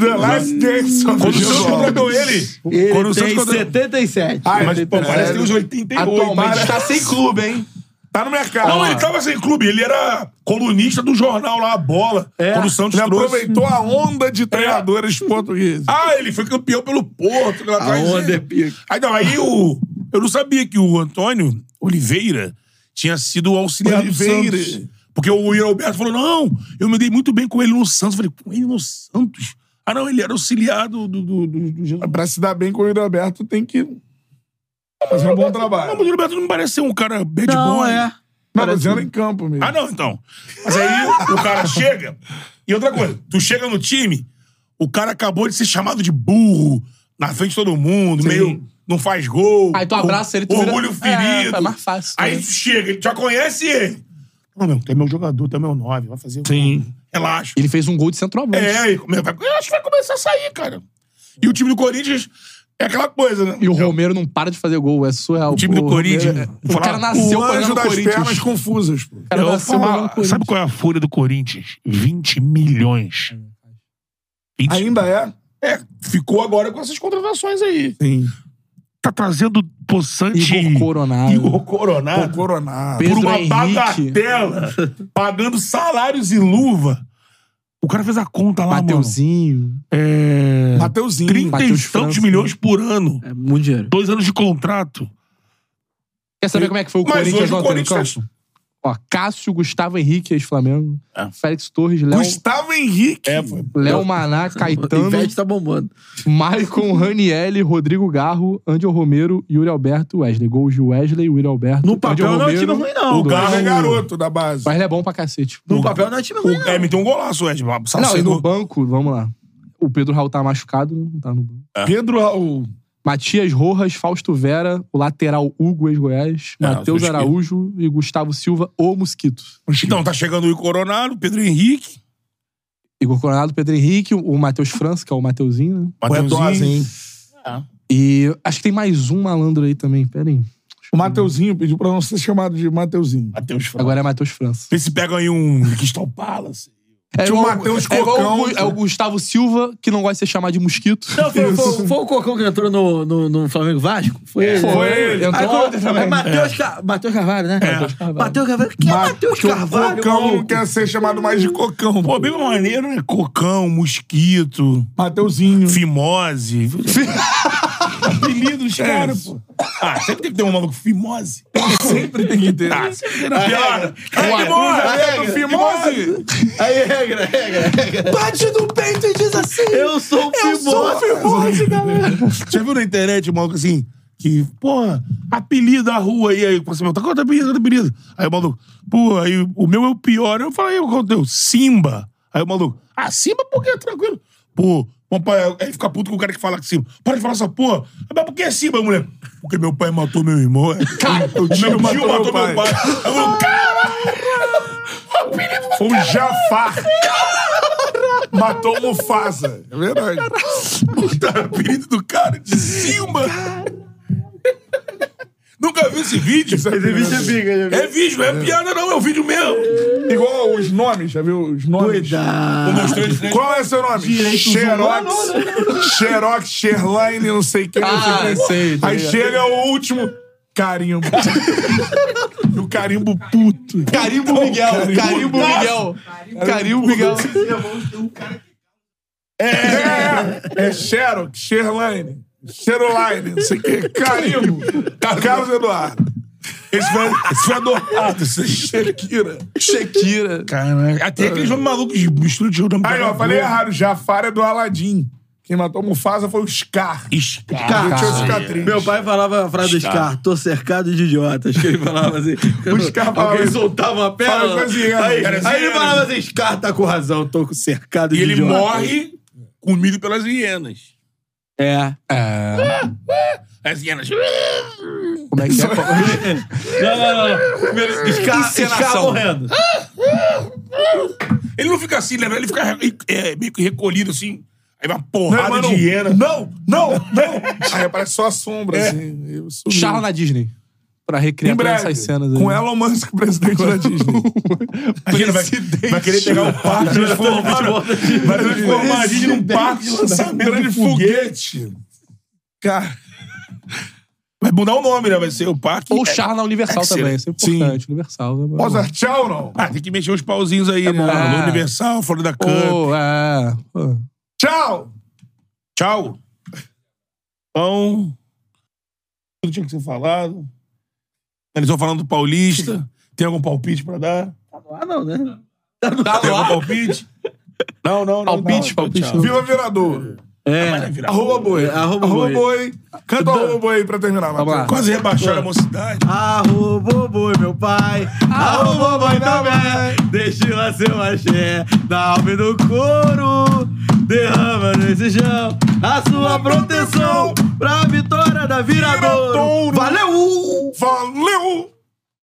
[SPEAKER 16] The last dance of
[SPEAKER 2] Quando o Santos
[SPEAKER 16] Gesualdo.
[SPEAKER 2] contratou ele.
[SPEAKER 3] Ele
[SPEAKER 2] quando o Santos
[SPEAKER 3] tem
[SPEAKER 2] contratou.
[SPEAKER 3] 77.
[SPEAKER 16] Ah,
[SPEAKER 2] Mas, pô, parece que é tem uns 88.
[SPEAKER 1] atualmente
[SPEAKER 2] para-
[SPEAKER 1] está sem clube, hein?
[SPEAKER 16] Tá no mercado.
[SPEAKER 2] Não, ele tava sem clube. Ele era colunista do jornal lá, a bola. Quando o Santos
[SPEAKER 16] É. Ele
[SPEAKER 2] trouxe. É.
[SPEAKER 16] aproveitou a onda de treinadores portugueses.
[SPEAKER 2] Ah, ele foi campeão pelo Porto. Lá atrás,
[SPEAKER 3] onda
[SPEAKER 2] né?
[SPEAKER 3] é pica.
[SPEAKER 2] Aí, não, aí o, eu não sabia que o Antônio Oliveira tinha sido o auxiliar
[SPEAKER 16] Oliveira.
[SPEAKER 2] do Santos. Porque o Yuri Alberto falou, não, eu me dei muito bem com ele no Santos. Eu falei, com ele no Santos? Ah, não, ele era auxiliar do... do, do, do, do Jesus.
[SPEAKER 16] Pra se dar bem com o Yuri Alberto, tem que fazer um bom
[SPEAKER 2] Não, mas
[SPEAKER 16] trabalho.
[SPEAKER 2] o Yuri Alberto não me pareceu um cara bad
[SPEAKER 3] Não,
[SPEAKER 2] boy.
[SPEAKER 3] é.
[SPEAKER 16] Não, mas era em campo mesmo.
[SPEAKER 2] né? Ah, não, então. Mas aí o cara chega. E outra coisa, tu chega no time, o cara acabou de ser chamado de burro na frente de todo mundo, meio. Não faz gol.
[SPEAKER 1] Aí tu abraça ele, tu vira-
[SPEAKER 2] Orgulho
[SPEAKER 1] É,
[SPEAKER 2] ferido.
[SPEAKER 1] é mais fácil, né?
[SPEAKER 2] Aí tu chega, ele já conhece ele. Não, meu, tu é meu jogador, tu é meu nove, vai fazer. Sim. Relaxa.
[SPEAKER 1] Ele fez um gol de centroavante.
[SPEAKER 2] É, aí come- vai- eu acho que vai começar a sair, cara. E o time do Corinthians é aquela coisa, né?
[SPEAKER 1] E o Romero não para de fazer gol, é surreal.
[SPEAKER 2] O time do
[SPEAKER 1] Pô, Romero-
[SPEAKER 2] Corinthians.
[SPEAKER 1] O
[SPEAKER 2] Falar-
[SPEAKER 1] cara nasceu
[SPEAKER 16] O
[SPEAKER 1] pagando
[SPEAKER 16] anjo
[SPEAKER 1] o
[SPEAKER 16] das pernas
[SPEAKER 1] Corinthians.
[SPEAKER 16] confusas, pô.
[SPEAKER 1] cara tá
[SPEAKER 2] Eu vou
[SPEAKER 1] nasceu
[SPEAKER 2] falar-
[SPEAKER 1] olhando o um Corinthians.
[SPEAKER 2] sabe qual é a folha do Corinthians? 20 milhões. 20
[SPEAKER 16] Ainda é?
[SPEAKER 2] É, ficou agora com essas contratações aí. Tá trazendo Poçante.
[SPEAKER 1] Igor Coronado.
[SPEAKER 2] Igor Coronado.
[SPEAKER 16] O Coronado.
[SPEAKER 1] Pedro
[SPEAKER 2] por uma
[SPEAKER 1] Henrique.
[SPEAKER 2] bagatela. pagando salários e luva. O cara fez a conta lá,
[SPEAKER 1] Mateuzinho.
[SPEAKER 2] mano. É.
[SPEAKER 16] Mateuzinho.
[SPEAKER 2] 30
[SPEAKER 1] Mateus
[SPEAKER 2] e tantos
[SPEAKER 1] França.
[SPEAKER 2] milhões por ano.
[SPEAKER 3] É muito dinheiro.
[SPEAKER 2] Dois anos de contrato.
[SPEAKER 1] Quer saber como é que foi o
[SPEAKER 2] Mas
[SPEAKER 1] Corinthians
[SPEAKER 2] hoje o
[SPEAKER 1] ontem no
[SPEAKER 2] Corinthians-
[SPEAKER 1] campo? Ó, Cássio, Gustavo Henrique, ex-Flamengo.
[SPEAKER 3] É.
[SPEAKER 1] Félix Torres, Léo,
[SPEAKER 16] Gustavo Henrique.
[SPEAKER 2] É, foi.
[SPEAKER 1] Léo Maná,
[SPEAKER 3] O
[SPEAKER 1] Caetano,
[SPEAKER 3] Ivete tá bombando.
[SPEAKER 1] Maicon, Ranielli, Rodrigo Garro, Angel Romero, Yuri Alberto, Wesley. Gols de Wesley, Yuri Alberto,
[SPEAKER 3] No papel
[SPEAKER 1] Angel
[SPEAKER 3] não é um
[SPEAKER 1] Romero.
[SPEAKER 3] time ruim, não.
[SPEAKER 1] O
[SPEAKER 16] O Garro é
[SPEAKER 1] Garro-
[SPEAKER 16] garoto da base.
[SPEAKER 1] Mas ele é bom pra cacete.
[SPEAKER 3] No papel não é time ruim,
[SPEAKER 2] O, é,
[SPEAKER 3] não.
[SPEAKER 2] meteu um golaço, Ed.
[SPEAKER 1] Não, e no banco, vamos lá. O Pedro Raul tá machucado, não tá no banco.
[SPEAKER 2] É.
[SPEAKER 16] Pedro Raul.
[SPEAKER 1] Matias Rojas, Fausto Vera, o lateral Hugo ex-Goiás,
[SPEAKER 2] É,
[SPEAKER 1] Matheus
[SPEAKER 2] Mosquito.
[SPEAKER 1] Araújo e Gustavo Silva, o Mosquito.
[SPEAKER 2] Então, tá chegando o Igor Coronado, Pedro Henrique.
[SPEAKER 1] Igor Coronado, Pedro Henrique, o Matheus França, que é o Mateuzinho, né?
[SPEAKER 2] Mateuzinho.
[SPEAKER 16] Dose, hein?
[SPEAKER 1] E acho que tem mais um malandro aí também, pera aí. Deixa
[SPEAKER 17] O Mateuzinho pediu pra não ser chamado de Mateuzinho.
[SPEAKER 2] Matheus França.
[SPEAKER 1] Agora é Matheus França.
[SPEAKER 2] Vê se pega aí um Crystal Palace.
[SPEAKER 1] É
[SPEAKER 17] um
[SPEAKER 2] Tinha o
[SPEAKER 1] igual-
[SPEAKER 2] Matheus
[SPEAKER 1] é igual
[SPEAKER 2] Cocão. né?
[SPEAKER 1] o Gu- É o Gustavo Silva, que não gosta de ser chamado de mosquito.
[SPEAKER 3] Não, Então, foi, foi- foi o Cocão que entrou no, no, no Flamengo Vasco? Foi ele.
[SPEAKER 1] Foi
[SPEAKER 3] né?
[SPEAKER 1] ele.
[SPEAKER 3] Aí,
[SPEAKER 1] Entrou
[SPEAKER 3] quando-
[SPEAKER 1] ontem também.
[SPEAKER 3] É Matheus Ca- Matheus Carvalho, né? Matheus Carvalho. Matheus Carvalho. Quem é Matheus Carvalho?
[SPEAKER 17] um Cocão não
[SPEAKER 3] maluco?
[SPEAKER 2] é
[SPEAKER 17] quer ser chamado mais de Cocão.
[SPEAKER 2] Pô, bem maneiro, né? Cocão, mosquito.
[SPEAKER 17] Mateuzinho.
[SPEAKER 2] Fimose. Apelidos, cara, pô. Ah, sempre tem que ter um maluco Fimose.
[SPEAKER 17] Sempre tem que ter.
[SPEAKER 2] Ah, sempre tem na
[SPEAKER 17] Aí,
[SPEAKER 2] piada.
[SPEAKER 17] aí,
[SPEAKER 2] Ué,
[SPEAKER 17] Fimose,
[SPEAKER 2] a regra,
[SPEAKER 17] do Fimose.
[SPEAKER 3] Aí, regra, regra, regra.
[SPEAKER 2] Bate no peito e diz assim.
[SPEAKER 3] Eu sou o
[SPEAKER 2] Eu sou o
[SPEAKER 3] Fimose.
[SPEAKER 2] Fimose, galera. Já viu na internet, maluco, assim? Que, porra, apelido da rua aí, aí, você pergunta, qual é o teu apelido, qual é o teu apelido? Aí o maluco, pô, aí o meu é o pior. Aí eu falei, qual é o teu? Simba. Aí o maluco, ah, Simba por quê? Tranquilo. Pô, papai, aí fica puto com o cara que fala que Simba. Para de falar essa porra. Mas por que é Simba, mulher? Porque meu pai matou meu irmão. é." Cara, meu tio matou, meu pai. Aí eu falo, caralho!
[SPEAKER 17] Foi um Jafar. Matou o Mufasa. É verdade.
[SPEAKER 2] Botaram o apelido do cara de Simba. Nunca viu esse vídeo? Esse
[SPEAKER 17] vídeo é
[SPEAKER 2] biga,
[SPEAKER 17] já vi.
[SPEAKER 2] É vídeo, não é piada não, é o vídeo mesmo.
[SPEAKER 17] Igual os nomes, já viu? Os nomes.
[SPEAKER 2] Vou mostrar eles pra eles.
[SPEAKER 17] Qual é seu nome?
[SPEAKER 2] Direitos
[SPEAKER 17] Xerox.
[SPEAKER 2] humanos.
[SPEAKER 17] Xerox, Sherline, não sei quem, não sei
[SPEAKER 1] né? Ah,
[SPEAKER 17] quem.
[SPEAKER 1] sei, tá
[SPEAKER 17] Aí
[SPEAKER 1] ligado.
[SPEAKER 17] chega o último. Carimbo. e o carimbo puto.
[SPEAKER 1] Carimbo
[SPEAKER 17] Então,
[SPEAKER 1] Miguel, Carimbo
[SPEAKER 17] Nossa.
[SPEAKER 1] Miguel. Carimbo Miguel.
[SPEAKER 17] É, é Xerox, Sherline, Xeroline, não sei o quê. Carimbo. Carlos Eduardo.
[SPEAKER 2] Esse foi, esse foi adorado, esse Shakira.
[SPEAKER 1] Shakira.
[SPEAKER 2] Caraca. Até
[SPEAKER 3] É.
[SPEAKER 2] aqueles homens malucos de mistura de jogo.
[SPEAKER 17] Aí, ó, falei errado. Jafar é do Aladim. Quem matou Mufasa foi o Scar.
[SPEAKER 2] Escara.
[SPEAKER 17] Ele tinha cicatriz.
[SPEAKER 3] Meu pai falava a frase do
[SPEAKER 17] Scar.
[SPEAKER 3] Scar, tô cercado de idiotas. Que ele falava assim.
[SPEAKER 17] O Scar falava
[SPEAKER 3] alguém
[SPEAKER 17] isso.
[SPEAKER 3] soltava
[SPEAKER 17] Falava
[SPEAKER 3] uma pérola.
[SPEAKER 17] coisa errada,
[SPEAKER 3] Aí,
[SPEAKER 17] cara,
[SPEAKER 3] aí ele
[SPEAKER 17] assim,
[SPEAKER 3] falava assim: Scar tá com razão, tô cercado
[SPEAKER 2] E
[SPEAKER 3] de
[SPEAKER 2] ele
[SPEAKER 3] idiotas.
[SPEAKER 2] morre comido pelas hienas.
[SPEAKER 3] É.
[SPEAKER 2] As hienas.
[SPEAKER 1] Como é que é?
[SPEAKER 3] Não, não, não. Primeiro, Scar, Scar
[SPEAKER 1] Encenação.
[SPEAKER 3] morrendo.
[SPEAKER 2] Ele não fica assim, lembra? Ele fica é, meio que recolhido assim. Aí uma
[SPEAKER 17] Não,
[SPEAKER 2] porrada
[SPEAKER 17] mas
[SPEAKER 2] de hiena. É.
[SPEAKER 17] não, não, não. Aí aparece só a sombra, assim. Eu subi.
[SPEAKER 1] Charla na Disney. Pra recriar
[SPEAKER 17] Em breve,
[SPEAKER 1] todas essas cenas aí.
[SPEAKER 17] com Elon Musk, presidente da Disney.
[SPEAKER 2] Imagina, vai, vai querer pegar um parque transformar. Vai transformar a gente num parque de lançamento
[SPEAKER 17] Grande
[SPEAKER 2] de foguete.
[SPEAKER 17] foguete. Cara,
[SPEAKER 2] Vai mudar o nome, né? Vai ser o parque.
[SPEAKER 1] Ou
[SPEAKER 2] é-
[SPEAKER 1] Char Ah, na Universal
[SPEAKER 2] Excel.
[SPEAKER 1] também. Isso é
[SPEAKER 17] Sim.
[SPEAKER 1] importante. Universal. né?
[SPEAKER 17] posso dar tchau, não? Tá
[SPEAKER 2] Ah, tem que mexer os pauzinhos aí, né?
[SPEAKER 1] bom.
[SPEAKER 2] Alô, Universal, fora da Cup.
[SPEAKER 1] Pô, é.
[SPEAKER 3] Ah.
[SPEAKER 1] pô.
[SPEAKER 17] Tchau!
[SPEAKER 2] Tchau. Então, tudo tinha que ser falado. Eles vão falando do Paulista. Tem algum palpite pra dar?
[SPEAKER 3] Ah, não, né?
[SPEAKER 1] Dá
[SPEAKER 2] Tem
[SPEAKER 1] no
[SPEAKER 2] algum
[SPEAKER 1] ar.
[SPEAKER 2] palpite? Não, não, não.
[SPEAKER 1] Tá Palpite,
[SPEAKER 2] não.
[SPEAKER 1] palpite.
[SPEAKER 2] Tchau.
[SPEAKER 17] Viva Viradouro.
[SPEAKER 3] É.
[SPEAKER 17] Arroba boi.
[SPEAKER 3] É, arroba
[SPEAKER 17] arroba
[SPEAKER 3] boi.
[SPEAKER 17] boi. Canta o arroba boi aí pra terminar,
[SPEAKER 1] Vamos lá.
[SPEAKER 17] Matheus.
[SPEAKER 2] Quase rebaixaram a mocidade.
[SPEAKER 3] Arroba boi, meu pai. Arroba boi também. Destila seu axé da alma e do couro. Derrama nesse chão a sua proteção pra vitória da Viradouro.
[SPEAKER 17] Viradouro.
[SPEAKER 3] Valeu!
[SPEAKER 17] Valeu!